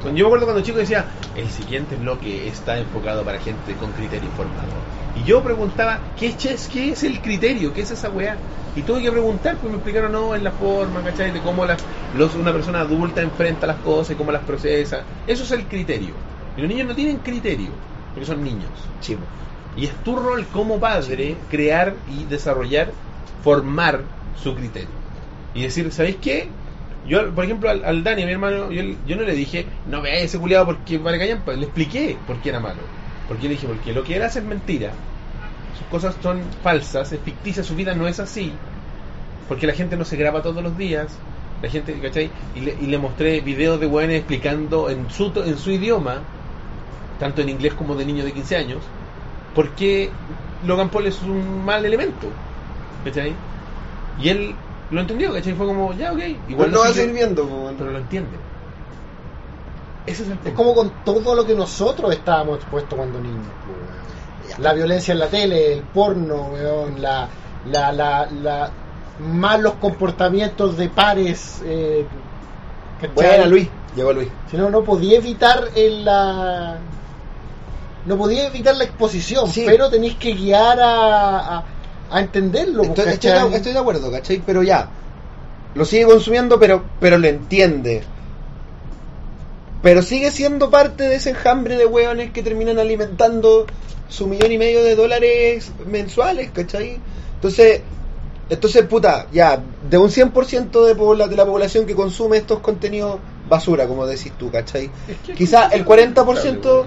A: Cuando- Yo me acuerdo cuando chico decía, el siguiente bloque está enfocado para gente con criterio informado. Y yo preguntaba, ¿qué, ches, ¿qué es el criterio? ¿Qué es esa weá? Y tuve que preguntar, pues me explicaron, no, en la forma, ¿cachai? De cómo las, los, una persona adulta enfrenta las cosas y cómo las procesa. Eso es el criterio. Y los niños no tienen criterio, porque son niños.
B: Chivo.
A: Y es tu rol como padre crear y desarrollar, formar su criterio. Y decir, ¿sabéis qué? Yo, por ejemplo, al, al Dani, mi hermano, yo, yo no le dije, no veáis ese culiado porque vale callampa. Le expliqué por qué era malo. Porque le dije, porque lo que él hace es mentira. Sus cosas son falsas, es ficticia, su vida no es así. Porque la gente no se graba todos los días. La gente, ¿cachai? Y le, y le mostré videos de weones explicando en su, to- en su idioma, tanto en inglés como de niño de 15 años, porque Logan Paul es un mal elemento, ¿cachai? Y él lo entendió, ¿cachai? Fue como, ya, ok.
B: Igual no
A: lo
B: va a
A: sigue-
B: seguir viendo, po, weón.
A: Pero lo entiende. Ese es el
D: Es
A: punto.
D: como con todo lo que nosotros estábamos expuestos cuando niños. po, weón. La violencia en la tele, el porno, weón, la, la, la, la- malos comportamientos de pares. eh, ¿cachai?
B: Buena, Luis. Llegó Luis.
D: Si no, no podía evitar el, la. No podía evitar la exposición,
B: Sí.
D: pero tenéis que guiar a, a, a entenderlo. po,
B: Estoy, estoy
D: ¿cachai?
B: de, estoy de acuerdo, ¿cachai? Pero ya. Lo sigue consumiendo, pero, pero lo entiende. Pero sigue siendo parte de ese enjambre de hueones que terminan alimentando su millón y medio de dólares mensuales, ¿cachai? Entonces, entonces puta, ya, de un 100% de, pobla- de la población que consume estos contenidos basura, como decís tú, ¿cachai? Quizá el 40%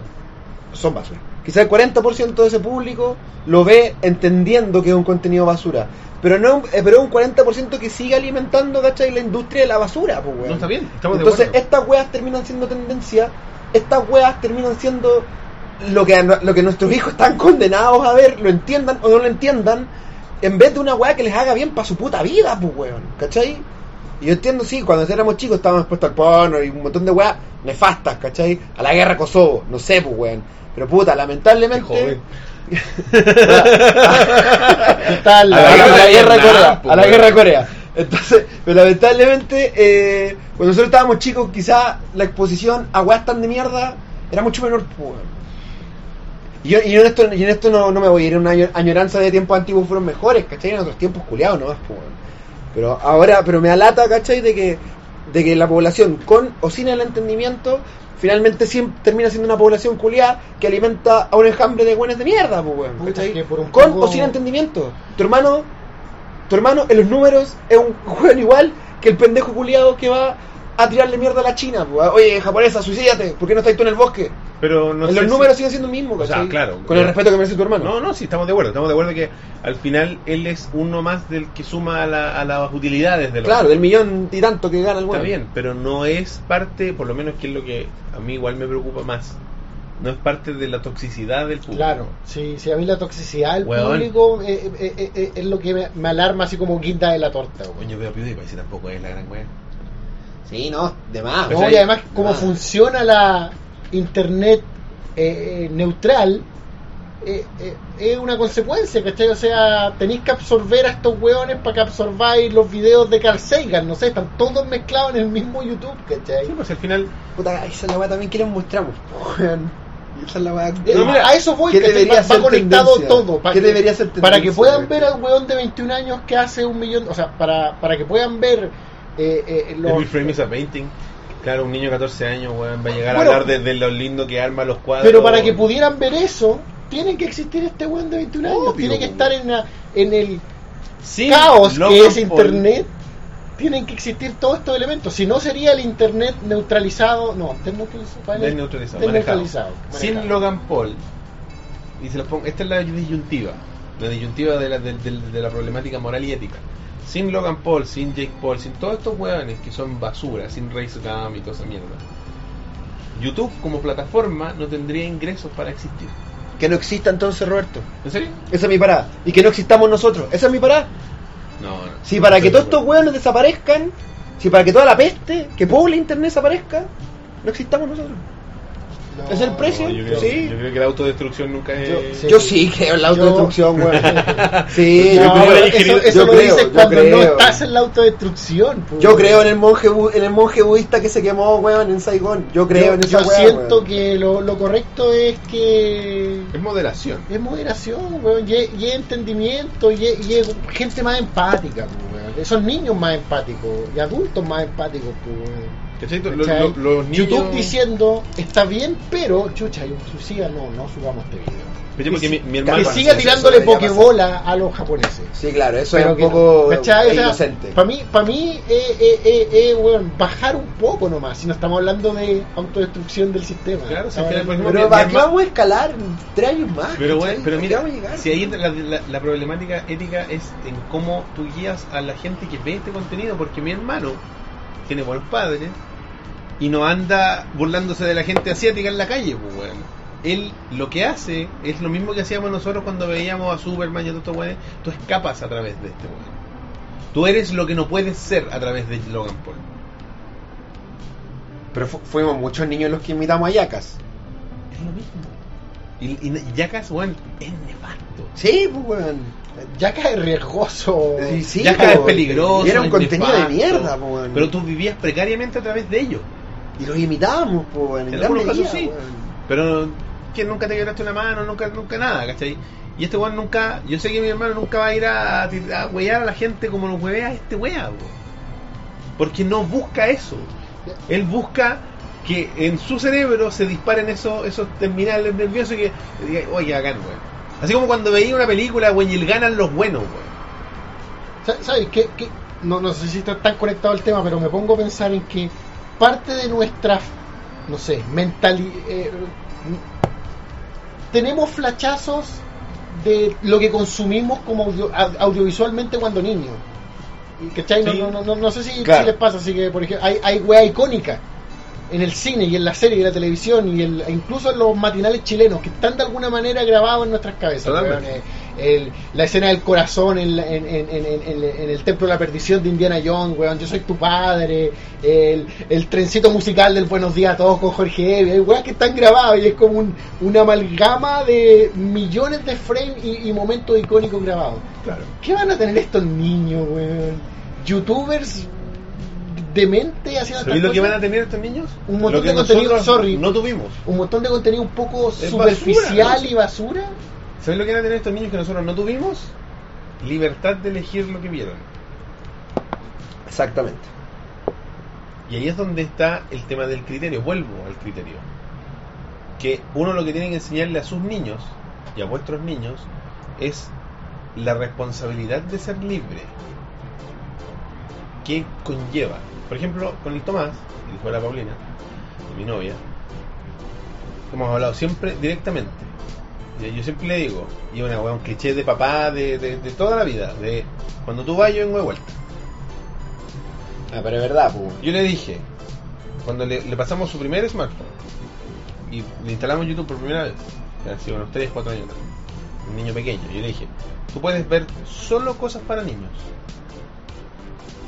B: son basura. Quizá el 40% de ese público lo ve entendiendo que es un contenido basura. Pero no eh, pero es un 40% que sigue alimentando, ¿cachai? La industria de la basura, pues, weón.
A: No está bien, estamos de
B: Entonces,
A: acuerdo.
B: estas weas terminan siendo tendencia, estas weas terminan siendo lo que, a no- lo que nuestros hijos están condenados a ver, lo entiendan o no lo entiendan, en vez de una wea que les haga bien para su puta vida, pues, weón. ¿Cachai? Y yo entiendo, sí, cuando éramos chicos estábamos expuestos al porno y un montón de weas nefastas, ¿cachai? A la guerra Kosovo, no sé, pues, weón. Pero puta, lamentablemente.
A: Qué joven.
D: ¿Qué tal?
B: A la, guerra- a la guerra de
A: Vietnam,
B: Corea.
A: pues,
B: A la
A: weón.
B: guerra de Corea. Entonces, pero lamentablemente, eh, cuando nosotros estábamos chicos, quizá la exposición a weas tan de mierda era mucho menor. pues, weón. Y yo, y yo en esto, y en esto no, no me voy a ir a una año- añoranza de tiempos antiguos fueron mejores, ¿cachai? En otros tiempos culeados nomás, pues, weón. Pero ahora, pero me alata, ¿cachai? De que, de que la población con o sin el entendimiento finalmente siempre termina siendo una población culiada que alimenta a un enjambre de buenas de mierda, pues, weón,
D: Puta,
B: ¿cachai?
D: que por un
B: Con
D: poco-
B: o sin entendimiento. Tu hermano, tu hermano en los números es un weón igual que el pendejo culiado que va a tirarle mierda a la China, pues. Oye, japonesa, suicídate, ¿por qué no estás tú en el bosque?
A: Pero no
B: en
A: sé
B: los
A: si-
B: números siguen siendo el mismo,
A: O sea,
B: ¿cachai?
A: claro.
B: Con el respeto que merece tu hermano.
A: No, no, sí, estamos de acuerdo. Estamos de acuerdo que al final él es uno más del que suma a, la- a las utilidades del
B: Claro, del millón y tanto que gana el
A: Está
B: weón.
A: bien, pero no es parte, por lo menos que es lo que a mí igual me preocupa más. No es parte de la toxicidad del público.
D: Claro, sí, sí, a mí la toxicidad del
A: Weón.
D: público eh, eh, eh, eh, es lo que me, me alarma así como guinda de la torta. weón.
A: Coño, veo PewDieepie, pues, ese tampoco es la gran wea.
B: Sí, no, de más.
D: No,
A: ¿Cachai?
D: y además, cómo
B: Ah.
D: funciona la internet eh, eh, neutral eh, eh, es una consecuencia, ¿cachai? O sea, tenéis que absorber a estos hueones para que absorbáis los videos de Carl Sagan, no sé, están todos mezclados en el mismo YouTube, ¿cachai?
A: Sí, pues al final.
B: Puta, esa es la weá también que les mostramos.
D: Weón.
B: Esa es la weá.
D: Eh,
A: No, mira,
D: a eso voy,
B: ¿qué
D: ¿cachai?
B: debería
D: va, va
B: ser
D: conectado
B: tendencia?
D: todo. Para
B: ¿Qué
D: que,
B: debería ser
D: Para que
B: tendencia,
D: puedan
B: güey?
D: ver al weón de 21 años que hace un millón, o sea, para, para que puedan ver eh, eh, los...
A: Every frame is a painting. Claro, un niño de 14 años, weón, va a llegar
D: Bueno.
A: a hablar de, de lo lindo que arma los cuadros.
D: Pero para que pudieran ver eso, tiene que existir este weón de 21 años,
A: Obvio,
D: tiene que
A: güey.
D: estar en, la- en el
A: Sin
D: caos
A: Logan
D: que es
A: Paul.
D: internet. Tienen que existir todos estos elementos, si no sería el internet neutralizado, no, desneutralizado,
A: Desneutralizado,
D: desneutralizado,
A: manejado.
D: manejado.
A: Sin Logan Paul. Y se los pongo- esta es la disyuntiva. La disyuntiva de la, de, de- de la problemática moral y ética. sin Logan Paul, sin Jake Paul, sin todos estos hueones que son basura, sin Race Gam y toda esa mierda. YouTube como plataforma no tendría ingresos para existir.
B: Que no exista entonces, Roberto.
A: ¿En serio?
B: Esa es mi parada. Y que no existamos nosotros. Esa es mi parada.
A: No, no.
B: Si para
A: No
B: que
A: estoy de
B: todos estos
A: acuerdo.
B: hueones desaparezcan, si para que toda la peste que puebla Internet desaparezca, no existamos nosotros.
D: No,
B: ¿Es el precio?
A: No, yo, creo,
B: Sí.
A: yo creo que la autodestrucción nunca es.
D: Yo- sí.
B: Yo sí creo en la autodestrucción,
D: Yo-
B: weón. Sí,
D: No,
B: yo,
A: creo-
D: pero
B: creo,
D: eso, eso
B: yo
D: lo
B: creo,
D: dices
B: yo
D: cuando no
B: creo.
D: estás en la autodestrucción. pues.
B: yo creo en el monje bu- en el monje budista que se quemó, weón, en Saigón. Yo creo
D: Yo-
B: en esa
D: yo
B: weá,
D: siento
B: weón.
D: que lo, lo correcto es que
A: Es moderación.
D: es moderación, weón, y, es- y es entendimiento, y, es- y es gente más empática, pues, weón. esos niños más empáticos y adultos más empáticos. pues, weón.
A: ¿Cachai? Los,
D: ¿Cachai?
A: los- los niños.
D: YouTube diciendo está bien, pero chucha, yo suicida no, no subamos este video.
A: Cachai, porque mi- mi hermano-
D: que
B: Bueno,
D: siga
B: sí,
D: tirándole
B: eso debería
D: pokebola a los japoneses.
B: Sí, claro, eso
D: Pero
B: es un poco eh, inocente.
D: Para mí, para mí eh, eh, eh, eh, weón, bajar un poco nomás, si no estamos hablando de autodestrucción del sistema.
A: Claro, si
D: Ahora,
A: es que por ejemplo-
B: Pero
A: Mi- mi
B: para qué
A: herma-
B: vamos a escalar tres años más.
A: Pero, bueno,
B: ¿cachai?
A: pero
B: ¿A qué
A: mira,
B: vamos a llegar? pues.
A: si ahí la, la- la problemática ética es en cómo tú guías a la gente que ve este contenido, porque mi hermano tiene buenos padres y no anda burlándose de la gente asiática en la calle, pues, weón. Él lo que hace es lo mismo que hacíamos nosotros cuando veíamos a Superman y a todos estos weones. Tú escapas a través de este weón. Tú eres lo que no puedes ser a través de Logan Paul.
B: Pero fu- fuimos muchos niños los que invitamos a Yacas.
A: Es lo mismo. Y, y Jackass, weón, es nefasto.
B: Sí, pues, weón.
D: Ya cae riesgoso.
B: Sí, sí,
A: ya
B: po,
A: cada vez peligroso.
B: y Era un
A: es
B: contenido
A: nefasto.
B: de mierda, po, weón.
A: Pero tú vivías precariamente a través de ellos.
B: Y los imitábamos, po, weón, en
A: En
B: gran
A: algunos
B: medida,
A: casos sí.
B: weón.
A: Pero que nunca te quebraste una mano, nunca, nunca nada, ¿cachai? Y este weón nunca, yo sé que mi hermano nunca va a ir a, a huear a la gente como lo huevea este wea, po. Porque no busca eso. Él busca que en su cerebro se disparen esos, esos terminales nerviosos que diga, oye, bacán, weón. Así como cuando veía una película, weón, y el ganan los buenos, weón.
D: Sa- ¿Sabes qué? qué? No, no sé si está tan conectado al tema, pero me pongo a pensar en que parte de nuestra, no sé, mentalidad... tenemos flachazos de lo que consumimos como audio- au- audiovisualmente cuando niños. ¿Cachai? No-
A: Sí.
D: No, no, no, no sé si,
B: Claro.
D: si les pasa, así que, por ejemplo, hay, hay wea icónica en el cine y en la serie y en la televisión y el, e incluso en los matinales chilenos que están de alguna manera grabados en nuestras cabezas.
A: Totalmente.
D: weón. Eh, el- la escena del corazón en, la- en- en- en- en- en- en el templo de la perdición de Indiana Jones, weón, yo soy tu padre, el, el trencito musical del Buenos Días a todos con Jorge Evia, hay weas que están grabados y es como un- una amalgama de millones de frames y, y momentos icónicos grabados.
A: Claro.
D: ¿Qué van a tener estos niños, weón? Youtubers demente haciendo
A: ¿Sabéis
D: estas
A: lo que
D: cosas?
A: van a tener estos niños?
D: Un montón
A: Lo que
D: de contenido,
A: nosotros
D: sorry.
A: No tuvimos.
D: un montón de contenido un poco
A: Es
D: superficial
A: basura, ¿no?
D: y basura.
A: ¿Sabéis lo que van a tener estos niños que nosotros no tuvimos? Libertad de elegir lo que vieron.
B: Exactamente.
A: Y ahí es donde está el tema del criterio. Vuelvo al criterio. Que uno lo que tiene que enseñarle a sus niños y a vuestros niños es la responsabilidad de ser libre. ¿Qué conlleva? Por ejemplo, con el Tomás, el hijo de la Paulina, de mi novia, hemos hablado siempre directamente. Y Yo siempre le digo, y una weá, un cliché de papá de, de- de toda la vida, de cuando tú vas yo vengo de vuelta.
B: Ah, pero es verdad, pues. weón.
A: Yo le dije, cuando le, le pasamos su primer smartphone y le instalamos YouTube por primera vez, que han sido unos 3, 4 años atrás, un niño pequeño, yo le dije, tú puedes ver solo cosas para niños.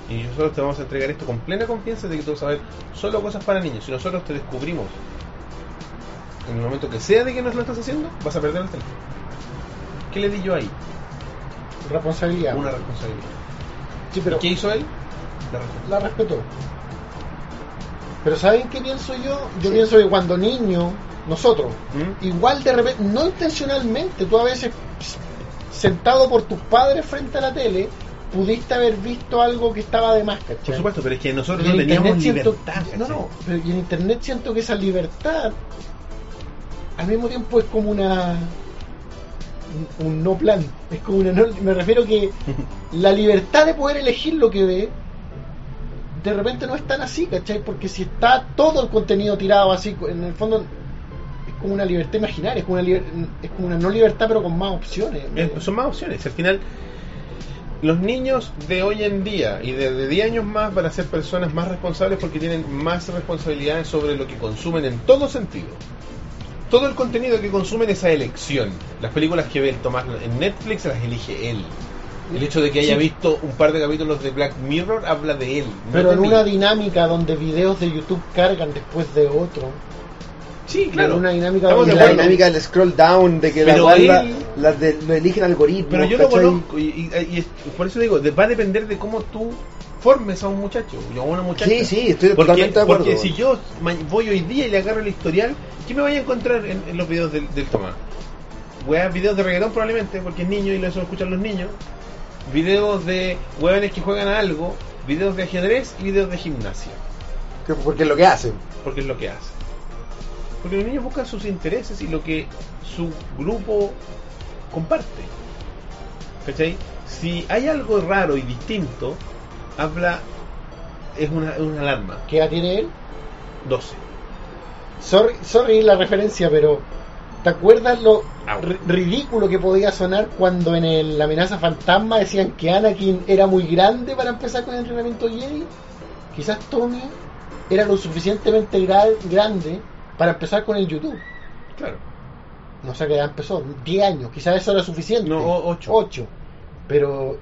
A: Y nosotros te vamos a entregar esto con plena confianza de que tú vas a ver solo cosas para niños. Si nosotros te descubrimos en el momento que sea de que nos lo estás haciendo, vas a perder el teléfono. ¿Qué le di yo ahí?
D: Responsabilidad.
A: Una responsabilidad.
D: Sí, pero
A: ¿Y ¿Qué hizo él? La responsabilidad.
D: la respetó. Pero ¿saben qué pienso yo? Yo pienso que cuando niño, nosotros,
A: ¿Mm?
D: igual de repente, no intencionalmente, tú a veces pss, sentado por tus padres frente a la tele, pudiste haber visto algo que estaba de más, ¿cachai?
A: Por supuesto, pero es que nosotros
D: Y
A: no
D: en
A: teníamos
D: Internet siento-
A: libertad.
D: No,
A: ¿cachai?
D: no, pero y en internet siento que esa libertad al mismo tiempo es como una un, un no plan, es como una no- me refiero que la libertad de poder elegir lo que ve de repente no es tan así, ¿cachai? Porque si está todo el contenido tirado así, en el fondo es como una libertad imaginaria, es como una, liber- es como una no libertad pero con más opciones.
A: Eh, son más opciones. Al final, Los niños de hoy en día y de, de 10 años más van a ser personas más responsables porque tienen más responsabilidades sobre lo que consumen en todo sentido. Todo el contenido que consumen es a elección. Las películas que ve el Tomás en Netflix las elige él. El hecho de que haya visto un par de capítulos de Black Mirror habla de él. no
D: Pero
A: de
D: en
A: mí.
D: una dinámica donde videos de YouTube cargan después de otro.
A: Sí, claro.
D: en una dinámica
A: Estamos
D: donde
A: de
B: la
A: acuerdo.
B: dinámica del scroll down, de que
A: Pero
B: la,
A: él-
B: la, la de- lo eligen algoritmos.
A: Pero yo lo
B: ¿cachai?
A: conozco y, y- y es- por eso digo, de- va a depender de cómo tú formes a un muchacho o a una muchacha.
B: Sí, sí, estoy
A: porque,
B: totalmente de acuerdo.
A: Porque si yo ma- voy hoy día y le agarro el historial, ¿qué me voy a encontrar en, en los videos del, del Tomás? Weas, videos de reggaetón probablemente, porque es niño y lo escuchan los niños. Videos de hueones que juegan a algo, videos de ajedrez y videos de gimnasia,
B: Que- pues, Porque es lo que hacen.
A: porque es lo que hace. Porque los niños buscan sus intereses y lo que su grupo comparte. ¿Cachai? Si hay algo raro y distinto, habla. Es una, es una alarma.
D: ¿Qué edad tiene él?
A: 12.
D: Sorry, sorry la referencia, pero ¿te acuerdas lo
A: Au.
D: ri- ridículo que podía sonar cuando en el La amenaza fantasma decían que Anakin era muy grande para empezar con el entrenamiento Jedi? Quizás Tommy era lo suficientemente gra- grande para empezar con el YouTube.
A: Claro.
D: No sé qué edad empezó, 10 años, quizás eso era suficiente.
A: No, o- ocho.
D: Ocho. Pero.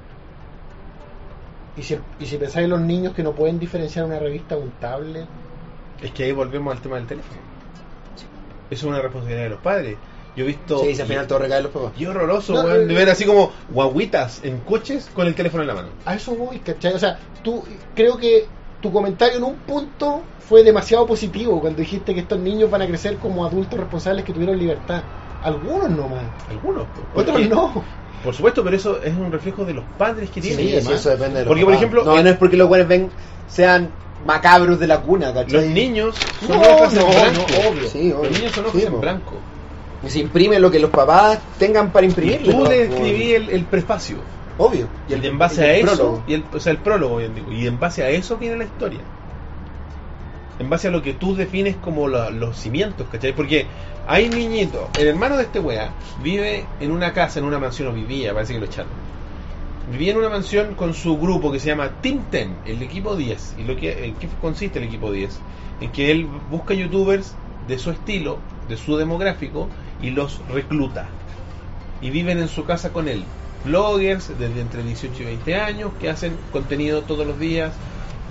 D: ¿Y si, y si pensáis en los niños que no pueden diferenciar una revista de un tablet?
A: Es que ahí volvemos al tema del teléfono. Eso es una responsabilidad de los padres. Yo he visto.
B: Sí, si al final todo recae en los papás.
A: Y horroroso,
D: No,
A: weón, de
D: eh,
A: ver así como guaguitas en coches con el teléfono en la mano.
D: A eso voy, ¿cachai? O sea, tú, creo que tu comentario en un punto fue demasiado positivo cuando dijiste que estos niños van a crecer como adultos responsables que tuvieron libertad. Algunos nomás,
A: Algunos. po.
D: otros
A: Porque-
D: no.
A: Por supuesto, pero eso es un reflejo de los padres que
B: Sí,
A: tienen.
B: sí,
A: además.
B: eso depende de los
A: Porque, por
B: papás.
A: ejemplo,
B: No,
A: en-
B: no es porque los buenos ven sean macabros de la cuna, ¿cachai?
A: Los niños son
B: No,
A: hojas
B: no,
A: en blanco.
B: no, obvio. Sí, obvio.
A: Los niños son hojas
B: Sí,
A: en
B: po.
A: blanco.
B: Y se imprimen lo que los papás tengan para pues,
A: Y
B: imprimir.
A: tú le escribí el, el prefacio.
B: Obvio.
A: Y en base a
B: el
A: eso,
B: prólogo.
A: Y el, o sea, el prólogo, bien digo. Y en base a eso viene la historia. En base a lo que tú defines como la- los cimientos, ¿cachai? Porque hay niñitos. El hermano de este weá vive en una casa, en una mansión, o vivía, parece que lo echaron. Vivía en una mansión con su grupo que se llama Team Ten, el equipo 10. ¿Y lo que, en qué consiste el equipo 10? En que él busca youtubers de su estilo, de su demográfico, y los recluta y viven en su casa con él. Bloggers desde entre 18 y 20 años que hacen contenido todos los días.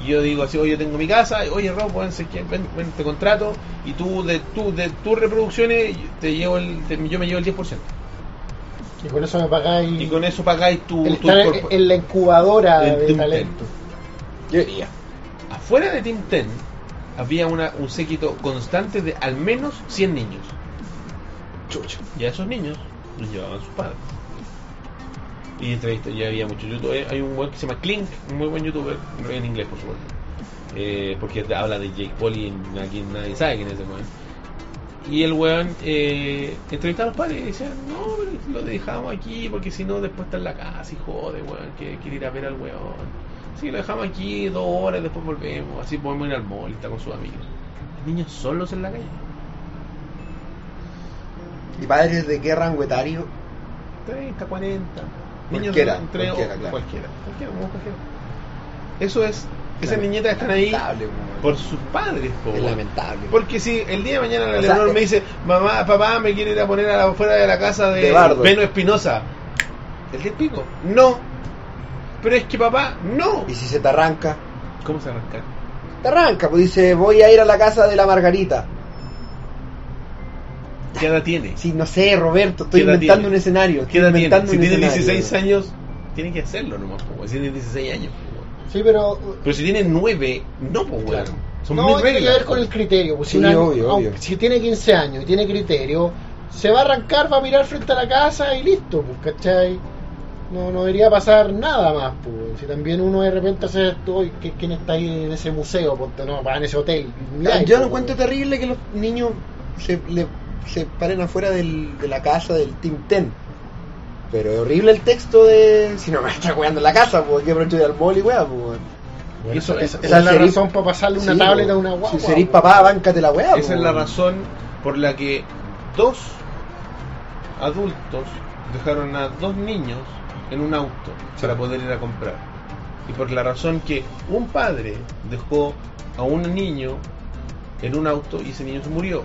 A: Y yo digo así, oye, tengo mi casa, oye, Rob, ven, sé que- ven, ven, te contrato y tú de, tú, de tus reproducciones te llevo el, te- yo me llevo el 10%.
D: Y con eso me pagáis
A: Y con eso pagáis tu...
D: el
A: tu
D: estar
A: corpo-
D: en la incubadora
A: el
D: de
A: Team
D: talento.
B: Yo diría.
A: Afuera de Team 10 había una, un séquito constante de al menos 100 niños.
B: Chucho.
A: Y a esos niños los llevaban sus padres. Y entrevistas, ya había muchos youtubers. Eh, Hay un buen que se llama Clink, un muy buen youtuber, en inglés por supuesto. Eh, porque te habla de Jake Paul y aquí nadie sabe quién es ese weón. Y el weón eh, entrevistaba a los padres y decían, no, pero lo dejamos aquí porque si no después está en la casa y jode, weón, que quiere ir a ver al weón. Sí, lo dejamos aquí dos horas, después volvemos, así podemos ir al mall, está con sus amigos. Niños solos en la calle.
B: ¿Y padres de qué rango etario?
A: 30, 40.
B: Cualquiera,
A: de entre-
B: cualquiera, claro.
A: cualquiera, cualquiera, como cualquiera. Eso es, esas niñetas están ahí
B: Lamentable, weón.
A: por sus padres, po,
B: Es
A: weón.
B: lamentable.
A: Porque si el día de mañana la
B: O sea,
A: Leonor
B: eh,
A: me dice, mamá, papá, me quiere ir a poner a la- afuera de la casa de,
B: De Bardo.
A: Beno Espinosa, ¿el día pico? No. Pero es que papá, no.
B: Y si se te arranca,
A: ¿Cómo se arranca?
B: te arranca, pues dice, voy a ir a la casa de la Margarita.
A: ¿Qué edad tiene?
B: Sí, no sé, Roberto, estoy
A: ¿Qué edad
B: inventando
A: tiene?
B: un escenario.
A: ¿Qué
B: estoy
A: edad tiene?
B: inventando
A: Si
B: un
A: tiene
B: escenario.
A: 16 años, tiene que hacerlo nomás, po, weón. si tiene 16 años. po, weón.
D: Sí, pero
A: Pero si tiene 9, no, pues, weón.
D: Claro.
A: Son
D: no,
A: mil
D: tiene
A: reglas,
D: que ver con
A: po.
D: el criterio. pues, si,
B: Sí,
D: una-
B: obvio,
D: aunque-
B: obvio.
D: si tiene 15 años y tiene criterio, se va a arrancar, va a mirar frente a la casa y listo, pues, ¿cachai? No, no debería pasar nada más, pues. Si también uno de repente hace esto, "Oy, ¿qué- ¿quién está ahí en ese museo? Ponte, no, va en ese hotel. Miráis,
B: Ah, Yo lo
D: pues,
B: encuentro terrible que los niños se, le- se paren afuera del- de la casa del Team Ten. Pero es horrible el texto de... Si no me está jugando en la casa, pues yo aprovecho de ir al mall y wea, pues.
D: Bueno,
A: Eso-
D: esa,
A: esa-
D: esa es la
B: si eres-
D: razón para pasarle una
B: Sí,
D: tableta
B: pues.
D: a una
B: Si
D: guagua.
B: serís
D: pues.
B: papá, bancate la wea,
A: Esa
B: pues.
A: es la razón por la que dos adultos dejaron a dos niños en un auto para poder ir a comprar. Y por la razón que un padre dejó a un niño en un auto y ese niño se murió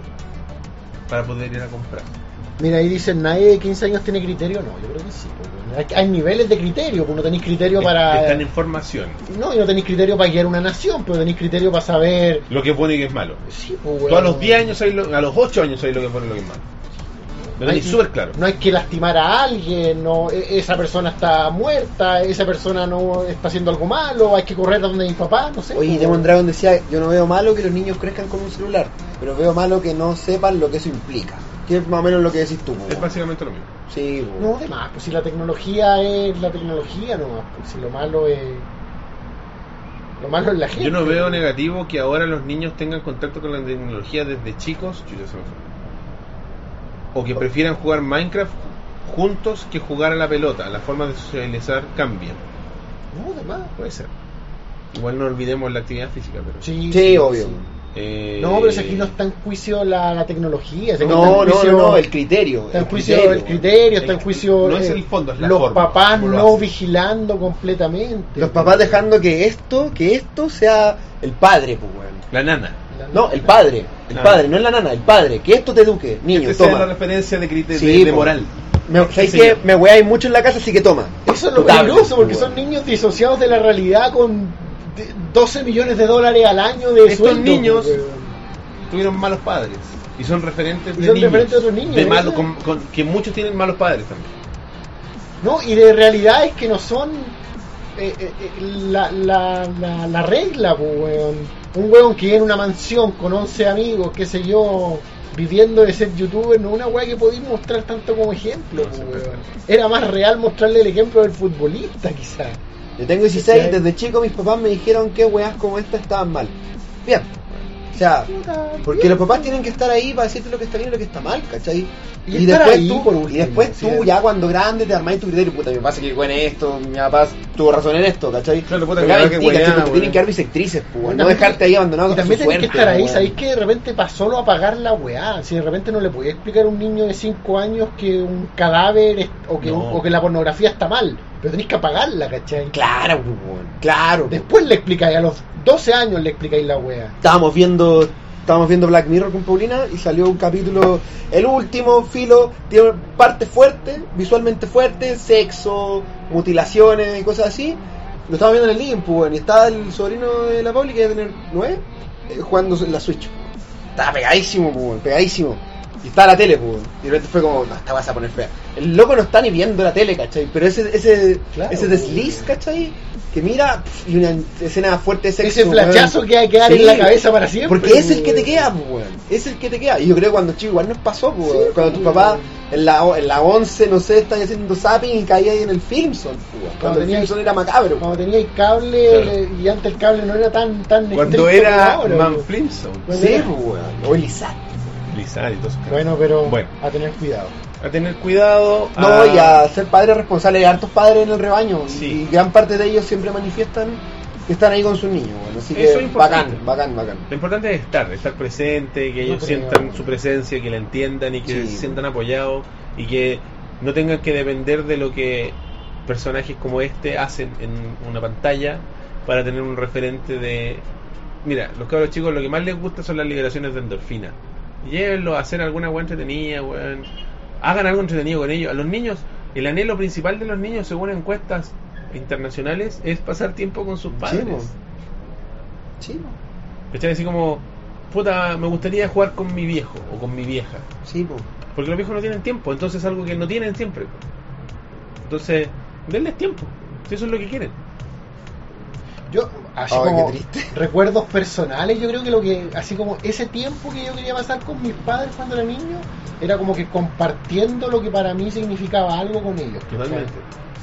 A: para poder ir a comprar.
D: Mira, ahí dicen, nadie de 15 años tiene criterio. No, yo creo que sí. pues, bueno. Hay, hay niveles de criterio. pues, No tenéis criterio para... eh,
A: Están en formación.
D: No, y no tenéis criterio para guiar una nación, pero tenéis criterio para saber...
A: Lo que es bueno y que es malo.
D: Sí, pues,
A: Tú a
D: bueno.
A: los 10 años, sabes lo- a los 8 años, sabes lo que es bueno y lo que es malo. Lo
D: hay-
A: tenés súper claro.
D: No hay que lastimar a alguien, no, e- esa persona está muerta, esa persona no está haciendo algo malo, hay que correr a donde mi papá, no sé.
B: Oye,
D: pues,
B: Demon
D: bueno.
B: Dragon decía, yo no veo malo que los niños crezcan con un celular, pero veo malo que no sepan lo que eso implica. Que es más o menos lo que decís tú, po,
A: Es
B: weón.
A: básicamente lo mismo.
B: Sí, po.
D: No, de más, pues si la tecnología es la tecnología, no, pues, si lo malo es. Lo malo es la gente.
A: Yo no veo negativo que ahora los niños tengan contacto con la tecnología desde chicos. Chuta, se me fue. O que prefieran jugar Minecraft juntos que jugar a la pelota. Las formas de socializar cambian.
D: No, de más.
A: Puede ser. Igual no olvidemos la actividad física, pero.
D: Sí,
B: Sí, obvio.
A: Eh,
D: No, pero si aquí no está en juicio la, la tecnología. si aquí está en
B: No, no,
D: juicio-
B: no, no, el criterio.
D: Está en
B: el
D: juicio
B: criterio,
D: el
B: weón.
D: criterio, está en
A: El-
D: juicio
A: no es
D: eh,
A: el fondo, es la
D: los
A: forma,
D: papás
A: como lo
D: no
A: hacen.
D: vigilando completamente.
B: Los papás dejando que esto, que esto sea el padre, pues, weón.
A: La nana.
D: La-
B: No, el padre, el
A: Ah.
B: padre, no es la nana, el padre, que esto te eduque, niño,
A: Esta es Este la este
B: toma.
A: referencia de, criterio
B: Sí,
A: de
B: po.
A: moral.
B: Me, ¿sabes
A: Sí,
B: qué?
A: señor.
B: Me weáis mucho en la casa, así que toma.
D: Eso es lo
B: Tu tablet,
D: peligroso, porque
B: weón.
D: son niños disociados de la realidad con de- 12 millones de dólares al año de
A: Estos
D: sueldo,
A: niños-
D: weón.
A: Tuvieron malos padres. Y son referentes
D: Y
A: de
D: son
A: niños.
D: referentes de otros niños,
A: de
D: ¿eh?
A: malo- con- con- que muchos tienen malos padres también.
D: No, y de realidades que no son eh, eh, eh, la, la, la, la regla, pues, weón. Un weón que vive en una mansión con 11 amigos, qué sé yo, viviendo de ser youtuber, no es una weá que podéis mostrar tanto como ejemplo,
A: No,
D: pues,
A: sí,
D: weón.
A: verdad.
D: Era más real mostrarle el ejemplo del futbolista, quizás.
B: Yo tengo 16,
D: ¿Cachai?
B: desde chico mis papás me dijeron que weas como estas estaban mal. Bien. O sea, porque los papás tienen que estar ahí para decirte lo que está bien y lo que está mal, ¿cachai? Y,
D: Y estar
B: después
D: ahí,
B: tú,
D: por
B: y
D: último,
B: después
D: sí.
B: tú ya cuando grande te armáis tu criterio, puta, mi papá se equivocó en esto, mi papá tuvo razón en esto, ¿cachai?
A: Claro, puta, mi
B: Pero
A: papá
B: caben
A: que
B: en ti, ¿cachai?
A: weá,
B: Porque te
A: weón.
B: tienen que dar bisectrices, pues, no
D: También-
B: dejarte ahí abandonado
D: Y
B: con
D: también
B: su
D: tenés que
B: suerte,
D: estar ahí,
B: weón.
D: sabéis que de repente pasó solo a apagar la weá. Si de repente no le podía explicar a un niño de 5 años que un cadáver es- o, que,
A: No.
D: o que la pornografía está mal, pero tenéis que apagarla, ¿cachai?
B: Claro, pues, weón, claro.
D: Después le explicáis, a los 12 años le explicáis la weá.
B: estábamos viendo estábamos viendo Black Mirror con Paulina y salió un capítulo el último filo tiene parte fuerte visualmente fuerte sexo mutilaciones y cosas así lo estaba viendo en el living pues, weón, y estaba el sobrino de la Pauli que debe tener nueve eh, jugando en la Switch estaba pegadísimo pues, weón, pegadísimo y estaba la tele pues, weón. y de repente fue como no esta vas a poner fea el loco no está ni viendo la tele ¿cachai? pero ese ese
D: Claro,
B: ese desliz
D: weón.
B: ¿cachai? que mira pf, y una escena fuerte de sexo
D: Ese flachazo
B: weón.
D: que va a quedar en la cabeza para siempre,
B: Porque es el que te
D: weón.
B: queda, pues, weón. Es el que te queda. Y yo creo que cuando chico igual nos pasó, pues, weón. Cuando tu
D: weón.
B: papá en la, en la 11, no sé, estaba haciendo zapping y caía ahí en el Filmson, pues, weón. Cuando el
D: tenía-
B: Filmson era macabro.
D: Cuando teníais cable
A: Claro.
D: eh, y antes el cable no era tan tan
A: Cuando
D: estricto
A: era
D: como ahora,
A: Man
D: weón.
A: Flintstone,
B: pues. Sí, pues, weón. O Elizar.
A: Lizard y todo eso.
D: Bueno, pero
A: Bueno.
D: a tener cuidado.
A: A tener cuidado.
B: No,
A: a-
B: y a ser padre responsable. Hay hartos padres en el rebaño.
A: Sí.
B: Y gran parte de ellos siempre manifiestan que están ahí con sus niños, weón. Así
A: Eso es
B: que
A: importante.
B: bacán, bacán, bacán.
A: Lo importante es estar, estar presente, que ellos
D: No creo.
A: sientan su presencia, que la entiendan y que
B: Sí.
A: se sientan apoyados y que no tengan que depender de lo que personajes como este hacen en una pantalla para tener un referente de... Mira, los cabros chicos lo que más les gusta son las liberaciones de endorfina. Llévenlos a hacer alguna buena entretenida, weón. Hagan algo entretenido con ellos. A los niños, el anhelo principal de los niños, según encuestas internacionales, es pasar tiempo con sus padres.
B: pues. Sí, pues.
A: ¿Cachai? Así como, puta, me gustaría jugar con mi viejo o con mi vieja.
B: Sí, pues.
A: Porque los viejos no tienen tiempo, entonces es algo que no tienen siempre. Entonces, denles tiempo, si eso es lo que quieren.
D: Yo, así
B: Ay,
D: como
B: qué triste.
D: recuerdos personales, yo creo que lo que, así como ese tiempo que yo quería pasar con mis padres cuando era niño, era como que compartiendo lo que para mí significaba algo con ellos. ¿cachai?
A: Totalmente.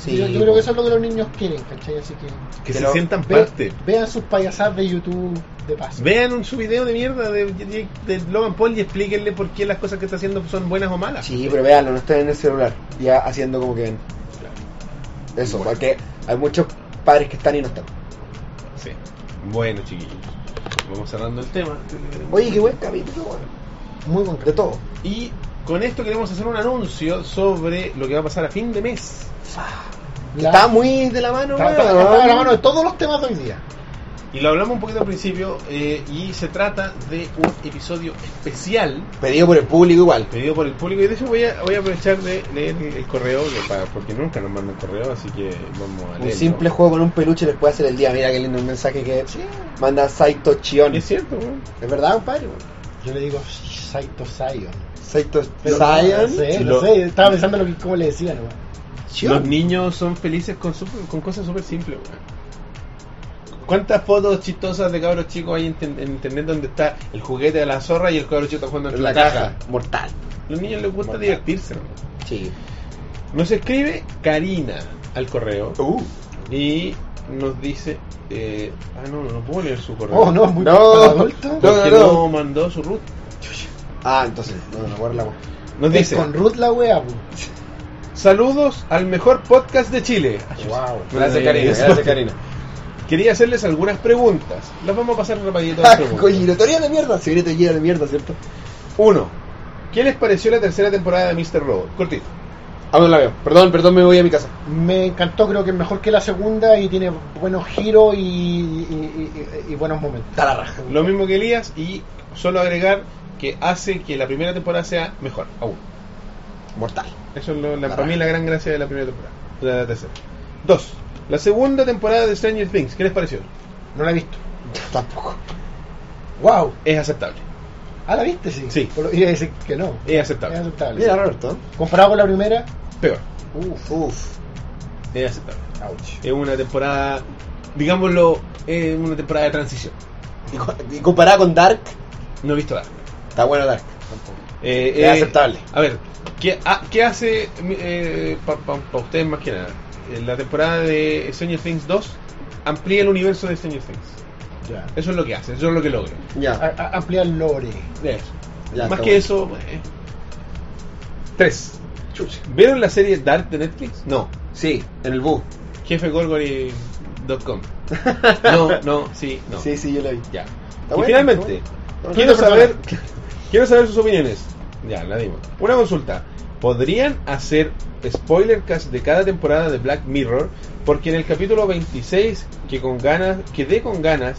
B: Sí,
D: yo, yo creo que eso es lo que los niños quieren, ¿cachai? Así que
A: Que
B: Que
A: se
B: lo-
A: sientan
D: ve-
A: parte.
D: vean sus payasadas de YouTube de paso.
A: Vean un, su video de mierda de, de- de Logan Paul y explíquenle por qué las cosas que está haciendo son buenas o malas.
B: Sí, pero véanlo, no están en el celular, ya haciendo como que ven. Eso, porque hay muchos padres que están y no están.
A: Sí. Bueno, chiquillos. Vamos cerrando el tema.
B: Oye, qué buen capítulo, weón.
D: Muy concreto.
B: De todo.
A: Y con esto queremos hacer un anuncio sobre lo que va a pasar a fin de mes.
D: La-
B: Está muy de la mano,
D: Está-
B: weón.
D: está- está a la mano de todos los temas de hoy día.
A: Y lo hablamos un poquito al principio, eh, y se trata de un episodio especial
B: Pedido por el público igual.
A: pedido por el público. Y de hecho, voy a, voy a aprovechar de leer el, el correo, que para- porque nunca nos mandan correo, así que vamos a
B: Un
A: leerlo.
B: simple juego con un peluche les puede hacer el día. Mira qué lindo el mensaje que manda Saito Chion.
A: Es
B: ¿Es
A: cierto, weón.
B: verdad, compadre? weón?
D: Yo le digo Saito Zion.
B: Saito
D: Pero- No
B: Zion.
D: sé, no
A: Lo-
D: sé, estaba pensando lo que, cómo le decían, weón.
A: Los
B: Chion.
A: niños son felices con, su- con cosas súper simples, weón. ¿Cuántas fotos chistosas de cabros chicos hay en, ten- en internet donde está el juguete de la zorra y el cabro chico está jugando en
B: La caja. Mortal.
A: Los niños les gusta divertirse, weón.
B: Sí.
A: Nos escribe Karina al correo y nos dice. eh, ah, no, no puedo leer su correo.
D: Oh, no, muy
B: No.
D: para adulto.
B: No.
A: Porque no, mandó su root.
B: Ah, entonces, no, no guardamos.
A: Nos
D: Es
A: dice:
D: con Ruth la wea, weón.
A: Saludos al mejor podcast de Chile.
B: Ah,
D: Wow.
A: Gracias, Karina. Gracias, Karina. Quería hacerles algunas preguntas. Las vamos a pasar rapidito.
B: Ah,
A: las preguntas.
B: Kojiro, teoría de mierda. Secreto de Giro de mierda, ¿cierto?
A: Uno. ¿Qué les pareció la tercera temporada de Mr. Robot? Cortito.
B: Aún Ah, no la veo. Perdón, perdón, me voy a mi casa.
D: Me encantó, creo que es mejor que la segunda y tiene buenos giros y, y- y- y buenos momentos.
B: Está la raja.
A: Lo mismo que Elías y solo agregar que hace que la primera temporada sea mejor aún.
B: Mortal.
A: Eso es lo- la,
B: La
A: para mí la gran gracia de la primera temporada. O sea, de la tercera. Dos. La segunda temporada de Stranger Things, ¿qué les pareció?
D: No la he visto.
B: Tampoco.
D: ¡Wow!
A: Es aceptable.
D: Ah, la viste, sí.
A: Sí.
D: Pero iba a decir que no.
A: Es
D: Es
A: aceptable.
D: aceptable.
B: Mira, Roberto.
D: Comparado con la primera,
A: Peor.
B: Uf. Uf.
A: Es aceptable.
D: ouch.
A: Es una temporada, digámoslo, es una temporada de transición.
B: Y, co- y comparada con Dark,
A: No he visto nada.
B: está bueno Dark.
A: Eh,
B: Es aceptable.
A: A ver, ¿qué, a- qué hace eh, para ustedes más que nada? Eh, La temporada de Stranger Things 2 amplía el universo de Stranger Things.
D: Ya.
A: Eso es lo que hace, eso es lo que logra.
B: Ya.
D: A- a- ampliar el lore.
A: Eso.
B: Ya,
A: más
B: está
A: que
B: bueno.
A: eso, eh. tres. ¿Vieron la serie Dark de Netflix? No.
B: Sí, en el bus.
A: Jefe Gorgory.com. No, no, sí, no.
B: Sí, sí, yo la vi.
A: Ya. Y
B: bueno,
A: finalmente,
B: está bueno.
A: quiero
B: Está bueno.
A: saber quiero saber sus opiniones. Ya, la dimos. Una consulta. ¿Podrían hacer spoiler cast de cada temporada de Black Mirror? Porque en el capítulo 26 que con ganas, quedé con ganas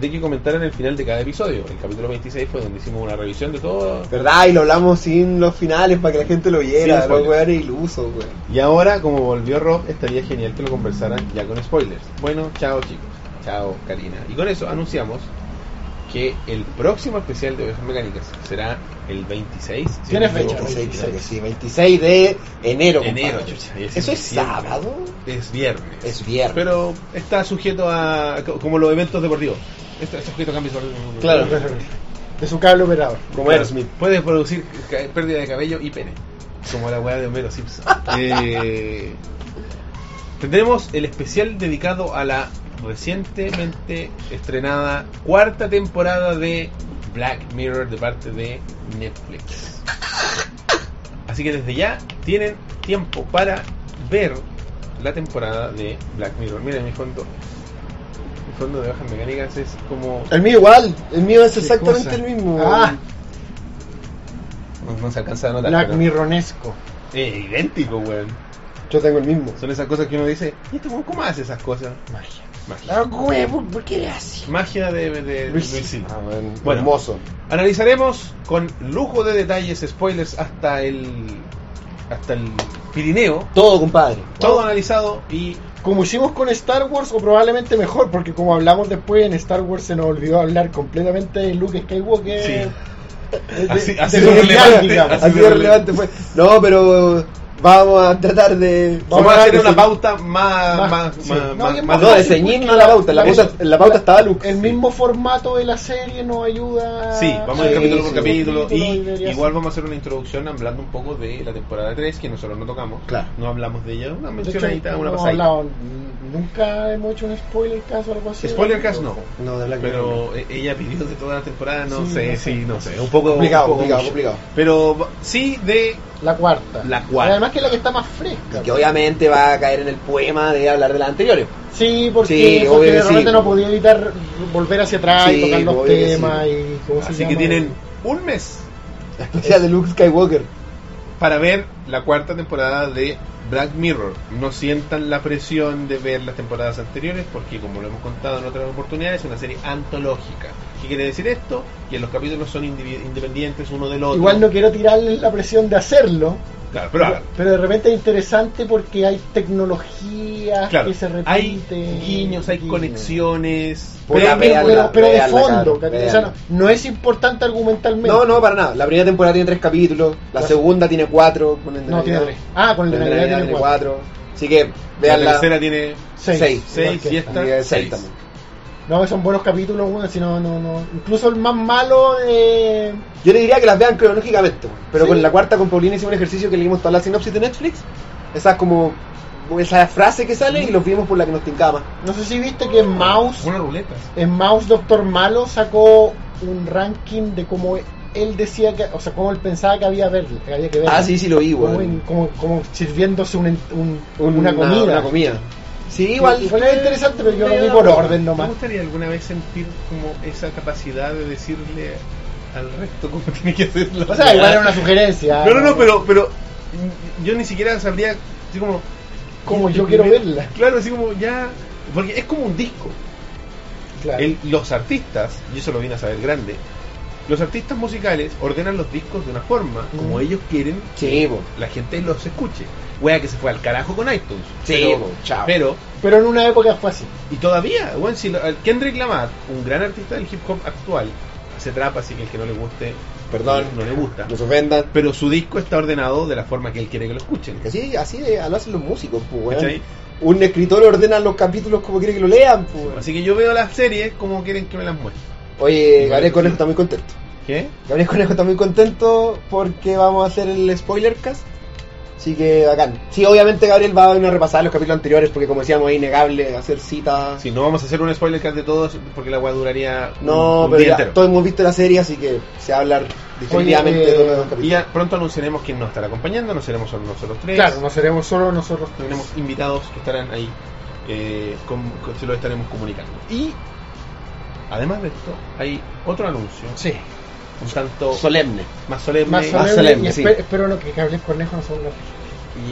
A: de que comentaran el final de cada episodio. El capítulo 26 fue donde hicimos una revisión de todo.
B: ¿Verdad? Y lo hablamos sin los finales para que la gente lo viera.
A: Sin
B: los
A: spoilers.
B: weones ilusos, weón.
A: Y ahora, como volvió Rob, estaría genial que lo conversaran ya con spoilers. Bueno, chao chicos. Chao Karina. Y con eso anunciamos que el próximo especial de Ovejas Mecánicas será el 26. si
D: Tiene
A: no me
D: fecha,
A: equivoco.
B: 26, creo que sí. 26 de enero.
A: Enero,
B: compadre.
A: chucha, es en
B: ¿Eso es
A: diciembre.
B: sábado?
A: Es viernes.
B: Es viernes.
A: Pero está sujeto a. co- como los eventos deportivos. Está sujeto a cambios de orden.
B: Claro.
D: De su cable operador.
B: Como
A: Claro,
B: Aerosmith.
A: Puedes producir ca- pérdida de cabello y pene. Como la weá de Homero Simpson. Eh, tendremos el especial dedicado a la recientemente estrenada cuarta temporada de Black Mirror de parte de Netflix. Así que desde ya tienen tiempo para ver la temporada de Black Mirror. Miren mi fondo. Mi fondo de bajas mecánicas es como.
B: El mío igual. El mío es
A: Qué
B: exactamente
A: cosa.
B: el mismo.
D: Ah,
A: No, no se alcanza a notar.
D: Black
A: pero-
D: Mirronesco.
A: Eh, idéntico, weón.
B: Yo tengo el mismo.
A: Son esas cosas que uno dice, ¿y este weón cómo hace esas cosas? Magia. Magia.
B: ¿por qué le hace?
A: Magia de, de- de Luisito.
B: Ah, weón,
A: Bueno.
B: Hermoso.
A: Analizaremos con lujo de detalles, spoilers, hasta el. hasta el Pirineo.
B: Todo, compadre.
A: Todo analizado y.
D: Como hicimos con Star Wars, o probablemente mejor, porque como hablamos después en Star Wars se nos olvidó hablar completamente de Luke Skywalker.
A: Sí.
D: De-
A: Así-
D: de-
A: así
D: de
A: de
D: mundial,
A: relevante,
D: digamos.
A: así
B: Así de relevante fue. No, pero vamos a tratar de.
A: Vamos a hacer una
B: pausa.
A: pauta más.
D: Más-
A: más.
D: sí.
A: más-
D: No,
A: más-
D: bien
A: más-
B: No, de ceñir no la pauta. En la pauta, en la pauta estaba Luke.
D: El mismo formato de la serie nos ayuda.
A: Sí, vamos a
B: Sí,
A: ir capítulo por
B: sí.
A: capítulo y
D: debería
A: igual
D: ser.
A: vamos a hacer una introducción hablando un poco de la temporada 3 que nosotros no tocamos.
B: Claro.
A: No hablamos de ella, una
D: De hecho,
A: mencionadita, una
D: no hemos
A: pasadita.
D: hablado- nunca hemos hecho un spoiler caso o algo así.
A: Spoiler cast no.
B: No, de Black Mirror.
A: Pero eh, ella pidió de toda la temporada, no
D: Sí,
A: sé,
D: no sé.
A: sí, no sé. Un poco
B: Complicado,
A: un poco
B: complicado,
A: mucho.
B: complicado.
A: Pero va- sí de.
D: La cuarta.
A: La cuarta.
D: Además que es la que está más fresca.
B: Y que obviamente va a caer en el poema de hablar de las anteriores.
D: Sí, porque,
B: Sí,
D: porque
B: obvio que
D: de repente
B: sí.
D: no podía evitar volver hacia atrás
B: Sí,
D: y tocar los
B: obvio que
D: temas.
B: sí.
D: y cómo se
A: Así que
D: llama.
A: tienen un mes.
B: La especial de Luke Skywalker.
A: para ver la cuarta temporada de Black Mirror. No sientan la presión de ver las temporadas anteriores porque, como lo hemos contado en otras oportunidades, es una serie antológica. ¿Qué quiere decir esto? Que los capítulos son indivi- independientes uno del otro.
D: Igual no quiero tirarles la presión de hacerlo,
A: Claro, pero háganlo.
D: pero de repente es interesante porque hay tecnologías
A: Claro,
D: que se
A: hay
D: repiten.
A: guiños, hay
D: guiños.
A: conexiones.
B: Puta,
D: Pero,
B: véanla,
D: pero- pero de
B: véanla,
D: fondo,
B: cabrón,
D: ¿cachai? O sea, no,
B: véanla.
D: no es importante argumentalmente.
B: No, no, para nada. La primera temporada tiene tres capítulos, la
D: Claro.
B: segunda tiene cuatro. con el de
D: No, tiene
B: Navidad.
D: tres. Ah, con
B: Con
D: el de
B: el de
D: Navidad tiene cuatro.
B: Así que
A: La
B: veanla.
A: tercera tiene
D: Seis.
B: Seis.
A: seis
D: Igual
A: y
D: que
A: esta
B: Y es seis
A: seis.
B: también.
D: No, son buenos capítulos, uno, si no, no, no. Incluso el más malo de.
B: Yo le diría que las vean cronológicamente, pero
D: Sí.
B: con la cuarta con Paulina hicimos un ejercicio que leímos toda la sinopsis de Netflix, esa como esa frase que sale y los vimos por la que nos tincaba.
D: No sé si viste que en Mouse,
A: Unas ruletas.
D: en Mouse Doctor Malo sacó un ranking de cómo él decía que, o sea, cómo él pensaba que había, ver, que, había que ver.
B: Ah, sí, sí lo vi,
D: Como, en-
B: weón.
D: como, como sirviéndose un, un-
B: Un-
D: una comida.
B: Una comida. Sí, igual.
D: Igual es interesante, pero yo lo vi por orden nomás.
A: ¿Te gustaría alguna vez sentir como esa capacidad de decirle al resto cómo tiene que hacerlo?
D: O sea, igual era una sugerencia.
A: No, no, no, pero, pero yo ni siquiera sabría, así como,
D: Como yo quiero verla.
A: claro, así como ya. Porque es como un disco.
D: Claro.
A: El- los artistas, y eso lo vine a saber grande, los artistas musicales ordenan los discos de una forma como
D: Mm.
A: ellos quieren
B: Sí, po.
A: la gente los escuche. Wea que se fue al carajo con iTunes.
B: Sí,
A: pero,
B: po, chao.
A: pero
D: Pero en una época fue así.
A: Y todavía, bueno, si lo- Kendrick Lamar, un gran artista del hip hop actual, hace trap, así que el que no le guste,
B: Perdón.
A: no le gusta.
B: Nos ofendan.
A: Pero su disco está ordenado de la forma que él quiere que lo escuchen.
B: Así, así de- lo hacen los músicos, pues, weón.
A: ¿Cachai?
B: Un escritor ordena los capítulos como quiere que lo lean, pues. weón.
A: Así que yo veo las series como quieren que me las muestre.
B: Oye, Gabriel Conejo está muy contento.
A: ¿Qué?
B: Gabriel Conejo está muy contento porque vamos a hacer el spoiler cast. Así que bacán. Sí, obviamente Gabriel va a una repasada de los capítulos anteriores porque como decíamos es innegable hacer citas.
A: Si no vamos a hacer un spoiler cast de todos, porque la weá duraría un-
B: no,
A: un
B: pero
A: día
B: ya
A: entero.
B: todos hemos visto la serie, así que se va a hablar definitivamente
D: Oye,
B: de todos los
A: Y
B: capítulos.
A: ya pronto anunciaremos quién nos estará acompañando, no seremos solo nosotros tres.
D: Claro, no seremos solo nosotros. tres.
A: Tenemos invitados que estarán ahí, eh, con- con- se los estaremos comunicando. Y además de esto, hay otro anuncio,
D: Sí,
A: un tanto
B: Solemne.
A: Eh, más solemne.
D: más solemne.
B: solemne,
D: y
B: sí.
D: espe- espero no que Gabriel Cornejo no sea un loco.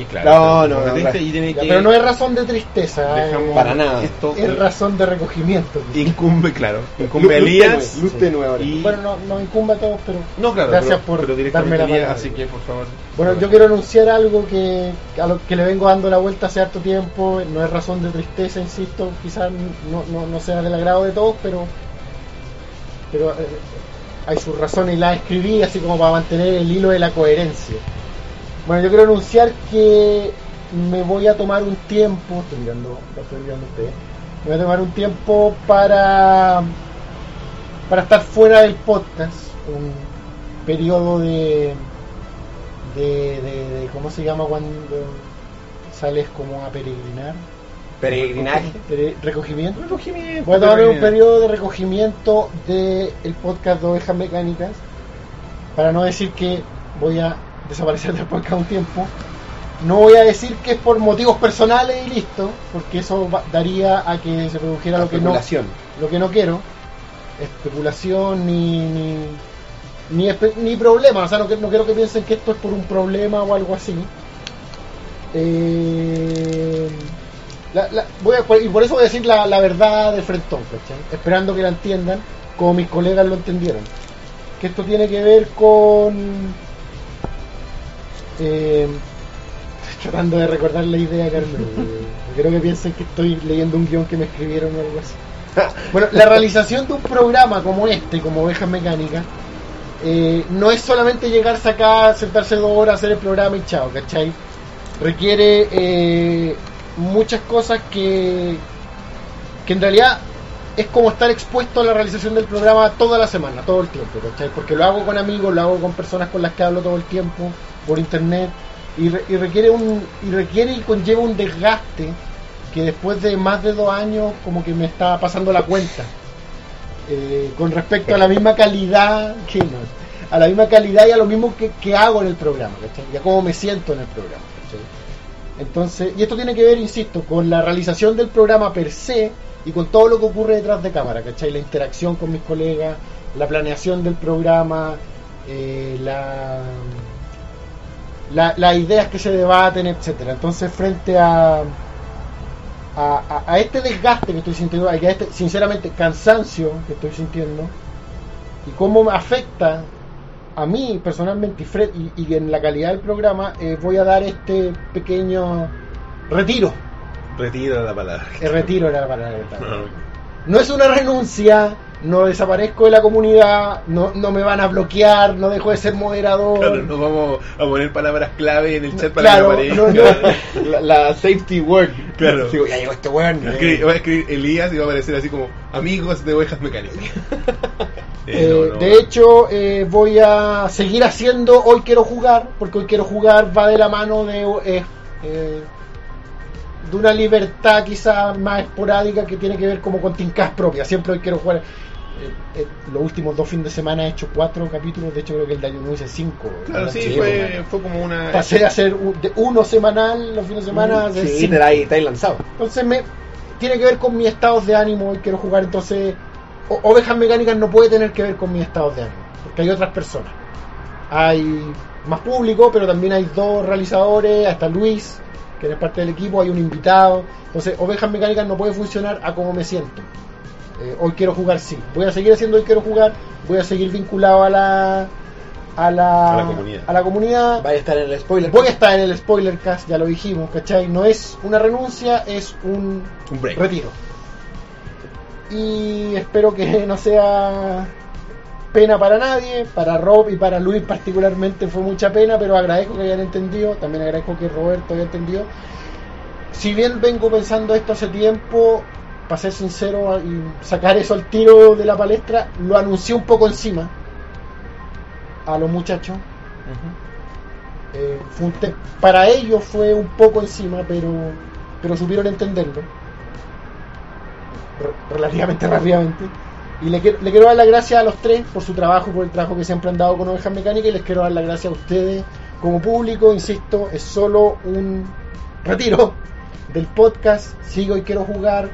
A: Y claro,
B: No, no,
A: como
B: no,
A: triste,
B: no.
A: y tiene
D: Ya,
A: que-
D: Pero no es razón de tristeza.
A: dejamos
D: eh,
B: para nada.
A: Esto
D: Es razón de recogimiento.
A: incumbe, claro. Incumbe a
B: Luz- luz de
A: Elías.
B: nuevo, Luz de nuevo ahora.
A: y-
D: Bueno, no, nos incumbe a todos, pero
A: No, claro,
D: gracias
A: pero-
D: por
A: pero
D: darme
A: directamente
D: la
A: Elías,
D: palabra.
A: Así que, por favor.
D: Bueno, yo quiero anunciar algo que a lo que le vengo dando la vuelta hace harto tiempo. No es razón de tristeza, insisto. Quizás no, no, no sea del agrado de todos, pero pero eh, hay sus razones y las escribí así como para mantener el hilo de la coherencia. Bueno, yo quiero anunciar que me voy a tomar un tiempo, estoy mirando, lo estoy mirando a ustedes, me voy a tomar un tiempo para para estar fuera del podcast, un periodo de de, de- de- ¿cómo se llama cuando sales como a peregrinar?
B: Peregrinaje.
D: Pere- recogimiento.
A: Recogimiento,
D: Voy a tomar un
A: recogimiento.
D: periodo de recogimiento del podcast de Ovejas Mecánicas para no decir que voy a desaparecer del podcast un tiempo. No voy a decir que es por motivos personales y listo, porque eso va- daría a que se produjera lo que no
B: Especulación.
D: lo que no quiero, especulación ni ni, ni, espe- ni problema, o sea, no, que- no quiero que piensen que esto es por un problema o algo así. Eh, la- la- voy a- por- y por eso voy a decir la, la verdad de frentón, ¿cachai? esperando que la entiendan como mis colegas lo entendieron. Que esto tiene que ver con... eh, estoy tratando de recordar la idea, Carmen. No quiero que piensen que estoy leyendo un guión que me escribieron o algo así. Bueno, la realización de un programa como este, como Ovejas Mecánicas, eh, no es solamente llegarse acá, sentarse dos horas, hacer el programa y chao, ¿cachai? Requiere eh, muchas cosas que, que en realidad es como estar expuesto a la realización del programa toda la semana, todo el tiempo, ¿cachai? Porque lo hago con amigos, lo hago con personas con las que hablo todo el tiempo, por internet, y, re- y requiere un y requiere y conlleva un desgaste que después de más de dos años como que me está pasando la cuenta eh, con respecto a la misma calidad que no, a la misma calidad y a lo mismo que, que hago en el programa ¿cachai? y a cómo me siento en el programa ¿cachai? entonces y esto tiene que ver insisto con la realización del programa per se y con todo lo que ocurre detrás de cámara ¿cachai? la interacción con mis colegas la planeación del programa eh, la la- las ideas que se debaten, etcétera. Entonces, frente a, a, a- a este desgaste que estoy sintiendo, a este, sinceramente, cansancio que estoy sintiendo, y cómo me afecta a mí personalmente y, Fred, y, y en la calidad del programa, eh, voy a dar este pequeño retiro.
A: Retira la palabra.
D: El retiro era la palabra. que estaba.
A: Ah.
D: No es una renuncia, no desaparezco de la comunidad, no, no me van a bloquear, no dejo de ser moderador.
A: Claro, no vamos a poner palabras clave en el chat para
D: Oh. Claro,
A: que
D: no,
A: no
D: no.
A: aparezca.
B: La, la safety word.
A: Claro.
B: Digo, ya llegó este weón.
A: Escri- va a escribir Elías y va a aparecer así como amigos de ovejas mecánicas. Eh,
D: Eh,
A: no, no.
D: De hecho, eh, voy a seguir haciendo Hoy Quiero Jugar, porque Hoy Quiero Jugar va de la mano de, eh, eh, de una libertad quizá más esporádica que tiene que ver como con tincas propias. Siempre Hoy Quiero Jugar. Eh, eh, los últimos dos fines de semana he hecho cuatro capítulos, de hecho creo que el de Año Nuevo hice cinco.
A: Claro,
D: Una
A: sí,
D: chica, una-
A: fue, fue como una.
D: Pasé a hacer un- de uno semanal los fines de semana.
A: Mm,
D: a hacer
B: Sí,
D: cinco.
B: te la te la has lanzado.
D: Entonces me tiene que ver con mi estado de ánimo y quiero jugar. Entonces, o- ovejas mecánicas no puede tener que ver con mi estado de ánimo, porque hay otras personas. Hay más público, pero también hay dos realizadores, hasta Luis, que es parte del equipo, hay un invitado. Entonces, ovejas mecánicas no puede funcionar a como me siento. Eh, hoy quiero jugar, sí. Voy a seguir haciendo hoy quiero jugar, voy a seguir vinculado a la a la,
A: A la comunidad.
D: a la comunidad.
B: Va a estar en el spoiler.
D: Voy a estar en el spoiler cast, ya lo dijimos, ¿cachai? No es una renuncia, es un
A: Un break.
D: retiro. Y espero que no sea pena para nadie, para Rob y para Luis particularmente fue mucha pena, pero agradezco que hayan entendido, también agradezco que Roberto haya entendido. Si bien vengo pensando esto hace tiempo, para ser sincero y sacar eso al tiro de la palestra, lo anuncié un poco encima a los muchachos. Eh, fue un te- para ellos fue un poco encima, pero, pero supieron entenderlo. Re- relativamente rápidamente. Y le quiero, le quiero dar las gracias a los tres por su trabajo, por el trabajo que siempre han dado con Ovejas Mecánicas. Y les quiero dar las gracias a ustedes como público. Insisto, es solo un retiro del podcast. Sigo y quiero jugar.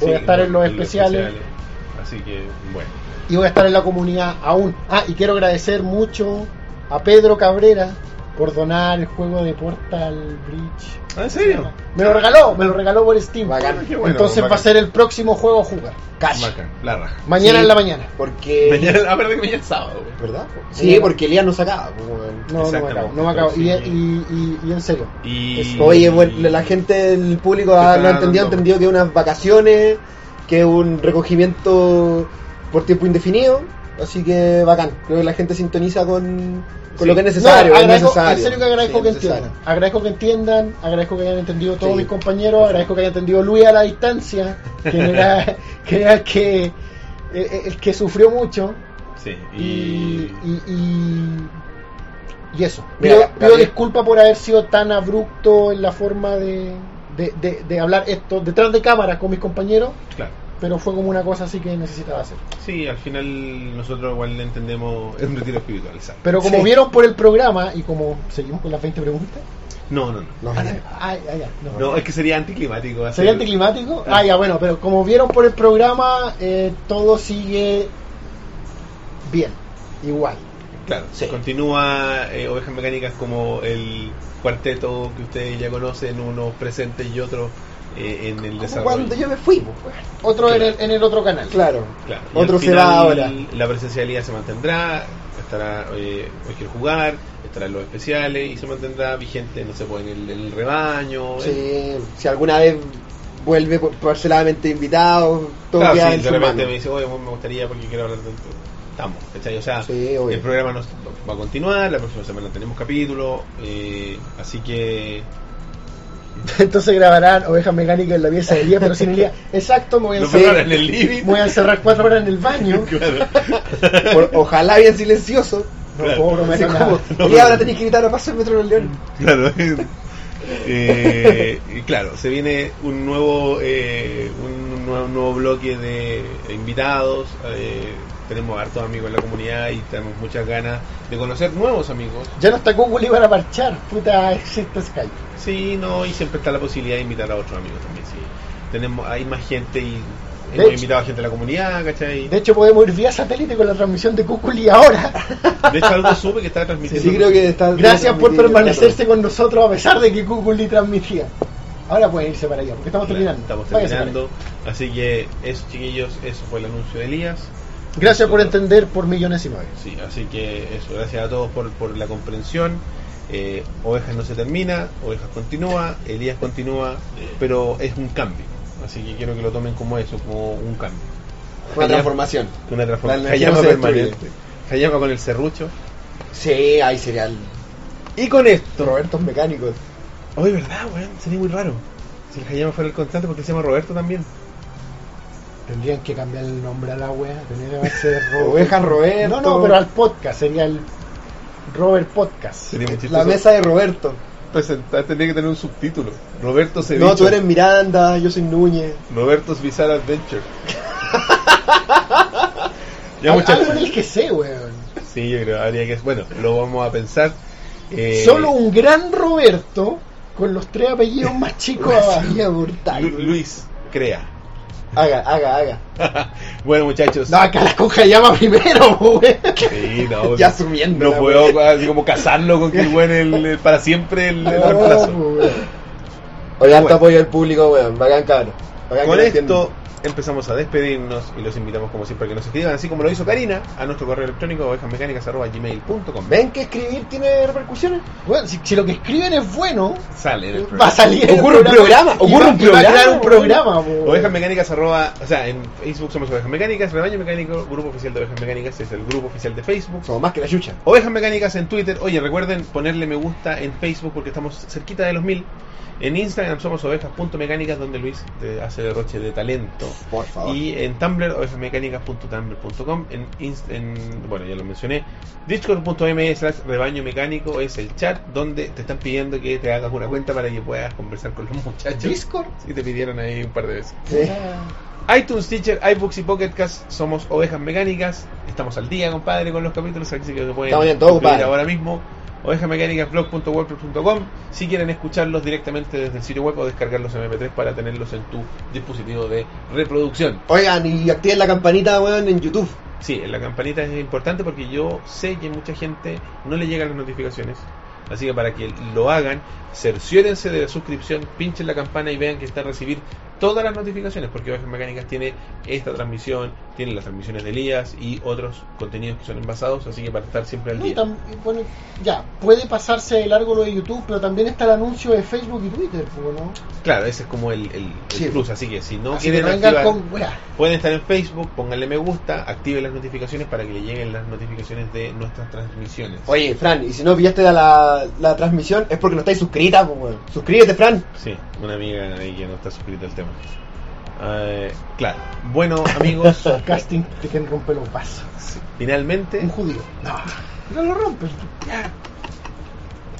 D: Voy
A: Sí,
D: a estar en los especiales
A: Así que, bueno.
D: y voy a estar en la comunidad aún. Ah, y quiero agradecer mucho a Pedro Cabrera por donar el juego de Portal Bridge.
A: Ah, ¿En serio?
D: Me lo regaló, me lo regaló por Steam.
B: Bacán.
A: Qué bueno,
D: Entonces
A: bacán.
D: va a ser el próximo juego a jugar. Cash.
A: Bacán, la raja.
D: Mañana
B: Sí.
D: en la mañana.
B: Porque.
A: Mañana, a ver, de que mañana es sábado, güey.
B: ¿Verdad? Sí, porque Elías no sacaba. pues, weón.
D: No, no me
A: Exactamente.
D: acabo, no me acabo. Y,
A: Sí.
D: y- y- y en serio.
A: Y...
B: Oye, bueno, la gente, el público
A: Te
B: ha,
A: están
B: lo ha entendido, ha
A: dando-
B: entendido que unas vacaciones, que un recogimiento por tiempo indefinido, así que bacán. Creo que la gente sintoniza con, con
A: Sí.
B: lo que es necesario.
D: No,
B: es
D: agradezco-
B: necesario.
D: En serio que agradezco
B: Sí,
D: que
B: es necesario.
D: entiendan. Agradezco que entiendan, agradezco que hayan entendido todos
B: Sí.
D: mis compañeros, agradezco que haya entendido Luis a la distancia, que era, que era el que, el- el que sufrió mucho.
A: Sí,
D: y,
A: y...
D: y, y- y eso.
B: Mira,
D: Pido, pido
B: Gabriel.
D: disculpa por haber sido tan abrupto en la forma de, de, de- de hablar esto detrás de cámara con mis compañeros,
A: Claro.
D: pero fue como una cosa así que necesitaba hacer.
A: Sí, al final nosotros igual le entendemos es un retiro espiritual, exacto.
D: Pero como
B: Sí.
D: vieron por el programa y como seguimos con las 20 preguntas,
A: No, no, no.
B: No,
D: Ah,
B: ya.
D: ya, ah, ya, ya, no.
A: No, es que sería anticlimático. hacer-
D: ¿Sería anticlimático? Ah, ya, bueno, pero como vieron por el programa, eh, todo sigue bien, igual.
A: Claro,
B: Sí.
A: continúa eh, Ovejas Mecánicas como el cuarteto que ustedes ya conocen, unos presentes y otros eh, en el
B: Como
A: desarrollo.
B: cuando yo me fui, pues, weón.
D: Otro en
A: Claro.
D: el, en el otro canal.
B: claro.
A: Claro, y
B: Otro
A: al
B: se va ahora.
A: La presencialidad se mantendrá, estará eh, hoy quiero jugar, estará en los especiales y se mantendrá vigente, no sé, pues, en el, en el rebaño. Eh, en-
B: Sí, si alguna vez vuelve por- parceladamente invitado, todo
A: Claro,
B: queda
A: sí,
B: en
A: de
B: su
A: repente
B: mano.
A: me dice, oye, me gustaría porque quiero hablar de esto". Estamos, ¿cachai? O sea,
B: Sí, obvio.
A: el programa nos va a continuar, la próxima semana tenemos capítulo, eh, así que
D: Entonces grabarán Ovejas Mecánicas en la pieza de día, pero sin el día. Exacto, me voy a
A: no
D: encerrar,
A: cerrar en el living.
D: me voy a encerrar cuatro horas en el baño.
A: Claro.
B: Por- ojalá bien silencioso.
D: No puedo
B: Así
D: prometer
B: como,
D: nada.
A: No,
B: Elías, ahora
A: no.
B: tenés que gritar a paso el metro del león.
A: Claro. Eh, y claro, se viene un nuevo, eh, un nuevo, un nuevo bloque de invitados. eh, tenemos hartos amigos en la comunidad y tenemos muchas ganas de conocer nuevos amigos.
D: Ya no está Google para marchar, puta, existe Skype.
A: Sí, no, y siempre está la posibilidad de invitar a otros amigos también. Sí. Tenemos, hay más gente y Hemos
D: hecho-
A: invitado a gente de la comunidad, ¿cachai?
D: De hecho, podemos ir vía satélite con la transmisión de Cúculi ahora.
A: De hecho, algo supe que estaba transmitiendo.
B: Sí, creo que está.
D: Gracias por este permanecerse con nosotros a pesar de que Cúculi transmitía. Ahora pueden irse para allá, porque estamos terminando.
A: Estamos
D: Váyanse para
A: terminando. Así que, eso, chiquillos, eso fue el anuncio de Elías.
D: allá. Gracias por entender por millones y nueve.
A: Sí, así que eso, gracias a todos por, por la comprensión. Eh, ovejas no se termina, ovejas continúa, Elías continúa, pero es un cambio. Así que quiero que lo tomen como eso, como un cambio.
B: Una transformación.
A: Una transformación.
B: La energía no
A: Hayama
B: se destruye.
A: permanente. Hayama con el serrucho.
B: Sí, ahí sería el
A: Y con esto.
B: Robertos Mecánicos.
A: Oye, ¿verdad, weón? Sería muy raro. Si el Hayama fuera el constante, porque se llama Roberto también.
D: Tendrían que cambiar el nombre a la wea. Tendría que ser
B: Ovejas Roberto.
D: No, no, pero al podcast. Sería el Robert Podcast.
A: Sería muy chistoso.
B: La mesa de Roberto.
A: Presentar tendría que tener un subtítulo. Roberto se
B: No, tú eres Miranda, yo soy Núñez.
A: Roberto's Bizarre Adventure. ya,
D: Al-
A: muchachos.
D: Algo en el que sé, weón.
A: Sí, yo creo, habría que. Bueno, lo vamos a pensar. Eh,
D: Solo un gran Roberto con los tres apellidos más chicos
B: Sería
D: abajo.
A: Lu-
B: brutal.
A: Luis, crea.
B: Haga, haga, haga.
A: bueno, muchachos.
D: No, acá la coja llama primero, weón.
A: Sí, no,
B: Ya asumiendo
A: No
B: la
A: puedo así como casarlo con que el buen el, el- para siempre el, el reemplazo.
B: Oye, harto
A: Bueno.
B: apoyo del público, weón. Bacán, cabrón. Bacán que
A: Con
B: lo
A: esto
B: entiendan.
A: empezamos a despedirnos y los invitamos como siempre a que nos escriban, así como lo hizo Karina, a nuestro correo electrónico ovejasmecánicas.gmail.com.
B: ¿Ven que escribir tiene repercusiones?
D: Bueno, si, si lo que escriben es bueno,
A: Sale en el
D: va a
A: programa.
D: salir. en el
B: Ocurre un programa,
D: y
B: ocurre
D: va-
B: un
D: y Va a crear
B: programa,
D: un programa, weón.
A: Ovejas Mecánicas arroba, o sea, en Facebook somos Ovejas Mecánicas, Rebaño Mecánico, Grupo Oficial de Ovejas Mecánicas, es el grupo oficial de Facebook.
B: Somos más que la chucha.
A: Ovejas Mecánicas en Twitter. Oye, recuerden ponerle me gusta en Facebook porque estamos cerquita de los mil. En Instagram somos ovejas.mecánicas donde Luis eh, hace derroche de talento.
B: Por favor.
A: Y en Tumblr, ovejasmecánicas.tumblr.com. En, Inst- en- bueno, ya lo mencioné. Discord.me E slash rebaño mecánico es el chat donde te están pidiendo que te hagas una cuenta para que puedas conversar con los muchachos.
D: Discord. Ah,
A: Y te pidieron ahí un par de veces
B: Sí.
A: iTunes, Teacher, iBooks y Pocketcast somos Ovejas Mecánicas. Estamos al día, compadre, con los capítulos, así que se pueden
B: Estamos en todo,
A: suscribir
B: compadre.
A: ahora mismo. ovejasmecánicasblog.wordpress.com Si quieren escucharlos directamente desde el sitio web o descargar los MP3 para tenerlos en tu dispositivo de reproducción.
B: Oigan, y activen la campanita, weón, en YouTube.
A: Sí, la campanita es importante porque yo sé que mucha gente no le llegan las notificaciones. Así que para que lo hagan, cerciórense de la suscripción, pinchen la campana y vean que están a recibir todas las notificaciones, porque Ovejas Mecánicas tiene esta transmisión, tiene las transmisiones de Elías y otros contenidos que son envasados, así que para estar siempre al
D: No, y
A: día.
D: tam- y bueno, ya, puede pasarse de largo lo de YouTube, pero también está el anuncio de Facebook y Twitter, pues, ¿no?
A: Claro, ese es como el, el- el
B: Sí.
A: plus, así que si no
D: Así que
A: quieren
D: no vengan
A: activar,
D: con weá.
A: pueden estar en Facebook, pónganle me gusta, activen las notificaciones para que le lleguen las notificaciones de nuestras transmisiones.
B: Oye, Fran, y si no pillaste la, la, la transmisión, es porque no estáis suscrita, pues, weón. Suscríbete, Fran.
A: Sí, una amiga ahí que no está suscrita al tema. Eh, claro. Bueno, amigos,
D: Casting de quien rompe los vasos.
A: finalmente,
D: Un judío. No, no lo rompen.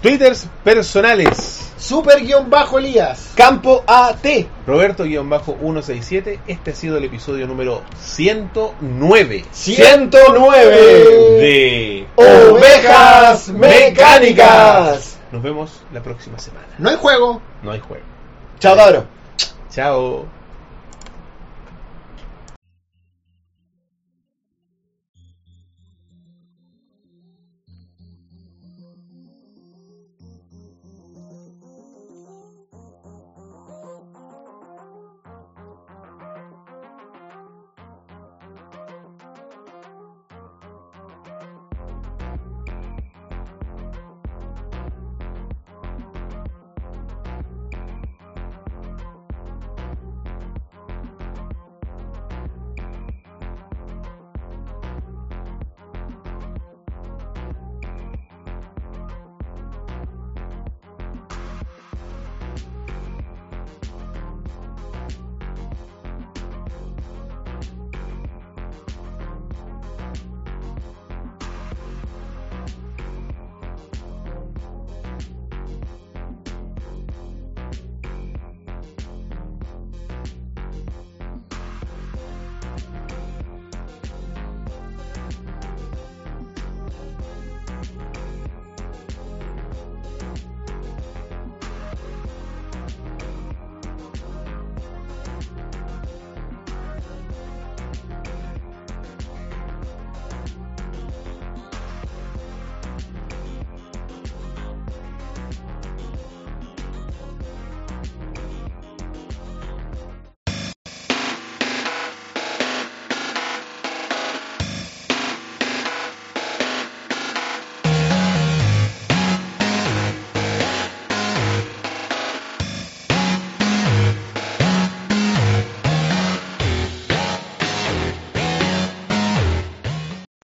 A: twitters personales.
D: Super guión bajo Elías.
B: Campo AT.
A: Roberto-167, este ha sido el episodio número 109
B: 109.
A: de...
B: Ovejas Mecánicas.
A: Nos vemos la próxima semana.
D: No hay juego.
A: No hay juego.
B: Chao, cabrón.
A: Chao.